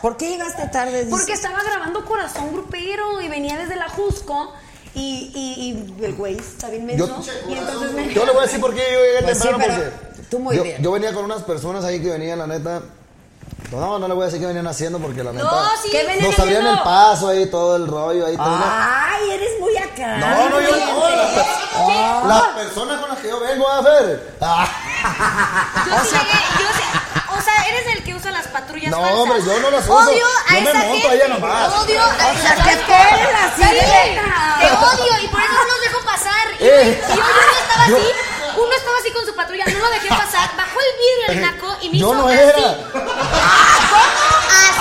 [SPEAKER 1] ¿Por qué llegaste tarde? dice?
[SPEAKER 6] Porque estaba grabando Corazón Grupero y venía desde la Jusco y, y, y el güey está bien menso. y entonces me...
[SPEAKER 3] Yo le voy a decir por qué yo llegué
[SPEAKER 1] Pues sí,
[SPEAKER 3] temprano
[SPEAKER 1] pero
[SPEAKER 3] porque
[SPEAKER 1] tú muy
[SPEAKER 3] yo,
[SPEAKER 1] bien.
[SPEAKER 3] yo venía con unas personas ahí que venían, la neta. Pues No, no le voy a decir que venían haciendo porque la neta.
[SPEAKER 7] sí.
[SPEAKER 6] ¿Qué venían
[SPEAKER 3] nos abrían
[SPEAKER 6] haciendo?
[SPEAKER 3] el paso ahí, todo el rollo ahí. todo
[SPEAKER 1] Ah. Ay, eres muy acá.
[SPEAKER 3] No, no, yo no. Las per- las personas con las que yo vengo a ver. ah,
[SPEAKER 7] Yo sí llegué, yo sí- o sea, eres el que usa las patrullas
[SPEAKER 3] No,
[SPEAKER 7] falsas.
[SPEAKER 3] hombre, yo no las uso.
[SPEAKER 7] Odio a
[SPEAKER 3] Yo me
[SPEAKER 7] esa
[SPEAKER 3] monto a
[SPEAKER 7] gente.
[SPEAKER 3] ella nomás.
[SPEAKER 7] Odio a esa
[SPEAKER 1] sea, que
[SPEAKER 7] gente.
[SPEAKER 1] tú eres la
[SPEAKER 7] Cállate,
[SPEAKER 1] sirena.
[SPEAKER 7] Te odio y por eso no los dejo pasar. Y,
[SPEAKER 3] Eh.
[SPEAKER 7] y uno estaba
[SPEAKER 3] Yo-
[SPEAKER 7] así, uno estaba así con su patrulla, no lo dejé pasar, bajó el vidrio el naco y me
[SPEAKER 3] Yo
[SPEAKER 7] hizo
[SPEAKER 3] no
[SPEAKER 7] así.
[SPEAKER 3] era.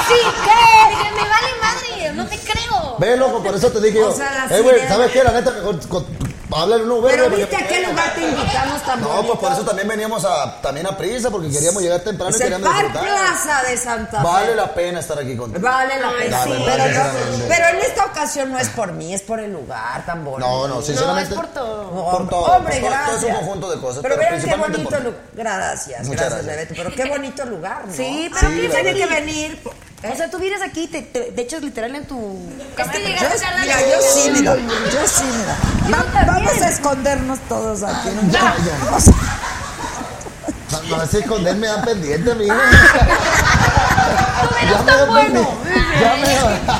[SPEAKER 7] Así que, dije, me vale madre, no te creo.
[SPEAKER 3] Ve, loco, por eso te dije
[SPEAKER 1] O
[SPEAKER 3] yo.
[SPEAKER 1] sea, la
[SPEAKER 3] Eh, güey,
[SPEAKER 1] sirena.
[SPEAKER 3] ¿sabes qué? La neta, mejor con- háblale un Uber.
[SPEAKER 1] Pero
[SPEAKER 3] güey,
[SPEAKER 1] viste a
[SPEAKER 3] porque-
[SPEAKER 1] qué lugar te invitamos tan
[SPEAKER 3] No,
[SPEAKER 1] bonito?
[SPEAKER 3] pues por eso también veníamos a, también a prisa, porque queríamos llegar temprano
[SPEAKER 1] Es
[SPEAKER 3] y
[SPEAKER 1] el
[SPEAKER 3] queríamos
[SPEAKER 1] Par
[SPEAKER 3] disfrutar.
[SPEAKER 1] Plaza de Santa Fe.
[SPEAKER 3] Vale la pena estar aquí contigo.
[SPEAKER 1] Vale la pena.
[SPEAKER 3] sí.
[SPEAKER 1] pero,
[SPEAKER 3] Vale,
[SPEAKER 1] no-
[SPEAKER 3] vale.
[SPEAKER 1] pero en esta ocasión no es por mí, es por el lugar tan bonito.
[SPEAKER 3] No, no, sinceramente.
[SPEAKER 6] No, es por todo.
[SPEAKER 1] No,
[SPEAKER 3] Por todo.
[SPEAKER 1] Hombre,
[SPEAKER 3] por todo, todo
[SPEAKER 1] gracias.
[SPEAKER 3] es un conjunto de cosas.
[SPEAKER 1] Pero, vean qué
[SPEAKER 3] principalmente
[SPEAKER 1] bonito
[SPEAKER 3] por-
[SPEAKER 1] lugar. Gracias,
[SPEAKER 3] Muchas
[SPEAKER 1] gracias,
[SPEAKER 3] gracias.
[SPEAKER 1] Bebeto. Pero qué bonito lugar, ¿no?
[SPEAKER 6] Sí, pero
[SPEAKER 3] Sí,
[SPEAKER 6] piensa
[SPEAKER 3] la
[SPEAKER 6] en
[SPEAKER 1] tiene que
[SPEAKER 6] ti.
[SPEAKER 1] venir. por-
[SPEAKER 6] O sea, tú vienes aquí, te, te, de hecho, es literal en tu.
[SPEAKER 7] Es que
[SPEAKER 1] Yo,
[SPEAKER 7] llegaste tarde.
[SPEAKER 1] mira,
[SPEAKER 7] a la
[SPEAKER 1] yo sí,
[SPEAKER 7] reunión.
[SPEAKER 1] mira, yo sí, mira. Va- vamos a escondernos todos aquí. O sea,
[SPEAKER 3] No, No, ese esconder me da pendiente, amigo. ya me dio pendiente. Ya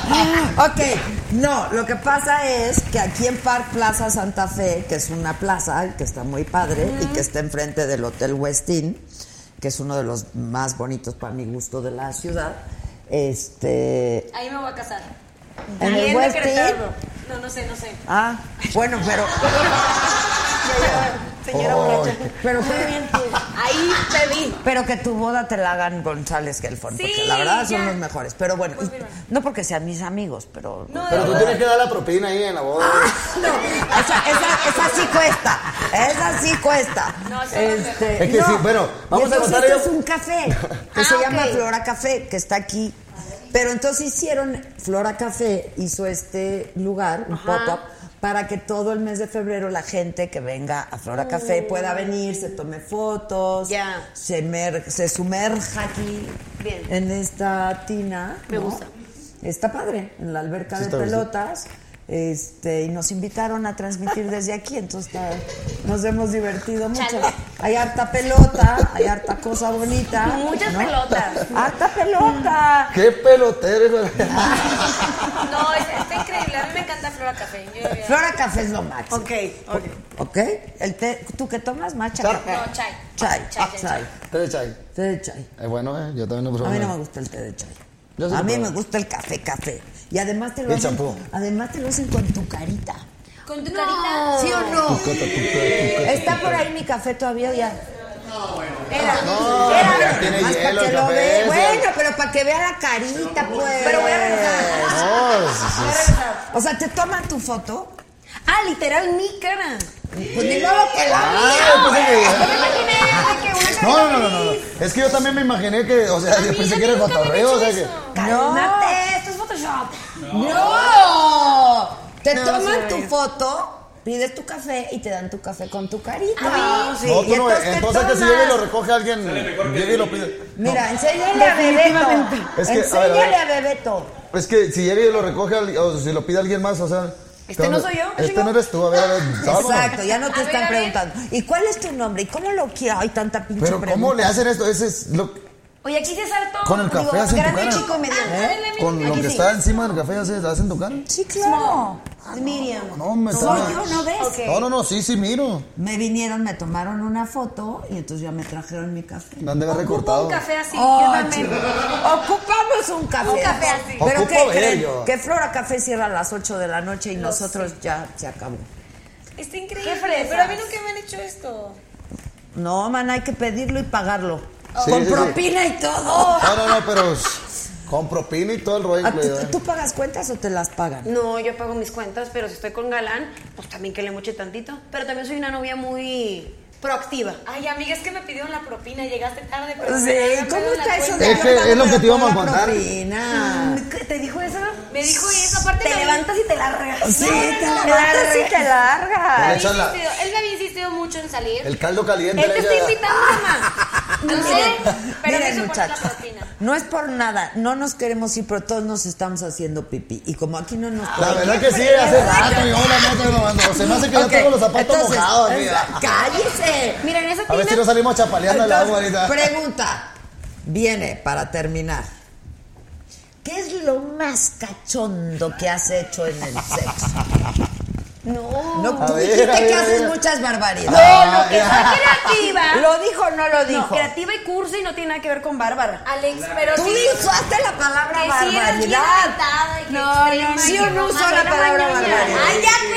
[SPEAKER 3] me
[SPEAKER 1] Ok, no, lo que pasa es que aquí en Park Plaza Santa Fe, que es una plaza que está muy padre y que está enfrente del Hotel Westin, que es uno de los más bonitos para mi gusto de la ciudad, este,
[SPEAKER 7] Ahí me voy a casar.
[SPEAKER 1] en
[SPEAKER 7] Ahí
[SPEAKER 1] el Westin,
[SPEAKER 7] Querétaro. No, no sé, no sé.
[SPEAKER 1] ah, bueno, pero,
[SPEAKER 6] Señora borracha.
[SPEAKER 1] pero que,
[SPEAKER 7] pues, Ahí te vi.
[SPEAKER 1] pero que tu boda te la hagan González Gelfón,
[SPEAKER 7] Sí,
[SPEAKER 1] porque la verdad son
[SPEAKER 7] ya.
[SPEAKER 1] los mejores, pero bueno,
[SPEAKER 7] Pues
[SPEAKER 1] y-
[SPEAKER 7] mira.
[SPEAKER 1] no porque sean mis amigos, pero
[SPEAKER 7] No,
[SPEAKER 3] Pero tú tienes que dar la propina ahí en la boda.
[SPEAKER 1] No, esa, esa, esa sí cuesta. Esa sí cuesta.
[SPEAKER 7] No, eso no
[SPEAKER 1] este,
[SPEAKER 3] Es que sí, bueno, vamos
[SPEAKER 1] Y entonces
[SPEAKER 3] a contar
[SPEAKER 1] esto es un café que
[SPEAKER 7] Ah,
[SPEAKER 1] se
[SPEAKER 7] ok.
[SPEAKER 1] llama Flora Café, que está aquí. Pero entonces hicieron, Flora Café hizo este lugar, un pop-up, para que todo el mes de febrero la gente que venga a Flora Café pueda venir, se tome fotos,
[SPEAKER 6] Ya.
[SPEAKER 1] se, mer- se sumerja aquí
[SPEAKER 6] Bien.
[SPEAKER 1] en esta tina.
[SPEAKER 6] Me
[SPEAKER 1] ¿no?
[SPEAKER 6] gusta.
[SPEAKER 1] Está padre, en la alberca
[SPEAKER 3] Sí,
[SPEAKER 1] de
[SPEAKER 3] está bien.
[SPEAKER 1] pelotas. Este, y nos invitaron a transmitir desde aquí, entonces está- nos hemos divertido mucho.
[SPEAKER 7] Chale.
[SPEAKER 1] Hay harta pelota, hay harta cosa bonita.
[SPEAKER 7] Muchas
[SPEAKER 1] ¿no?
[SPEAKER 7] pelotas.
[SPEAKER 1] ¡Harta pelota!
[SPEAKER 3] ¡Qué pelotero!
[SPEAKER 7] No, es- está increíble. A mí me encanta Flora Café. Yo ya-
[SPEAKER 1] Flora Café es lo máximo.
[SPEAKER 6] Ok, ok.
[SPEAKER 1] ¿Ok? El té, ¿Tú qué tomas? ¿Matcha?
[SPEAKER 3] Claro.
[SPEAKER 1] café?
[SPEAKER 7] No, chai.
[SPEAKER 1] Chai,
[SPEAKER 7] Chai, chai,
[SPEAKER 1] chai.
[SPEAKER 3] Te de chai.
[SPEAKER 1] Té de chai.
[SPEAKER 3] Es bueno, ¿eh? Yo también lo probé.
[SPEAKER 1] A mí no me gusta el té de chai.
[SPEAKER 3] Yo sí
[SPEAKER 1] A
[SPEAKER 3] lo
[SPEAKER 1] mí
[SPEAKER 3] probé.
[SPEAKER 1] me gusta el café, café. Y además te lo
[SPEAKER 3] El
[SPEAKER 1] hacen.
[SPEAKER 3] champú.
[SPEAKER 1] Además te lo hacen con tu carita.
[SPEAKER 7] Con tu carita.
[SPEAKER 1] ¿Sí o no?
[SPEAKER 3] Tucata, tucata, tucata.
[SPEAKER 1] ¿Está por ahí mi café todavía o ya? Era,
[SPEAKER 3] No,
[SPEAKER 1] era,
[SPEAKER 3] ya tiene
[SPEAKER 1] más
[SPEAKER 3] hielo
[SPEAKER 1] para que
[SPEAKER 3] el
[SPEAKER 1] lo
[SPEAKER 3] café,
[SPEAKER 1] vea.
[SPEAKER 3] ya.
[SPEAKER 1] Bueno, pero para que vea la carita, pues.
[SPEAKER 7] Pero voy a regresar.
[SPEAKER 3] No, pues. sí,
[SPEAKER 7] Voy a
[SPEAKER 3] sí.
[SPEAKER 7] regresar.
[SPEAKER 1] O sea, te toman tu foto.
[SPEAKER 6] Ah, literal, mi cara.
[SPEAKER 1] Pues ni modo que la
[SPEAKER 3] Ah, yo pensé
[SPEAKER 7] Yo
[SPEAKER 3] que-
[SPEAKER 7] me imaginé de que una carita
[SPEAKER 3] No, no, no, no, no.
[SPEAKER 7] feliz.
[SPEAKER 3] Es que yo también me imaginé que, o sea, yo
[SPEAKER 7] Amiga,
[SPEAKER 3] pensé que era el
[SPEAKER 7] nunca me han
[SPEAKER 3] cotorreo, o sea
[SPEAKER 7] hecho
[SPEAKER 3] que.
[SPEAKER 7] eso.
[SPEAKER 1] Cálmate,
[SPEAKER 6] esto es Photoshop.
[SPEAKER 1] ¡No! Te
[SPEAKER 6] No,
[SPEAKER 1] toman
[SPEAKER 6] sí.
[SPEAKER 1] tu foto, pides tu café y te dan tu café con tu carita.
[SPEAKER 6] Ah, sí.
[SPEAKER 3] No,
[SPEAKER 1] Y
[SPEAKER 3] tú no,
[SPEAKER 1] entonces, ¿qué
[SPEAKER 3] entonces que si
[SPEAKER 1] tomas?
[SPEAKER 3] llega y lo recoge alguien, llega y lo pide.
[SPEAKER 1] Mira, enséñale a Bebeto.
[SPEAKER 3] Es que, a ver, a ver.
[SPEAKER 1] enséñale a, Bebeto.
[SPEAKER 3] Es que si llega y lo recoge alguien, o si lo pide alguien más, o sea.
[SPEAKER 6] Este no soy yo,
[SPEAKER 3] Este
[SPEAKER 6] chingo.
[SPEAKER 3] no eres tú, a ver, a ver. vámonos.
[SPEAKER 1] Exacto, ya no te
[SPEAKER 7] A ver,
[SPEAKER 1] están
[SPEAKER 7] a ver.
[SPEAKER 1] preguntando. ¿Y cuál es tu nombre? ¿Y cómo lo quiero? Hay tanta pinche
[SPEAKER 3] Pero ¿cómo le
[SPEAKER 1] pregunta.
[SPEAKER 3] hacen esto? Ese es lo-
[SPEAKER 6] Oye, aquí sí es harto.
[SPEAKER 3] Con el café hacen tu
[SPEAKER 6] grande,
[SPEAKER 3] cara.
[SPEAKER 6] chico y
[SPEAKER 1] ¿Eh?
[SPEAKER 6] mediano.
[SPEAKER 7] Ah, ándale, mira,
[SPEAKER 3] Con
[SPEAKER 7] mira,
[SPEAKER 3] lo
[SPEAKER 7] aquí
[SPEAKER 3] que
[SPEAKER 7] sí.
[SPEAKER 3] está encima del café, ¿haces- ¿hacen tu cara?
[SPEAKER 1] Sí, claro. Ah,
[SPEAKER 6] Miriam.
[SPEAKER 3] No, me
[SPEAKER 1] Soy
[SPEAKER 3] está.
[SPEAKER 1] yo, ¿no ves?
[SPEAKER 6] Ok.
[SPEAKER 3] No, no, no, sí, sí, miro.
[SPEAKER 1] Me vinieron, me tomaron una foto y entonces ya me trajeron mi café.
[SPEAKER 3] Me han de haber
[SPEAKER 7] Ocupo
[SPEAKER 3] recortado.
[SPEAKER 7] un café así.
[SPEAKER 1] Oh,
[SPEAKER 7] yo también.
[SPEAKER 1] chica. Ocupamos un café.
[SPEAKER 7] Un café así.
[SPEAKER 1] Pero
[SPEAKER 3] Ocupo
[SPEAKER 1] ¿qué
[SPEAKER 3] ver
[SPEAKER 1] creen?
[SPEAKER 3] yo.
[SPEAKER 1] Que Flora Café cierra a las 8 de la noche y nosotros ya se acabó.
[SPEAKER 7] Está
[SPEAKER 6] Qué
[SPEAKER 7] increíble.
[SPEAKER 6] fresas.
[SPEAKER 7] Pero a mí nunca me han hecho esto.
[SPEAKER 1] No, man, hay que pedirlo y pagarlo.
[SPEAKER 3] Sí,
[SPEAKER 1] Con
[SPEAKER 3] sí, Oh. sí.
[SPEAKER 1] propina y todo.
[SPEAKER 3] No, no, no, pero con propina y todo el rollo.
[SPEAKER 1] Ah, ¿tú,
[SPEAKER 3] incluido, ¿eh?
[SPEAKER 1] tú pagas cuentas o te las pagan?
[SPEAKER 6] No, yo pago mis cuentas, pero si estoy con galán, pues también que le moche tantito. Pero también soy una novia muy proactiva.
[SPEAKER 7] Ay, amiga, es que me pidieron la propina. Llegaste tarde, pero.
[SPEAKER 1] Sí,
[SPEAKER 7] me habían
[SPEAKER 1] ¿cómo
[SPEAKER 7] dado la
[SPEAKER 1] está eso
[SPEAKER 7] cuenta.
[SPEAKER 1] de
[SPEAKER 3] Es que es lo
[SPEAKER 1] no
[SPEAKER 3] que
[SPEAKER 1] me
[SPEAKER 3] te íbamos a
[SPEAKER 1] paga
[SPEAKER 3] contar.
[SPEAKER 1] propina?
[SPEAKER 6] Mm, ¿Qué ¿Te dijo eso?
[SPEAKER 7] Ah. Me dijo eso, aparte
[SPEAKER 6] Te
[SPEAKER 7] me-
[SPEAKER 6] levantas y te la regas.
[SPEAKER 1] Sí,
[SPEAKER 6] No, no,
[SPEAKER 1] te
[SPEAKER 6] no,
[SPEAKER 1] la
[SPEAKER 6] me la
[SPEAKER 1] levantas y
[SPEAKER 6] regas.
[SPEAKER 1] te largas.
[SPEAKER 3] Te
[SPEAKER 7] Me
[SPEAKER 3] le echan la-
[SPEAKER 7] había insistido- Él me había insistido mucho en salir.
[SPEAKER 3] el caldo caliente.
[SPEAKER 7] Él
[SPEAKER 3] le
[SPEAKER 7] te está
[SPEAKER 3] echa-
[SPEAKER 7] invitando, mamá. No sé, pero me
[SPEAKER 1] Miren,
[SPEAKER 7] hizo poner la
[SPEAKER 1] muchachos,
[SPEAKER 7] propina.
[SPEAKER 1] no es por nada, no nos queremos ir, pero todos nos estamos haciendo pipí. Y como aquí no nos
[SPEAKER 3] La
[SPEAKER 1] podemos-
[SPEAKER 3] verdad que sí, hace rato yo la neta no ando. Se me hace que yo
[SPEAKER 1] Ok,
[SPEAKER 3] tengo los zapatos
[SPEAKER 1] entonces,
[SPEAKER 3] mojados. así,
[SPEAKER 1] entonces,
[SPEAKER 3] ah.
[SPEAKER 1] ¡Cállese!
[SPEAKER 6] Mira, en esa
[SPEAKER 3] A ver si
[SPEAKER 6] tienda.
[SPEAKER 3] no salimos chapaleando al agua
[SPEAKER 1] Entonces,
[SPEAKER 3] ahorita.
[SPEAKER 1] pregunta. Viene para terminar. ¿Qué es lo más cachondo que has hecho en el sexo?
[SPEAKER 6] No.
[SPEAKER 1] No, tú
[SPEAKER 3] A ver,
[SPEAKER 1] dijiste
[SPEAKER 3] a ver,
[SPEAKER 1] que
[SPEAKER 3] a
[SPEAKER 1] haces
[SPEAKER 3] ver. Ah,
[SPEAKER 1] muchas barbaridades.
[SPEAKER 6] No, no, que soy creativa.
[SPEAKER 1] ¿Lo dijo o no lo
[SPEAKER 6] No,
[SPEAKER 1] dijo?
[SPEAKER 6] creativa y cursi y no tiene nada que ver con Bárbara.
[SPEAKER 7] Alex, pero
[SPEAKER 1] Tú
[SPEAKER 7] sí-
[SPEAKER 1] usaste la palabra
[SPEAKER 7] Que sí eras bien
[SPEAKER 1] barbaridad.
[SPEAKER 7] aventada y que
[SPEAKER 6] No,
[SPEAKER 7] extrema
[SPEAKER 6] no,
[SPEAKER 7] y
[SPEAKER 6] sí
[SPEAKER 7] que
[SPEAKER 6] o no
[SPEAKER 7] más,
[SPEAKER 1] usó la
[SPEAKER 7] no,
[SPEAKER 1] palabra
[SPEAKER 7] no, ya.
[SPEAKER 1] barbaridad.
[SPEAKER 7] Ay, ya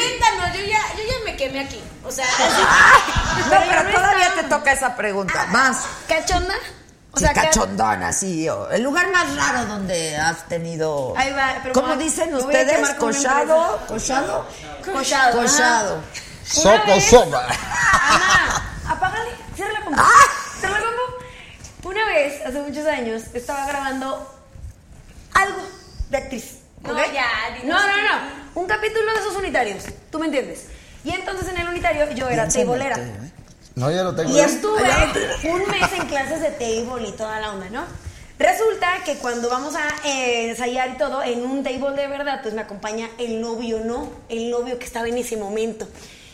[SPEAKER 7] cuéntanos, yo ya, yo ya me quemé aquí. O sea,
[SPEAKER 1] No,
[SPEAKER 7] pero
[SPEAKER 1] pero
[SPEAKER 7] no
[SPEAKER 1] todavía te
[SPEAKER 7] estaba-
[SPEAKER 1] toca esa pregunta. Más.
[SPEAKER 6] ¿Cachonda?
[SPEAKER 1] O
[SPEAKER 6] sea, que-
[SPEAKER 1] cachondona, sí. o- El lugar más raro donde has tenido.
[SPEAKER 6] Ahí va, pero
[SPEAKER 1] ¿Cómo
[SPEAKER 6] como-
[SPEAKER 1] dicen
[SPEAKER 6] me voy a
[SPEAKER 1] ustedes?
[SPEAKER 6] quemar con una
[SPEAKER 1] ¿Cochado? ¿Cochado?
[SPEAKER 6] Cochado.
[SPEAKER 1] Cochado.
[SPEAKER 7] Una
[SPEAKER 3] Soco,
[SPEAKER 7] vez-
[SPEAKER 3] sopa.
[SPEAKER 6] Ana, apágale, cierra la compu.
[SPEAKER 1] ¡Ah!
[SPEAKER 6] Cierra la compu. Una vez, hace muchos años, estaba grabando algo de actriz.
[SPEAKER 7] No,
[SPEAKER 6] ¿ok?
[SPEAKER 7] ya, dinos
[SPEAKER 6] No, no,
[SPEAKER 7] que-
[SPEAKER 6] no. Un capítulo de esos unitarios. ¿Tú me entiendes? Y entonces en el unitario yo era teibolera.
[SPEAKER 3] No, ya lo tengo. ¿eh?
[SPEAKER 6] Y estuve un mes en clases de table y toda la onda, ¿no? Resulta que cuando vamos a eh, ensayar y todo, en un table de verdad, pues me acompaña el novio, ¿no? El novio que estaba en ese momento.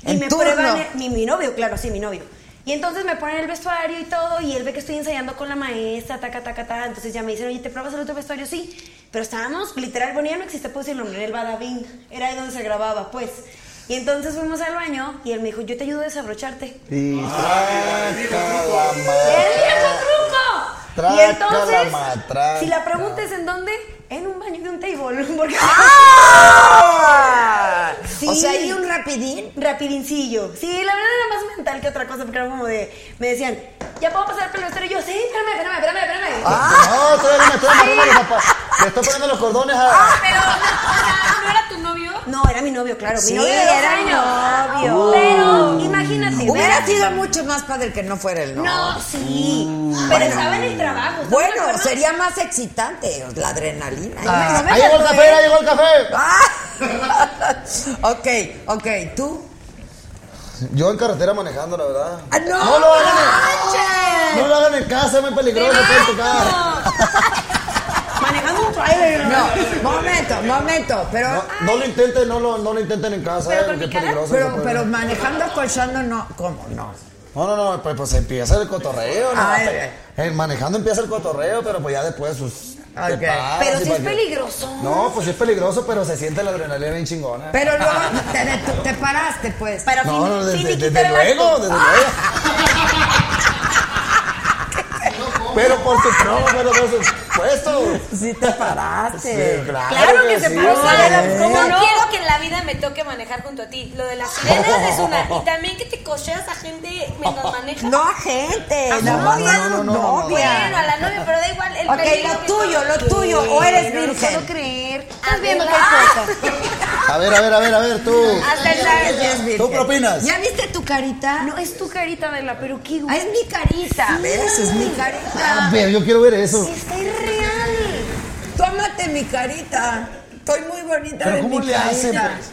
[SPEAKER 6] Y
[SPEAKER 1] El
[SPEAKER 6] me
[SPEAKER 1] turno.
[SPEAKER 6] prueban, el- mi, mi novio, claro, sí, mi novio. Y entonces me ponen el vestuario y todo, y él ve que estoy ensayando con la maestra, taca, taca, taca. Entonces ya me dicen, oye, ¿te pruebas el otro vestuario? Sí. Pero estábamos, literal, bueno, ya no existe, pues, el nombre, era el Badabing. Era ahí donde se grababa, pues. Y entonces fuimos al baño y él me dijo, yo te ayudo a desabrocharte.
[SPEAKER 3] Y traca la
[SPEAKER 6] ¡El
[SPEAKER 3] madre.
[SPEAKER 6] viejo truco!
[SPEAKER 3] Traca
[SPEAKER 6] y entonces,
[SPEAKER 3] la matraca.
[SPEAKER 6] si la pregunta es en dónde, en un baño de un table. Porque
[SPEAKER 1] ¡Ah!
[SPEAKER 6] Sí.
[SPEAKER 1] O sea, hay un rapidín.
[SPEAKER 6] rapidincillo. Sí, la verdad era más mental que otra cosa, porque era como de. Me decían, ¿ya puedo pasar el vestuario? Y yo, sí, espérame, espérame, espérame, espérame.
[SPEAKER 1] Ah.
[SPEAKER 3] No, todavía me estoy poniendo los zapatos. Le estoy poniendo los cordones
[SPEAKER 1] Ah,
[SPEAKER 3] a.
[SPEAKER 7] Pero, o sea, ¿no era tu novio?
[SPEAKER 6] No, era mi novio, claro.
[SPEAKER 1] Sí,
[SPEAKER 6] mi novio de dos
[SPEAKER 1] era mi
[SPEAKER 6] años.
[SPEAKER 1] novio. Uh.
[SPEAKER 6] Pero, imagínate.
[SPEAKER 1] Hubiera
[SPEAKER 6] ¿verdad?
[SPEAKER 1] sido mucho más padre que no fuera el novio.
[SPEAKER 6] No, sí.
[SPEAKER 3] Mm.
[SPEAKER 6] Pero estaba en el trabajo. ¿estás de
[SPEAKER 1] Bueno,
[SPEAKER 6] acuerdo?
[SPEAKER 1] sería más excitante la adrenalina.
[SPEAKER 6] Ah.
[SPEAKER 3] Ahí llegó el café, ahí llegó el café.
[SPEAKER 1] Ah. ok, ok, tú.
[SPEAKER 3] Yo en carretera manejando, la verdad.
[SPEAKER 1] Ah, no,
[SPEAKER 3] No lo hagan
[SPEAKER 1] manches.
[SPEAKER 3] en, no lo hagan en casa, es muy peligroso. pueden
[SPEAKER 1] Ah.
[SPEAKER 3] tocar.
[SPEAKER 6] Manejando un trailer.
[SPEAKER 1] No, momento, momento, pero,
[SPEAKER 3] No, no lo intenten, no lo, no lo intenten en casa, eh, porque es peligroso.
[SPEAKER 1] pero,
[SPEAKER 3] se puede.
[SPEAKER 1] pero manejando, colchando, no, ¿cómo no?
[SPEAKER 3] No, no, no, pues, pues empieza el cotorreo, ¿no?
[SPEAKER 1] Ay,
[SPEAKER 3] Pe- eh, manejando empieza el cotorreo, pero pues ya después pues, te
[SPEAKER 1] Ok.
[SPEAKER 3] paras
[SPEAKER 6] Pero
[SPEAKER 3] y
[SPEAKER 6] sí es
[SPEAKER 3] cualquier-
[SPEAKER 6] peligroso.
[SPEAKER 3] No, pues sí es peligroso, pero se siente la adrenalina bien chingona.
[SPEAKER 1] Pero luego te, detu- te paraste, pues.
[SPEAKER 7] Para
[SPEAKER 3] No,
[SPEAKER 7] fin-
[SPEAKER 3] no, desde,
[SPEAKER 7] finiquitar
[SPEAKER 3] desde
[SPEAKER 7] el acto.
[SPEAKER 3] luego, desde luego. pero por supuesto, pero por supuesto.
[SPEAKER 1] Ah, Sí te paraste.
[SPEAKER 3] Sí, claro,
[SPEAKER 7] Claro que se
[SPEAKER 3] sí.
[SPEAKER 7] paró.
[SPEAKER 6] ¿Eh?
[SPEAKER 1] claro, ¿cómo
[SPEAKER 7] no
[SPEAKER 1] no?
[SPEAKER 7] quiero que en la vida me toque manejar junto a ti. Lo de las sirenas es una. Y también que te cocheas a gente mientras manejas.
[SPEAKER 1] No, gente.
[SPEAKER 7] Ah,
[SPEAKER 1] La
[SPEAKER 7] no,
[SPEAKER 1] novia
[SPEAKER 3] no,
[SPEAKER 1] es
[SPEAKER 3] no, no, no, no.
[SPEAKER 1] novia.
[SPEAKER 7] Bueno, a la novia, pero da igual. El
[SPEAKER 1] Ok,
[SPEAKER 7] peligro
[SPEAKER 1] lo
[SPEAKER 7] que
[SPEAKER 1] tuyo,
[SPEAKER 7] corre.
[SPEAKER 1] lo tuyo. O eres virgen.
[SPEAKER 6] creer.
[SPEAKER 7] Estás viendo que
[SPEAKER 3] A ver, a ver, a ver, a ver, tú.
[SPEAKER 7] Hasta el rayo.
[SPEAKER 3] ¿Tú qué opinas?
[SPEAKER 1] ¿Ya viste tu carita?
[SPEAKER 6] No, es tu carita, Adela, pero qué
[SPEAKER 1] Ah,
[SPEAKER 6] guay.
[SPEAKER 1] es mi carita. ¿Ves? Es mi carita.
[SPEAKER 3] A ver, yo quiero ver eso.
[SPEAKER 6] Está irreal.
[SPEAKER 1] Tómate mi carita. Estoy muy bonita
[SPEAKER 3] Pero
[SPEAKER 1] de
[SPEAKER 3] ¿cómo
[SPEAKER 1] mi
[SPEAKER 3] le
[SPEAKER 1] carita.
[SPEAKER 3] hace, pues?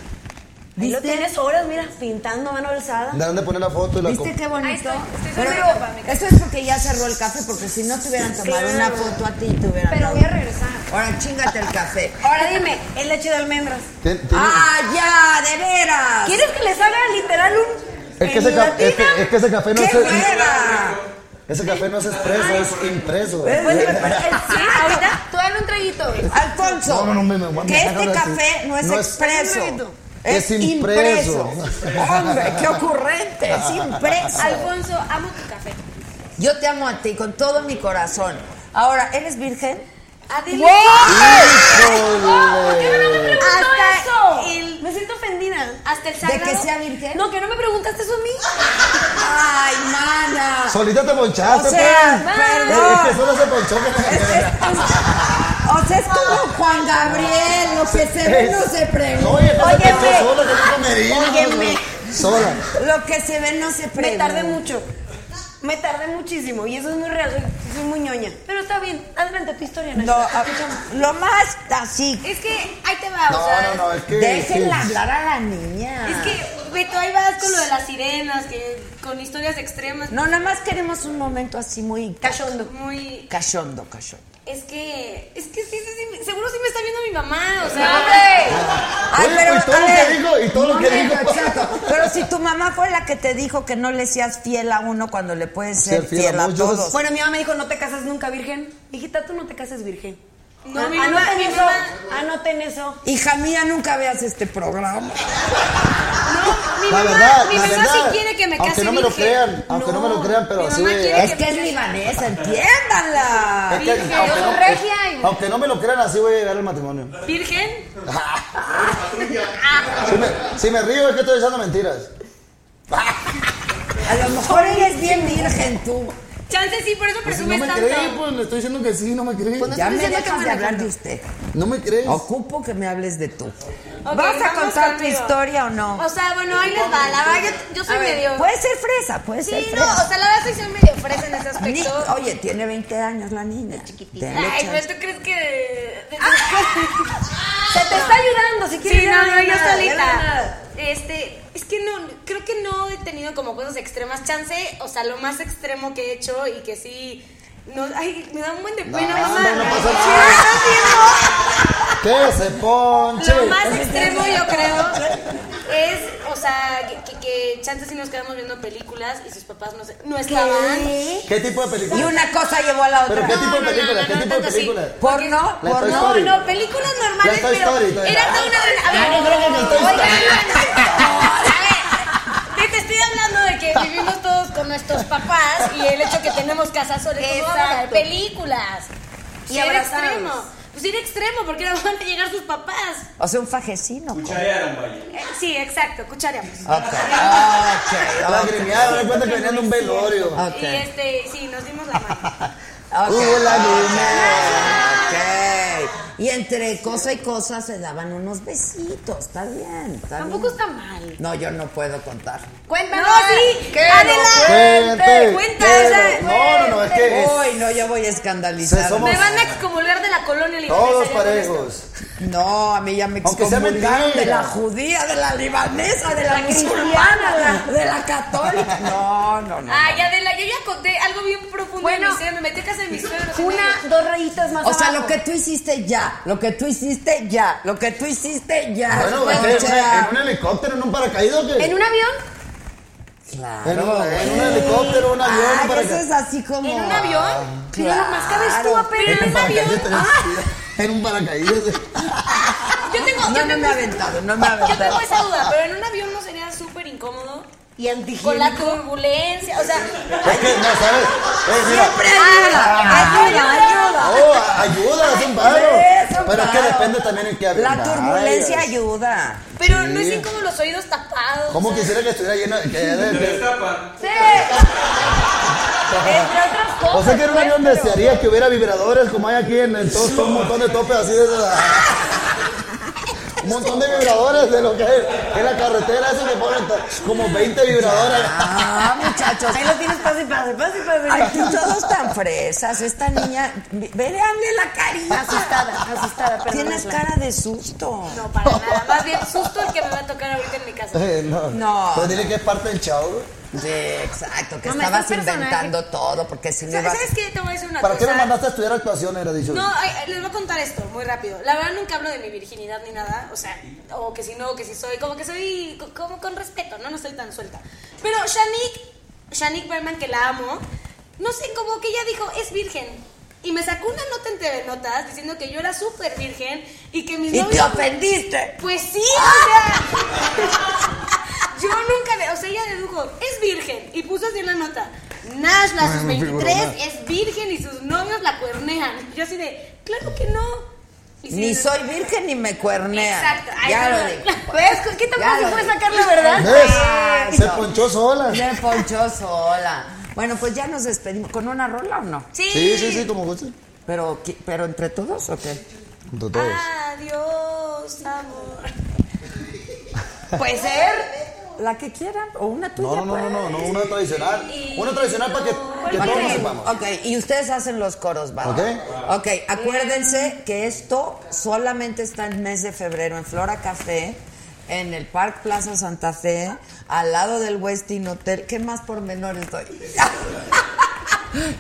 [SPEAKER 6] Ahí lo tienes horas, mira, pintando a mano alzada.
[SPEAKER 3] ¿De dónde poner la foto y la
[SPEAKER 1] ¿Viste qué bonito?
[SPEAKER 7] Ahí estoy, estoy
[SPEAKER 1] Pero
[SPEAKER 7] súper guapa, mi
[SPEAKER 1] eso es porque ya cerró el café, porque si no te hubieran tomado
[SPEAKER 6] Claro.
[SPEAKER 1] una foto a ti, te hubieran
[SPEAKER 6] Pero
[SPEAKER 1] dado.
[SPEAKER 6] voy a regresar.
[SPEAKER 1] Ahora chingate el café.
[SPEAKER 6] Ahora dime, el leche de almendras.
[SPEAKER 3] Ten- ten-
[SPEAKER 1] ¡Ah, ya! ¡De veras!
[SPEAKER 6] ¿Quieres que les haga literal un.
[SPEAKER 3] es, que ese ca- es, que, es que ese café no
[SPEAKER 1] ¡Qué
[SPEAKER 3] se
[SPEAKER 1] hueva!
[SPEAKER 3] ese café no es expreso, es impreso. Pues
[SPEAKER 6] Sí, ahorita, tú dale un traguito, güey.
[SPEAKER 1] eh, Alfonso,
[SPEAKER 3] eh, No, no, no, me- me- me
[SPEAKER 1] que este
[SPEAKER 3] sacaron así.
[SPEAKER 1] café no es
[SPEAKER 3] No es-
[SPEAKER 1] expreso.
[SPEAKER 3] Es impreso.
[SPEAKER 1] Hombre, qué ocurrente. Es impreso.
[SPEAKER 7] Alfonso, amo tu café.
[SPEAKER 1] Yo te amo a ti con todo mi corazón. Ahora, ¿eres virgen?
[SPEAKER 7] Adeli.
[SPEAKER 3] ¡Híjole!
[SPEAKER 7] ¿Por qué no me preguntó
[SPEAKER 6] Hasta
[SPEAKER 7] eso? El-
[SPEAKER 6] Me siento ofendida.
[SPEAKER 7] hasta el
[SPEAKER 1] que
[SPEAKER 7] sagrado.
[SPEAKER 1] sea virgen?
[SPEAKER 7] No, que no me preguntaste eso a mí.
[SPEAKER 1] ¡Ay, mana!
[SPEAKER 3] Solita te ponchaste,
[SPEAKER 1] O sea,
[SPEAKER 3] pues.
[SPEAKER 1] perdón.
[SPEAKER 3] Es que solo se ponchó.
[SPEAKER 1] Es- es- es- o sea, es como Juan Gabriel, lo que se ve no se pregunta.
[SPEAKER 3] Oye, pero se
[SPEAKER 1] Óyeme,
[SPEAKER 3] ponchó sola, que nunca me dijo.
[SPEAKER 6] óyeme.
[SPEAKER 3] Sola.
[SPEAKER 1] lo que se ve no se pregunta.
[SPEAKER 6] Me tardé mucho. Me tardé muchísimo y eso es muy real, soy, soy muy ñoña. Pero está bien, adelante
[SPEAKER 7] pues,
[SPEAKER 6] tu historia, Nacho.
[SPEAKER 1] No, a- lo más así,
[SPEAKER 7] Es que ahí te va, o
[SPEAKER 3] No,
[SPEAKER 7] sea.
[SPEAKER 3] no, no, es que...
[SPEAKER 1] déjenla
[SPEAKER 3] sí.
[SPEAKER 1] hablar a la niña.
[SPEAKER 7] Es que, Beto, ahí vas con lo de las sirenas, que con historias extremas.
[SPEAKER 1] No, nada más queremos un momento así muy
[SPEAKER 7] Cachondo. Muy.
[SPEAKER 1] cachondo, cachondo.
[SPEAKER 7] Es que. Es que sí, sí, sí. Seguro sí me está viendo mi mamá, o sea.
[SPEAKER 1] Ay,
[SPEAKER 3] Oye, pues, todo
[SPEAKER 1] a
[SPEAKER 3] lo que
[SPEAKER 1] ver,
[SPEAKER 3] dijo y todo lo que
[SPEAKER 1] momento,
[SPEAKER 3] dijo.
[SPEAKER 1] exacto. Pero si tu mamá fue la que te dijo que no le seas fiel a uno cuando le puedes
[SPEAKER 3] Ser
[SPEAKER 1] ser,
[SPEAKER 3] fiel
[SPEAKER 1] fiel,
[SPEAKER 3] a
[SPEAKER 1] a
[SPEAKER 3] muchos.
[SPEAKER 1] todos.
[SPEAKER 6] Bueno, mi mamá me dijo, no te casas nunca virgen. Hijita, tú no te cases virgen.
[SPEAKER 7] No,
[SPEAKER 6] Ah,
[SPEAKER 7] mi mamá-
[SPEAKER 6] anoten
[SPEAKER 7] mi
[SPEAKER 6] eso,
[SPEAKER 7] mamá-
[SPEAKER 6] anoten eso.
[SPEAKER 1] Hija mía, nunca veas este programa.
[SPEAKER 7] No, mi
[SPEAKER 3] La
[SPEAKER 7] mamá,
[SPEAKER 3] verdad,
[SPEAKER 7] mi
[SPEAKER 3] la
[SPEAKER 7] mamá
[SPEAKER 3] verdad.
[SPEAKER 7] sí quiere que me case
[SPEAKER 3] Aunque no me lo
[SPEAKER 7] virgen.
[SPEAKER 3] crean, aunque no me lo crean, pero
[SPEAKER 7] mi
[SPEAKER 3] así
[SPEAKER 7] mamá
[SPEAKER 3] de-
[SPEAKER 7] quiere
[SPEAKER 1] Es que es libanesa, entiéndanla.
[SPEAKER 3] Es que,
[SPEAKER 7] Virgen,
[SPEAKER 3] aunque,
[SPEAKER 7] yo
[SPEAKER 3] no, Ah.
[SPEAKER 7] soy regia y-
[SPEAKER 3] aunque no me lo crean, así voy a llegar al matrimonio.
[SPEAKER 7] ¿Virgen?
[SPEAKER 3] Si me, si me río es que estoy echando mentiras.
[SPEAKER 1] A lo mejor eres bien virgen tú.
[SPEAKER 7] Chance sí, por eso
[SPEAKER 3] Pues si
[SPEAKER 7] presumes
[SPEAKER 3] no me
[SPEAKER 7] tanto.
[SPEAKER 3] creen, pues le estoy diciendo que sí, no me creen.
[SPEAKER 7] Pues
[SPEAKER 1] Ya me dejas de hablar de usted.
[SPEAKER 3] No me creen.
[SPEAKER 1] Ocupo que me hables de tú.
[SPEAKER 7] Ok,
[SPEAKER 1] ¿Vas a
[SPEAKER 7] vamos
[SPEAKER 1] contar tu
[SPEAKER 7] conmigo.
[SPEAKER 1] historia o no?
[SPEAKER 7] O sea, bueno, ahí les va. La verdad, yo, yo soy
[SPEAKER 6] A ver,
[SPEAKER 7] medio.
[SPEAKER 1] Puede ser fresa, puede ser
[SPEAKER 7] sí, no,
[SPEAKER 1] fresa.
[SPEAKER 7] o sea, la verdad, sí soy medio fresa en ese
[SPEAKER 1] Ni-
[SPEAKER 7] aspecto.
[SPEAKER 1] oye, tiene 20 años la niña. Chiquitita.
[SPEAKER 7] Ay, pero tú crees que.
[SPEAKER 6] Se te está ayudando, si quieres.
[SPEAKER 7] Sí,
[SPEAKER 6] ya
[SPEAKER 7] no, no,
[SPEAKER 6] hay
[SPEAKER 7] yo
[SPEAKER 6] nada, ya hay
[SPEAKER 7] solita.
[SPEAKER 6] nada.
[SPEAKER 7] Este, es que no, creo que no he tenido como cosas extremas. Chance, o sea, lo más extremo que he hecho y que sí. No, ay, me da un buen de pena, mamá.
[SPEAKER 3] no, no pasa
[SPEAKER 7] Sí,
[SPEAKER 3] nada.
[SPEAKER 7] estás viendo.
[SPEAKER 3] Que se ponche.
[SPEAKER 7] Lo más extremo, yo creo, es, o sea, que, que, que chance si nos quedamos viendo películas y sus papás no, se- no estaban.
[SPEAKER 3] ¿Qué tipo de película?
[SPEAKER 1] Y una cosa llevó a la
[SPEAKER 3] ¿Pero
[SPEAKER 1] otra.
[SPEAKER 3] qué tipo de
[SPEAKER 7] no,
[SPEAKER 3] película?
[SPEAKER 7] no,
[SPEAKER 3] ¿Qué
[SPEAKER 7] no,
[SPEAKER 3] tipo de
[SPEAKER 7] tanto así.
[SPEAKER 3] película?
[SPEAKER 1] Porno,
[SPEAKER 3] La Toy
[SPEAKER 1] porno.
[SPEAKER 7] No,
[SPEAKER 3] Story.
[SPEAKER 7] no, películas normales,
[SPEAKER 3] La Toy
[SPEAKER 7] pero
[SPEAKER 3] Story, toda
[SPEAKER 7] era
[SPEAKER 3] la-
[SPEAKER 7] toda una... A ver,
[SPEAKER 3] Ah, no creo que la Toy Story.
[SPEAKER 7] Oigan, a ver, te estoy hablando de que vivimos todos con nuestros papás y el hecho que tenemos casas solas, pues vamos a ver
[SPEAKER 6] Exacto.
[SPEAKER 7] películas.
[SPEAKER 6] Y
[SPEAKER 7] Sí, era
[SPEAKER 6] abrazados.
[SPEAKER 7] extremo. Pues sí, era extremo, porque no van a llegar sus papás.
[SPEAKER 1] O sea, un fajecino.
[SPEAKER 4] Cucharearon, vaya.
[SPEAKER 7] Eh, sí, exacto, cuchareamos.
[SPEAKER 3] La grimeada, me di cuenta que venían de un velorio.
[SPEAKER 1] Ah, Ok.
[SPEAKER 7] Y este, sí, nos dimos la mano.
[SPEAKER 1] Ok.
[SPEAKER 3] Uh, la
[SPEAKER 1] Ok. Y entre cosa y cosa se daban unos besitos. Está bien, está
[SPEAKER 7] Tampoco
[SPEAKER 1] bien.
[SPEAKER 7] está mal.
[SPEAKER 1] No, yo no puedo contar.
[SPEAKER 7] Cuéntanos. No, sí, adelante.
[SPEAKER 3] Gente,
[SPEAKER 7] Cuenta
[SPEAKER 3] gente.
[SPEAKER 7] esa.
[SPEAKER 3] No, no, no, es que es-
[SPEAKER 1] Uy, no, yo voy a
[SPEAKER 3] Se
[SPEAKER 1] escandalizar.
[SPEAKER 3] somos-
[SPEAKER 7] Me van a excomulgar de la colonia
[SPEAKER 3] todos
[SPEAKER 7] libanesa, ya con esto.
[SPEAKER 3] parejos.
[SPEAKER 1] No, a mí ya me
[SPEAKER 3] Aunque sea
[SPEAKER 1] excomulgaron
[SPEAKER 3] mentira.
[SPEAKER 1] de la judía, de la libanesa, de la, musulmana, de la católica. No, no, no.
[SPEAKER 7] Ay, Adela, yo ya conté algo bien profundo
[SPEAKER 6] Bueno.
[SPEAKER 7] de mi ser. Me metí a casa de mis suegros.
[SPEAKER 6] Una, dos rayitas más
[SPEAKER 1] O sea,
[SPEAKER 6] abajo.
[SPEAKER 1] lo que tú hiciste ya, lo que tú hiciste ya, lo que tú hiciste ya.
[SPEAKER 3] Bueno,
[SPEAKER 1] Ah, O
[SPEAKER 3] es que en,
[SPEAKER 1] sea,
[SPEAKER 3] un helicóptero, en un paracaídas, ¿o qué?
[SPEAKER 6] ¿En un avión?
[SPEAKER 1] Claro.
[SPEAKER 3] En, un- en un helicóptero, un avión,
[SPEAKER 1] Ay,
[SPEAKER 3] un paraca-
[SPEAKER 1] eso es así como.
[SPEAKER 7] ¿En un avión? Pero nomás cabes tú apenas en un avión.
[SPEAKER 3] paracaídas, tenés-
[SPEAKER 7] Ah,
[SPEAKER 3] en un paracaídas.
[SPEAKER 7] yo tengo,
[SPEAKER 1] No,
[SPEAKER 7] yo
[SPEAKER 1] no me
[SPEAKER 7] tengo
[SPEAKER 1] ha
[SPEAKER 7] esa-
[SPEAKER 1] aventado, no me ha
[SPEAKER 7] Yo tengo
[SPEAKER 1] aventado.
[SPEAKER 7] esa duda, pero en un avión no sería súper incómodo.
[SPEAKER 5] Y
[SPEAKER 7] Con la
[SPEAKER 5] antihigiénico.
[SPEAKER 7] turbulencia, o sea,
[SPEAKER 3] Es que, no, ¿sabes? Eh, mira,
[SPEAKER 1] Siempre
[SPEAKER 7] Ah,
[SPEAKER 1] ayuda, ayuda, ayuda.
[SPEAKER 3] oh, a- ayuda, es un paro.
[SPEAKER 1] Es un
[SPEAKER 3] Pero es que
[SPEAKER 1] paro.
[SPEAKER 3] depende también en qué avión
[SPEAKER 1] La turbulencia
[SPEAKER 3] vayas.
[SPEAKER 1] ayuda.
[SPEAKER 7] pero no
[SPEAKER 3] Sí.
[SPEAKER 7] es incómodo los oídos tapados.
[SPEAKER 3] ¿Cómo
[SPEAKER 7] o sea,
[SPEAKER 3] quisiera que estuviera lleno? Que
[SPEAKER 4] Te
[SPEAKER 3] de-
[SPEAKER 4] destapan.
[SPEAKER 7] Sí. Entre otras cosas.
[SPEAKER 3] o sea que en un
[SPEAKER 7] pues,
[SPEAKER 3] avión
[SPEAKER 7] pero-
[SPEAKER 3] desearía que hubiera vibradores como hay aquí en, en todos todo un montón de topes así de Un montón de vibradores de lo que hay en la carretera, eso que ponen ta- como 20 vibradores.
[SPEAKER 1] Ah, muchachos.
[SPEAKER 5] Ahí lo tienes, pase, pase, pase, pase.
[SPEAKER 1] Aquí todos tan fresas. Esta niña. Ve, veanle la carita.
[SPEAKER 5] Asustada, asustada, perdón.
[SPEAKER 1] Tienes cara de susto.
[SPEAKER 7] No, para nada. Más bien susto el que me va a tocar ahorita en mi casa.
[SPEAKER 3] Eh, no.
[SPEAKER 1] No.
[SPEAKER 3] Pero dile que es parte del chavo. güey.
[SPEAKER 1] Sí, exacto, que
[SPEAKER 7] No, me
[SPEAKER 1] estabas
[SPEAKER 7] estás personaje.
[SPEAKER 1] inventando todo, porque si no
[SPEAKER 7] ¿Sabes,
[SPEAKER 1] ibas.
[SPEAKER 7] ¿Sabes qué? Te voy a decir una
[SPEAKER 3] ¿Para qué
[SPEAKER 7] cosa.
[SPEAKER 3] lo mandaste a estudiar actuación? Era dicho.
[SPEAKER 7] No, ay, ay, les voy a contar esto muy rápido. La verdad nunca hablo de mi virginidad ni nada, o sea, o que si no, o que si soy, como que soy co- como con respeto, no no soy tan suelta. Pero Shanique, Shanique Berman que la amo, no sé, como que ella dijo, "Es virgen." Y me sacó una nota en TV Notas diciendo que yo era súper virgen y que mis
[SPEAKER 1] Y te
[SPEAKER 7] novios-
[SPEAKER 1] ofendiste.
[SPEAKER 7] pues sí, o
[SPEAKER 1] Ah.
[SPEAKER 7] sea. yo nunca, de- o sea, ella dedujo, es virgen. Y puso así en la nota. Nashla, a sus 23, es virgen y sus novios la cuernean. Y yo así de, claro que no. Y sí,
[SPEAKER 1] Ni
[SPEAKER 7] no.
[SPEAKER 1] soy virgen ni me cuernea.
[SPEAKER 7] Exacto. Ay,
[SPEAKER 1] ya
[SPEAKER 7] no,
[SPEAKER 1] lo
[SPEAKER 7] no.
[SPEAKER 1] digo.
[SPEAKER 7] Pues, ¿qué tan
[SPEAKER 1] Ya
[SPEAKER 7] fácil
[SPEAKER 1] lo Pues,
[SPEAKER 7] fue
[SPEAKER 1] digo.
[SPEAKER 7] sacar la verdad?
[SPEAKER 3] ¿Ves?
[SPEAKER 1] Ay,
[SPEAKER 3] Se
[SPEAKER 1] no.
[SPEAKER 3] ponchó sola.
[SPEAKER 1] Me ponchó sola. Bueno, pues ya nos despedimos. ¿Con una rola o no?
[SPEAKER 7] Sí.
[SPEAKER 3] Sí, sí, sí, como guste.
[SPEAKER 1] Pero, ¿qué- pero entre todos o qué?
[SPEAKER 7] Ah,
[SPEAKER 3] Junto a todos.
[SPEAKER 7] Pues, Adiós, amor.
[SPEAKER 1] Puede ser. La que quieran, o una tuya.
[SPEAKER 3] No, no, no, no,
[SPEAKER 1] pues.
[SPEAKER 3] no, no, una tradicional. Una tradicional para que, que todos nos sepamos.
[SPEAKER 1] Ok, y ustedes hacen los coros, ¿va?
[SPEAKER 3] Ok.
[SPEAKER 1] Ok, acuérdense que esto solamente está en mes de febrero en Flora Café, en el Park Plaza Santa Fe, al lado del Westin Hotel. ¿Qué más pormenores doy?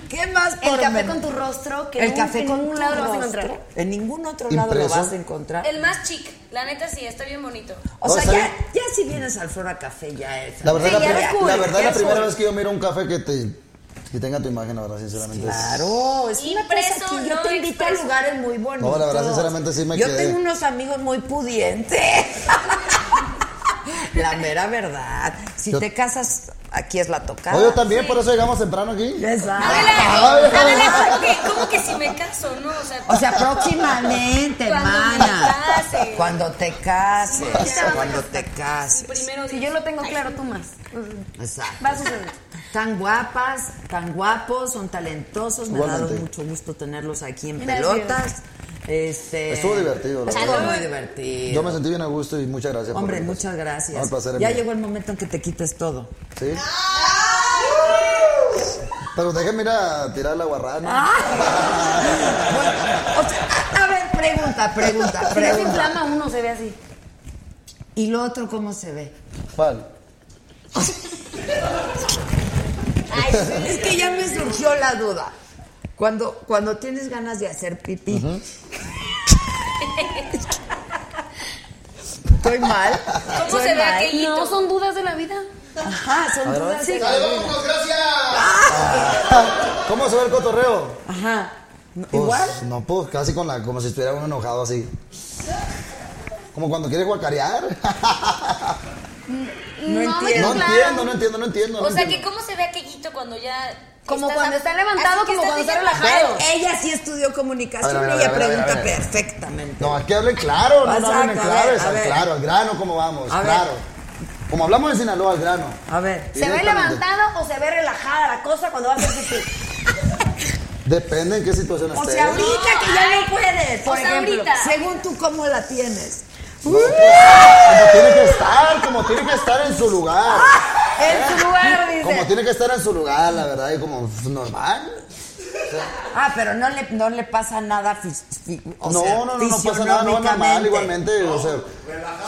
[SPEAKER 1] ¿Qué más
[SPEAKER 5] El
[SPEAKER 1] pormenores?
[SPEAKER 5] café con tu rostro, que
[SPEAKER 1] El
[SPEAKER 5] nunca
[SPEAKER 1] café
[SPEAKER 5] en
[SPEAKER 1] con
[SPEAKER 5] ningún
[SPEAKER 1] tu
[SPEAKER 5] lado lo vas a
[SPEAKER 1] rostro.
[SPEAKER 5] encontrar.
[SPEAKER 1] En ningún otro lado lo
[SPEAKER 3] Impreso.
[SPEAKER 1] vas a encontrar.
[SPEAKER 7] El más chic, la neta sí, está bien bonito.
[SPEAKER 1] O
[SPEAKER 3] No,
[SPEAKER 1] sea,
[SPEAKER 3] está
[SPEAKER 1] ya,
[SPEAKER 3] bien.
[SPEAKER 1] ya si vienes al Flora Café ya es.
[SPEAKER 3] La verdad,
[SPEAKER 1] Sí,
[SPEAKER 3] la,
[SPEAKER 1] ya
[SPEAKER 3] pri-
[SPEAKER 1] ves cool,
[SPEAKER 3] la, verdad,
[SPEAKER 1] ya
[SPEAKER 3] la
[SPEAKER 1] es
[SPEAKER 3] primera
[SPEAKER 1] cool.
[SPEAKER 3] vez que yo miro un café que te que tenga tu imagen, la verdad, sinceramente. es-
[SPEAKER 1] Claro, es una cosa
[SPEAKER 7] Impreso,
[SPEAKER 1] que yo
[SPEAKER 7] no
[SPEAKER 1] te invito a
[SPEAKER 7] expreso.
[SPEAKER 1] lugares muy bonitos.
[SPEAKER 3] No, la verdad, sinceramente, sí me
[SPEAKER 1] Yo
[SPEAKER 3] quedé.
[SPEAKER 1] tengo unos amigos muy pudientes. la mera verdad. Si
[SPEAKER 3] Yo-
[SPEAKER 1] te casas, aquí es la tocada.
[SPEAKER 3] No, yo también, por eso llegamos temprano aquí.
[SPEAKER 1] Exacto.
[SPEAKER 7] Adela, Adela, ¿cómo que, cómo que si me caso, no? O sea,
[SPEAKER 1] O sea, próximamente,
[SPEAKER 7] Cuando me
[SPEAKER 1] hermana.
[SPEAKER 7] case.
[SPEAKER 1] Cuando te cases.
[SPEAKER 7] Sí, ya.
[SPEAKER 1] Cuando te cases.
[SPEAKER 7] primero
[SPEAKER 5] Si yo lo tengo claro, tú más.
[SPEAKER 1] Exacto.
[SPEAKER 5] Va a suceder.
[SPEAKER 1] Tan guapas, tan guapos, son talentosos. Me ha dado
[SPEAKER 3] Igualmente.
[SPEAKER 1] mucho gusto tenerlos aquí en
[SPEAKER 5] Gracias.
[SPEAKER 1] pelotas. Este,
[SPEAKER 3] Estuvo divertido, la
[SPEAKER 1] Estuvo
[SPEAKER 3] verdad.
[SPEAKER 1] muy divertido.
[SPEAKER 3] Yo me sentí bien a gusto y muchas gracias. por
[SPEAKER 1] Hombre,
[SPEAKER 3] la invitación.
[SPEAKER 1] muchas
[SPEAKER 3] No,
[SPEAKER 1] gracias.
[SPEAKER 3] el placer es
[SPEAKER 1] ya
[SPEAKER 3] mío.
[SPEAKER 1] llegó el momento en que te quites todo.
[SPEAKER 3] Sí. Pero déjenme ir a tirar la guarrana.
[SPEAKER 1] Ah. Bueno, o sea, a, a ver, pregunta, pregunta,
[SPEAKER 5] Si no se
[SPEAKER 1] pregunta.
[SPEAKER 5] inflama uno, se ve así.
[SPEAKER 1] ¿Y lo otro cómo se ve?
[SPEAKER 3] ¿Cuál?
[SPEAKER 1] Es que ya me surgió la duda. Cuando, cuando tienes ganas de hacer pipí. Estoy mal.
[SPEAKER 7] ¿cómo se ve aquellito?
[SPEAKER 5] No, son dudas de la vida.
[SPEAKER 1] Ajá, son dudas. de la vida.
[SPEAKER 3] ¿Cómo se ve el cotorreo?
[SPEAKER 1] Ajá. No,
[SPEAKER 3] Pues,
[SPEAKER 1] Igual.
[SPEAKER 3] No, pues casi con la, como si estuviera uno enojado así. Como cuando quieres guacarear.
[SPEAKER 1] No entiendo.
[SPEAKER 3] No
[SPEAKER 7] claro.
[SPEAKER 3] entiendo, no entiendo, no entiendo. no
[SPEAKER 7] O sea, que
[SPEAKER 3] entiendo.
[SPEAKER 7] cómo se ve aquellito cuando ya...
[SPEAKER 5] Como
[SPEAKER 7] estás
[SPEAKER 5] cuando
[SPEAKER 7] a-
[SPEAKER 5] está levantado,
[SPEAKER 7] así que
[SPEAKER 5] como
[SPEAKER 7] estás
[SPEAKER 5] cuando está
[SPEAKER 7] diciendo,
[SPEAKER 5] relajado.
[SPEAKER 1] Pero ella sí estudió comunicación
[SPEAKER 3] A ver, a
[SPEAKER 1] y
[SPEAKER 3] ver,
[SPEAKER 1] ella
[SPEAKER 3] a ver, a ver,
[SPEAKER 1] pregunta
[SPEAKER 3] a ver.
[SPEAKER 1] perfectamente.
[SPEAKER 3] No, aquí hablen claro, no
[SPEAKER 1] Exacto,
[SPEAKER 3] hablen en
[SPEAKER 1] a
[SPEAKER 3] claves,
[SPEAKER 1] ver, a
[SPEAKER 3] al
[SPEAKER 1] ver.
[SPEAKER 3] claro, al grano, ¿cómo vamos?
[SPEAKER 1] A ver.
[SPEAKER 3] claro. Como hablamos en Sinaloa, al grano.
[SPEAKER 1] A ver.
[SPEAKER 5] ¿Se ve
[SPEAKER 3] Directamente.
[SPEAKER 5] levantada o se ve relajada la cosa cuando vas a hacer pipí?
[SPEAKER 3] Depende en qué situación
[SPEAKER 1] O
[SPEAKER 3] estés.
[SPEAKER 1] sea, ahorita que ya no puedes, por
[SPEAKER 7] O sea,
[SPEAKER 1] ejemplo,
[SPEAKER 7] ahorita.
[SPEAKER 1] según tú cómo la tienes.
[SPEAKER 3] Como tiene que estar, como tiene que estar en su lugar.
[SPEAKER 1] En su lugar,
[SPEAKER 3] Como
[SPEAKER 1] Ah, dice.
[SPEAKER 3] tiene que estar en su lugar, la verdad, y como pf, normal.
[SPEAKER 1] Ah, pero no le, no le pasa nada fis- fi- o
[SPEAKER 3] no,
[SPEAKER 1] sea,
[SPEAKER 3] no, no, no pasa nada, no anda mal
[SPEAKER 1] fisionómicamente.
[SPEAKER 3] igualmente. o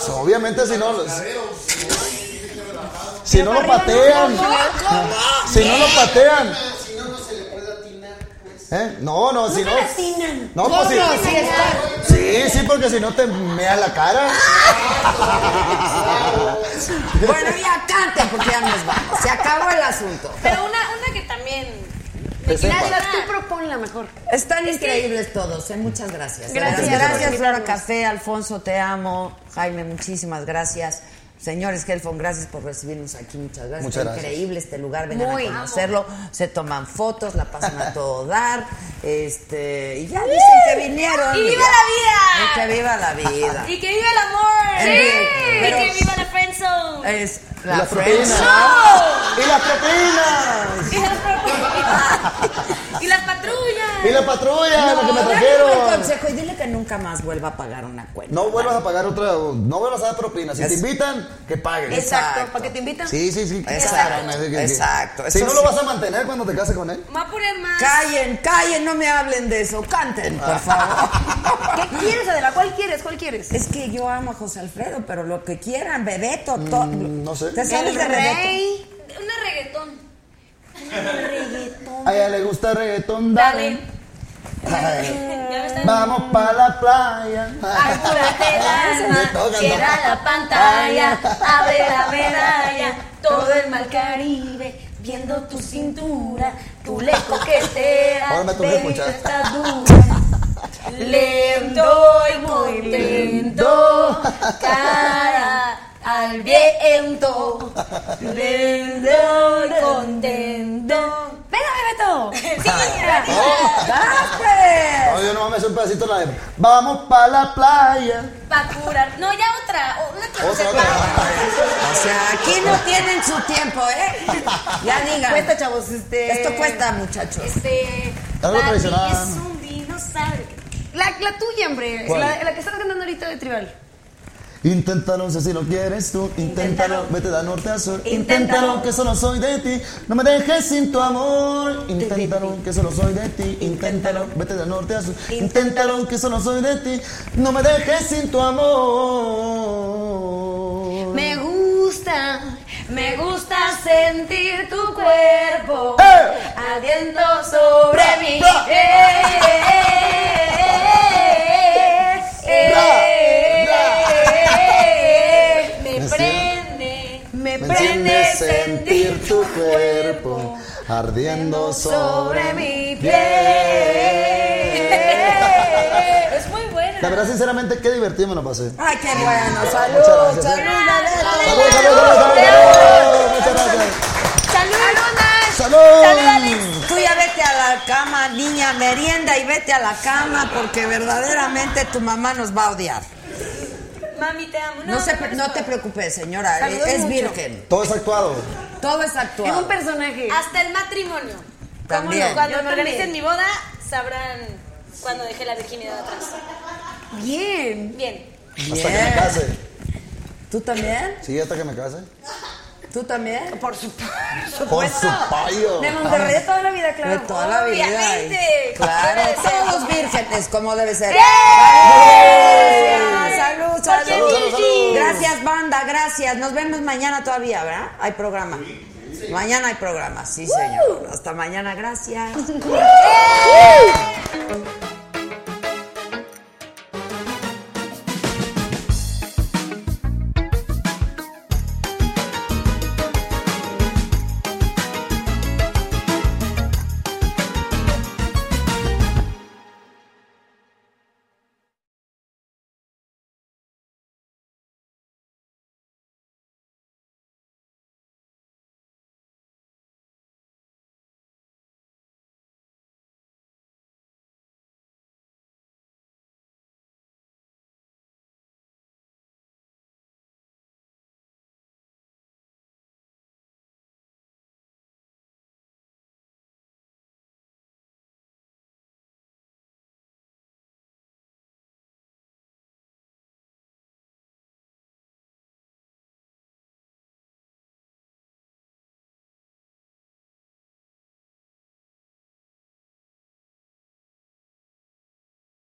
[SPEAKER 3] sea, obviamente si no. los- Si no lo patean. Si no lo patean. ¿Eh? No, no, si no. No, pues si. Sí, sí, porque si no te mea la cara.
[SPEAKER 1] Bueno, ya canten porque ya nos vamos. Se acabó el asunto.
[SPEAKER 7] Pero una, una que también.
[SPEAKER 8] Que sepa.
[SPEAKER 7] Nadie
[SPEAKER 6] Tú proponla mejor.
[SPEAKER 1] Están increíbles todos, ¿eh? muchas gracias. De
[SPEAKER 7] Gracias,
[SPEAKER 1] verdad.
[SPEAKER 7] gracias por
[SPEAKER 1] Gracias, Flora
[SPEAKER 7] invitarnos.
[SPEAKER 1] Café, Alfonso, te amo. Jaime, muchísimas gracias. Señores Helfon, gracias por recibirnos aquí, muchas gracias.
[SPEAKER 8] Muchas
[SPEAKER 1] Está
[SPEAKER 8] gracias.
[SPEAKER 1] Increíble este lugar, vengan
[SPEAKER 6] Muy.
[SPEAKER 1] a conocerlo. Se toman fotos, la pasan a todo dar. Este, y ya dicen que vinieron.
[SPEAKER 7] ¡Y viva la vida!
[SPEAKER 1] Y que viva la vida.
[SPEAKER 7] Y que viva el amor.
[SPEAKER 1] Sí, pero-
[SPEAKER 7] Y que viva la friendzone.
[SPEAKER 1] Es
[SPEAKER 3] La
[SPEAKER 1] la,
[SPEAKER 3] propina. ¡Y las propinas!
[SPEAKER 7] Y las propinas. Y las patrullas.
[SPEAKER 3] ¡Y la patrulla! ¡Lo que me
[SPEAKER 1] un
[SPEAKER 3] trajeron!
[SPEAKER 1] consejo y dile que nunca más vuelva a pagar una cuenta.
[SPEAKER 3] No vuelvas a pagar otra, no vuelvas a dar propina. Si te
[SPEAKER 1] Es-
[SPEAKER 3] invitan, que pagues.
[SPEAKER 1] Exacto.
[SPEAKER 6] Exacto, para que te invitan.
[SPEAKER 3] Sí, sí, sí. que
[SPEAKER 1] Exacto,
[SPEAKER 3] paguen, así que-
[SPEAKER 1] exacto,
[SPEAKER 3] Si
[SPEAKER 1] eso
[SPEAKER 3] no lo
[SPEAKER 1] sí.
[SPEAKER 3] vas a mantener cuando te cases con él.
[SPEAKER 7] Me voy a poner más.
[SPEAKER 1] Callen, callen, no me hablen de eso. Canten, por favor.
[SPEAKER 6] ¿Qué quieres, Adela? ¿Cuál quieres? ¿Cuál quieres?
[SPEAKER 1] Es que yo amo a José Alfredo, pero lo que quieran, Bebeto, todo.
[SPEAKER 6] Mm.
[SPEAKER 3] no sé.
[SPEAKER 1] ¿Te sabes de Bebeto?
[SPEAKER 7] Una reggaetón.
[SPEAKER 3] A ella le gusta reggaetón,
[SPEAKER 7] Dale.
[SPEAKER 3] dale.
[SPEAKER 7] Ya me están.
[SPEAKER 3] Vamos pa' la playa.
[SPEAKER 7] Apúrate el
[SPEAKER 3] Me toca,
[SPEAKER 7] alma,
[SPEAKER 3] no.
[SPEAKER 7] cierra la pantalla, abre la medalla, todo el mal Caribe, viendo tu cintura, tú le
[SPEAKER 3] Ahora
[SPEAKER 7] coqueteas,
[SPEAKER 3] me toca
[SPEAKER 7] baby, tú
[SPEAKER 3] escuchar.
[SPEAKER 7] estás dura. Lento y muy lento, cara al viento, lento y contento. ¡Venga, Bebeto! ¡Sí,
[SPEAKER 1] ¡Date!
[SPEAKER 3] No, yo nomás me hice un pedacito la de. Vamos pa' la playa.
[SPEAKER 7] Para curar. No, ya otra, una que no
[SPEAKER 3] Otra,
[SPEAKER 7] se
[SPEAKER 3] otra.
[SPEAKER 1] O sea, aquí no tienen su tiempo, ¿eh? Ya digan.
[SPEAKER 6] Cuesta, chavos, este.
[SPEAKER 1] Esto cuesta, muchachos.
[SPEAKER 7] Este.
[SPEAKER 3] Algo
[SPEAKER 7] Barbie
[SPEAKER 3] tradicional.
[SPEAKER 7] Es un dinosaurio.
[SPEAKER 6] La, la tuya, hombre.
[SPEAKER 3] ¿Cuál?
[SPEAKER 6] La, la que estás cantando ahorita de tribal.
[SPEAKER 3] Inténtalo, si así lo quieres tú. Inténtalo, vete de norte a sur.
[SPEAKER 7] Inténtalo.
[SPEAKER 3] Inténtalo, que solo soy de ti. No me dejes sin tu amor. Inténtalo, que solo soy de ti. Inténtalo, vete de norte a sur. Inténtalo, que solo soy de ti. No me dejes sin tu amor.
[SPEAKER 7] Me gusta, me gusta sentir tu cuerpo
[SPEAKER 3] ¡Eh!
[SPEAKER 7] ardiendo sobre mí.
[SPEAKER 3] ¡Bra!
[SPEAKER 7] Eh, eh, eh, eh, eh, Me
[SPEAKER 3] Es
[SPEAKER 7] prende, me
[SPEAKER 3] Me
[SPEAKER 7] prende
[SPEAKER 3] enciende
[SPEAKER 7] sentir tu cuerpo
[SPEAKER 3] ardiendo
[SPEAKER 7] sobre mi piel. Es muy buena.
[SPEAKER 3] La verdad, sinceramente, qué divertido me lo pasé.
[SPEAKER 1] Ay, qué bueno.
[SPEAKER 3] Muchas
[SPEAKER 1] Salud,
[SPEAKER 3] gracias.
[SPEAKER 1] salud, Adela.
[SPEAKER 3] Saludos, saludos, saludos, saludos. Muchas gracias.
[SPEAKER 7] Salud, Luna.
[SPEAKER 3] Salud.
[SPEAKER 1] Tú ya vete a la cama, niña, merienda y vete a la cama porque verdaderamente tu mamá nos va a odiar.
[SPEAKER 7] Mami, te amo.
[SPEAKER 1] No, se pre- no te preocupes, señora.
[SPEAKER 6] Saludos
[SPEAKER 1] Es
[SPEAKER 6] mucho.
[SPEAKER 1] virgen.
[SPEAKER 3] Todo es actuado.
[SPEAKER 1] Todo es
[SPEAKER 6] Es
[SPEAKER 1] actuado.
[SPEAKER 6] un personaje.
[SPEAKER 7] Hasta el matrimonio. ¿Cómo
[SPEAKER 1] También.
[SPEAKER 7] no? Cuando
[SPEAKER 6] Yo
[SPEAKER 7] me
[SPEAKER 6] también.
[SPEAKER 7] organicen mi boda, sabrán cuando dejé la virginidad atrás.
[SPEAKER 6] Bien.
[SPEAKER 7] Bien.
[SPEAKER 3] Hasta que me case.
[SPEAKER 1] ¿Tú también?
[SPEAKER 3] Sí, hasta que me case.
[SPEAKER 1] ¿Tú también?
[SPEAKER 6] Por supuesto.
[SPEAKER 3] Por su payo.
[SPEAKER 6] De Monterrey de toda la vida,
[SPEAKER 1] De
[SPEAKER 6] claro.
[SPEAKER 1] toda la vida.
[SPEAKER 7] Obviamente.
[SPEAKER 1] Claro,
[SPEAKER 7] Debe ser.
[SPEAKER 1] todos vírgenes, como debe ser. Salud,
[SPEAKER 7] Porque
[SPEAKER 1] salud.
[SPEAKER 3] Salud, salud.
[SPEAKER 1] Gracias, banda, gracias. Nos vemos mañana todavía, ¿verdad? Hay programa. Mañana hay programa, sí, señor. Hasta mañana, gracias.